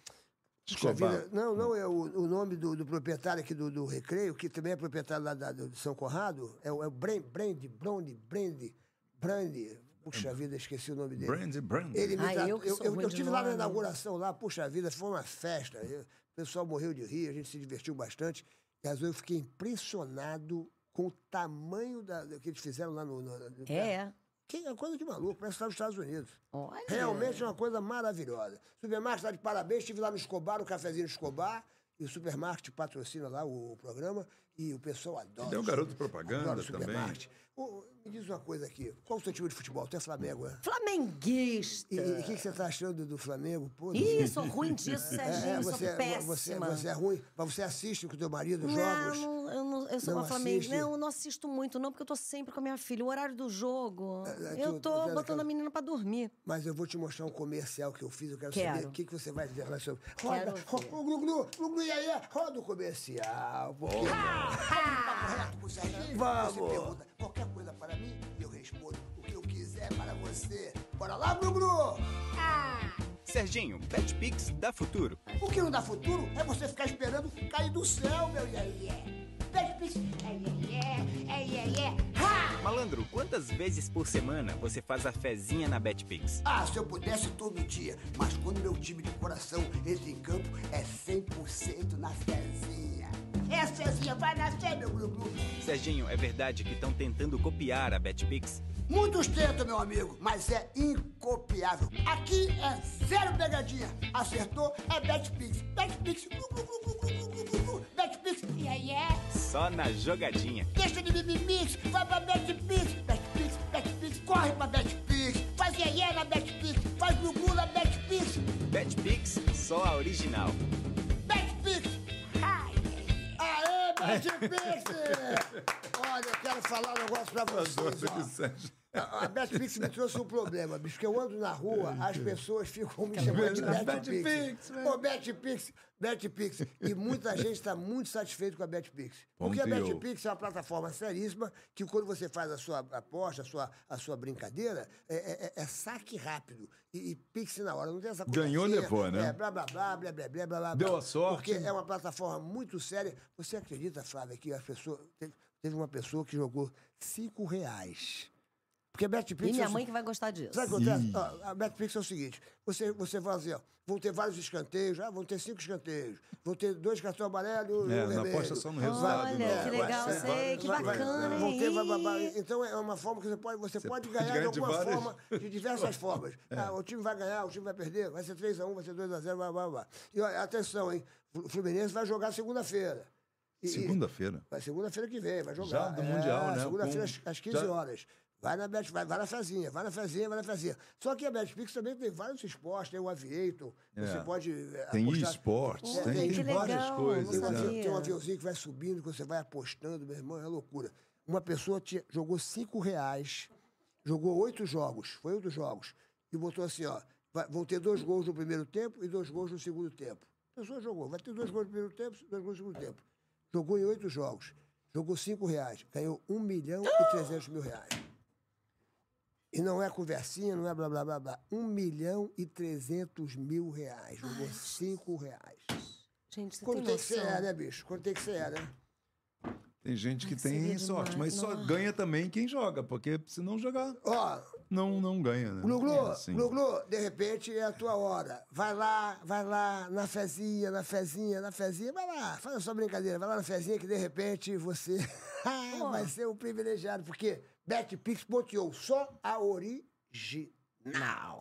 Speaker 1: Puxa
Speaker 2: Escobar.
Speaker 1: vida, Não, não, é o, o nome do, do proprietário aqui do, do Recreio, que também é proprietário lá da- do São Conrado, é o, é o Brand, Brand, Brand, Brand, Brand. Puxa vida, esqueci o nome dele.
Speaker 2: Brandy, brandy.
Speaker 1: Ele me
Speaker 3: Ah,
Speaker 1: tratou-
Speaker 3: eu que
Speaker 1: eu,
Speaker 3: sou
Speaker 1: eu,
Speaker 3: ruim
Speaker 1: eu
Speaker 3: de
Speaker 1: tive lá na
Speaker 3: nome.
Speaker 1: inauguração lá, puxa vida, foi uma festa. Eu- o pessoal morreu de rir, a gente se divertiu bastante. E às vezes eu fiquei impressionado com o tamanho da, do que eles fizeram lá no. no, no
Speaker 3: É, é.
Speaker 1: Que é coisa de maluco, parece que tá nos Estados Unidos.
Speaker 3: Olha.
Speaker 1: Realmente é uma coisa maravilhosa. Supermarket está de parabéns, estive lá no Escobar, no cafezinho Escobar, e o Supermarket patrocina lá o, o programa, e o pessoal adora.
Speaker 2: Tem o
Speaker 1: o
Speaker 2: garoto
Speaker 1: super-
Speaker 2: propaganda
Speaker 1: adora o
Speaker 2: também.
Speaker 1: Supermarket. Ô, me diz uma coisa aqui, qual o seu time de futebol? Tu é Flamengo, né?
Speaker 3: Flamenguista.
Speaker 1: E e o que, que você está achando do Flamengo? Pô,
Speaker 3: Ih, sou ruim disso,
Speaker 1: é,
Speaker 3: Serginho.
Speaker 1: é,
Speaker 3: sou
Speaker 1: você, é-
Speaker 3: péssima.
Speaker 1: você, você é ruim, mas você assiste com o teu marido os
Speaker 3: Não,
Speaker 1: jogos?
Speaker 3: não, eu, não, eu sou
Speaker 1: Não
Speaker 3: uma Flamengo.
Speaker 1: assiste?
Speaker 3: Não, eu não assisto muito, não, porque eu tô sempre com a minha filha. O horário do jogo.
Speaker 1: É, é, tu-
Speaker 3: eu
Speaker 1: tu
Speaker 3: tô
Speaker 1: tá
Speaker 3: botando
Speaker 1: naquela-
Speaker 3: a menina pra dormir.
Speaker 1: Mas eu vou te mostrar um comercial que eu fiz, eu quero, saber
Speaker 3: Quero.
Speaker 1: o que, que você vai dizer lá sobre.
Speaker 3: Quero
Speaker 1: Roda,
Speaker 3: ver.
Speaker 1: roda, glu, glu, glu, glu, iaia, roda o comercial. Porque... Vamos! Você pergunta qualquer coisa para mim, eu respondo o que eu quiser para você. Bora lá, glu, glu!
Speaker 6: Serginho, BetPix dá futuro.
Speaker 1: O que não dá futuro é você ficar esperando cair do céu, meu é? iaia.
Speaker 7: yeah. Best bitch. Yeah, yeah, yeah. Yeah, yeah, yeah. Ha!
Speaker 6: Malandro, quantas vezes por semana você faz a fezinha na Betpix?
Speaker 7: Ah, se eu pudesse todo dia, mas quando meu time de coração entra em campo, é 100% na Cezinha. É Cezinha, vai nascer, meu glu-glu.
Speaker 6: Serginho, é verdade que estão tentando copiar a Betpix?
Speaker 7: Muitos tentam, meu amigo, mas é incopiável. Aqui é zero pegadinha. Acertou, é Betpix. Betpix, glu, glu, glu, glu, glu, glu, glu, glu. Betpix, e aí é?
Speaker 6: Só na jogadinha.
Speaker 7: Deixa de mimimix, vai pra Betpix. Betpix, Betpix, corre pra Betpix. Faz iê iê na Betpix, faz glu-glu na Betpix.
Speaker 6: Betpix, só a original.
Speaker 7: Betpix! Ai,
Speaker 1: Aê, Betpix! Olha, eu quero falar um negócio pra vocês, ó. A Betpix me trouxe um problema, bicho, que eu ando na rua, as pessoas ficam me chamando de
Speaker 2: Betpix,
Speaker 1: Betpix.
Speaker 2: velho.
Speaker 1: Ô, Betpix, Betpix. E muita gente está muito satisfeito com a Betpix. Porque a
Speaker 2: Ponteou.
Speaker 1: Betpix é uma plataforma seríssima que quando você faz a sua aposta, a sua, a sua brincadeira, é, é- é saque rápido e, e pix na hora. Não tem essa coisa.
Speaker 2: Ganhou,
Speaker 1: feia,
Speaker 2: levou, né?
Speaker 1: É, blá, blá, blá, blá, blá, blá, blá, blá.
Speaker 2: Deu a sorte.
Speaker 1: Porque é uma plataforma muito séria. Você acredita, Flávia, que as pessoas... Teve, teve uma pessoa que jogou cinco reais. Porque a Betpix...
Speaker 3: E
Speaker 1: é o
Speaker 3: minha mãe
Speaker 1: seguinte-
Speaker 3: que vai gostar disso.
Speaker 1: Sabe o que acontece? Ó, a Betpix é o seguinte: você, você vai assim, ó, vão ter vários escanteios, ah, vão ter cinco escanteios, vão ter dois cartões amarelos. e
Speaker 2: É,
Speaker 1: um
Speaker 2: não
Speaker 1: vermelho.
Speaker 2: aposta só no
Speaker 1: Vai-
Speaker 2: resultado, né?
Speaker 3: Olha,
Speaker 2: não.
Speaker 3: que
Speaker 2: Vai
Speaker 3: legal,
Speaker 2: ser
Speaker 3: sei,
Speaker 2: vários-
Speaker 3: que
Speaker 2: vai- vai-
Speaker 3: bacana,
Speaker 2: não.
Speaker 3: hein?
Speaker 1: Vão ter, vai- vai- vai- então é uma forma que você pode, você pode ganhar
Speaker 2: ganhar de
Speaker 1: de alguma
Speaker 2: várias- É.
Speaker 1: forma, de diversas formas. Ah, o time vai ganhar, o time vai perder, vai ser 3x1, vai ser 2x0, blá, blá, blá. E olha, atenção, hein? O Fluminense vai jogar segunda-feira. E- e-
Speaker 2: Segunda-feira.
Speaker 1: Vai segunda-feira que vem, vai jogar. É,
Speaker 2: Já do Mundial, né?
Speaker 1: Segunda-feira
Speaker 2: Com-
Speaker 1: às- às 15
Speaker 2: já-
Speaker 1: horas. Vai na Bet, vai, vai na fezinha, vai na fezinha, vai na fezinha. Só que a Betpix também tem vários esportes, tem o aviator, você pode eh,
Speaker 2: É.
Speaker 3: Ah,
Speaker 2: Tem
Speaker 1: apostar-
Speaker 2: esportes,
Speaker 1: É,
Speaker 2: tem,
Speaker 3: que
Speaker 2: tem várias
Speaker 3: legal,
Speaker 2: coisas.
Speaker 3: não
Speaker 2: né?
Speaker 3: sabia.
Speaker 1: Tem um aviãozinho que vai subindo, que você vai apostando, meu irmão, é loucura. Uma pessoa tinha- jogou cinco reais, jogou oito jogos, foi um dos jogos, e botou assim, ó, vai- vão ter dois gols no primeiro tempo e dois gols no segundo tempo. A pessoa jogou, vai ter dois gols no primeiro tempo, dois gols no segundo tempo. Jogou em oito jogos, jogou cinco reais, ganhou um milhão e trezentos mil reais. E não é conversinha, não é blá blá blá blá. Um milhão e trezentos mil reais. Jogou cinco reais.
Speaker 3: Gente, você
Speaker 1: Quando
Speaker 3: tem
Speaker 1: tem que ser
Speaker 3: noção.
Speaker 1: é, né, bicho? Quando tem que ser é, né?
Speaker 2: Tem gente que
Speaker 3: Ai, seria
Speaker 2: tem sorte,
Speaker 3: demais,
Speaker 2: mas só
Speaker 3: nossa.
Speaker 2: ganha também quem joga, porque se não jogar,
Speaker 1: Ó,
Speaker 2: não, não ganha, né?
Speaker 1: Glu-Glu,
Speaker 2: É assim.
Speaker 1: Glu-Glu, de repente é a tua hora. Vai lá, vai lá, na fezinha, na fezinha, na fezinha. Vai lá, faz a sua brincadeira. Vai lá na fezinha que, de repente, você vai ser um privilegiado. Porque Betpix ponteou só a original.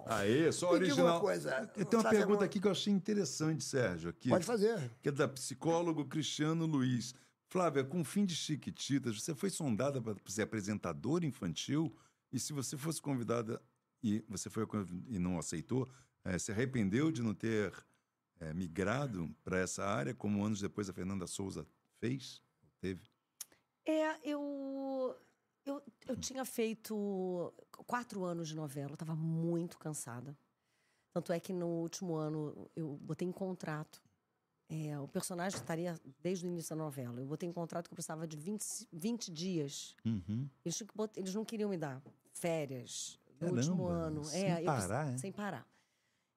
Speaker 2: Aê, só
Speaker 1: Me diga
Speaker 2: original.
Speaker 1: uma coisa,
Speaker 2: Tem tem uma
Speaker 1: Flávio,
Speaker 2: pergunta
Speaker 1: eu-
Speaker 2: aqui que eu achei interessante, Sérgio. Aqui,
Speaker 1: Pode fazer.
Speaker 2: Que é da psicólogo Cristiano Luiz. Flávia, com o fim de Chiquititas, você foi sondada para ser apresentadora infantil? E se você fosse convidada e você foi conv- e não aceitou, eh, se arrependeu de não ter eh, migrado para essa área, como anos depois a Fernanda Souza fez? Teve?
Speaker 3: É, eu, eu. Eu tinha feito quatro anos de novela, eu tava muito cansada. Tanto é que no último ano eu botei em contrato. É, o personagem estaria desde o início da novela. Eu botei em contrato que eu precisava de 20, 20 dias.
Speaker 2: Uhum.
Speaker 3: Eles, tinham que bot- eles não queriam me dar férias no último
Speaker 2: Caramba,
Speaker 3: ano.
Speaker 2: sem
Speaker 3: é, eu preci-
Speaker 2: parar, é?
Speaker 3: Sem parar.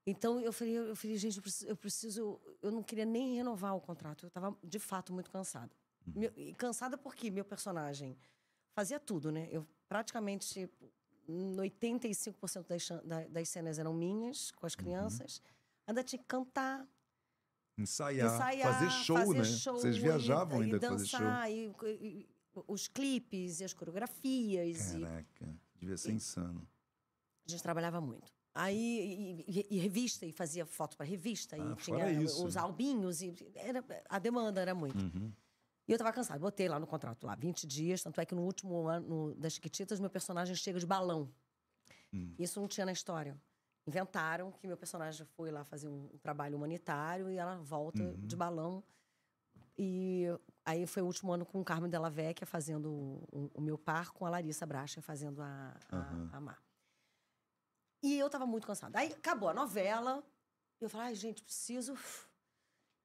Speaker 3: Então eu falei, eu falei, gente, eu preciso, eu preciso- eu não queria nem renovar o contrato. Eu estava de fato muito cansada.
Speaker 2: Uhum.
Speaker 3: Meu- e cansada porque meu personagem fazia tudo, né? Eu praticamente hum, 85% das, chan- da- das cenas eram minhas com
Speaker 2: Uhum.
Speaker 3: as crianças. Ainda tinha que cantar,
Speaker 2: Ensaiar,
Speaker 3: ensaiar,
Speaker 2: fazer show, né?
Speaker 3: show
Speaker 2: Vocês
Speaker 3: e-
Speaker 2: viajavam
Speaker 3: e
Speaker 2: ainda para fazer show.
Speaker 3: dançar, e, e- e os clipes e as coreografias e
Speaker 2: Caraca, devia ser insano.
Speaker 3: A gente trabalhava muito. Aí, e, e- e revista, e fazia foto para revista,
Speaker 2: Ah,
Speaker 3: e tinha
Speaker 2: fora isso. Uhum.
Speaker 3: os albinhos, e era, a demanda era muito. E eu tava cansada, botei lá no contrato, lá 20 dias, tanto é que no último ano das Chiquititas, meu personagem chega de balão.
Speaker 2: Hum.
Speaker 3: Isso não tinha na história. Inventaram que meu personagem foi lá fazer um, um trabalho humanitário e ela volta
Speaker 2: Uhum.
Speaker 3: de balão. E aí foi o último ano com o Carmen Della Vecchia fazendo o, o- o meu par, com a Larissa Bracha fazendo a, a, a Mar. E eu tava muito cansada. Aí acabou a novela. Eu falei, ai, gente, preciso.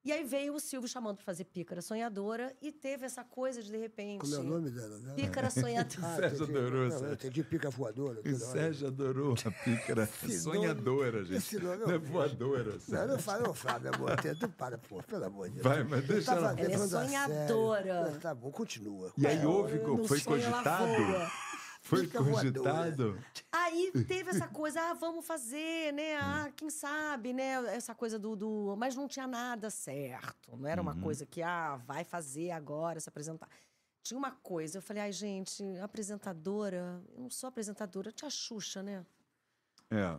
Speaker 3: E aí veio o Silvio chamando pra fazer Pícara Sonhadora e teve essa coisa de, de repente.
Speaker 1: Como é o nome da novela?
Speaker 3: Pícara Sonhadora.
Speaker 2: Sérgio
Speaker 1: entendi.
Speaker 2: adorou,
Speaker 1: Não, eu
Speaker 2: Sérgio.
Speaker 1: entendi pica voadora.
Speaker 2: E
Speaker 1: toda hora.
Speaker 2: Sérgio adorou a pícara. Sonhadora, gente.
Speaker 1: esse nome é
Speaker 2: Não é
Speaker 1: horrível.
Speaker 2: voadora.
Speaker 1: Não,
Speaker 2: Sérgio.
Speaker 1: não fala, não fala, amor. Até tu para, pô, pelo amor de Deus.
Speaker 2: Vai, mas deixa ela-
Speaker 3: Ela é
Speaker 1: levando a sério.
Speaker 3: sonhadora.
Speaker 1: Não, Tá bom, continua.
Speaker 2: E aí houve, co-
Speaker 3: No
Speaker 2: foi
Speaker 3: sonho ela
Speaker 2: cogitado
Speaker 3: voa.
Speaker 2: Foi
Speaker 1: Fica voadora.
Speaker 2: cogitado?
Speaker 3: Aí teve essa coisa, ah, vamos fazer, né?
Speaker 2: É.
Speaker 3: Ah, quem sabe, né? Essa coisa do. do... Mas não tinha nada certo. Não era uma
Speaker 2: Uhum.
Speaker 3: coisa que, ah, vai fazer agora, se apresentar. Tinha uma coisa, eu falei, ai, gente, apresentadora, eu não sou apresentadora, eu tinha a Xuxa, né?
Speaker 2: É.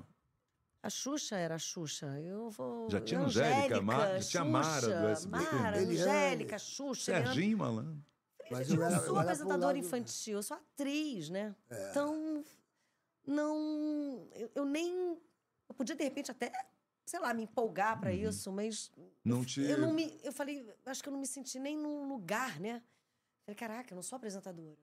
Speaker 3: A Xuxa era a Xuxa. Eu vou.
Speaker 2: Já tinha
Speaker 3: Angélica,
Speaker 2: Angélica, Ma- já tinha Mara do
Speaker 3: Xuxa,
Speaker 2: SBT.
Speaker 3: Mara,
Speaker 1: Eliane.
Speaker 3: Angélica, Xuxa, Eliana.
Speaker 2: Serginho, malandro.
Speaker 1: Mas
Speaker 3: Eu
Speaker 1: eu
Speaker 3: não
Speaker 1: era- eu
Speaker 3: sou
Speaker 1: era pro
Speaker 3: apresentadora
Speaker 1: lado-
Speaker 3: infantil, eu sou atriz, né?
Speaker 2: É.
Speaker 3: Então, não. Eu, eu nem. Eu podia, de repente, até, sei lá, me empolgar pra isso, mas.
Speaker 2: Não Uhum. te.
Speaker 3: Eu não me. Eu falei, acho que eu não me senti nem num lugar, né? Falei, caraca, eu não sou apresentadora.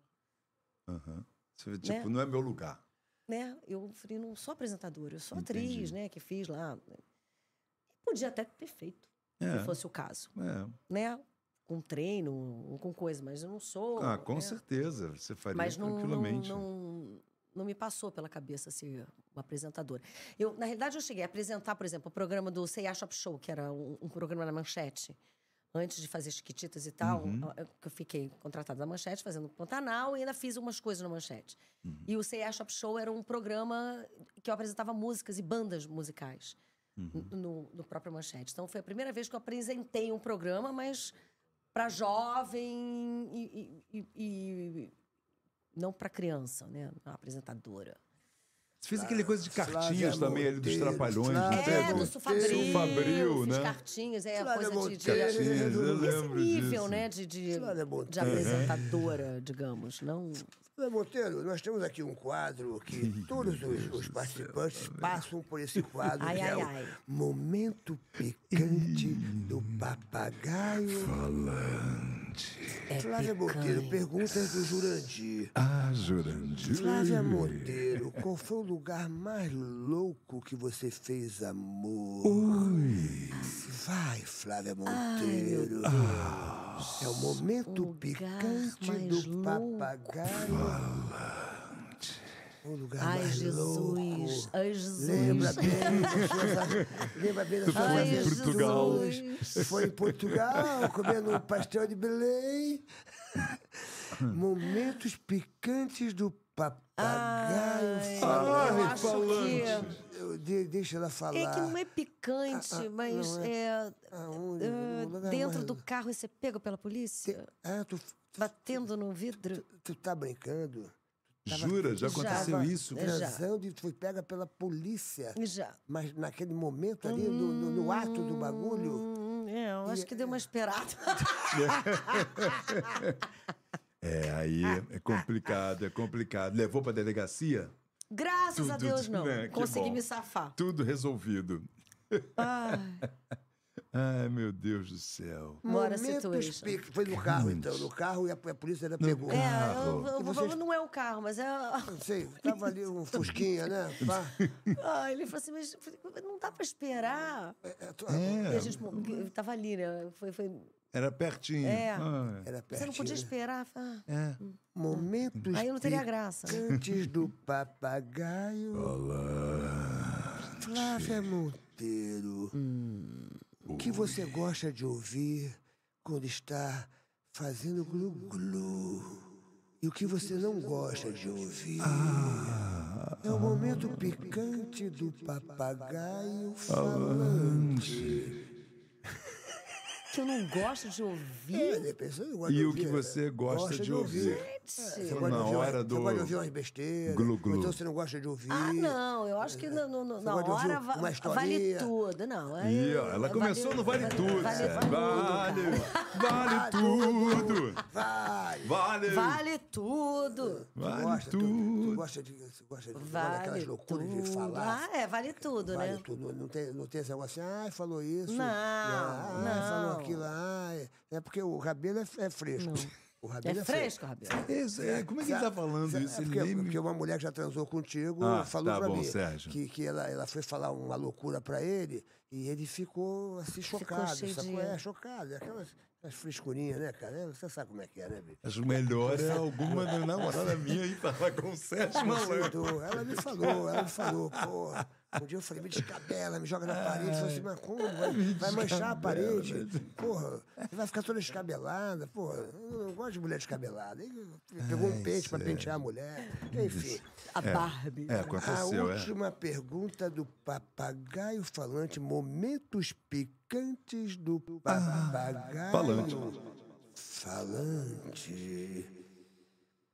Speaker 2: Aham. Você, Tipo, não é meu lugar.
Speaker 3: Né? Eu falei, não sou apresentadora, eu sou
Speaker 2: Entendi.
Speaker 3: atriz, né? Que fiz lá. Podia até ter feito,
Speaker 2: É.
Speaker 3: se fosse o caso,
Speaker 2: é.
Speaker 3: né? Com treino, ou com coisa, mas eu não sou.
Speaker 2: Ah, com
Speaker 3: né?
Speaker 2: certeza. Você faria
Speaker 3: Mas não, não,
Speaker 2: tranquilamente.
Speaker 3: não, não me passou pela cabeça ser uma apresentadora. Eu, na realidade, eu cheguei a apresentar, por exemplo, o programa do C&A Shop Show, que era um, um programa na Manchete. Antes de fazer Chiquititas e tal,
Speaker 2: Uhum.
Speaker 3: a- eu- que eu fiquei contratada na Manchete, fazendo Pantanal, e ainda fiz algumas coisas na Manchete.
Speaker 2: Uhum.
Speaker 3: E o C&A Shop Show era um programa que eu apresentava músicas e bandas musicais
Speaker 2: Uhum.
Speaker 3: no, no próprio Manchete. Então, foi a primeira vez que eu apresentei um programa, mas para jovem e- e- e- e não para criança, né? Uma apresentadora.
Speaker 2: Você fez aquele coisa de
Speaker 1: Flávia
Speaker 2: cartinhas também ali dos
Speaker 1: Monteiro,
Speaker 2: trapalhões,
Speaker 1: Flávia
Speaker 2: né?
Speaker 3: É,
Speaker 1: Monteiro.
Speaker 3: do
Speaker 2: Pedro?
Speaker 3: Sufabril,
Speaker 2: Sufabril,
Speaker 3: fiz
Speaker 2: né?
Speaker 3: cartinhas, é
Speaker 1: Flávia
Speaker 3: coisa de... de
Speaker 1: Monteiro.
Speaker 3: esse
Speaker 2: Cartinhas, eu
Speaker 3: nível,
Speaker 2: lembro disso.
Speaker 3: né, de, de,
Speaker 1: Flávia Monteiro.
Speaker 3: de apresentadora, digamos, não...
Speaker 1: Zé Monteiro, nós temos aqui um quadro que todos os, os participantes
Speaker 2: né?
Speaker 1: passam por esse quadro,
Speaker 3: Ai,
Speaker 1: que
Speaker 3: ai,
Speaker 1: é o
Speaker 3: ai.
Speaker 1: Momento Picante do Papagaio
Speaker 3: É
Speaker 1: Flávia Monteiro,
Speaker 3: picante.
Speaker 1: perguntas do Jurandir.
Speaker 2: Ah, Jurandir.
Speaker 1: Flávia Monteiro, qual foi o lugar mais louco que você fez amor? Vai, Flávia Monteiro. é o momento
Speaker 3: lugar
Speaker 1: picante
Speaker 3: mais
Speaker 1: do
Speaker 3: louco.
Speaker 1: papagaio. O lugar
Speaker 3: Ai,
Speaker 1: tá mais
Speaker 3: Jesus,
Speaker 1: louco.
Speaker 3: ai, Jesus. É
Speaker 1: Lembra bem das suas... Lembra bem das suas
Speaker 3: Ai,
Speaker 1: aventuras.
Speaker 3: Portugal.
Speaker 1: Foi em Portugal, comendo um pastel de Belém. Momentos picantes do papagaio. falante.
Speaker 3: eu acho que...
Speaker 1: Eu de- deixa ela falar.
Speaker 3: É que não é picante, mas é,
Speaker 1: Aonde?
Speaker 3: é,
Speaker 1: No lugar
Speaker 3: dentro
Speaker 1: mais-
Speaker 3: do carro e você pega pela polícia,
Speaker 1: Ah, tu,
Speaker 3: batendo no vidro.
Speaker 1: tu tá brincando?
Speaker 2: Jura? Já
Speaker 3: Já.
Speaker 2: aconteceu isso?
Speaker 3: É, já.
Speaker 1: Transando e tu foi pega pela polícia.
Speaker 3: Já.
Speaker 1: Mas naquele momento ali, no, no- no ato do bagulho.
Speaker 3: Hum, é, eu acho que deu uma esperada. Ah.
Speaker 2: É, aí é complicado, é complicado. Levou pra delegacia?
Speaker 3: Graças a
Speaker 2: Tudo,
Speaker 3: Deus, não.
Speaker 2: né? Que
Speaker 3: Consegui
Speaker 2: bom.
Speaker 3: me safar.
Speaker 2: Tudo resolvido.
Speaker 3: Ai,
Speaker 2: Ai, meu Deus do céu.
Speaker 3: Bora
Speaker 1: momentos
Speaker 3: situation.
Speaker 1: pic- Foi no carro, então. No carro e a, a polícia ainda pegou.
Speaker 3: É, eu,
Speaker 2: Carro.
Speaker 3: eu-
Speaker 1: Ah, E
Speaker 3: vou-
Speaker 1: vocês-
Speaker 3: não é o carro, mas é.
Speaker 1: Não sei, tava ali um fusquinha, né? Pá.
Speaker 3: Ah, ele falou assim, mas não dá pra esperar.
Speaker 1: É, tu-
Speaker 3: E a
Speaker 2: É,
Speaker 3: gente eu tava ali, né? Foi, foi,
Speaker 2: era pertinho.
Speaker 3: É.
Speaker 2: Ah,
Speaker 1: Era
Speaker 3: você não podia
Speaker 1: pertinho, né? É.
Speaker 3: esperar. Ah,
Speaker 2: é.
Speaker 1: Momentos
Speaker 3: Aí eu não teria graça, né?
Speaker 1: picantes do papagaio. Flávia Monteiro.
Speaker 2: Hum.
Speaker 1: O que você gosta de ouvir quando está fazendo glu-glu? E o que você não gosta de ouvir?
Speaker 2: Ah.
Speaker 1: É o momento picante do papagaio
Speaker 2: Ah.
Speaker 1: falante.
Speaker 3: que eu não gosto de
Speaker 1: É,
Speaker 3: ouvir.
Speaker 1: de pessoa que gosta de
Speaker 2: E o
Speaker 1: ouvir,
Speaker 2: que você
Speaker 1: né?
Speaker 2: gosta, de ouvir?
Speaker 3: Gente.
Speaker 1: Você gosta de
Speaker 2: Na
Speaker 1: ouvir-
Speaker 2: hora do
Speaker 1: Você gosta de ouvir umas besteiras.
Speaker 2: glu-glu.
Speaker 1: ou Então você não gosta de ouvir.
Speaker 3: Ah, não, eu acho que no- no- no-
Speaker 1: é. Você
Speaker 3: na
Speaker 1: gosta de ouvir
Speaker 3: hora va-
Speaker 1: uma historinha?
Speaker 3: vale tudo. Não, aí,
Speaker 2: E, ó, ela começou no Vale Tudo.
Speaker 1: É.
Speaker 3: Vale,
Speaker 2: Zé.
Speaker 3: tudo,
Speaker 2: Vale,
Speaker 3: cara.
Speaker 2: vale tudo.
Speaker 1: Vai!
Speaker 2: Vale,
Speaker 3: vale tudo.
Speaker 2: vale
Speaker 1: gosta, tu- Tu,
Speaker 2: tudo.
Speaker 1: gosta de, tu gosta de falar
Speaker 3: Vale
Speaker 1: daquelas
Speaker 3: tudo.
Speaker 1: loucuras de falar.
Speaker 3: Ah, é, vale tudo,
Speaker 1: vale
Speaker 3: né?
Speaker 1: tudo. Não tem, não tem esse negócio assim, ah, falou isso.
Speaker 3: Não,
Speaker 1: ah, falou
Speaker 3: não.
Speaker 1: aquilo. Ah, é, é porque o Rabelo é, é fresco. O Rabelo
Speaker 3: É
Speaker 1: é
Speaker 3: fresco, Rabelo.
Speaker 2: Isso, é, como é que ele tá falando
Speaker 1: Sabe-
Speaker 2: isso?
Speaker 1: é
Speaker 2: Ele
Speaker 1: porque,
Speaker 2: nem me-
Speaker 1: porque uma mulher que já transou contigo
Speaker 2: Ah,
Speaker 1: falou
Speaker 2: tá
Speaker 1: pra
Speaker 2: bom,
Speaker 1: mim
Speaker 2: Sérgio.
Speaker 1: que, que ela, ela foi falar uma loucura pra ele e ele ficou assim chocado.
Speaker 3: cheio
Speaker 1: sacou?
Speaker 3: de-
Speaker 1: É, chocado. É Aquelas, aquelas frescurinhas, né, cara? É, Você sabe como é que é, né, bicho?
Speaker 2: Acho melhor é alguma namorada minha aí falar com o Sérgio Malandro.
Speaker 1: Ela me falou, ela me falou, porra. Um dia eu falei, me descabela, me joga na parede. Eu falei assim, mas como? Vai, vai manchar a parede? Porra, você vai ficar toda descabelada. Porra, eu não gosto de mulher descabelada. Aí pegou um pente pra pentear a mulher. Enfim.
Speaker 3: A Barbie.
Speaker 4: É, aconteceu,
Speaker 2: Ah,
Speaker 1: a
Speaker 4: é.
Speaker 1: última pergunta do papagaio falante. Momentos picantes do papagaio
Speaker 4: falante.
Speaker 1: falante.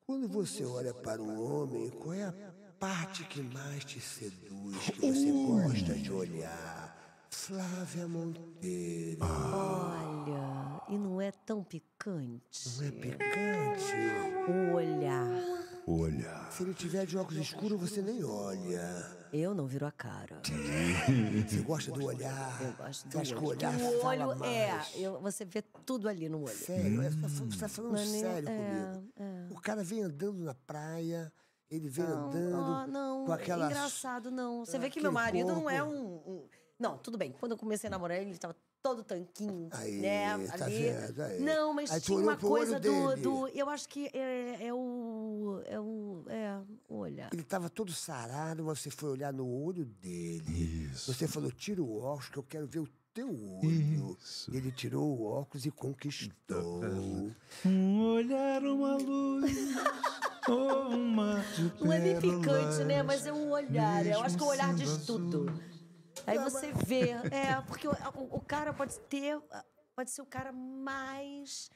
Speaker 1: Quando você olha para um homem, qual é a parte que mais te seduz, que você
Speaker 4: Hum.
Speaker 1: gosta de olhar? Flávia Monteiro.
Speaker 3: Olha, e não é tão picante.
Speaker 1: Não é
Speaker 4: Ah.
Speaker 1: picante?
Speaker 3: O olhar.
Speaker 4: Olha.
Speaker 1: Se ele tiver de óculos escuros, você nem olha.
Speaker 3: Eu não viro a cara.
Speaker 1: Você gosta do olhar.
Speaker 3: Eu gosto do
Speaker 1: Você acha que o
Speaker 3: olho.
Speaker 1: olhar
Speaker 3: O
Speaker 1: fala
Speaker 3: olho
Speaker 1: mais.
Speaker 3: é. eu- você vê tudo ali no olho.
Speaker 1: Sério, é, você tá falando- você tá falando
Speaker 3: Não é nem-
Speaker 1: sério
Speaker 3: é,
Speaker 1: comigo. O cara vem andando na praia, ele vem tá andando
Speaker 3: Ah, não,
Speaker 1: com aquela.
Speaker 3: engraçado, não. Você vê que
Speaker 1: aquele
Speaker 3: meu marido não é
Speaker 1: corpo.
Speaker 3: um, um- Não, tudo bem. Quando eu comecei a namorar ele, ele tava todo tanquinho,
Speaker 1: Aí,
Speaker 3: né?
Speaker 1: tá
Speaker 3: ali.
Speaker 1: vendo? Aí.
Speaker 3: Não, mas
Speaker 1: Aí tu
Speaker 3: tinha
Speaker 1: olhou
Speaker 3: uma
Speaker 1: pro olho
Speaker 3: coisa do,
Speaker 1: dele.
Speaker 3: do- Eu acho que é, é o. É o. É, o olhar.
Speaker 1: Ele tava todo sarado, você foi olhar no olho dele. Você falou: tira o óculos, que eu quero ver o teu olho. Ele tirou o óculos e conquistou.
Speaker 2: Então, Um olhar, uma luz, ou uma de
Speaker 3: Não é nem
Speaker 2: pérolas.
Speaker 3: picante, né? Mas é um olhar. Eu acho que o olhar
Speaker 2: Mesmo
Speaker 3: diz
Speaker 2: sendo
Speaker 3: tudo. Aí você vê. É, porque o, o- o cara pode ter. Pode ser o cara mais.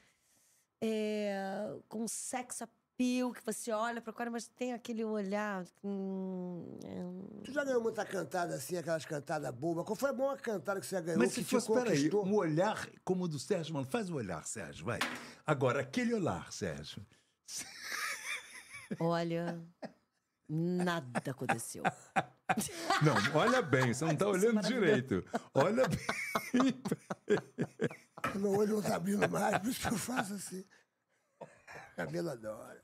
Speaker 3: é, com sexo appeal, que você olha pro cara, mas tem aquele olhar. hum, é.
Speaker 1: Tu já ganhou muita cantada assim, aquelas cantadas bobas? Qual foi a maior cantada que você
Speaker 3: É
Speaker 1: ganhou?
Speaker 2: Mas
Speaker 1: que
Speaker 2: se
Speaker 1: te
Speaker 2: fosse, peraí,
Speaker 1: conquistou?
Speaker 2: um olhar como o do Sérgio Mano. Faz o olhar, Sérgio, vai. Agora, aquele olhar, Sérgio.
Speaker 3: Olha. Nada aconteceu.
Speaker 2: Não, olha bem, você não tá
Speaker 3: é
Speaker 2: olhando direito. Olha bem.
Speaker 1: Meu olho não tá abrindo mais, por isso que eu faço assim. Cabelo adora.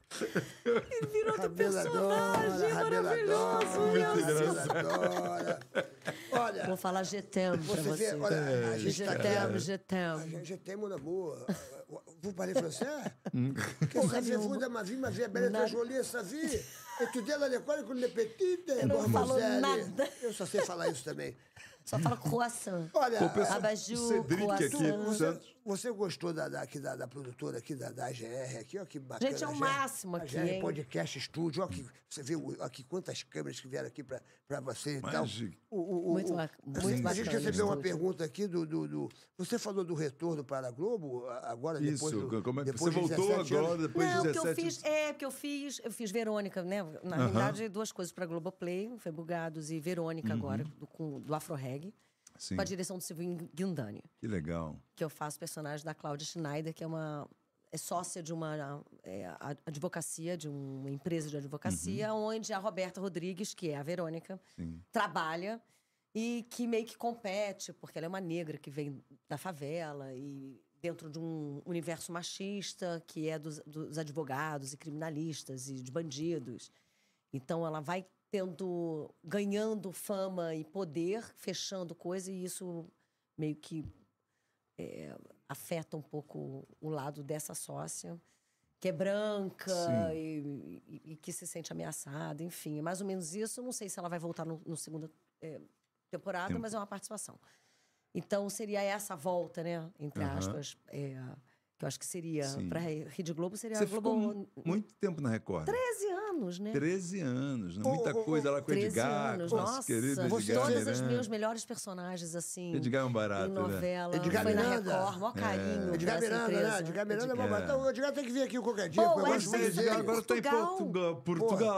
Speaker 3: Ele virou outro
Speaker 1: Rabelo
Speaker 3: personagem maravilhoso, Wilson.
Speaker 1: adora. Olha,
Speaker 3: Vou falar GTM pra
Speaker 1: Você vê,
Speaker 3: você.
Speaker 1: olha, a gente tá aqui,
Speaker 3: GTM,
Speaker 1: olha.
Speaker 3: GTM.
Speaker 1: já, já tem mon amour. Vous parlez français? Qu'est-ce que avez vous de ma vie? Ma vie est belle et jolie, sa vie. Étudiez à l'école com le petit,
Speaker 3: não falou
Speaker 1: mademoiselle.
Speaker 3: nada.
Speaker 1: Eu só sei falar isso também.
Speaker 3: Só fala croissant.
Speaker 1: Olha,
Speaker 3: Abajur,
Speaker 2: o Cedric aqui,
Speaker 3: croissant.
Speaker 2: o Santos.
Speaker 1: Você gostou da, da, aqui da, da produtora aqui, da, da AGR aqui, ó que bacana.
Speaker 3: Gente, é o
Speaker 1: a GR.
Speaker 3: máximo aqui,
Speaker 1: A GR
Speaker 3: hein?
Speaker 1: Podcast Studio, ó que, você vê o- aqui quantas câmeras que vieram aqui pra, pra você e tal.
Speaker 2: Mágico.
Speaker 1: O, o- o-
Speaker 3: Muito
Speaker 1: o-
Speaker 3: ba- muito
Speaker 1: assim, A
Speaker 3: bacana
Speaker 1: gente
Speaker 3: o
Speaker 1: recebeu uma
Speaker 3: estúdio.
Speaker 1: pergunta aqui do, do, do- Você falou do retorno para a Globo a- agora, depois
Speaker 2: Isso,
Speaker 1: do,
Speaker 2: como é que você
Speaker 1: depois de
Speaker 2: voltou
Speaker 1: 17 anos.
Speaker 2: agora, depois
Speaker 3: não,
Speaker 2: de
Speaker 3: porque eu
Speaker 2: 17
Speaker 3: fiz. É, porque eu fiz. Eu fiz Verônica, né? Na realidade, duas coisas pra Globoplay, foi Bugados e Verônica agora, do, com, do Afro Reg,
Speaker 2: Sim,
Speaker 3: com a direção do Silvio Guindani,
Speaker 2: que legal.
Speaker 3: que eu faço personagem da Cláudia Schneider, que é uma. É sócia de uma é, a- advocacia, de um, uma empresa de advocacia, onde a Roberta Rodrigues, que é a Verônica, trabalha e que meio que compete, porque ela é uma negra que vem da favela e dentro de um universo machista que é dos, dos advogados e criminalistas e de bandidos. Então ela vai tendo, ganhando fama e poder, fechando coisa e isso meio que é, afeta um pouco o lado dessa sócia que é branca e, e- e que se sente ameaçada, enfim, é mais ou menos isso. Não sei se ela vai voltar no, no segunda é, temporada, mas é uma participação. Então seria essa volta, né? Entre
Speaker 2: Aham.
Speaker 3: aspas, é, que eu acho que seria
Speaker 2: Sim.
Speaker 3: para Rede Globo seria
Speaker 2: Você
Speaker 3: a Globo
Speaker 2: ficou mu- muito tempo na Record.
Speaker 3: 13 anos, né?
Speaker 2: 13 anos, né? muita
Speaker 1: Ô, ô,
Speaker 2: coisa lá com o
Speaker 3: 13
Speaker 2: Edgar,
Speaker 3: anos,
Speaker 2: com nosso
Speaker 3: nossa.
Speaker 2: querido
Speaker 3: Você-
Speaker 2: Edgar.
Speaker 3: todas as
Speaker 2: Miranda.
Speaker 3: meus melhores personagens, assim.
Speaker 2: Edgar é um
Speaker 3: em
Speaker 2: barato, né?
Speaker 3: novela,
Speaker 1: Edgar
Speaker 3: foi
Speaker 1: Miranda.
Speaker 3: na Record, maior carinho. É.
Speaker 1: Edgar Miranda, né? Edgar Miranda é uma batata. O Edgar tem que vir aqui qualquer dia.
Speaker 3: Pô,
Speaker 1: pô, eu
Speaker 3: é
Speaker 1: gosto
Speaker 3: Mas
Speaker 2: Mas
Speaker 1: muito dele.
Speaker 2: Edgar
Speaker 3: ele tá em
Speaker 2: agora está em Portugal.
Speaker 3: Portugal.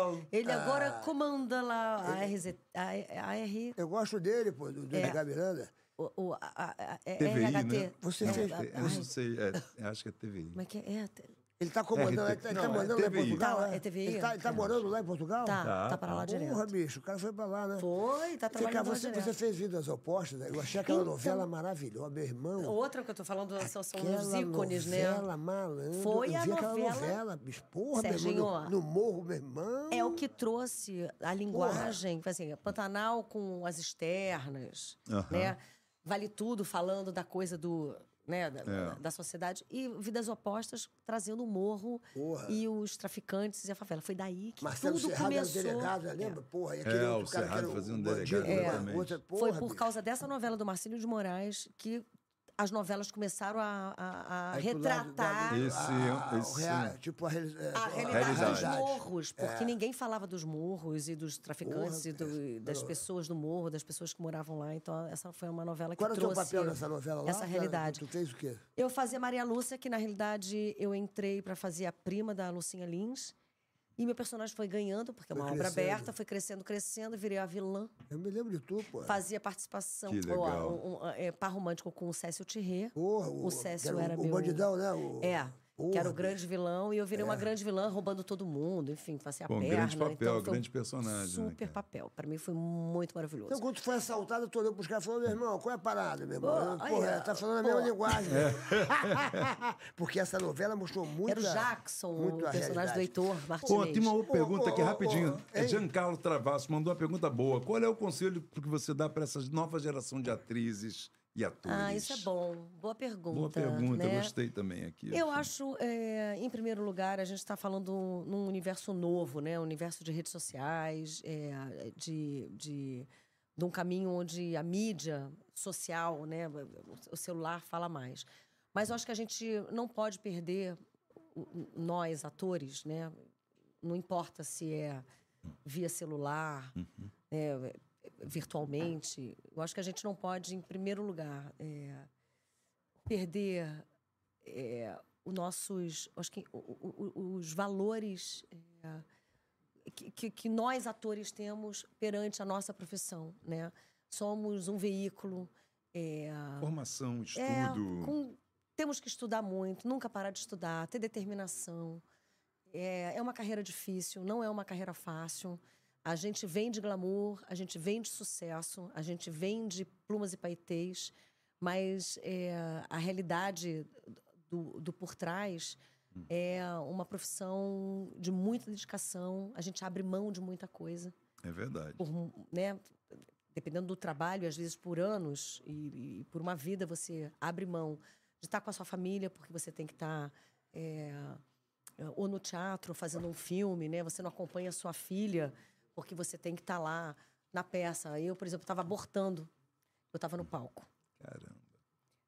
Speaker 2: Portugal.
Speaker 3: Ele agora comanda lá a RZ, a, a R,
Speaker 1: Eu gosto dele, pô, do, do
Speaker 3: É.
Speaker 1: Edgar Miranda.
Speaker 3: o, o- a, a, a, é
Speaker 2: TVI,
Speaker 3: RHT.
Speaker 2: né?
Speaker 1: Você
Speaker 3: É,
Speaker 1: fez-
Speaker 3: a-
Speaker 2: Eu
Speaker 3: a-
Speaker 2: não sei, é, eu acho que é
Speaker 3: Como
Speaker 2: TVI.
Speaker 3: é que é? É, te-
Speaker 1: Ele tá comandando,
Speaker 2: É,
Speaker 1: ele tá, ele
Speaker 2: não,
Speaker 1: tá
Speaker 2: é
Speaker 1: mandando lá em
Speaker 2: TVI.
Speaker 1: Portugal.
Speaker 3: Tá,
Speaker 1: né?
Speaker 3: é TVI,
Speaker 1: Ele tá, ele tá
Speaker 3: é.
Speaker 1: morando lá em Portugal?
Speaker 3: Tá,
Speaker 2: Tá.
Speaker 3: tá pra
Speaker 1: Porra,
Speaker 3: lá direto.
Speaker 1: bicho, o cara foi pra lá, né?
Speaker 3: Foi, tá
Speaker 1: Vem cá,
Speaker 3: trabalhando lá
Speaker 1: você, você
Speaker 3: direto.
Speaker 1: fez Vidas Opostas, né? Eu achei aquela
Speaker 3: Então-
Speaker 1: novela maravilhosa, meu irmão.
Speaker 3: Outra que eu tô falando são, são os
Speaker 1: Aquela
Speaker 3: ícones,
Speaker 1: novela
Speaker 3: né?
Speaker 1: malandro.
Speaker 3: Foi
Speaker 1: eu
Speaker 3: a
Speaker 1: vi aquela
Speaker 3: novela-
Speaker 1: novela, bicho. Porra, meu irmão,
Speaker 3: Serginho.
Speaker 1: no, no morro, meu irmão.
Speaker 3: É o que trouxe a linguagem, assim, Pantanal com as externas, né? Vale Tudo falando da coisa do. Né,
Speaker 1: É.
Speaker 3: da, da sociedade. E Vidas Opostas trazendo o morro
Speaker 1: Porra.
Speaker 3: e os traficantes e a favela. Foi daí que
Speaker 1: Marcelo
Speaker 3: tudo
Speaker 1: Serrado era o
Speaker 3: começou. É.
Speaker 1: delegado, lembra? Porra, e aquele
Speaker 2: É,
Speaker 1: outro
Speaker 2: o
Speaker 1: cara que era
Speaker 2: Serrado
Speaker 1: o
Speaker 2: fazia um
Speaker 1: bandido,
Speaker 2: delegado
Speaker 1: né?
Speaker 2: também.
Speaker 1: Outra porra,
Speaker 3: Foi por
Speaker 1: bicho.
Speaker 3: causa dessa novela do Marcílio de Moraes que as novelas começaram a, a- a
Speaker 1: Aí pro lado da-
Speaker 3: retratar
Speaker 2: Esse- é um-
Speaker 1: Ah, o
Speaker 2: esse-
Speaker 1: real- tipo a, reali- é,
Speaker 3: a realidade
Speaker 2: realidade.
Speaker 3: dos morros, porque ninguém falava dos morros e dos traficantes
Speaker 1: Porra,
Speaker 3: e do-
Speaker 1: cara.
Speaker 3: das pessoas do morro, das pessoas que moravam lá. Então, essa foi uma novela que
Speaker 1: Qual era o teu
Speaker 3: trouxe
Speaker 1: papel nessa novela lá?
Speaker 3: essa
Speaker 1: cara?
Speaker 3: realidade.
Speaker 1: Tu fez o quê?
Speaker 3: Eu fazia Maria Lúcia, que na realidade eu entrei para fazer a prima da Lucinha Lins. E meu personagem foi ganhando, porque é
Speaker 1: Foi
Speaker 3: uma obra
Speaker 1: crescendo.
Speaker 3: aberta, foi crescendo, crescendo, virei a vilã.
Speaker 1: Eu me lembro de tu, pô.
Speaker 3: Fazia participação
Speaker 2: Que
Speaker 3: ó,
Speaker 2: legal.
Speaker 3: um- um, é, par romântico com o Cécio Tirré.
Speaker 1: Porra, o,
Speaker 3: o Cécio
Speaker 1: que
Speaker 3: era
Speaker 1: o,
Speaker 3: meu-
Speaker 1: O bandidão, né? O,
Speaker 3: É. que
Speaker 1: Porra,
Speaker 3: era o grande vilão, e eu virei uma grande vilã roubando todo mundo, enfim, passei a
Speaker 2: Bom,
Speaker 3: perna.
Speaker 2: É. grande papel,
Speaker 3: então foi um
Speaker 2: grande personagem, né,
Speaker 3: Super
Speaker 2: cara?
Speaker 3: papel. Pra mim foi muito maravilhoso.
Speaker 1: Então, quando tu foi assaltado, tu olhou pros caras e falou, meu irmão, qual é a parada, meu
Speaker 3: Pô,
Speaker 1: irmão?
Speaker 3: aí,
Speaker 1: Porra,
Speaker 3: ó,
Speaker 1: tá falando a
Speaker 3: pô.
Speaker 1: mesma linguagem. Porque essa novela mostrou muito.
Speaker 3: era o Jackson,
Speaker 1: muito
Speaker 3: o
Speaker 1: a realidade.
Speaker 3: personagem do Heitor
Speaker 2: Pô,
Speaker 3: Martinez.
Speaker 2: tem uma outra
Speaker 1: Ô,
Speaker 2: pergunta
Speaker 1: ô,
Speaker 2: aqui
Speaker 1: ô,
Speaker 2: rapidinho.
Speaker 1: ô,
Speaker 2: é
Speaker 1: hein?
Speaker 2: Giancarlo Travasso mandou uma pergunta boa. Qual é o conselho que você dá para essa nova geração de atrizes e atores?
Speaker 3: Ah, isso é bom. Boa pergunta.
Speaker 2: Boa pergunta,
Speaker 3: né?
Speaker 2: gostei também aqui. assim.
Speaker 3: Eu acho, é, em primeiro lugar, a gente está falando num universo novo, né? Um universo de redes sociais, é, de, de, de um caminho onde a mídia social, né? O celular fala mais. Mas eu acho que a gente não pode perder o- nós, atores, né? Não importa se é via celular, né? virtualmente. Eu acho que a gente não pode, em primeiro lugar, é, perder é, os nossos acho que o- o- o- os valores é, que, que- que nós atores temos perante a nossa profissão né somos um veículo é,
Speaker 2: Assim, Formação,
Speaker 3: é,
Speaker 2: estudo.
Speaker 3: com- temos que estudar muito nunca parar de estudar ter determinação é, é uma carreira difícil não é uma carreira fácil a gente vem de glamour a gente vem de sucesso a gente vem de plumas e paetês mas é, a realidade do, do por trás é uma profissão de muita dedicação. A gente abre mão de muita coisa,
Speaker 2: É verdade.
Speaker 3: por, mu- né? Dependendo do trabalho, às vezes por anos e, e por uma vida você abre mão de estar com a sua família porque você tem que estar é, é, ou no teatro ou fazendo um filme, né? Você não acompanha a sua filha porque você tem que estar lá na peça. Eu, por exemplo, estava abortando. Eu estava no palco
Speaker 2: Caramba.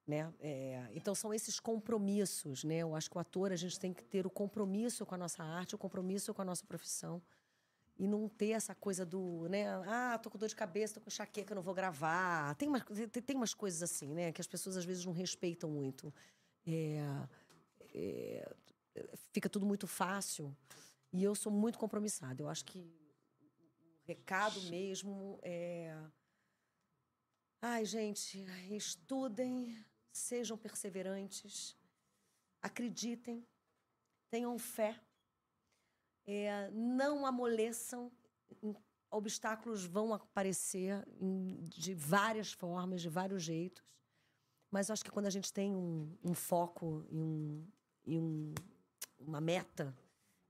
Speaker 3: né? É, então são esses compromissos, né? Eu acho que o ator a gente tem que ter o compromisso com a nossa arte, o compromisso com a nossa profissão e não ter essa coisa do, né? Ah, tô com dor de cabeça, tô com enxaqueca, não vou gravar. Tem umas, tem, tem umas coisas assim, né? Que as pessoas às vezes não respeitam muito. É, é, fica tudo muito fácil e eu sou muito compromissada. Eu acho que o recado mesmo é Ai, gente, estudem, sejam perseverantes, acreditem, tenham fé, é, não amoleçam, em- obstáculos vão aparecer em- de várias formas, de vários jeitos, mas eu acho que quando a gente tem um, um foco e, um, e um- uma meta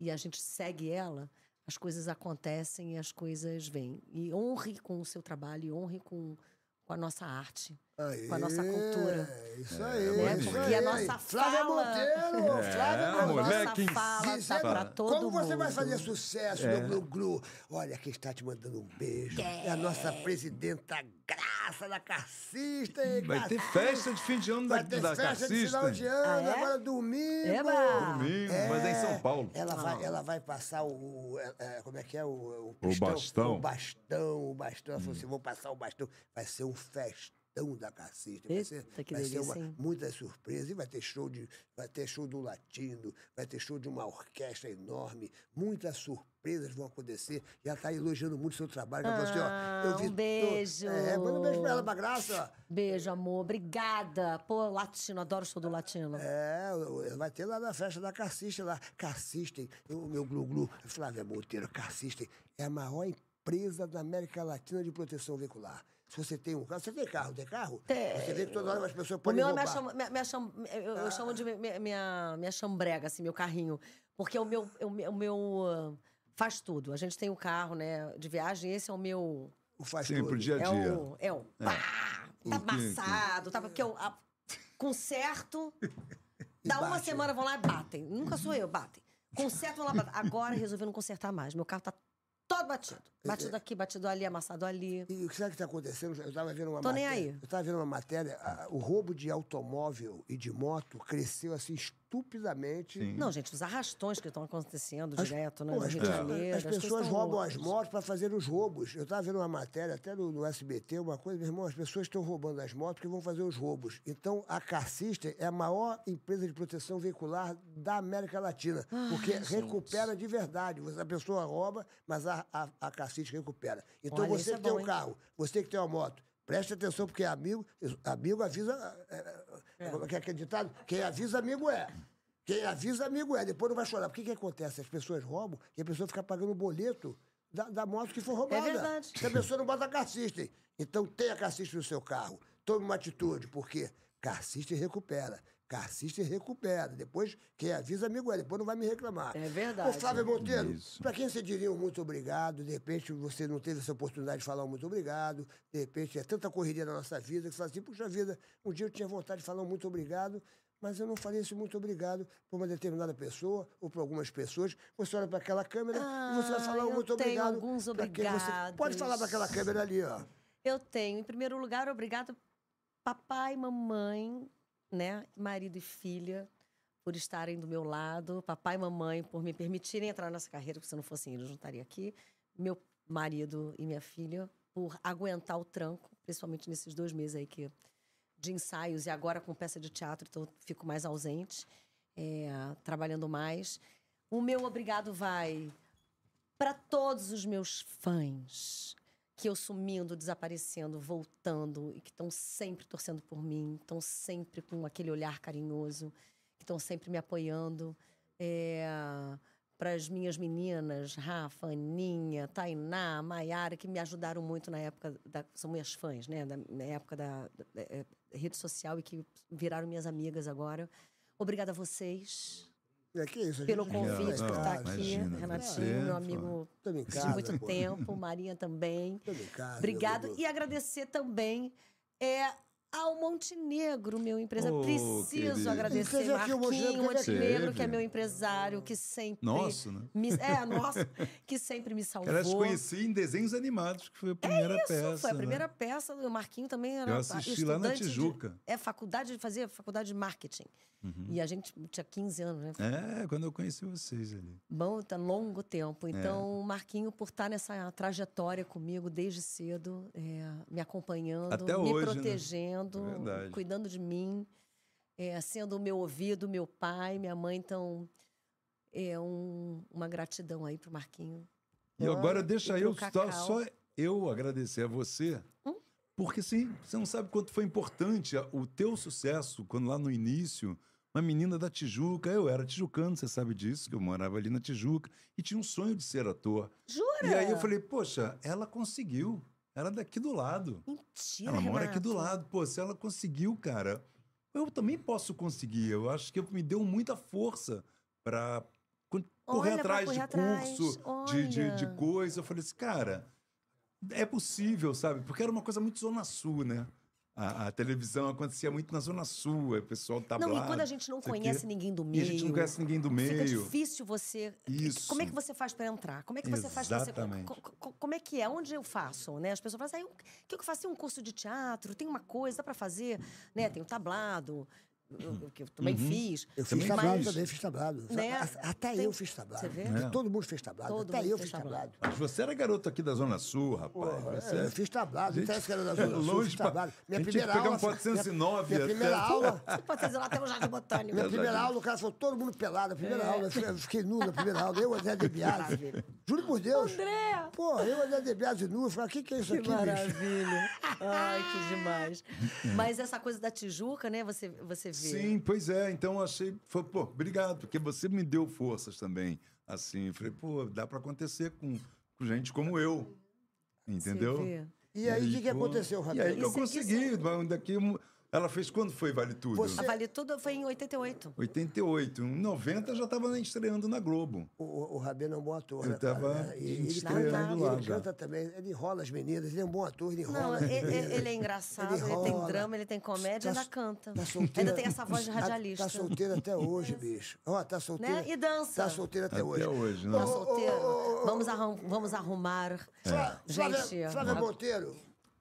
Speaker 3: e a gente segue ela, as coisas acontecem e as coisas vêm. E honre com o seu trabalho, e honre com, com a nossa arte.
Speaker 1: Aê,
Speaker 3: com a nossa cultura.
Speaker 1: Isso aí.
Speaker 2: É,
Speaker 1: isso
Speaker 3: Né?
Speaker 1: aí.
Speaker 3: porque a nossa
Speaker 1: Flávia
Speaker 3: fala- É,
Speaker 1: Monteiro, Flávia
Speaker 3: a
Speaker 1: Monteiro.
Speaker 2: moleque
Speaker 3: nossa
Speaker 2: em
Speaker 3: fala
Speaker 1: Dizendo
Speaker 3: tá pra todo
Speaker 1: como
Speaker 3: mundo.
Speaker 1: você vai fazer sucesso,
Speaker 2: É.
Speaker 1: meu glu-glu? Olha, quem está te mandando um beijo é a nossa presidenta Graça da Carcista. hein,
Speaker 2: Vai ter
Speaker 1: Carcista?
Speaker 2: festa de fim de ano da,
Speaker 1: Vai ter
Speaker 2: da
Speaker 1: festa de
Speaker 2: Carcista.
Speaker 1: final de ano,
Speaker 3: Ah, é?
Speaker 1: agora domingo.
Speaker 3: Eba!
Speaker 2: Domingo, mas é em São Paulo.
Speaker 1: Ela,
Speaker 3: Ah.
Speaker 1: vai, ela vai passar o. o- é- é, como é que é? O,
Speaker 2: bastão.
Speaker 1: O bastão, o bastão. Ela falou assim: vou passar o bastão. Vai ser um festão da cacete. Vai
Speaker 3: Eita,
Speaker 1: ser,
Speaker 3: que
Speaker 1: vai
Speaker 3: delícia,
Speaker 1: ser uma,
Speaker 3: hein?
Speaker 1: muita surpresa. E vai ter show de. Vai ter show do latino, vai ter show de uma orquestra enorme, muitas surpresas vão acontecer. E ela tá elogiando muito o seu trabalho. Ela falou assim, ó,
Speaker 3: Ah, um
Speaker 1: to-
Speaker 3: beijo.
Speaker 1: É, manda um beijo pra ela, pra graça. ó.
Speaker 3: Beijo, amor. Obrigada. Pô, latino, adoro o show do latino.
Speaker 1: É, o- vai ter lá na festa da Cassista lá. Cassistem, o meu glu-glu, Flávia Monteiro, Cassistem é a maior empresa da América Latina de proteção veicular. Se você tem um carro, você tem carro, tem carro?
Speaker 3: Tem.
Speaker 1: Você vê que toda hora as pessoas
Speaker 3: O
Speaker 1: podem
Speaker 3: meu é
Speaker 1: roubar.
Speaker 3: minha, cham- minha- minha cham- eu, eu chamo de minha, minha, minha chambrega, assim, meu carrinho. Porque o meu, o meu, o meu, ah, faz tudo. A gente tem um carro, né, de viagem. Esse é o meu...
Speaker 1: O faz
Speaker 2: Sim,
Speaker 1: tudo.
Speaker 2: pro dia a
Speaker 3: É
Speaker 2: dia.
Speaker 3: o... É o... Pá, tá, amassado, tá? Porque eu a- conserto, dá uma semana, vão lá e batem. Nunca sou eu, batem. Conserto, vão lá batem. Agora resolvi não consertar mais. Meu carro tá todo batido. Batido aqui, batido ali, amassado ali.
Speaker 1: E o que será que tá acontecendo? Eu tava vendo uma
Speaker 3: Tô nem
Speaker 1: matéria.
Speaker 3: aí.
Speaker 1: Eu tava vendo uma matéria. a- o roubo de automóvel e de moto cresceu assim estupidamente.
Speaker 3: Não, gente, os arrastões que estão acontecendo
Speaker 1: As-
Speaker 3: direto, né?
Speaker 1: Pô,
Speaker 3: no
Speaker 1: as,
Speaker 3: Rio de
Speaker 1: pe-
Speaker 3: Janeiro.
Speaker 1: as
Speaker 3: coisas
Speaker 1: pessoas
Speaker 3: tão
Speaker 1: roubam
Speaker 3: loucas.
Speaker 1: as motos para fazer os roubos. Eu estava vendo uma matéria até no, no SBT, uma coisa, meu irmão, as pessoas estão roubando as motos porque vão fazer os roubos. Então, a Carcista é a maior empresa de proteção veicular da América Latina,
Speaker 3: Ah,
Speaker 1: porque recupera de verdade. Você- A pessoa rouba, mas a, a, a Carcista recupera. Então,
Speaker 3: Olha, isso
Speaker 1: você
Speaker 3: é
Speaker 1: que tem
Speaker 3: bom,
Speaker 1: um
Speaker 3: hein?
Speaker 1: carro, você que tem uma moto, preste atenção, porque amigo, amigo avisa... É, é, como é que é aquele ditado? Quem avisa, amigo é. Quem avisa, amigo é, depois não vai chorar. Porque o que acontece? As pessoas roubam e a pessoa fica pagando o boleto da, da moto que foi roubada.
Speaker 3: verdade.
Speaker 1: Se a pessoa não bota car system. Então tenha car system no seu carro. Tome uma atitude, porque car system recupera. Car system recupera. Depois, quem avisa, amigo é, depois não vai me reclamar.
Speaker 3: É verdade.
Speaker 1: Ô, Flávio Monteiro, para quem você diria um muito obrigado, de repente você não teve essa oportunidade de falar um muito obrigado, de repente é tanta correria na nossa vida que você fala assim, puxa vida, um dia eu tinha vontade de falar um muito obrigado, mas eu não falei esse muito obrigado para uma determinada pessoa ou para algumas pessoas. Você olha para aquela câmera e você vai
Speaker 3: Ah,
Speaker 1: falar um
Speaker 3: eu
Speaker 1: muito
Speaker 3: tenho
Speaker 1: obrigado.
Speaker 3: alguns
Speaker 1: pra quem você- Pode falar para aquela
Speaker 3: obrigados.
Speaker 1: câmera ali, ó.
Speaker 3: Eu tenho, em primeiro lugar, obrigado papai, mamãe, né, marido e filha por estarem do meu lado, papai e mamãe por me permitirem entrar nessa carreira, porque se não fossem eles, eu não estaria aqui. Meu marido e minha filha por aguentar o tranco, principalmente nesses dois meses aí que de ensaios e agora com peça de teatro, então eu fico mais ausente, é, trabalhando mais. O meu obrigado vai para todos os meus fãs que eu sumindo, desaparecendo, voltando e que estão sempre torcendo por mim, estão sempre com aquele olhar carinhoso, que estão sempre me apoiando. para as minhas meninas, Rafa, Aninha, Tainá, Maiara, que me ajudaram muito na época da. São minhas fãs, né? Da, na época da, da- eh, rede social e que viraram minhas amigas agora. Obrigada a vocês
Speaker 1: É, que isso, a
Speaker 3: pelo
Speaker 1: gente- assim,
Speaker 3: convite
Speaker 1: Não,
Speaker 3: por
Speaker 1: não,
Speaker 3: estar aqui.
Speaker 1: imagina,
Speaker 3: Renatinho,
Speaker 1: você,
Speaker 3: meu
Speaker 1: pô.
Speaker 3: amigo
Speaker 1: Tamo em
Speaker 3: de
Speaker 1: casa,
Speaker 3: muito
Speaker 1: né? pô.
Speaker 3: tempo, Marinha também.
Speaker 1: Tamo em casa,
Speaker 3: Obrigado.
Speaker 1: Dudu.
Speaker 3: E agradecer também é, ao Montenegro, meu empresário.
Speaker 2: Ô,
Speaker 3: Preciso
Speaker 2: querido.
Speaker 3: agradecer
Speaker 1: Teve aqui o
Speaker 3: Marquinho
Speaker 1: Montenegro,
Speaker 3: Montenegro,
Speaker 1: teve aqui.
Speaker 3: que é
Speaker 2: Teve.
Speaker 3: meu empresário, que sempre...
Speaker 2: Nosso, né?
Speaker 3: Me, é, nosso, que sempre me salvou.
Speaker 2: Ela se conhecia em desenhos animados, que foi a primeira peça.
Speaker 3: É Isso, foi a
Speaker 2: né?
Speaker 3: primeira peça. O Marquinho também era
Speaker 2: Eu assisti lá na
Speaker 3: estudante de-
Speaker 2: Tijuca. Uhum.
Speaker 3: é faculdade, fazia faculdade de marketing. E a gente tinha 15 anos, né?
Speaker 2: É, quando eu conheci vocês ali.
Speaker 3: Bom, tá longo
Speaker 2: É.
Speaker 3: tempo. Então, o Marquinho, por estar nessa trajetória comigo desde cedo, é, me acompanhando,
Speaker 2: Até
Speaker 3: me
Speaker 2: hoje, né?
Speaker 3: protegendo,
Speaker 2: É verdade.
Speaker 3: cuidando de mim, é, sendo o meu ouvido, meu pai, minha mãe. Então, é um- uma gratidão aí pro Marquinho.
Speaker 2: E agora
Speaker 3: Olha,
Speaker 2: deixa
Speaker 3: e
Speaker 2: eu
Speaker 3: pro
Speaker 2: só,
Speaker 3: Cacau. Hum?
Speaker 2: só eu agradecer a você, porque sim, você não sabe quanto foi importante a- o teu sucesso quando lá no início, uma menina da Tijuca, eu era tijucano, você sabe disso, que eu morava ali na Tijuca e tinha um sonho de ser ator.
Speaker 3: Jura?
Speaker 2: E aí eu falei, poxa, ela conseguiu. Era daqui do lado.
Speaker 3: Mentira,
Speaker 2: Ela mora aqui do
Speaker 3: Renato.
Speaker 2: lado. Pô, se ela conseguiu, cara, eu também posso conseguir. Eu acho que me deu muita força pra co- correr
Speaker 3: Olha, pra
Speaker 2: atrás
Speaker 3: correr
Speaker 2: de
Speaker 3: atrás,
Speaker 2: curso, de, de, de
Speaker 3: olha.
Speaker 2: coisa. Eu falei assim, cara, é possível, sabe? Porque era uma coisa muito Zona Sul, né? A, a televisão acontecia muito na Zona Sul, o pessoal tablado.
Speaker 3: Não, e quando a gente não
Speaker 2: sei o quê.
Speaker 3: conhece ninguém do
Speaker 2: E
Speaker 3: meio...
Speaker 2: a gente não conhece ninguém do meio.
Speaker 3: Fica difícil você.
Speaker 2: Isso.
Speaker 3: Como é que você faz para entrar? Como é que você faz pra você.
Speaker 2: Exatamente.
Speaker 3: co- co- Como é que é? Onde eu faço? Né? As pessoas falam assim, "Ah, eu- o que eu faço? Tem um curso de teatro, tem uma coisa, dá para fazer, né? Tem o tablado, o que eu também fiz.
Speaker 1: Uhum. Eu fiz
Speaker 2: Também
Speaker 1: tablado
Speaker 2: fiz.
Speaker 1: também, fiz tablado.
Speaker 3: Né?
Speaker 1: A- Até
Speaker 3: Tem-
Speaker 1: eu fiz tablado.
Speaker 3: Você vê?
Speaker 2: É.
Speaker 1: Todo mundo fez tablado.
Speaker 3: Todo
Speaker 1: Até
Speaker 3: mundo
Speaker 1: eu
Speaker 3: fez
Speaker 1: fiz
Speaker 3: tablado.
Speaker 1: tablado.
Speaker 2: Mas você era garoto aqui da Zona Sul, rapaz.
Speaker 3: é,
Speaker 2: Você- é
Speaker 1: Eu fiz tablado, não
Speaker 2: Gente,
Speaker 1: interessa que era da
Speaker 2: é
Speaker 1: Zona Sul,
Speaker 2: longe
Speaker 1: fiz
Speaker 2: pra-
Speaker 1: tablado. Minha
Speaker 2: a gente tinha que
Speaker 1: primeira
Speaker 2: pegar um
Speaker 1: aula... minha,
Speaker 2: 409
Speaker 1: minha
Speaker 2: até-
Speaker 1: primeira aula...
Speaker 3: Você pode fazer lá até no Jardim Botânico.
Speaker 1: Minha primeira aula, o cara falou todo mundo pelado. A
Speaker 2: É.
Speaker 1: primeira aula, eu fui- eu fiquei nu na primeira aula. Eu, André Debiase. Juro por Deus.
Speaker 3: André!
Speaker 1: Pô, eu, André Debiase nu. Eu falei, o que, que é isso
Speaker 3: Que
Speaker 1: aqui, bicho?
Speaker 3: maravilha. Ai, que demais. Mas essa coisa da Tijuca, né? Você, você vê.
Speaker 2: Sim, pois é. Então eu achei, foi, pô, obrigado, porque você me deu forças também. Assim, eu falei, pô, dá pra acontecer com, com gente como eu.
Speaker 3: Você
Speaker 2: Entendeu?
Speaker 3: vê.
Speaker 1: E aí, o que, que
Speaker 2: pô,
Speaker 1: aconteceu,
Speaker 2: E aí que
Speaker 1: Rabelo?
Speaker 2: eu
Speaker 3: Isso- isso-
Speaker 2: consegui, mas daqui um- Ela fez quando foi Vale Tudo?
Speaker 3: A Vale Tudo foi em 88.
Speaker 2: 88. Em 90 já estava estreando na Globo.
Speaker 1: O, o- o Rabelo é um bom ator.
Speaker 2: Eu
Speaker 1: né,
Speaker 2: tava
Speaker 1: cara, né? E- ele,
Speaker 2: estreando
Speaker 1: canta,
Speaker 2: lá
Speaker 1: ele
Speaker 2: já.
Speaker 1: canta também, ele enrola as meninas, ele é um bom ator, ele enrola.
Speaker 3: Não, e- e- ele, é engraçado, ele, tem
Speaker 1: rola.
Speaker 3: drama, ele tem comédia,
Speaker 1: Tá
Speaker 3: ainda
Speaker 1: so-
Speaker 3: canta.
Speaker 1: Tá solteira,
Speaker 3: ainda tem essa voz de
Speaker 1: tá-
Speaker 3: radialista.
Speaker 1: Tá, solteiro até hoje, bicho. Ó, tá solteiro.
Speaker 3: Né? E dança.
Speaker 1: Tá solteiro até,
Speaker 2: Até
Speaker 1: hoje.
Speaker 2: hoje, né?
Speaker 3: Tá solteiro? Vamos, arrum- vamos arrumar.
Speaker 1: Flá- Flávia,
Speaker 3: Gente,
Speaker 1: Flávia
Speaker 3: a-
Speaker 1: Monteiro,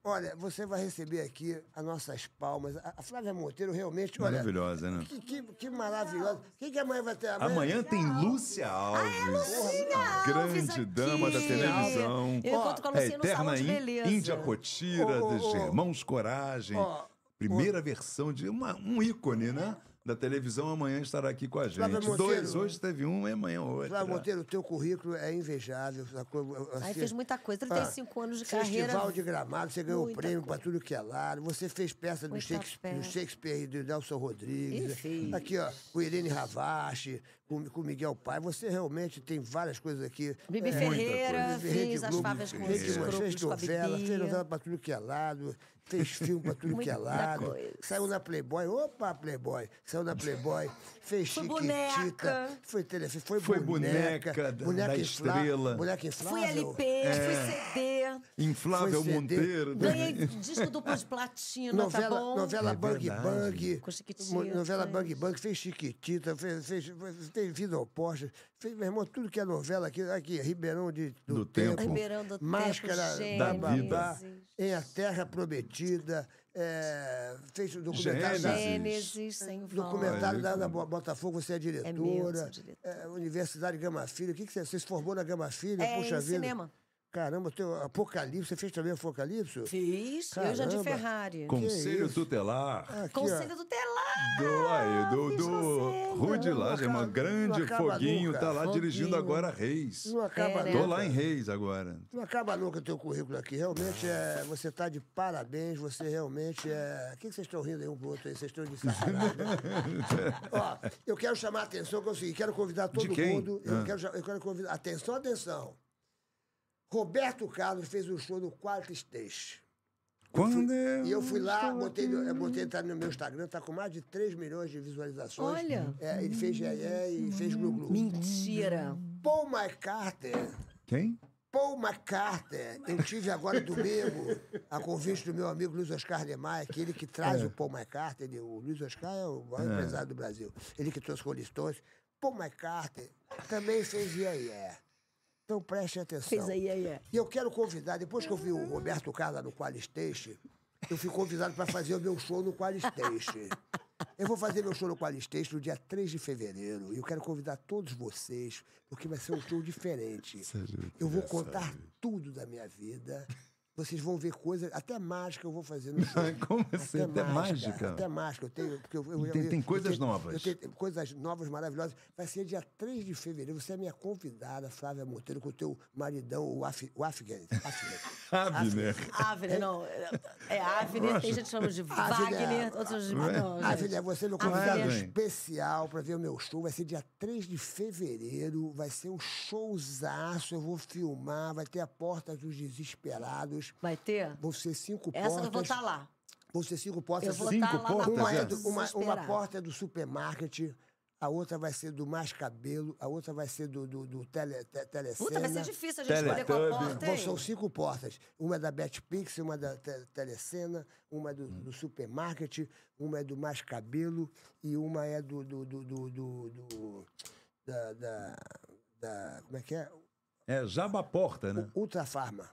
Speaker 1: olha, você vai receber aqui as nossas palmas. A a Flávia Monteiro realmente, olha...
Speaker 2: Maravilhosa, né?
Speaker 1: Que, que, que maravilhosa. O que, que amanhã vai ter?
Speaker 2: Amanhã tem Lúcia
Speaker 1: Ah,
Speaker 2: Alves.
Speaker 1: é
Speaker 2: grande
Speaker 3: Alves aqui.
Speaker 2: dama da televisão.
Speaker 3: Eu encontro com a Lucinha no Salão de
Speaker 2: in-
Speaker 3: Beleza.
Speaker 2: Índia Cotira,
Speaker 1: Ô, ô,
Speaker 2: dos
Speaker 1: ô.
Speaker 2: Irmãos Coragem.
Speaker 1: Ó,
Speaker 2: Primeira versão de uma- um ícone, né? Da televisão amanhã estará aqui com a gente.
Speaker 1: Flávia Monteiro.
Speaker 2: Dois, hoje teve um e amanhã
Speaker 1: Flávia
Speaker 2: outro.
Speaker 1: Monteiro, o teu currículo é invejável. sacou? Assim,
Speaker 3: Aí fez muita coisa. 35 anos de carreira.
Speaker 1: Ah, Festival de Gramado, você ganhou
Speaker 3: Muita
Speaker 1: prêmio para tudo que é lado. Você fez peça do
Speaker 3: Muita
Speaker 1: Shakespeare, do
Speaker 3: peça.
Speaker 1: Shakespeare e do Nelson Rodrigues.
Speaker 3: Ih, fiz.
Speaker 1: Aqui, ó, com Irene Ravache, com, com Miguel Pai. Você realmente tem várias coisas aqui.
Speaker 3: Bibi Ferreira, fiz as favas com os
Speaker 1: Fez, fez
Speaker 3: escrúpulos com a
Speaker 1: novela, fez
Speaker 3: Bibi.
Speaker 1: novela pra tudo que é lado, fez filme pra tudo que é
Speaker 3: Muita
Speaker 1: lado.
Speaker 3: coisa.
Speaker 1: Saiu na Playboy, opa, Playboy. Saiu na Playboy, fez
Speaker 3: Foi
Speaker 1: Chiquitita.
Speaker 3: boneca.
Speaker 1: Foi, tele, foi,
Speaker 2: Foi
Speaker 1: boneca.
Speaker 2: boneca da-
Speaker 1: boneca
Speaker 2: da
Speaker 1: infla-
Speaker 2: estrela.
Speaker 1: Boneca
Speaker 3: Fui
Speaker 1: inflável.
Speaker 3: LP, fui CD,
Speaker 2: Inflável
Speaker 1: Foi CD.
Speaker 2: Monteiro. né?
Speaker 3: ganhei disco duplo de platina,
Speaker 1: Novela,
Speaker 3: tá bom?
Speaker 1: novela Bang
Speaker 2: É verdade.
Speaker 1: Bang.
Speaker 3: Com Chiquititas.
Speaker 1: mo- Novela Bang Bang, fez Chiquitita, fez, fez, fez, fez Vida ao Porsche, fez, meu irmão, tudo que é novela aqui, aqui Ribeirão de, do,
Speaker 2: Do Tempo.
Speaker 1: Tempo.
Speaker 3: Ribeirão do Tempo,
Speaker 1: Máscara da
Speaker 3: Gênesis.
Speaker 1: Babá, Em A Terra Prometida, é, fez o documentário da,
Speaker 2: Gênesis.
Speaker 3: Gênesis, sem volta.
Speaker 1: documentário da, da Bo- Botafogo, você é diretora.
Speaker 3: mesmo, diretora.
Speaker 1: é, Universidade Gama Filho, o que, que você, você se formou na Gama Filho?
Speaker 3: É,
Speaker 1: Puxa
Speaker 3: em
Speaker 1: vida.
Speaker 3: cinema.
Speaker 1: Caramba, teu Apocalipse, você fez também Apocalipse?
Speaker 3: Fiz, eu já de
Speaker 1: Caramba.
Speaker 3: Ferrari.
Speaker 1: isso?
Speaker 2: Conselho
Speaker 1: Ah,
Speaker 2: Tutelar.
Speaker 1: Aqui, ó.
Speaker 3: Conselho do Telar!
Speaker 2: Do, aí,
Speaker 1: Ah,
Speaker 2: do,
Speaker 3: fiz
Speaker 2: do
Speaker 3: você.
Speaker 2: Rui de Laje, uma
Speaker 1: acaba-
Speaker 2: grande
Speaker 1: então. não acaba
Speaker 2: foguinho,
Speaker 1: nunca.
Speaker 2: tá lá dirigindo
Speaker 3: Foguinho.
Speaker 2: agora Reis.
Speaker 1: Não acaba
Speaker 3: É, né?
Speaker 1: nunca.
Speaker 2: Tô lá em Reis agora.
Speaker 1: Não acaba nunca o teu currículo aqui. Realmente é. Você tá de parabéns, você realmente é. O que que vocês estão rindo aí um pro outro aí? Vocês estão de sacanagem. né? Ó, eu quero chamar a atenção que é o seguinte, quero convidar todo
Speaker 2: De quem?
Speaker 1: mundo. Eu,
Speaker 2: Ah.
Speaker 1: quero, cha- eu quero convidar. Atenção, atenção. Roberto Carlos fez um show no Quarto Stage.
Speaker 2: Quando
Speaker 1: E eu
Speaker 2: Hum,
Speaker 1: fui lá, botei, no- eu botei tá no meu Instagram, tá com mais de 3 milhões de visualizações.
Speaker 3: Olha. Hum.
Speaker 1: É, ele fez Yé e fez Glu Glu.
Speaker 3: Mentira!
Speaker 1: Paul McCartney
Speaker 2: Quem?
Speaker 1: Paul McCartney, eu tive agora domingo a convite do meu amigo Luiz Oscar Lemay, aquele que traz o Paul McCartney. ele- O Luiz Oscar é o maior empresário do Brasil. Ele que trouxe Rolling Stones. Paul McCartney também fez Ia Ia. Então preste atenção.
Speaker 3: Fez aí, aí, aí.
Speaker 1: E eu quero convidar, depois que eu vi o Roberto Carlos lá no Qualistation, eu fui convidado para fazer o meu show no Qualistation. Eu vou fazer meu show no Qualistation no dia 3 de fevereiro. E eu quero convidar todos vocês, porque vai ser um show diferente.
Speaker 2: é
Speaker 1: Eu vou contar tudo da minha vida. Vocês vão ver coisas, até mágica eu vou fazer no show.
Speaker 2: Como assim? Até mágica?
Speaker 1: Até mágica. Eu tenho, porque eu, eu-
Speaker 2: Tem-
Speaker 1: eu-
Speaker 2: tem
Speaker 1: eu
Speaker 2: coisas
Speaker 1: tenho-
Speaker 2: novas.
Speaker 1: eu tenho- tem coisas novas, maravilhosas. Vai ser dia 3 de fevereiro. Você é minha convidada, Flávia Monteiro, com o teu maridão, o, Af, o Afghan. Afghan.
Speaker 2: Abner.
Speaker 3: Avner, não. É Avner, tem gente que chama de
Speaker 1: é
Speaker 3: Wagner, outros de. não, gente.
Speaker 1: Afghan, você é meu convidado
Speaker 2: Afghan.
Speaker 1: especial para ver o meu show. Vai ser dia 3 de fevereiro. Vai ser um showzaço. Eu vou filmar. Vai ter a Porta dos Desesperados.
Speaker 3: Vai ter?
Speaker 1: Vão ser cinco
Speaker 3: Essa eu vou
Speaker 1: é portas.
Speaker 3: estar lá.
Speaker 1: Vão ser cinco portas.
Speaker 3: Eu vou
Speaker 2: Cinco
Speaker 3: estar lá
Speaker 2: portas,
Speaker 3: na
Speaker 1: Uma,
Speaker 3: porta
Speaker 1: é
Speaker 2: Portas
Speaker 1: do- uma, uma
Speaker 3: desesperada.
Speaker 1: porta é do supermarket, a outra vai ser do Mais Cabelo, a outra vai ser do, do, do tele, te, Telecena.
Speaker 3: Puta, vai ser difícil a gente escolher qual
Speaker 2: Teletubbies.
Speaker 3: porta,
Speaker 1: Bom, são
Speaker 3: hein?
Speaker 1: cinco portas. Uma é da Betpix, uma da te, Telecena, uma é do, do supermarket, uma é do Mais Cabelo e uma é do... do, do, do, do- do- da, da, da- Como é que é?
Speaker 2: É Jaba Porta, né? é
Speaker 1: Ultra Farma.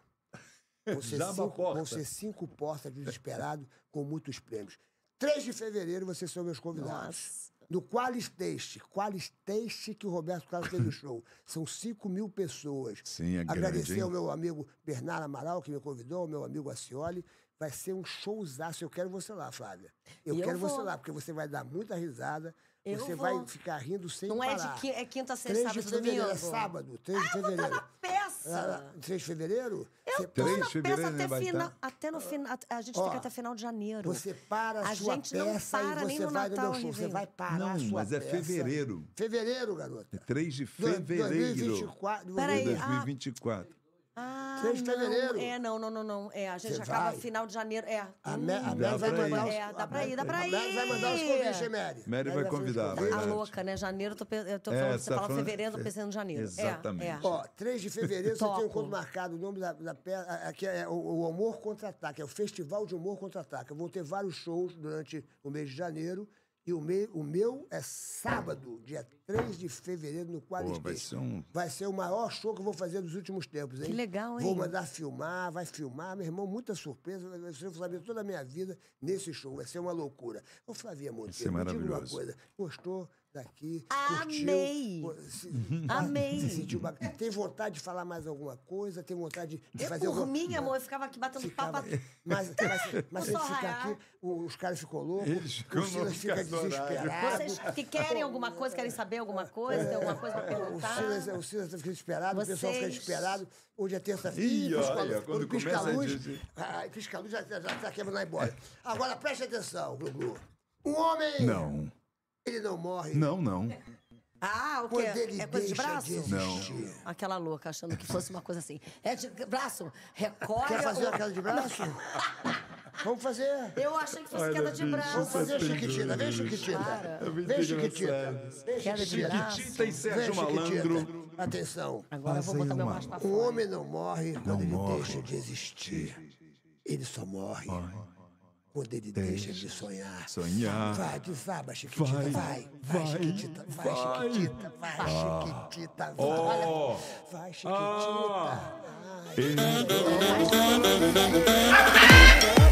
Speaker 1: Vão ser,
Speaker 2: Jaba
Speaker 1: cinco,
Speaker 2: Porta.
Speaker 1: vão ser cinco portas de um desesperado com muitos prêmios. 3 de fevereiro, vocês são meus convidados.
Speaker 3: Nossa.
Speaker 1: No Qualis Teste. Qualis Teste que o Roberto Carlos fez no show. São 5 mil pessoas.
Speaker 2: Sim, é
Speaker 1: Agradecer
Speaker 2: grande, hein?
Speaker 1: ao meu amigo Bernardo Amaral, que me convidou, ao meu amigo Acioli. Vai ser um showzaço. Eu quero você lá, Flávia. Eu
Speaker 3: E eu
Speaker 1: quero você
Speaker 3: vou.
Speaker 1: lá, porque você vai dar muita risada.
Speaker 3: Eu
Speaker 1: você
Speaker 3: vou.
Speaker 1: vai ficar rindo sem
Speaker 3: Não é
Speaker 1: parar.
Speaker 3: de qui- é quinta, sexta,
Speaker 1: 3 de
Speaker 3: sábado e
Speaker 1: fevereiro, É
Speaker 3: domingo?
Speaker 1: sábado, 3 de
Speaker 3: Ah, eu vou estar
Speaker 1: fevereiro.
Speaker 3: na peça!
Speaker 1: Ah, 3 de fevereiro? Você Ah.
Speaker 3: Eu tô
Speaker 2: Três
Speaker 3: na
Speaker 2: de fevereiro,
Speaker 3: peça
Speaker 2: né,
Speaker 3: até
Speaker 2: vai
Speaker 3: final.
Speaker 2: estar?
Speaker 3: Até no final. A gente
Speaker 1: Ó,
Speaker 3: fica até final de janeiro.
Speaker 1: Você para a,
Speaker 3: A
Speaker 1: sua
Speaker 3: gente não
Speaker 1: peça
Speaker 3: para
Speaker 1: e
Speaker 3: nem
Speaker 1: você
Speaker 3: no
Speaker 1: vai
Speaker 3: Natal,
Speaker 1: no meu show. Você
Speaker 3: Rivinho.
Speaker 1: vai parar a
Speaker 2: Não,
Speaker 1: sua
Speaker 2: mas é
Speaker 1: peça.
Speaker 2: fevereiro.
Speaker 1: Fevereiro, garota.
Speaker 2: 3 de
Speaker 1: Do-
Speaker 2: fevereiro
Speaker 1: 2024.
Speaker 3: Peraí,
Speaker 2: de
Speaker 3: ah,
Speaker 2: 2024.
Speaker 3: Ah,
Speaker 1: 3 de
Speaker 3: não.
Speaker 1: fevereiro.
Speaker 3: É, não, não, não, não. É, a gente
Speaker 1: Você
Speaker 3: acaba
Speaker 1: vai?
Speaker 3: final de janeiro. É.
Speaker 1: A Mary
Speaker 3: Hum,
Speaker 2: Mary vai
Speaker 3: dá pra
Speaker 2: mandar
Speaker 3: ir.
Speaker 1: os-
Speaker 3: É, dá pra ir, dá
Speaker 1: a
Speaker 3: pra ir.
Speaker 1: Mary vai mandar os convites, hein, Mary?
Speaker 2: Mary vai
Speaker 1: fazer os
Speaker 2: convidar,
Speaker 1: convites.
Speaker 2: vai.
Speaker 3: A
Speaker 2: Verdade.
Speaker 3: louca, né? Janeiro, eu tô, pe- eu tô
Speaker 2: É,
Speaker 3: falando,
Speaker 2: você
Speaker 3: você
Speaker 2: tá
Speaker 3: falava
Speaker 2: falando-
Speaker 3: fevereiro, eu
Speaker 1: é,
Speaker 3: tô pensando em janeiro.
Speaker 2: Exatamente.
Speaker 3: É, é.
Speaker 1: Ó, 3 de fevereiro você tem um
Speaker 3: Topo.
Speaker 1: encontro marcado, o nome da, da peça, a- a- que é o, o Humor Contra-Ataque, é o Festival de Humor Contra-Ataque. Eu vou ter vários shows durante o mês de janeiro, e o, me- o meu é sábado, dia 3 de fevereiro, no Quadro
Speaker 2: Pô, vai ser um-
Speaker 1: Vai ser o maior show que eu vou fazer dos últimos tempos, hein?
Speaker 3: Que legal, hein?
Speaker 1: Vou mandar filmar, vai filmar, meu irmão, muita surpresa, vai- você vai saber toda a minha vida nesse show, vai ser uma loucura. Ô, Flavia
Speaker 2: ser
Speaker 1: Monteiro, me diga uma
Speaker 2: maravilhoso.
Speaker 1: coisa, gostou daqui,
Speaker 3: Amei!
Speaker 1: curtiu? Se-
Speaker 3: Amei.
Speaker 1: se sentiu bacana. Tem vontade de falar mais alguma coisa? Tem vontade de
Speaker 3: É. Eu,
Speaker 1: fazer
Speaker 3: por
Speaker 1: alguma
Speaker 3: mim, amor, eu ficava aqui batendo
Speaker 1: Ficava-
Speaker 3: papo.
Speaker 1: Mas, mas, mas se a gente
Speaker 3: Vou só
Speaker 1: ficar
Speaker 3: raiar.
Speaker 1: aqui, o- os caras ficam
Speaker 2: Eles
Speaker 1: loucos,
Speaker 2: ficam
Speaker 1: o Silas
Speaker 2: loucos
Speaker 1: fica
Speaker 2: com esse horário.
Speaker 1: desesperado.
Speaker 3: Vocês que querem alguma coisa, querem saber alguma coisa, tem alguma coisa
Speaker 1: O
Speaker 3: pra perguntar?
Speaker 1: Silas, o Silas fica desesperado, o pessoal fica
Speaker 3: tá- Vocês.
Speaker 1: desesperado. Hoje é terça-feira.
Speaker 2: Ih,
Speaker 1: pisca-
Speaker 2: olha, quando
Speaker 1: pisca a
Speaker 2: começa a
Speaker 1: luz,
Speaker 2: dizer-
Speaker 1: a- a- pisca a luz já está quebrando lá embora. Agora preste atenção, Glu-Glu. Um homem,
Speaker 2: Não,
Speaker 1: ele não morre
Speaker 2: não, não.
Speaker 3: Ah, o
Speaker 1: quando
Speaker 3: quê?
Speaker 1: ele
Speaker 3: É coisa de
Speaker 1: deixa
Speaker 3: braço?
Speaker 1: de existir.
Speaker 3: Aquela louca, achando que fosse uma coisa assim. É de braço, recolhe...
Speaker 1: Quer fazer
Speaker 3: o-
Speaker 1: a queda de braço? Vamos fazer.
Speaker 3: Eu achei que fosse
Speaker 2: Olha,
Speaker 3: queda de
Speaker 2: bicho,
Speaker 3: braço.
Speaker 1: Vamos fazer
Speaker 2: Você tem
Speaker 1: Chiquitita, vem Chiquitita.
Speaker 3: Para.
Speaker 2: muito
Speaker 1: Vem Chiquitita.
Speaker 2: engraçado.
Speaker 1: Vem
Speaker 3: Queda de
Speaker 1: Chiquitita.
Speaker 3: braço.
Speaker 2: Tita e
Speaker 1: Vem,
Speaker 2: Sérgio
Speaker 1: Chiquitita.
Speaker 2: Malandro.
Speaker 1: Atenção.
Speaker 3: Agora eu vou botar meu macho pra
Speaker 1: O
Speaker 3: fora.
Speaker 1: homem não morre quando ele
Speaker 2: morre.
Speaker 1: deixa de existir. Ele só morre quando ele deixa de sonhar.
Speaker 2: Sonhar.
Speaker 1: Vai, desaba, Chiquitita. Vai, vai,
Speaker 2: vai,
Speaker 1: Chiquitita. Vai,
Speaker 2: vai.
Speaker 1: Chiquitita. Vai, Chiquitita. Vai,
Speaker 2: Oh.
Speaker 1: vai Chiquitita.
Speaker 2: Ele-